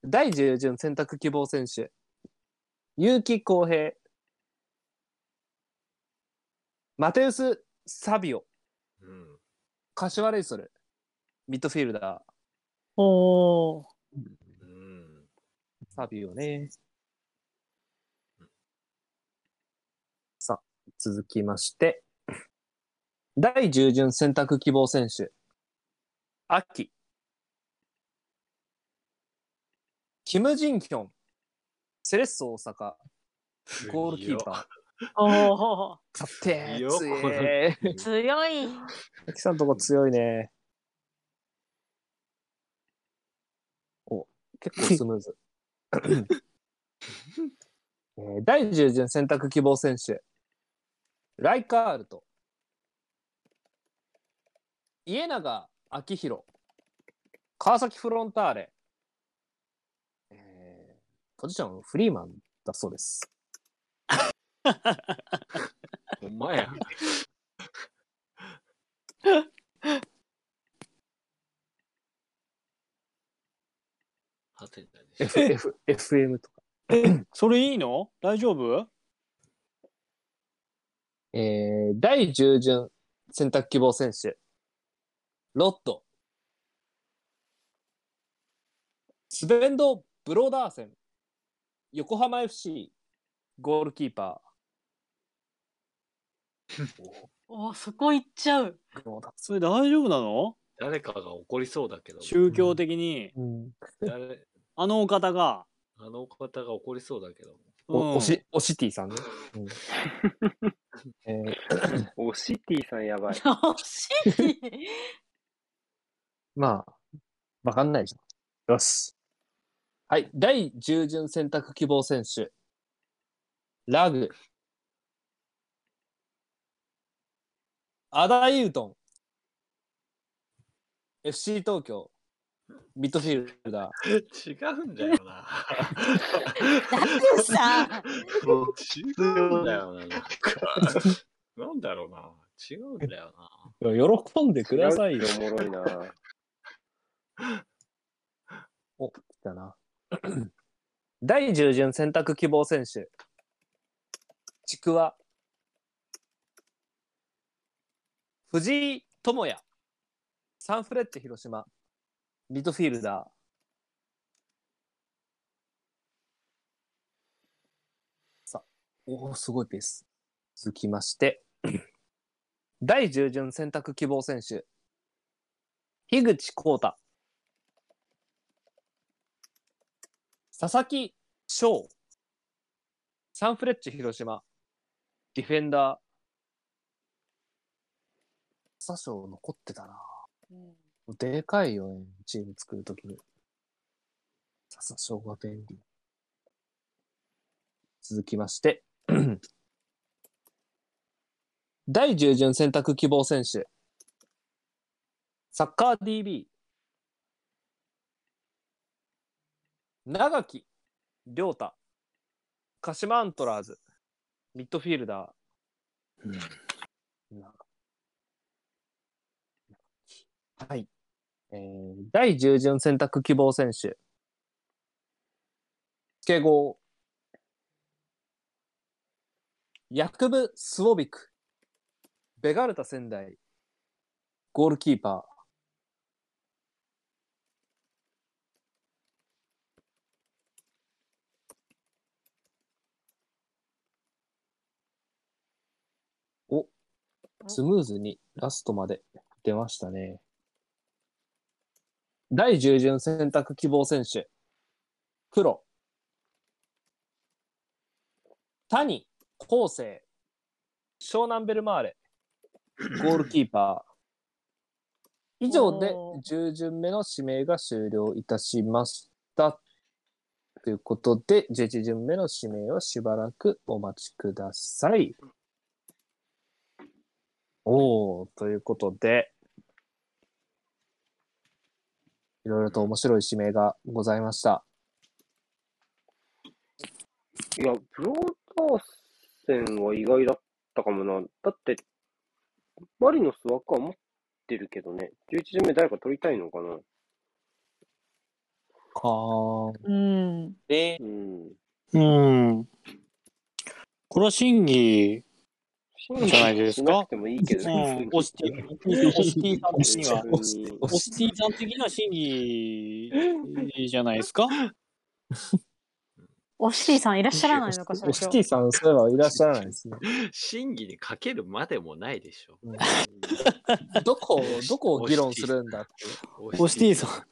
Speaker 2: 第10巡選択希望選手。結城康平。マテウス・サビオ。
Speaker 7: うん。
Speaker 2: 柏レイソル。ミッドフィールダ
Speaker 4: おー。
Speaker 7: うん。
Speaker 2: ー。サビオね。さあ、続きまして。第10巡選択希望選手。秋。キム・ジンキョン。セレッソ大阪。ゴールキーパー。
Speaker 4: お
Speaker 2: 勝ってー
Speaker 7: 強っこ
Speaker 2: 強
Speaker 7: れ
Speaker 2: え
Speaker 4: ー。強い。
Speaker 2: ー。秋さんとこ強いね。お、結構スムー [LAUGHS] ズ。えー第10巡選択希望選手。ライカールと。家永明宏。川崎フロンターレ。えーポジションフリーマンだそうです。
Speaker 7: お前や。はてなでし
Speaker 2: F
Speaker 7: ょ
Speaker 2: F FM とか。
Speaker 3: それいいの大丈夫
Speaker 2: えー第10巡選択希望選手。ロッド。スベンド・ブローダーセン。横浜 FC。ゴールキーパ
Speaker 4: おーそこ行っちゃう。
Speaker 2: ー。久保田
Speaker 3: それ大丈夫なの
Speaker 7: 誰かが怒りそうだけど、
Speaker 3: 宗教的に、
Speaker 2: うん、
Speaker 7: 誰
Speaker 3: あのお方が、
Speaker 7: あの方が怒りそうだけど、
Speaker 3: うん
Speaker 2: おおし、おシティさんね。 [LAUGHS] うんえー
Speaker 1: おシティさんやばい。
Speaker 4: 惜しい。
Speaker 2: まあ、わかんないじゃん。よし。はい。第10巡選択希望選手。ラグ。アダイウトン。FC 東京。ミッドフィルダー。
Speaker 7: 違うんだよな。
Speaker 4: ラグさん。
Speaker 6: もう
Speaker 7: 違うんだよな。なんかなんだろうな。違うんだよな。
Speaker 2: 喜んでくださいよ。
Speaker 1: おもろいな。
Speaker 2: お、来たな。 [CLEARS THROAT] 第10巡選択希望選手。ちくわ。藤井智也。サンフレッチェ広島。ミッドフィールダー。さあ、おお、すごいペース。続きまして、 [CLEARS THROAT] 第10巡選択希望選手、樋口浩太、佐々木翔、サンフレッチェ広島、ディフェンダー、佐翔残ってたな。でかいよね、チーム作るときに。笹翔が便利。続きまして、 [CLEARS THROAT] 第10巡選択希望選手、サッカー DB、長木亮太、鹿島アントラーズ、ミッドフィールダー。はい。えー、第10巡選択希望選手、スケゴー、ヤクブ・スウォビク、ベガルタ仙台、ゴールキーパー。お、スムーズにラストまで出ましたね。第10巡選択希望選手、黒、谷、昴生、湘南ベルマーレ、ゴールキーパー。以上で10巡目の指名が終了いたしました。ということで、11巡目の指名をしばらくお待ちください。おおということで、いろいろと面白い指名がございました。
Speaker 1: いや、ブローターセンは意外だったかもな。だって、マリノスは赤持ってるけどね。11巡目誰か取りたいのかな
Speaker 2: かー
Speaker 4: うん。
Speaker 2: で、
Speaker 1: うん。
Speaker 3: うん。これは審議、
Speaker 1: 審
Speaker 3: じゃないで
Speaker 1: 議
Speaker 3: す
Speaker 1: し
Speaker 3: か
Speaker 1: なくてもいいけど
Speaker 3: う
Speaker 1: [LAUGHS]
Speaker 3: ん
Speaker 1: ね。、
Speaker 3: オシティ、オシティさん的には、
Speaker 1: 普通に
Speaker 3: オシティさん的な審議じゃないですか。
Speaker 4: おしーさんいらっしゃらないのかしら
Speaker 2: オ
Speaker 4: 今
Speaker 2: シ
Speaker 4: 日
Speaker 2: ティ。さん、そういえばいらっしゃらないですね。
Speaker 7: 審議にかけるまでもないでしょ。
Speaker 2: うん [LAUGHS] どこを、どこを議論するんだって。
Speaker 3: オシティさん。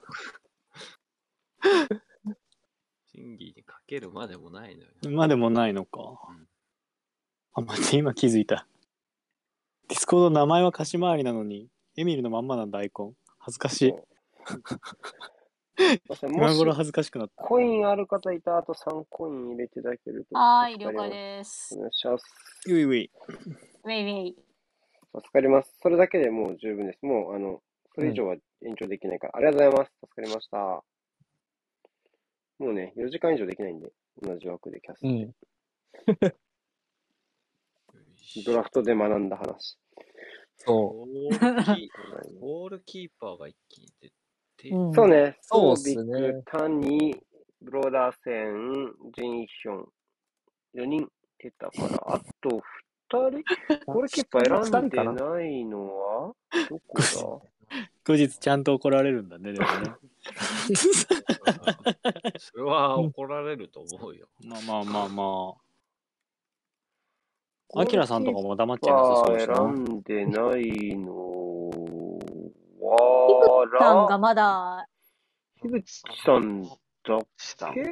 Speaker 7: 審議にかけるまでもないのよ。
Speaker 3: まあでもないのか
Speaker 7: ん。
Speaker 3: あ、待って、今気づいた。ディスコードの名前は貸し回りなのに、エミルのまんまなんだ、アイコン。恥ずかしい。
Speaker 1: まあも
Speaker 3: 今頃
Speaker 1: し
Speaker 3: 恥ずかしくなった。
Speaker 1: コインある方いたらあと3コイン入れていただけると。
Speaker 4: はーい、了解
Speaker 1: す。
Speaker 4: です
Speaker 1: お。願いします。
Speaker 3: ウィウィ。
Speaker 4: ウェイウェイ。
Speaker 1: 助かります。それだけでもう十分です。もう、あの、それ以上は延長できないから。ありがとうございます。助かりました。もうね、4時間以上できないんで、同じ枠でキャスト
Speaker 2: う
Speaker 1: で。
Speaker 2: ん。
Speaker 1: ドラフトで学んだ話。
Speaker 2: そう。
Speaker 7: ゴール
Speaker 1: ご
Speaker 7: キー
Speaker 1: ざいます
Speaker 7: ゴールキーパーが一気に出て、
Speaker 4: うん
Speaker 1: そう。ね、ス
Speaker 2: そう
Speaker 1: ー
Speaker 2: っ
Speaker 1: ビ
Speaker 2: すね
Speaker 1: ック、タニ、ブローダーセン、ジンヒョン、4人出たから、あと2人、
Speaker 2: [LAUGHS]
Speaker 1: ゴールキーパー選んで
Speaker 2: 二人か
Speaker 1: ないのは、どこ
Speaker 3: 後日ちゃんと怒られるんだね、でもね。
Speaker 7: うんそれは怒られると思うよ。
Speaker 3: まあまあまあ
Speaker 1: だ
Speaker 3: まあ。アキラさんとかも黙っちゃいなさ
Speaker 1: ゴ
Speaker 3: そ
Speaker 1: ー
Speaker 3: う
Speaker 1: ルキーパ
Speaker 3: しな。
Speaker 1: ー選んでないの
Speaker 4: ピ
Speaker 1: は、
Speaker 4: グタンがまだ、
Speaker 1: 樋口さんだ
Speaker 6: したん
Speaker 1: け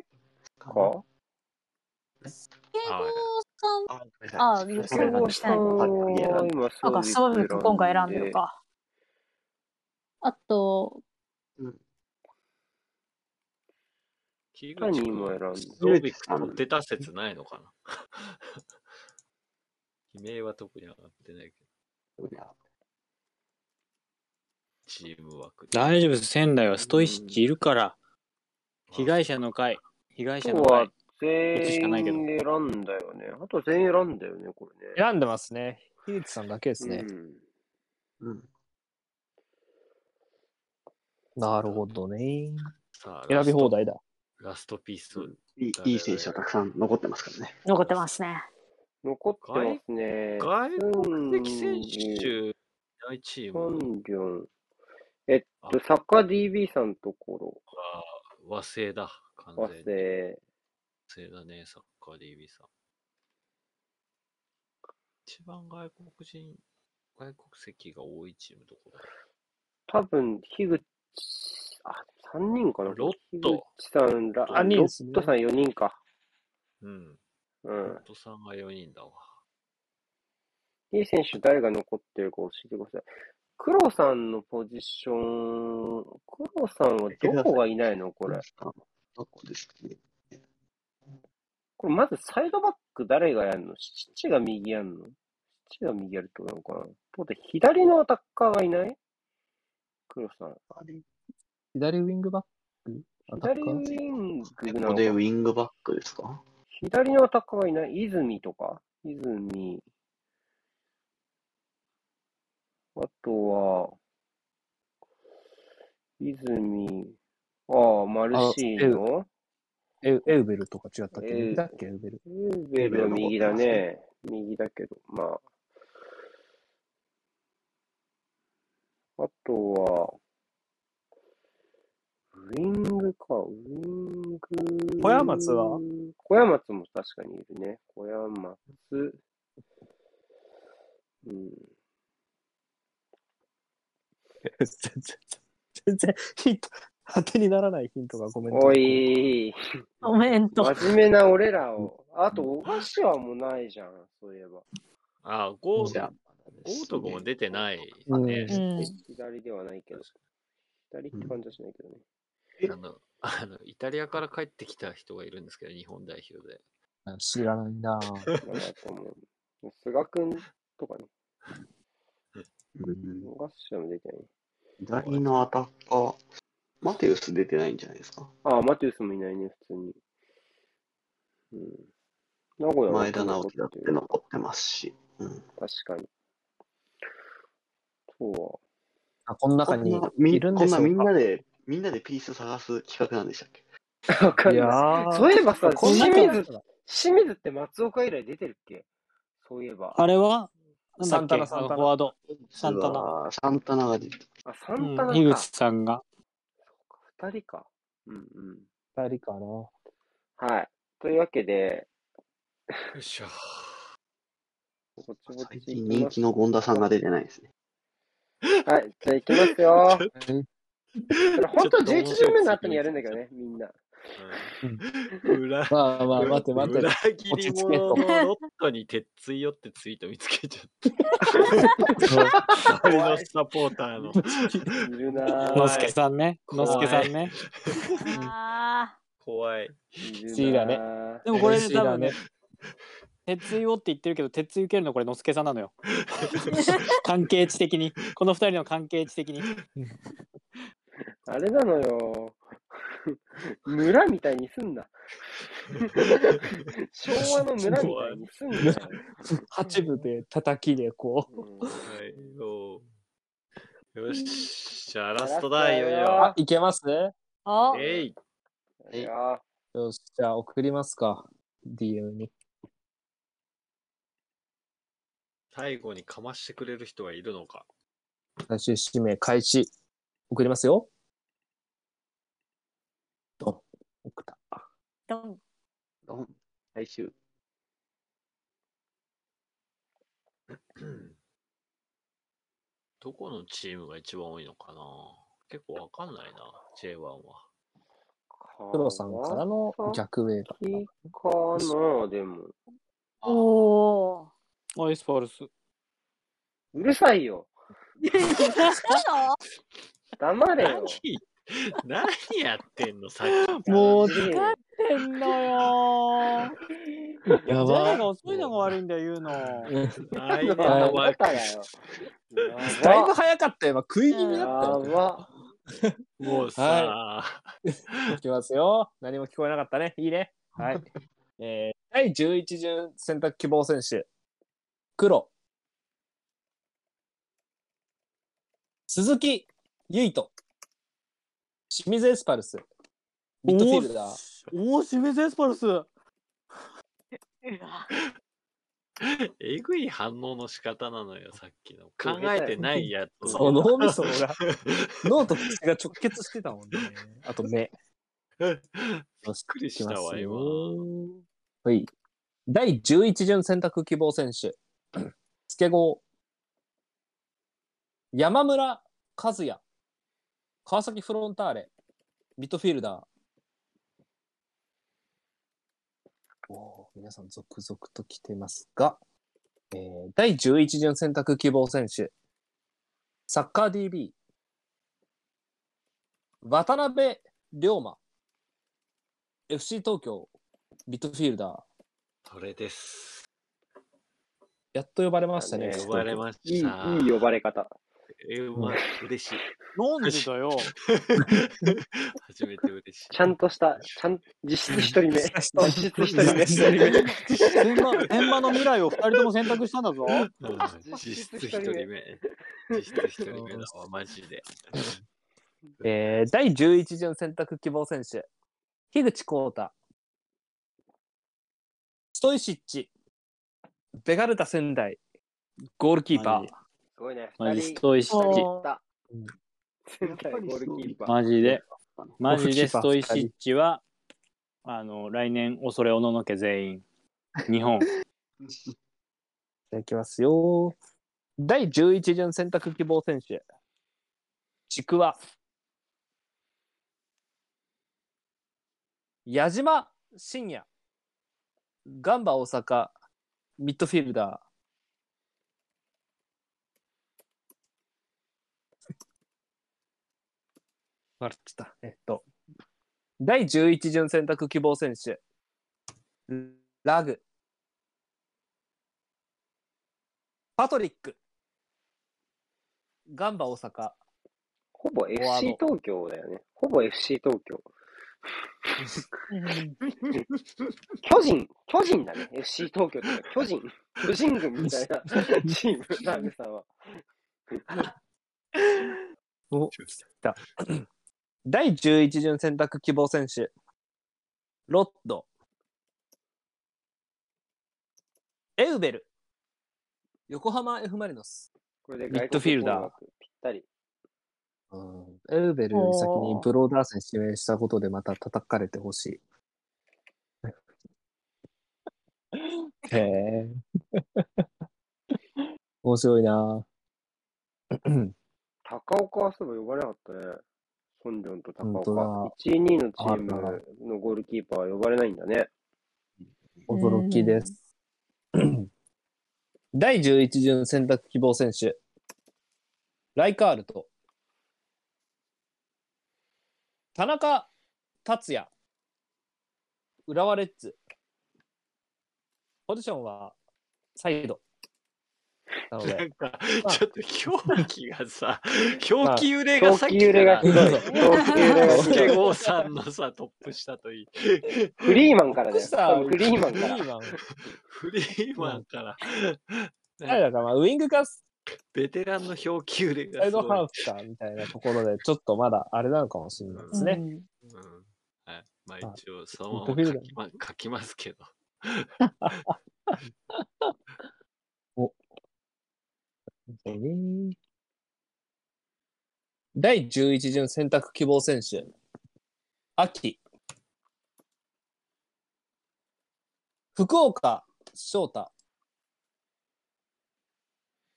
Speaker 6: かな
Speaker 1: か
Speaker 4: 敬
Speaker 7: はい
Speaker 4: 語さ
Speaker 6: あ、ごめん
Speaker 4: ん、あ、い
Speaker 6: なさい
Speaker 4: や
Speaker 1: 瀬
Speaker 4: 選
Speaker 6: ごめん
Speaker 1: 尾
Speaker 4: 択
Speaker 6: な
Speaker 4: し
Speaker 6: さ
Speaker 4: て
Speaker 1: さ
Speaker 4: ない
Speaker 1: ん
Speaker 4: か。
Speaker 1: は今、ス
Speaker 4: あ
Speaker 1: ー
Speaker 4: か、
Speaker 1: ビ
Speaker 4: スワ
Speaker 1: ッ
Speaker 4: ブ
Speaker 1: ク
Speaker 4: ク今回選んで
Speaker 1: 選ん
Speaker 4: る
Speaker 1: で、
Speaker 4: か。あと、
Speaker 7: 木
Speaker 1: タ
Speaker 7: 口
Speaker 1: ニも
Speaker 7: 君、
Speaker 1: 選んで、
Speaker 7: ゾビック取ってた説ないのかな [LAUGHS] 悲鳴は特に上がってないけど、
Speaker 6: いや
Speaker 7: チームワークで。
Speaker 3: 大丈夫です。仙台はストイシッチいるから、被害者の会、被害
Speaker 1: あ
Speaker 3: 者
Speaker 1: と
Speaker 3: の会
Speaker 1: は。全
Speaker 3: しかないけど
Speaker 1: 員選んだよね。あと全員選んだよね、これね。
Speaker 2: 選んでますね。樋口さんだけですね。
Speaker 1: うん。
Speaker 6: うん。
Speaker 2: なるほどね。
Speaker 7: さあ、
Speaker 2: 選
Speaker 7: ラ
Speaker 2: び
Speaker 7: ス
Speaker 2: 放
Speaker 7: ト
Speaker 2: 題だ。
Speaker 7: ラストピース。
Speaker 6: いいいい選手はたくさん残ってますからね。
Speaker 4: 残ってますね。
Speaker 1: 残ってますね。
Speaker 7: 外国籍選
Speaker 1: スンジ
Speaker 7: 手、いないチーム。
Speaker 1: ュ、ソンリョン、えっと、サッカー DB さんのとこ
Speaker 7: 和製だ、完
Speaker 1: ろ、和
Speaker 7: 全に。
Speaker 1: 製、
Speaker 7: 和製だね、サッカー DB さん。一番外国人、外国籍が多いチームどこだ
Speaker 1: 多分、樋口、あ、3人かな
Speaker 7: ロッ
Speaker 1: 樋
Speaker 7: ト
Speaker 1: 口さんら、あ、
Speaker 2: 三人
Speaker 1: ロ
Speaker 2: ですね
Speaker 1: ットさん4人か。
Speaker 7: うん。
Speaker 1: う
Speaker 7: ロ
Speaker 1: ん
Speaker 7: ッ。トさんが4人だわ。
Speaker 1: いい選手誰が残ってるか教えてください。黒さんのポジション、黒さんはどこがいないのこれ。
Speaker 6: どこですかね。
Speaker 1: これまずサイドバック誰がやるのシチが右やんのシチが右やるとなのかなとで左のアタッカーがいない黒さん。
Speaker 2: 左ウィングバックアタッ
Speaker 1: 左
Speaker 2: カ
Speaker 1: ウ
Speaker 2: ー
Speaker 1: ィング
Speaker 6: こ
Speaker 1: な
Speaker 6: こ
Speaker 1: の
Speaker 6: で
Speaker 1: か
Speaker 6: ウィングバックですか
Speaker 1: 左のアタッカーがいない泉とか泉。あとは、泉。ああ、マルシーノ
Speaker 2: エウエウベルとか違ったっけ
Speaker 1: エウ
Speaker 2: 右だっけエウベル。
Speaker 1: エーベルは右だね。右だけど、まあ。あとは、ウィングか、ウィング。
Speaker 2: 小屋松は
Speaker 1: 小屋松も確かにいるね。小屋松。うん。
Speaker 2: 全然、全然ヒント、当てにならないヒントがコメント
Speaker 1: お
Speaker 2: で。 [LAUGHS]
Speaker 1: い、
Speaker 4: ごめんと。
Speaker 1: 真面目な俺らを。あと、小柏もないじゃん、そういえば。
Speaker 7: あ、ゴ
Speaker 6: じゃ
Speaker 7: ー、
Speaker 6: あ、
Speaker 7: ゴーとかも出てない
Speaker 2: うん
Speaker 7: ね。
Speaker 4: うん。
Speaker 1: 左ではないけど。左って感じはしないけどね。
Speaker 7: あの、あの、イタリアから帰ってきた人がいるんですけど、日本代表で。
Speaker 2: 知らないなぁ。
Speaker 1: まあ、あともう、菅君とかね。
Speaker 6: うん
Speaker 1: 小柏も出てない。
Speaker 6: 左のアタッカー、マテウス出てないんじゃないですか
Speaker 1: ああ、マテウスもいないね、普通に。うん。名古屋は
Speaker 6: 前田
Speaker 1: 残
Speaker 6: 直
Speaker 1: っ
Speaker 6: 樹だってて
Speaker 1: る。
Speaker 6: 残ってますし。うん、
Speaker 1: 確かに。そう
Speaker 2: あこの中に
Speaker 6: こんなみ
Speaker 2: いるん
Speaker 6: こ
Speaker 2: で
Speaker 6: ん
Speaker 2: し
Speaker 6: な
Speaker 2: ょ
Speaker 6: み
Speaker 2: うんか
Speaker 6: なで、みんなでピース探す企画なんでしたっけ
Speaker 1: は。わか
Speaker 2: い
Speaker 1: ん
Speaker 2: や
Speaker 1: ない。
Speaker 2: ー
Speaker 1: そういえばさ、
Speaker 2: この
Speaker 1: 清
Speaker 2: 中
Speaker 1: 水、清水って松岡以来出てるっけそういえば。
Speaker 3: あれはなんだ
Speaker 2: サン
Speaker 3: っ
Speaker 2: タ
Speaker 3: け
Speaker 2: ナ
Speaker 3: あ
Speaker 2: サンタナ
Speaker 3: のフォワード。サンタナ。
Speaker 6: ナ。サンタナが出てる
Speaker 1: あ、サ
Speaker 3: う
Speaker 1: ンタ
Speaker 3: ん、
Speaker 1: ナ
Speaker 3: 樋
Speaker 1: か
Speaker 3: 口。さんが。
Speaker 1: 二人か。うん
Speaker 2: 二人かな。
Speaker 1: うん。はい。というわけで、
Speaker 7: よいしょ。
Speaker 1: ぼちぼち
Speaker 6: 最
Speaker 1: い
Speaker 6: 近
Speaker 1: き
Speaker 6: 人
Speaker 1: ま
Speaker 6: 気
Speaker 1: す。
Speaker 6: の権田さんが出てないですね。
Speaker 1: はい。じゃあいきます
Speaker 6: [LAUGHS]
Speaker 1: よ。
Speaker 2: え
Speaker 1: これ本当は11
Speaker 7: ちょっと面白い
Speaker 1: 人目の後にやるんだけどね、みんな。
Speaker 7: うん裏
Speaker 2: まあまあ、
Speaker 7: 裏
Speaker 2: 待て待て。
Speaker 7: 裏切り者のロットに鉄槌よってツイート見つけちゃった。ワイドサポーターの。
Speaker 1: いるな
Speaker 3: の
Speaker 1: ぁ。
Speaker 3: すけさんね。
Speaker 7: 怖
Speaker 3: の
Speaker 7: い
Speaker 3: すけさんね。
Speaker 4: あ
Speaker 7: 怖
Speaker 1: い
Speaker 7: い。
Speaker 1: るなぁ。
Speaker 2: シーラね
Speaker 3: でもこれね、
Speaker 2: 嬉しい
Speaker 3: 多
Speaker 2: だ
Speaker 3: 分
Speaker 2: ね
Speaker 3: ね、鉄槌をって言ってるけど、鉄槌受けるのこれのすけさんなのよ。関係値的に。この二人の関係値的に。
Speaker 1: あれなのよ。 [LAUGHS] 村みたいにす
Speaker 7: [LAUGHS]
Speaker 1: んな。昭和の村みたいにすんなよ。
Speaker 2: 八部で叩きでこう。
Speaker 1: うん
Speaker 7: はい、よーよし。じゃあ、ラ
Speaker 1: ラ
Speaker 7: ス
Speaker 1: ス
Speaker 7: ト
Speaker 1: ト
Speaker 7: だ
Speaker 1: だ
Speaker 7: よ
Speaker 1: よ
Speaker 7: よ。
Speaker 2: いけます
Speaker 4: あ。あ
Speaker 7: えい。
Speaker 1: あれよ
Speaker 2: よし、じゃあ送りますか。DM に。
Speaker 7: 最後にかましてくれる人はいるのか。
Speaker 2: 最終指名開始。送りますよ。ドン。送った。
Speaker 4: どん。
Speaker 6: ドン最終。
Speaker 7: どこのチームが一番多いのかな結構わかんないな、J1 は。
Speaker 2: 黒さんからの逆ウェーバー
Speaker 1: い。かなでも。
Speaker 4: おお。
Speaker 3: おい、スポールス。
Speaker 1: うるさいよ。黙れよ。
Speaker 7: 何やってんのさっき。
Speaker 3: もう
Speaker 1: じ
Speaker 3: 疲
Speaker 1: い
Speaker 3: れてんのよ。
Speaker 2: や
Speaker 3: ジェ
Speaker 2: ば
Speaker 3: ネが遅いのが悪いんだよ、言うの。
Speaker 2: うん
Speaker 6: [LAUGHS]
Speaker 7: 間は
Speaker 1: だからよ。
Speaker 2: だいぶ早かったよ。今食い気味
Speaker 1: や
Speaker 2: だったよ。
Speaker 1: ば。
Speaker 7: もうさ、
Speaker 2: いきますよ。何も聞こえなかったね。いいね。 [LAUGHS] はい。えー、第11巡選択希望選手。黒。鈴木唯斗。清水エスパルス。ミッドフィールダー。
Speaker 3: おお、清水エスパルス。
Speaker 4: うわ
Speaker 7: えぐい反応の仕方なのよ、さっきの。考えてないやつ。
Speaker 2: そう、脳みそが、脳と口が直結してたもんね。あと目。
Speaker 7: びっくりしたわ、今。
Speaker 2: はい。第11巡選択希望選手。 [CLEARS THROAT] スケゴー。山村和也。川崎フロンターレ。ミッドフィールダー。おー皆さん続々と来てますが、えー第11巡選択希望選手。サッカー DB。渡辺龍馬。FC 東京。ミッドフィールダー。
Speaker 7: それです。
Speaker 2: やっと呼ばれましたね。
Speaker 7: 呼ばれま
Speaker 1: いい、
Speaker 7: した。
Speaker 1: いい呼ばれ方。
Speaker 7: えうまい嬉しい。
Speaker 3: なんでだよ。
Speaker 7: [LAUGHS] 初めて嬉しい。
Speaker 1: ちゃんとした、ちゃん、実質一
Speaker 2: [LAUGHS]
Speaker 1: 人目。実質一人
Speaker 3: [LAUGHS]
Speaker 1: 目。
Speaker 3: 天馬天馬の未来を二人とも選択したんだぞ。
Speaker 7: うん実質一人目。実質一人目だわ、マジで。
Speaker 2: えー第11巡選択希望選手、樋口浩太、ストイシッチ、ベガルタ仙台、ゴールキーパー。
Speaker 1: すごいね。
Speaker 3: マジ
Speaker 1: 二
Speaker 3: ス
Speaker 1: 人
Speaker 3: トイシッチ。
Speaker 1: 行った。全体ゴールキーパー。
Speaker 3: マジで。マジ
Speaker 2: ゴー
Speaker 3: で
Speaker 2: ルキーパー
Speaker 3: ストイシッチは、あの、来年恐れおののけ全員。日本。
Speaker 2: じゃあいきますよ。第11巡選択希望選手、ちくわ、矢島信也、ガンバ大阪、ミッドフィルダー。笑っちゃった。えっと、第11巡選択希望選手、ラグ、パトリック、ガンバ大阪。
Speaker 1: ほぼ
Speaker 2: フォワード
Speaker 1: FC 東京だよね。ほぼ FC 東京。巨人、巨人だね。FC 東京っていうか巨人、巨人軍みたい [LAUGHS] なチーム、ラグさんは。
Speaker 2: お、来た。 [CLEARS THROAT] 第11巡選択希望選手、ロッド、エウベル、横浜 F ・マリノス。
Speaker 1: これで
Speaker 2: ミッドフィルダー
Speaker 1: 外国語学ぴったり。
Speaker 2: エウベル
Speaker 4: おー
Speaker 2: 先にブローダーセン指名したことでまた叩かれてほし [LAUGHS] い。へえ。面白いな
Speaker 1: 高岡はそういえば呼ばれなかったね。ソンリョンと高
Speaker 2: 本
Speaker 1: 岡。1位、2位のチー
Speaker 2: あらあ
Speaker 1: ムのゴールキーパーは呼ばれないんだね。
Speaker 2: 驚きです。第11巡選択希望選手、ライカールと、田中達也、浦和レッズ。ポジションはサイド。なの
Speaker 7: な
Speaker 1: [LAUGHS]
Speaker 2: で、
Speaker 7: んか、ちょっと狂気がさ、狂気揺れがさっ
Speaker 1: 狂気
Speaker 7: き
Speaker 1: 揺
Speaker 7: か
Speaker 1: れが
Speaker 7: ら
Speaker 1: ひ、どい。狂気揺れが
Speaker 7: ス
Speaker 1: ひど
Speaker 7: ケ
Speaker 1: い。
Speaker 7: ゴーさんのさ、トップ下といい。
Speaker 1: フリーマンからだよ。
Speaker 2: しかも
Speaker 1: 多分フリーマンから。
Speaker 2: フリーマン
Speaker 7: フリーマンから、
Speaker 2: 誰だか、まあ、ウイングか
Speaker 7: ベテランの表記売れ
Speaker 2: サ
Speaker 7: が
Speaker 2: イ
Speaker 7: す
Speaker 2: ド
Speaker 7: ご
Speaker 2: ハ
Speaker 7: い
Speaker 2: ー。フかみたいなところで、ちょっとまだあれなのかもしれないですね。
Speaker 4: うん
Speaker 7: うんはい、まあ
Speaker 2: あ
Speaker 7: 一応、そ
Speaker 2: ミッド
Speaker 7: のま
Speaker 2: フィルダ
Speaker 7: ま書
Speaker 2: ー
Speaker 7: き,、ま、書きますけど。
Speaker 2: 第11巡選択希望選手、秋。福岡翔太。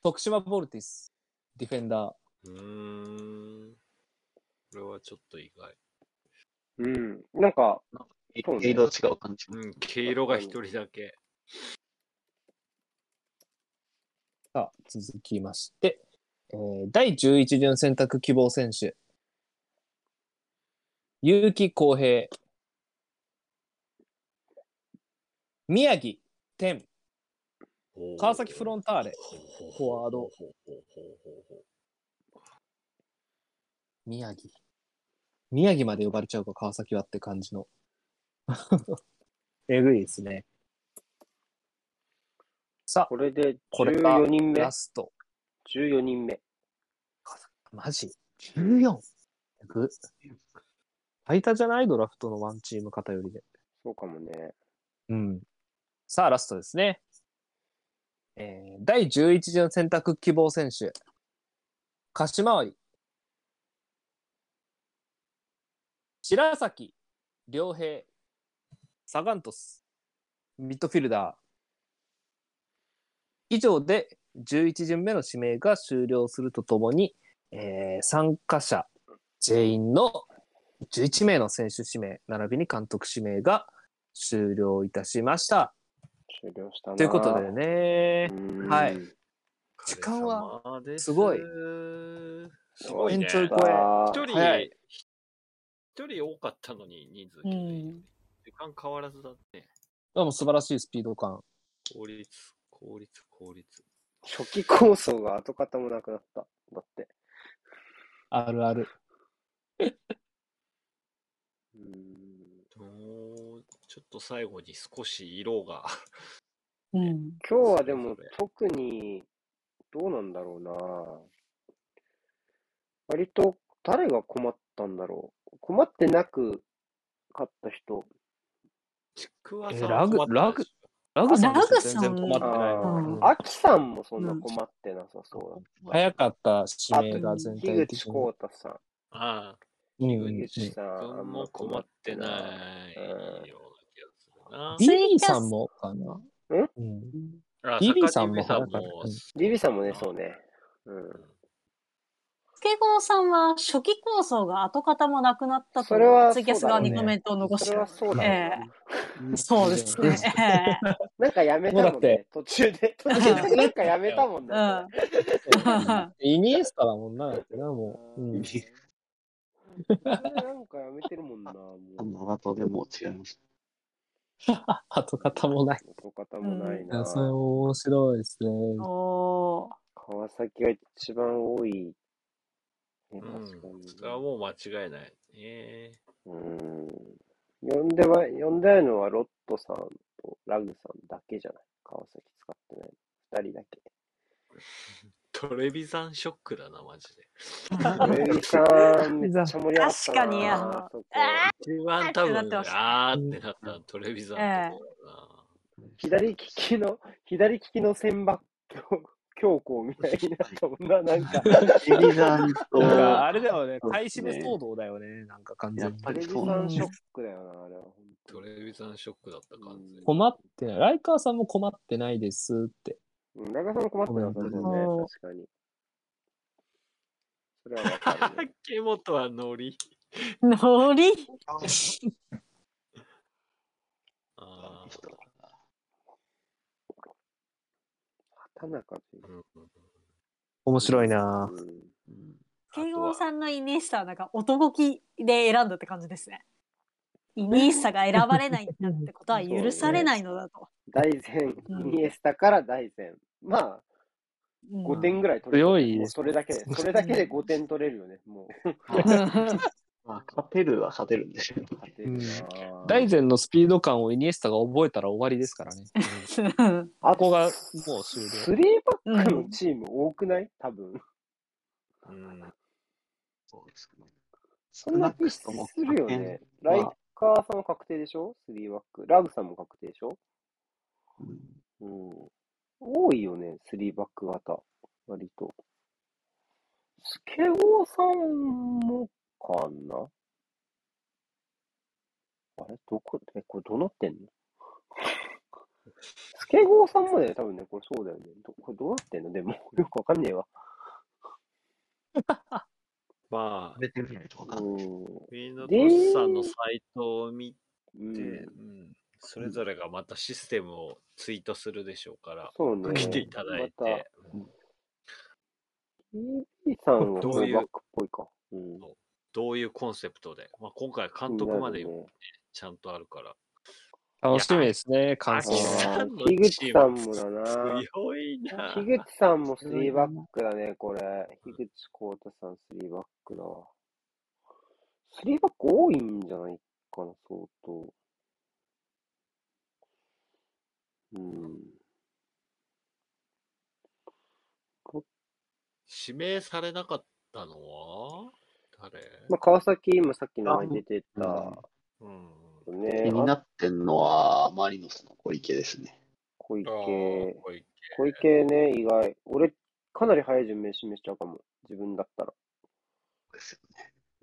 Speaker 2: 徳島ボルティス、ディフェンダー。
Speaker 7: うーん。これはちょっと意外。
Speaker 1: うん。なんか、そうね
Speaker 6: エイド違う感じ。
Speaker 7: うん、毛色が一人だけ。
Speaker 2: さあ、続きまして、えー第11巡選択希望選手、結城康平、宮城天、川崎フロ
Speaker 7: ン
Speaker 2: ンターレ、
Speaker 7: フ
Speaker 2: フォワード。
Speaker 7: う
Speaker 2: 宮城。宮城まで呼ばれちゃうか、川崎はって感じ [LAUGHS] の。えぐいですね。さあ
Speaker 1: こ、れで
Speaker 2: これが
Speaker 1: 14人目
Speaker 2: ラ。スト。
Speaker 1: 14人目。
Speaker 2: マジ ?14? えぐ。最多じゃないドラフトのワンチーム偏りで。
Speaker 1: そうかもね。
Speaker 2: うん。さあ、ラストですね。えー第11巡選択希望選手、貸し回り、白崎良平、サガントス、ミッドフィルダー。以上で11巡目の指名が終了するとともに、えー参加者全員の11名の選手指名並びに監督指名が終了いたしました。
Speaker 1: 終了したな
Speaker 2: ということでね、はい。
Speaker 7: 時
Speaker 2: 間は
Speaker 7: す
Speaker 2: ごい。
Speaker 7: すごいね。
Speaker 2: 延長超え
Speaker 7: 一人、
Speaker 2: 早い
Speaker 7: 一人多かったのに人数決め時間変わらずだね。
Speaker 2: でも素晴らしいスピード感。
Speaker 7: 効率、効率、効率。
Speaker 1: 初期構想が跡形もなくなった。だって。
Speaker 2: あるある。
Speaker 7: もうちょっと最後に少し色が。
Speaker 4: うん。
Speaker 1: 今日はでも特にどうなんだろうな割と誰が困ったんだろう困ってなく勝った人
Speaker 7: クワ
Speaker 2: え
Speaker 7: さん
Speaker 2: ラグ
Speaker 7: 困っ、
Speaker 2: ラグ、ラグさんですよ全然
Speaker 1: あ
Speaker 2: 困ってないわ。うん
Speaker 1: あきさんもそんな困ってなさそうだっ
Speaker 2: 早かった
Speaker 1: た。
Speaker 2: 指名が全体
Speaker 1: 樋
Speaker 2: 的
Speaker 1: 口
Speaker 2: に。
Speaker 1: 浩太さん。
Speaker 7: ああ、
Speaker 2: うんうんうん
Speaker 1: 樋口さん、あんま困っ
Speaker 7: 出
Speaker 1: てない。
Speaker 7: ない。
Speaker 2: DB さんもかな。
Speaker 1: うん
Speaker 2: うん
Speaker 7: あ
Speaker 2: DB
Speaker 7: 坂
Speaker 2: さんも
Speaker 7: DB さ
Speaker 2: 早
Speaker 7: んも
Speaker 2: かった。うん
Speaker 1: リビさんもね、そうね。うん。
Speaker 4: 助郷さんは初期構想が跡形もなくなったと
Speaker 1: それはそうだよ
Speaker 4: ツイキャス側にコメントを残して
Speaker 1: それはそうだよ
Speaker 4: ええそうですね。ええ
Speaker 1: なんかやめたもんね。途中
Speaker 4: [LAUGHS]
Speaker 1: で、途中でなんかやめたもんだって。
Speaker 2: イニエスタだもんな、だってな、もう。うん
Speaker 1: 途中でなんかやめてるもんな。も。
Speaker 6: そうの後でも違います。
Speaker 2: 跡形もない。
Speaker 1: お方もない
Speaker 2: いや
Speaker 1: な。
Speaker 2: それ面白いですね。
Speaker 4: おー
Speaker 1: 川崎が一番多い。ね、
Speaker 7: う
Speaker 1: 確
Speaker 7: ん
Speaker 1: かに。
Speaker 7: それはもう間違いない。ええ
Speaker 1: うん。呼んでは、呼んでないのはロットさんとラグさんだけじゃない。川崎使ってない。二人だけ。
Speaker 7: トレビザンショックだな、マジで。
Speaker 1: トレビさん、めっちゃ盛り上がったな。
Speaker 4: 確かにあの
Speaker 1: そこ
Speaker 7: 一番多
Speaker 4: あーってなっ
Speaker 7: 分
Speaker 4: てまし、
Speaker 7: あーってなったのトレビザンのところだな。
Speaker 1: 左利きの、左利きの選抜強行みたいになったもんな。なんか、
Speaker 6: エビさんと、
Speaker 2: なんか、
Speaker 6: や
Speaker 2: あれだよね、
Speaker 6: そう
Speaker 2: 買い
Speaker 6: です
Speaker 2: 占
Speaker 6: ね
Speaker 2: め騒動だよね、なんか完全
Speaker 6: っ
Speaker 2: に。
Speaker 6: ぱ
Speaker 1: トレ
Speaker 6: り
Speaker 1: ビ
Speaker 6: そう
Speaker 1: さ
Speaker 6: なん
Speaker 1: ん
Speaker 6: で
Speaker 1: シ
Speaker 2: [LAUGHS]
Speaker 6: す
Speaker 1: ョックだよな、あれは。本当
Speaker 7: ト
Speaker 1: に
Speaker 7: レビザンショックだった完全に。
Speaker 2: 困ってない。ライカーさんも困ってないですって。
Speaker 1: うん長さんも困ってなさそうね、
Speaker 4: もう
Speaker 1: 確かに。それはわかる、ね。
Speaker 7: ケモトはノリ。
Speaker 4: ノリ
Speaker 7: あー
Speaker 1: 畑中という
Speaker 7: うんうん
Speaker 2: 面白いな
Speaker 1: うん
Speaker 6: うん
Speaker 4: 慶
Speaker 7: あと
Speaker 4: 応
Speaker 7: は
Speaker 4: さんのイニエスタはなんか男気で選んだって感じですね。イニエスタが選ばれないんだってことは許されないのだ [LAUGHS] と。
Speaker 1: 大前、
Speaker 4: うん
Speaker 1: イニエスタから大前。まあ、
Speaker 4: うん
Speaker 1: 5点ぐらい取れ
Speaker 2: 強
Speaker 1: る、
Speaker 2: いですね
Speaker 1: もうそれだけで、それだけで5点取れるよね。もう、
Speaker 6: まあ、勝てるは勝てるんですけど、
Speaker 1: 勝てるな、
Speaker 2: 大前のスピード感をイニエスタが覚えたら終わりですからね。こ
Speaker 1: あ、
Speaker 2: ことがもう終了。
Speaker 1: スリーバックのチーム多くない多分。
Speaker 7: うん
Speaker 6: そうですね。
Speaker 1: そ
Speaker 6: 少
Speaker 1: んな
Speaker 6: な
Speaker 1: 気
Speaker 6: く
Speaker 1: す
Speaker 6: とも、
Speaker 1: るよね。
Speaker 6: ま
Speaker 1: ラ
Speaker 6: あ
Speaker 1: イカーさんも確定でしょ ?3 バック。ラグさんも確定でしょ
Speaker 6: うん
Speaker 1: うん。多いよね、3バック型。割と。スケオさんもかなあれどこ、え、これどうなってん [LAUGHS] のスケゴーさんもね、多分ね、これそうだよね。どこれどうなってんのでも、よくわかんねえわ。
Speaker 7: まあ、
Speaker 6: 出てみないとわかんない。
Speaker 1: う
Speaker 7: みんな
Speaker 1: で
Speaker 7: トシさんのサイトを見
Speaker 1: ん。
Speaker 7: て、
Speaker 1: うん
Speaker 7: うんそれぞれがまたシステムをツイートするでしょうから、
Speaker 1: [LAUGHS] そうね。
Speaker 7: 来ていただい
Speaker 1: また
Speaker 7: て、、
Speaker 1: EB さんは
Speaker 7: ど
Speaker 1: フォ
Speaker 7: うい
Speaker 1: ー
Speaker 7: う
Speaker 1: バックっぽいか。うん。
Speaker 7: どういうコンセプトで、まあ、今回
Speaker 1: 気
Speaker 7: 監
Speaker 1: にな
Speaker 7: 督ま
Speaker 1: る
Speaker 7: で
Speaker 1: ね。
Speaker 7: ちゃんとあるから、
Speaker 2: [LAUGHS] 楽しみですね、
Speaker 7: あ
Speaker 2: 感想
Speaker 7: き
Speaker 2: は。
Speaker 7: さ
Speaker 1: あ
Speaker 7: んの
Speaker 1: ー
Speaker 7: チ
Speaker 1: 樋口
Speaker 7: ー
Speaker 1: さ
Speaker 7: ム
Speaker 1: んもだな。
Speaker 7: 強いな。
Speaker 1: 樋口さんも3バックだね、これ。樋口浩太さん3バックだわ。3バック多いんじゃないかな、相当。うん。
Speaker 7: 指名されなかったのは誰
Speaker 1: まあ、川崎、今さっき名前出てた
Speaker 7: うん。
Speaker 1: ね
Speaker 6: 気。になってんのは、マリノスの小池ですね。
Speaker 1: 小池
Speaker 7: ああ、小池。
Speaker 1: 小池ね、意外。俺、かなり早い順命示しちゃうかも。自分だったら。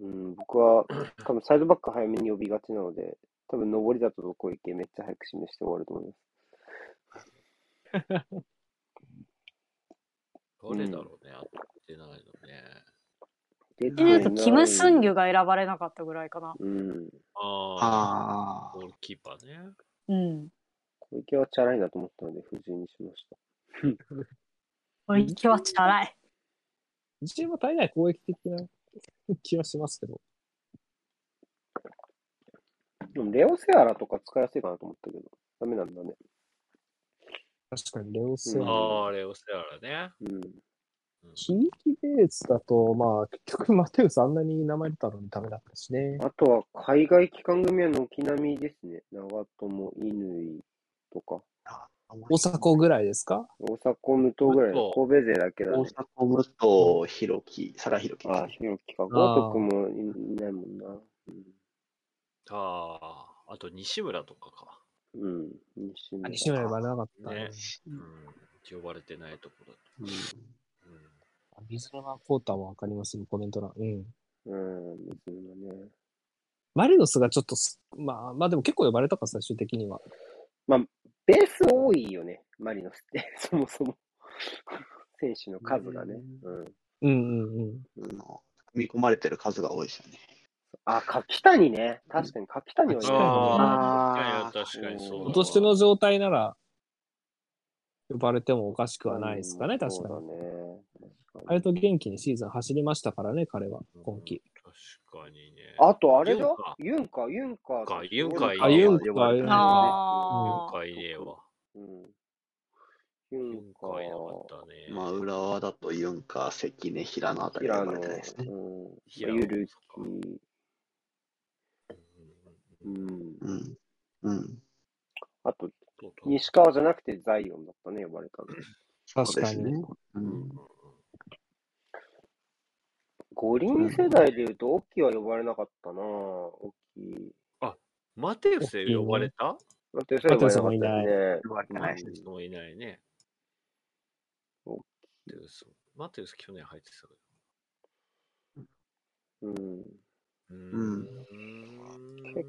Speaker 1: うん、僕は、多分サイドバック早めに呼びがちなので、多分上りだと小池めっちゃ早く示して終わると思います。
Speaker 7: 誰だろうね、当たってないのね。
Speaker 1: 出
Speaker 4: でなんかキム・スンギュが選ばれなかったぐらいかな。
Speaker 1: うん。
Speaker 7: ああ。ゴールキーパーね。
Speaker 4: うん。
Speaker 1: 小池はチャラいなと思ったので、不自由にしました。
Speaker 4: 小池はチャラい。
Speaker 2: 自信は大概攻撃的な気はしますけど。
Speaker 1: でも、レオ・セアラとか使いやすいかなと思ったけど、ダメなんだね。
Speaker 2: 確かにレオセアラ
Speaker 7: ああ、レオセアラね。
Speaker 1: うん。
Speaker 2: ひいきベースだと、まあ、結局、マテウスあんなに名前出たのにダメだったしね。
Speaker 1: あとは、海外機関組は軒並みですね。長友、乾とか。
Speaker 2: 大阪ぐらいですか
Speaker 1: 大阪無党ぐらい
Speaker 2: 武藤。
Speaker 1: 神戸勢だけだね。
Speaker 6: 大迫武藤、弘樹、佐賀弘樹。あ、
Speaker 1: 弘樹か。豪徳もいいないもんな。
Speaker 7: ああ、あと西村とかか。
Speaker 1: うん。西村。
Speaker 2: 西村呼ばなかったね
Speaker 7: ね。うん。呼ばれてないところだと。
Speaker 2: 水沼コータもわかりますよ、コメント欄。うん。
Speaker 1: うん、水沼ね。
Speaker 2: マリノスがちょっとす、まあ、まあでも結構呼ばれたか、最終的には。
Speaker 1: まあ、ベース多いよね、マリノスって、 [LAUGHS] そもそも。選手の数がね。うん。
Speaker 2: うんうんうん。
Speaker 6: 見込まれてる数が多いですよね。
Speaker 1: あ、柿谷ね。確かに柿谷はい
Speaker 7: ああ、確かにそうだ
Speaker 2: 今
Speaker 7: わ。
Speaker 2: 年の状態なら、呼ばれてもおかしくはないですかね、確かに。あれと元気にシーズン走りましたからね、彼は、今季。
Speaker 7: 確かにね。
Speaker 1: あとあれだユンカ、ユンカ。
Speaker 7: かユンカいい
Speaker 2: あユンカ
Speaker 7: 呼ばれてない
Speaker 4: あ
Speaker 7: ユンカいねえわ。
Speaker 1: ユンカ。
Speaker 6: まあ、浦和だとユンカ、関根、平野あたりが呼ばれてないですね。
Speaker 1: ゆるき。うん。
Speaker 6: うん。うん。
Speaker 1: あと、西川じゃなくてザイオンだったね、呼ばれたの。
Speaker 2: 確かに。
Speaker 6: うん。
Speaker 1: 五輪世代でいうと、オッキーは呼ばれなかったなぁ、オッキー。
Speaker 7: マテウス呼ばれた
Speaker 1: マテウスは呼ばれなかったですね。
Speaker 6: 呼ばれてない
Speaker 7: マテウスもいないね。
Speaker 1: マ
Speaker 7: テウス、マテウス去年入ってたけ
Speaker 1: うん。
Speaker 6: うん。
Speaker 1: 結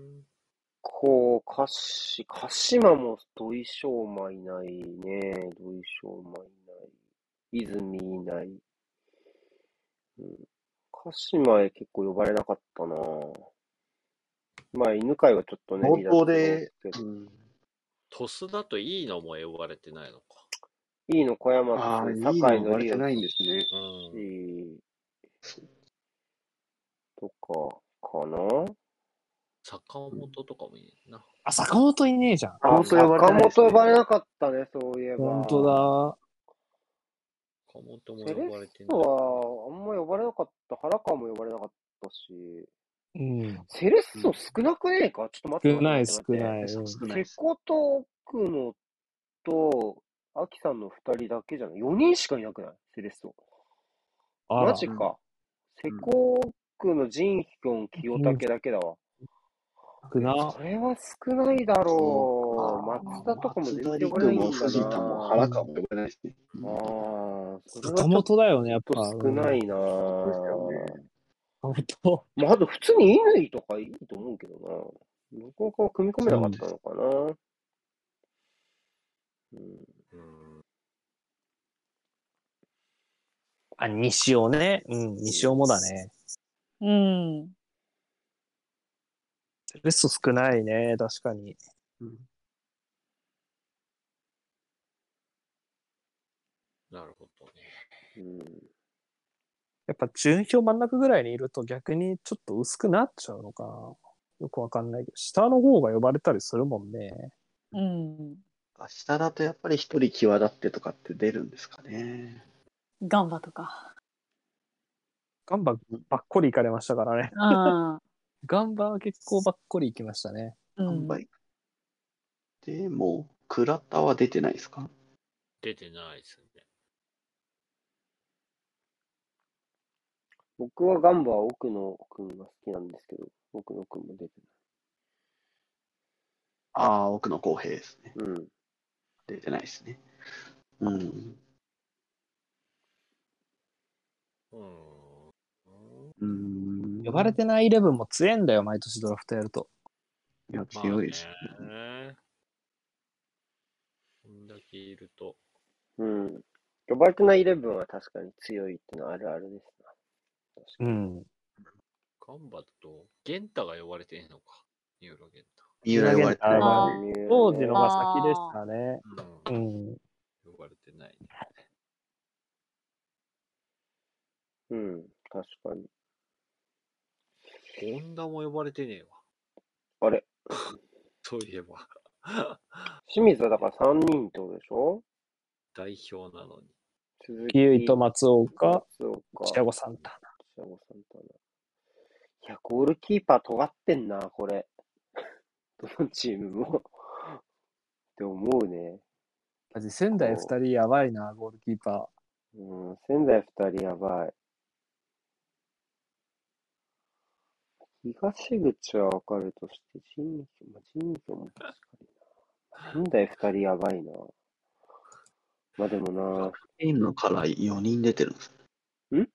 Speaker 1: 構、カッシ、カシマも土井翔馬いないね。土井翔馬いない。泉いない。うん。カシマへ結構呼ばれなかったなぁ。まあ、犬飼はちょっとね、
Speaker 7: 冒頭で
Speaker 1: 離脱が多くて
Speaker 7: ど。トスだといいのも呼ばれてないのか。
Speaker 1: いいの小山と
Speaker 6: あーいいの
Speaker 1: 酒井の
Speaker 6: 割れ
Speaker 1: り
Speaker 6: て
Speaker 1: を
Speaker 6: ないんですね
Speaker 1: とか、かな
Speaker 7: 坂本とかもいいな。
Speaker 2: あ、坂本いねえじゃん。
Speaker 1: あ、坂本呼ばれなかったね、そういえば。
Speaker 2: 本当だ。
Speaker 7: 坂本も
Speaker 1: セレ
Speaker 7: 呼
Speaker 1: ッ
Speaker 7: ばれて
Speaker 1: ソ
Speaker 7: ない。
Speaker 1: は、あんま呼ばれなかった。原川も呼ばれなかったし。
Speaker 2: うん。
Speaker 1: セレッソ少なくねえかちょっと待って
Speaker 2: 少な
Speaker 1: 待って待
Speaker 2: い少
Speaker 1: って
Speaker 2: ない。
Speaker 1: 待って。
Speaker 2: うん
Speaker 1: 瀬古と奥野と、アキさんの二人だけじゃない ?4 人しかいなくないセレッソ。
Speaker 2: あら
Speaker 1: マジか。瀬古奥野、ジンヒョン、清武だけだわ。
Speaker 2: 少な。
Speaker 1: それは少ないだろう。松田とかも全然呼ばれないんだな。
Speaker 6: 藤田も原川も呼ばれないですね。
Speaker 1: ああ、それは
Speaker 2: 坂本だよね、やっぱ。
Speaker 1: 少ないな
Speaker 2: 本当。
Speaker 1: まあ、あと普通に乾とかいいと思うけどな。向こう側組み込めなかったのかな。うん。
Speaker 2: あ、西尾ね。うん、西尾もだね。
Speaker 4: うん。
Speaker 2: ベスト少ないね、確かに。
Speaker 7: なるほどね。
Speaker 2: やっぱ順表真ん中ぐらいにいると逆にちょっと薄くなっちゃうのかな。よくわかんないけど、下の方が呼ばれたりするもんね。
Speaker 4: うん。
Speaker 6: 下だとやっぱり一人際立ってとかって出るんですかね。
Speaker 4: ガンバとか。
Speaker 2: ガンバばっこり行かれましたからね。
Speaker 4: あ
Speaker 2: ガンバは結構ばっこり行きましたね。
Speaker 6: 販売。でも、倉田は出てないですか
Speaker 7: 出てないですね。
Speaker 1: 僕はガンバは奥野くんが好きなんですけど、奥野くんも出て
Speaker 6: ああ、奥野公平ですね。
Speaker 1: うん。
Speaker 6: 出てないですね。うん。うん。
Speaker 2: 呼ばれてないイレブンも強えんだよ、毎年ドラフトやると。
Speaker 6: いや、強いです。
Speaker 7: まあね。こんだけいると。
Speaker 1: うん。呼ばれてないイレブンは確かに強いってのはあるあるですな。
Speaker 2: うん。
Speaker 7: ガンバだと、ゲンタが呼ばれてんのか。ニューロゲン
Speaker 6: 三浦呼ばれてない。
Speaker 4: あー
Speaker 2: 当時のが先でしたね。
Speaker 7: タ。
Speaker 2: う
Speaker 7: うん。
Speaker 2: ん。
Speaker 7: 呼ばれてないね。
Speaker 1: うん、確かに。
Speaker 7: ゴンダも呼ばれてねえわ。
Speaker 1: あれ、
Speaker 7: [LAUGHS] そういえば。
Speaker 1: 清水はだから3人ってことでしょ
Speaker 7: 代表なのに。
Speaker 1: 鈴木
Speaker 2: キウイと松岡、
Speaker 1: 松岡
Speaker 2: チアゴサンタ。
Speaker 1: シャゴサンタナ。いや、ゴールキーパー尖ってんな、これ。 [LAUGHS] どのチームも。 [LAUGHS] って思うね。
Speaker 2: マジ仙台二人やばいな、ゴールキーパ
Speaker 1: うん、仙台二人やばい。東口はわかるとして、神京、まあ、神京も確かにな。仙台二人やばいな。まあでもな、
Speaker 6: チームのから4人出てるんです。
Speaker 1: ん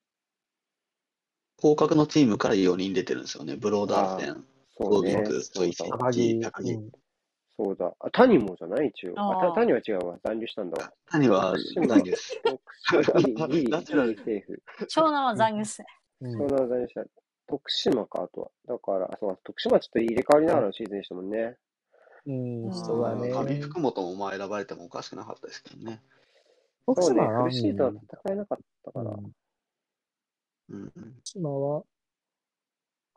Speaker 6: 広角のチームから4人出てるんですよね。ブローダーセン、
Speaker 1: そう
Speaker 6: ゴ
Speaker 1: ね。
Speaker 6: ギング
Speaker 1: そ
Speaker 6: ソ
Speaker 1: う
Speaker 6: イ
Speaker 1: だ
Speaker 6: セ
Speaker 2: ー。
Speaker 1: わ
Speaker 2: 高木。
Speaker 6: 高木
Speaker 2: うん
Speaker 1: そうだ。あ、谷もじゃない一応。あ、
Speaker 4: あ
Speaker 1: た
Speaker 4: ー
Speaker 1: 谷は違うわ。残留したんだわ。
Speaker 6: 谷は
Speaker 1: 徳島
Speaker 6: 残留です。
Speaker 1: 徳島、ギリ、ギリ、
Speaker 6: ナチュラル
Speaker 1: ギリセーフ。
Speaker 4: 長男は残業っすね。
Speaker 2: うん
Speaker 1: 湘南財でした。徳島か、あとは。だから、あそうか、徳島ちょっと入れ替わりながらのシーズンでしたもんね。
Speaker 2: うん、
Speaker 4: ん
Speaker 2: そうだね。
Speaker 6: まあ上福本もまあ選ばれてもおかしくなかったですけどね。
Speaker 2: 徳
Speaker 1: そう
Speaker 2: 島
Speaker 1: ね、
Speaker 2: は
Speaker 1: 苦しいとは
Speaker 2: うん
Speaker 1: 戦えなかったから。
Speaker 2: うん
Speaker 6: うん。
Speaker 2: 徳島は、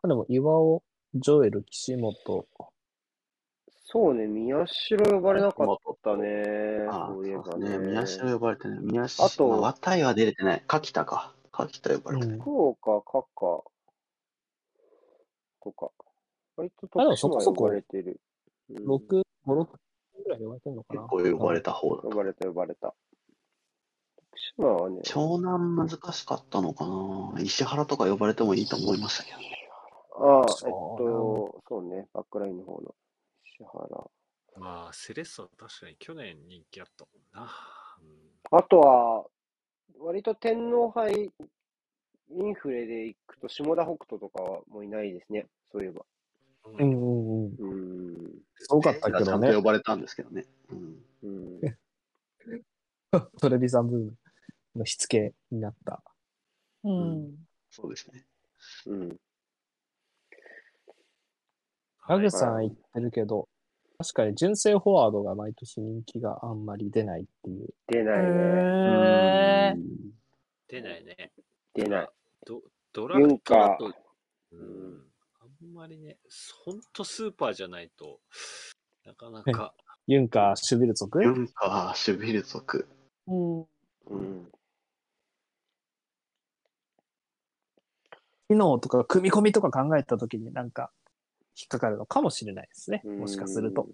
Speaker 2: あでも岩尾、ジョエル、岸本、
Speaker 1: そうね、宮代呼ばれなかったね。
Speaker 6: ああ
Speaker 1: そういえば
Speaker 6: そうです
Speaker 1: ね。
Speaker 6: ね。宮代呼ばれてない。宮代、
Speaker 1: あと
Speaker 6: まあ、綿井は出れてない。柿田か。柿田呼ばれてない。
Speaker 1: 福岡、カカとか。割と
Speaker 2: あで
Speaker 1: 徳
Speaker 2: もそ
Speaker 1: 島
Speaker 2: こそ
Speaker 1: 呼
Speaker 2: こ
Speaker 1: ばれてる。うん
Speaker 2: 6、5、6ぐらい呼ばれてんのかな。
Speaker 6: 結構呼ばれた方だ
Speaker 1: 呼
Speaker 6: と。
Speaker 1: ばれた、呼ばれた。徳島はね、
Speaker 6: 湘南難しかったのかな。石原とか呼ばれてもいいと思いましたけどね。
Speaker 1: ああ、えっ
Speaker 2: そうな
Speaker 1: と、そうね、バックラインの方の石原。
Speaker 7: まあ、セレッソは確かに去年人気あったもんな。うん
Speaker 1: あとは、割と天皇杯インフレで行くと、下田北斗とかはもういないですね、そういえば。
Speaker 2: うんうんう
Speaker 1: う
Speaker 2: ん。
Speaker 1: ーん。
Speaker 2: すごかったけ
Speaker 6: ちゃ
Speaker 2: ど
Speaker 6: んと
Speaker 2: ね。
Speaker 6: 呼ばれたんですけどね。うん。
Speaker 1: うん、
Speaker 2: トレビザンブームのしつけになった。
Speaker 4: うん。
Speaker 6: そうですね。
Speaker 1: うん。
Speaker 2: ラグさん
Speaker 1: はい
Speaker 2: 言ってるけど、確かに純正フォワードが毎年人気があんまり出ないっていう。
Speaker 1: 出ないね。
Speaker 4: へえ。
Speaker 7: 出ないね。
Speaker 1: 出ない。
Speaker 7: ドドラ
Speaker 1: ユン
Speaker 7: フトだ
Speaker 1: カ
Speaker 7: と、う
Speaker 1: うん
Speaker 7: ん、あんまりね、ほんとスーパーじゃないと、なかなか、
Speaker 2: ユンカ、シュビルツォ
Speaker 6: ユ
Speaker 2: ク
Speaker 6: ンカー、守備ル族。
Speaker 4: うん。
Speaker 1: うん。
Speaker 2: 機能とか組み込みとか考えた時になんか引っかかるのかもしれないですね。
Speaker 1: うん
Speaker 2: もしかすると。。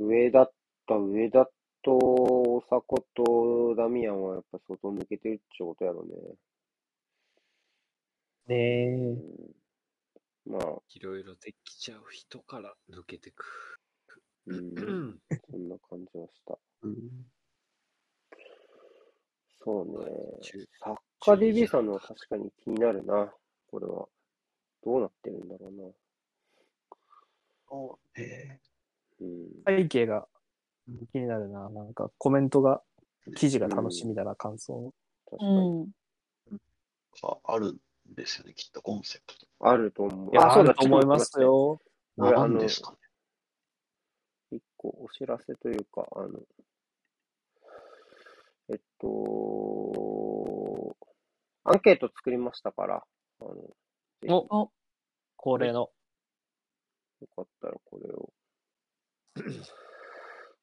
Speaker 1: 上だった、上だと、大迫とダミアンはやっぱ相当抜けてるってことやろね。
Speaker 2: ねえ。
Speaker 1: うん、まあ、
Speaker 7: いろいろできちゃう人から抜けてく。
Speaker 1: うん、
Speaker 2: [CLEARS THROAT]
Speaker 7: うん
Speaker 1: そんな感じはした。
Speaker 6: うん。
Speaker 1: そうね
Speaker 7: まあ。中
Speaker 1: サッカー DB さんのは確かに気になるな、これは。どうなってるんだろう
Speaker 6: ええ
Speaker 1: な。うん。
Speaker 2: 背景が気になるな。なんかコメントが、記事が楽しみだな、感想。
Speaker 1: 確か
Speaker 4: う
Speaker 1: に。
Speaker 4: ん。
Speaker 6: ああるんですよね、きっとコンセプト。
Speaker 1: あると思。
Speaker 2: いうや、
Speaker 1: あ、そう
Speaker 2: あ
Speaker 1: だ、
Speaker 2: ると思います
Speaker 1: ちょっ
Speaker 2: よ。
Speaker 1: これあの
Speaker 6: 何ですかね。
Speaker 1: と待って。一個お知らせというか、あの、えっと、アンケート作りましたから、あの、
Speaker 2: お
Speaker 4: お
Speaker 2: 恒例の。
Speaker 1: よかったらこ
Speaker 2: [CLEARS THROAT]
Speaker 1: れを、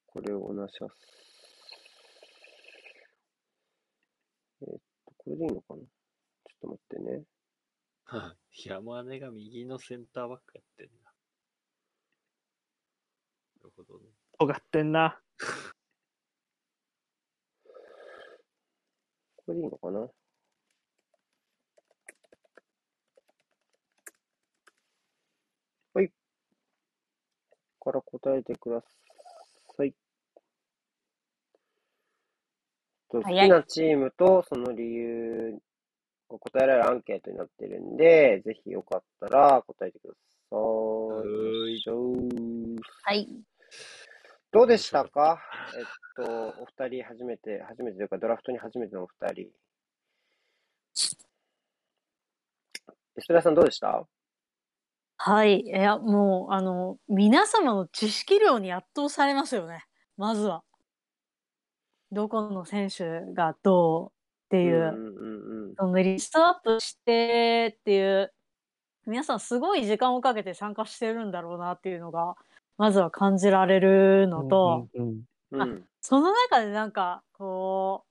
Speaker 1: これをおなしゃす。えっと、これでいいのかなちょっと待ってね。
Speaker 7: 山根が右のセンターバックやってんな。なるほどね。
Speaker 2: 尖ってんな。
Speaker 1: これでいいのかなはい。ここから答えてください。と好
Speaker 4: 早い
Speaker 1: きなチームとその理由が答えられるアンケートになってるんで、ぜひよかったら答えてください。
Speaker 4: はい。
Speaker 1: どうでしたかえっと、お二人初めて、初めてというか、ドラフトに初めてのお二人。吉田さんどうでした
Speaker 4: はい。いや、もう、あの、皆様の知識量に圧倒されますよね。まずは。どこの選手がどうっていうう。
Speaker 1: んうんうん。
Speaker 4: そのリストアップしてっていう皆さんすごい時間をかけて参加してるんだろうなっていうのがまずは感じられるのと、
Speaker 1: うんうん
Speaker 4: その中でなんかこ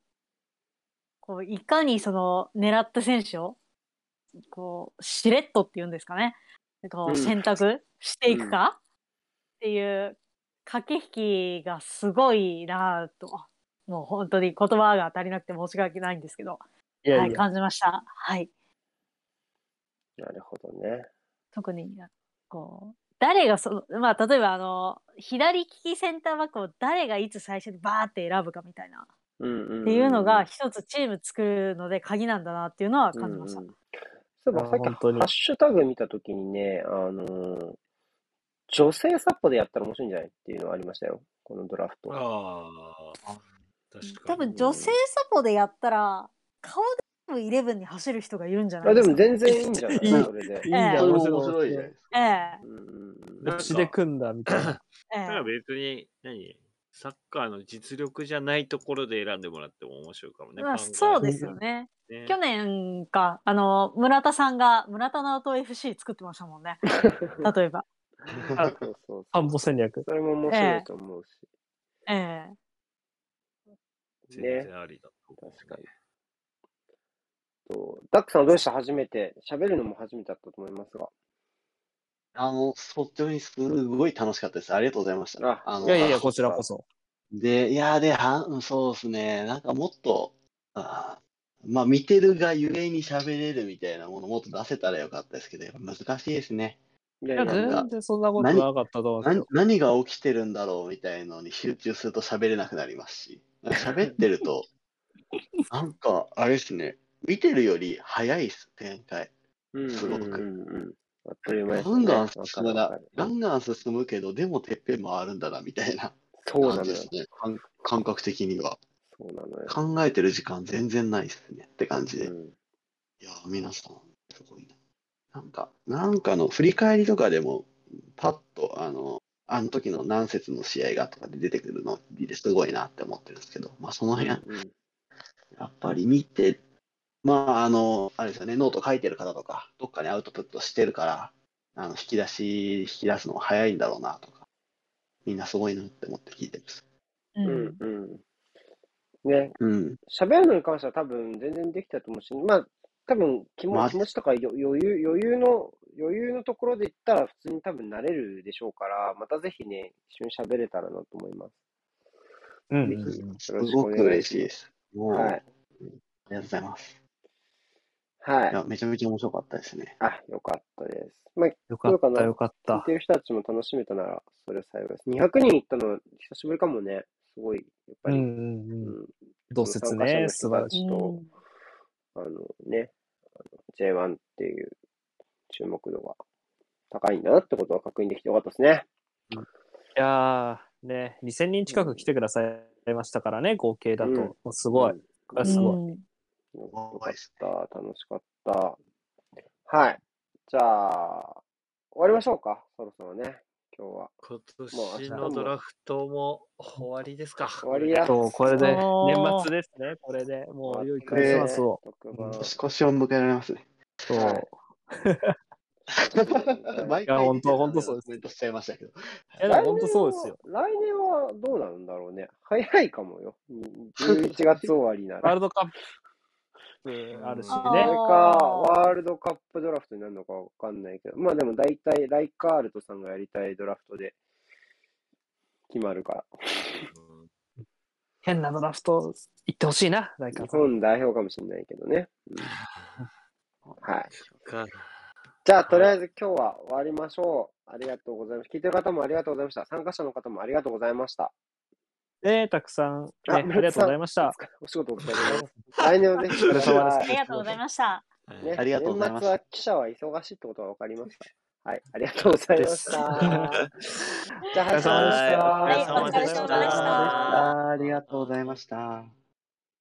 Speaker 4: うこういかにその狙った選手をこうしれっとっていうんですかねこ
Speaker 8: うん
Speaker 4: う選択していくか、っていう駆け引きがすごいなぁともう本当に言葉が足りなくて申し訳ないんですけど。
Speaker 1: いやいや
Speaker 4: はい、感じました。はい。
Speaker 1: なるほどね。
Speaker 4: 特に、こう、誰がその、まあ、例えば、あの、左利きセンターバックを誰がいつ最初にバーって選ぶかみたいな、
Speaker 1: うんうんうん、
Speaker 4: っていうのが、一つチーム作るので鍵なんだなっていうのは感じました。
Speaker 1: うんうんそういえばさっきハッシュタグ見たときにね、あのー女性サポでやったら面白いんじゃないっていうのはありましたよ。このドラフト。
Speaker 7: ああ、確か
Speaker 4: 多分、女性サポでやったら、顔で多分イレブンに走る人がいるんじゃない
Speaker 1: あで
Speaker 4: です
Speaker 1: も
Speaker 4: か。
Speaker 1: 全然いいんじゃない
Speaker 2: いい
Speaker 1: それで。
Speaker 4: いいんだええそれも
Speaker 7: 面白いじゃないです
Speaker 4: ええ。
Speaker 2: で血で組んだみたい [LAUGHS] な。
Speaker 7: だから別に、何サッカーの実力じゃないところで選んでもらっても面白いかもね。
Speaker 4: まあ、
Speaker 7: 考え
Speaker 4: そうですよね。
Speaker 7: ね
Speaker 4: 去年か、あの、村田さんが、村田直人 FC 作ってましたもんね。例えば。
Speaker 1: あそうそう
Speaker 2: 田んぼ戦略。
Speaker 1: それも面白いと思うし。
Speaker 4: ええ。
Speaker 7: 全然ありだと
Speaker 1: 思う、ね。確かに。そうダックさんどうでした初めて。喋るのも初めてだったと思いますが。
Speaker 6: あの、率直にすごい楽しかったです。ありがとうございました。あの
Speaker 2: いやいやいや、こちらこそ。
Speaker 6: で、いや、で、は、うんそうですね。なんかもっと、あーまあ見てるがゆえに喋れるみたいなものもっと出せたらよかったですけど、やっぱ難しいですね。
Speaker 1: い
Speaker 2: いや、
Speaker 6: なん
Speaker 2: 全
Speaker 6: か、
Speaker 2: 然そんなことなかったと思うんです
Speaker 6: 何
Speaker 2: よ。
Speaker 6: 何が起きてるんだろうみたいのに集中すると喋れなくなりますし、なんか喋って
Speaker 1: [LAUGHS]
Speaker 6: ると、なんか、あれですね、見てるより早いです、展開。
Speaker 1: うん
Speaker 6: すご
Speaker 1: う
Speaker 6: く。
Speaker 1: んうんうん。あっという間で
Speaker 6: ガ
Speaker 1: す
Speaker 6: ン
Speaker 1: ね。
Speaker 6: ガン
Speaker 1: わ
Speaker 6: 進
Speaker 1: か
Speaker 6: む
Speaker 1: るわか
Speaker 6: な
Speaker 1: る。、
Speaker 6: ガンガン進むけど、でもてっぺんもあるんだな、みたいな
Speaker 1: そうな
Speaker 6: 感
Speaker 1: の
Speaker 6: じ
Speaker 1: よ
Speaker 6: ですね。感感覚的には。
Speaker 1: そうなのよ。
Speaker 6: 考えてる時間全然ないですねって感じで。
Speaker 1: うん
Speaker 6: いやー、皆さん、すごいな。なんか、なんかの振り返りとかでも、パッと、あの、あの時の何節の試合がとかで出てくるのですごいなって思ってるんですけど、まあその辺、やっぱり見て、まああの、あれですよね、ノート書いてる方とか、どっかにアウトプットしてるから、あの、引き出し、引き出すのが早いんだろうなとか、みんなすごいなって思って聞いてます。
Speaker 1: うんうん。ね。
Speaker 6: うん。
Speaker 1: 喋るのに関しては多分全然できたと思うし、まあ、多分気も気持ちとかよ余裕、余裕の、余裕のところで言ったら普通に多分慣れるでしょうから、またぜひね、一緒に喋れたらなと思います。
Speaker 2: うん
Speaker 1: ぜひ、よろ
Speaker 6: す
Speaker 1: しくお願いしま
Speaker 6: ご
Speaker 1: す
Speaker 6: く嬉しいです。もう、
Speaker 1: はい
Speaker 6: ありがとうございます。
Speaker 1: はい。
Speaker 6: いや、めちゃめちゃ面白かったですね。
Speaker 1: あ、よかったです。まあ、
Speaker 2: よ
Speaker 1: どうかな
Speaker 2: よかった
Speaker 1: 聞いてる人たちも楽しめたなら、それ幸いです。200人行ったの、久しぶりかもね。すごい、やっぱ
Speaker 2: う
Speaker 1: り。
Speaker 2: んうんうん。同説
Speaker 1: 参加者
Speaker 2: ね、
Speaker 1: の
Speaker 2: 素
Speaker 1: 人
Speaker 2: 晴
Speaker 1: た
Speaker 2: らし
Speaker 1: ち
Speaker 2: い。
Speaker 1: と、あのね、あの J1 っていう注目度が高いんだなってことは確認できてよかったですね。
Speaker 2: いやー、ね、2000人近く来てくださいましたからね、合計だと。
Speaker 1: うん
Speaker 2: もうすごい。これはすごい。
Speaker 1: よよかった、楽しかった。はい。じゃあ、終わりましょうか、そろそろね、今日は。
Speaker 7: 今
Speaker 1: もう
Speaker 7: 年
Speaker 1: 明
Speaker 7: の
Speaker 1: 日
Speaker 7: ド
Speaker 1: も
Speaker 7: ラフトも終わりですか。終
Speaker 1: わりだ
Speaker 2: そう、これで年末
Speaker 7: で。
Speaker 2: ですね、これで。もう、良いク
Speaker 6: これ
Speaker 2: リ
Speaker 6: で
Speaker 2: スマスを。
Speaker 6: 年越しを迎えられますね。
Speaker 2: そう。
Speaker 6: [LAUGHS] 毎
Speaker 2: いや
Speaker 6: 回
Speaker 2: 本当本当
Speaker 6: そうです。コメントしちゃいましたけど。
Speaker 2: いや、でも本当そうですよ。
Speaker 1: 来年はどうなんだろうね。早いかもよ。11月終わりなら。
Speaker 2: ワールドカップあるしね。
Speaker 1: それか、ワールドカップドラフトになるのかわかんないけど、まあでも大体、ライカールトさんがやりたいドラフトで決まるから。
Speaker 2: 変なドラフト行ってほしいな、ライカ
Speaker 1: 日
Speaker 2: ーさん。
Speaker 1: 本代表かもしれないけどね。うんはい。
Speaker 7: か
Speaker 1: じゃあ、とりあえず今日は終わりましょう。ありがとうございます。聞いてる方もありがとうございました。参加者の方もありがとうございました。
Speaker 2: ねたくさん、ね、
Speaker 1: あ
Speaker 2: ありがとうございました。
Speaker 1: お仕事お疲れ様です。来年はぜひ。
Speaker 2: お疲れ様です
Speaker 4: ありがとうございました。
Speaker 1: ね
Speaker 6: ありがとうございま
Speaker 1: 年末は記者は忙しいってことが分かりました。はい、ありがとうございました。じゃあ、
Speaker 2: お疲れ様でした
Speaker 1: はい
Speaker 4: はいお疲れ様でした
Speaker 6: ありがとうございました。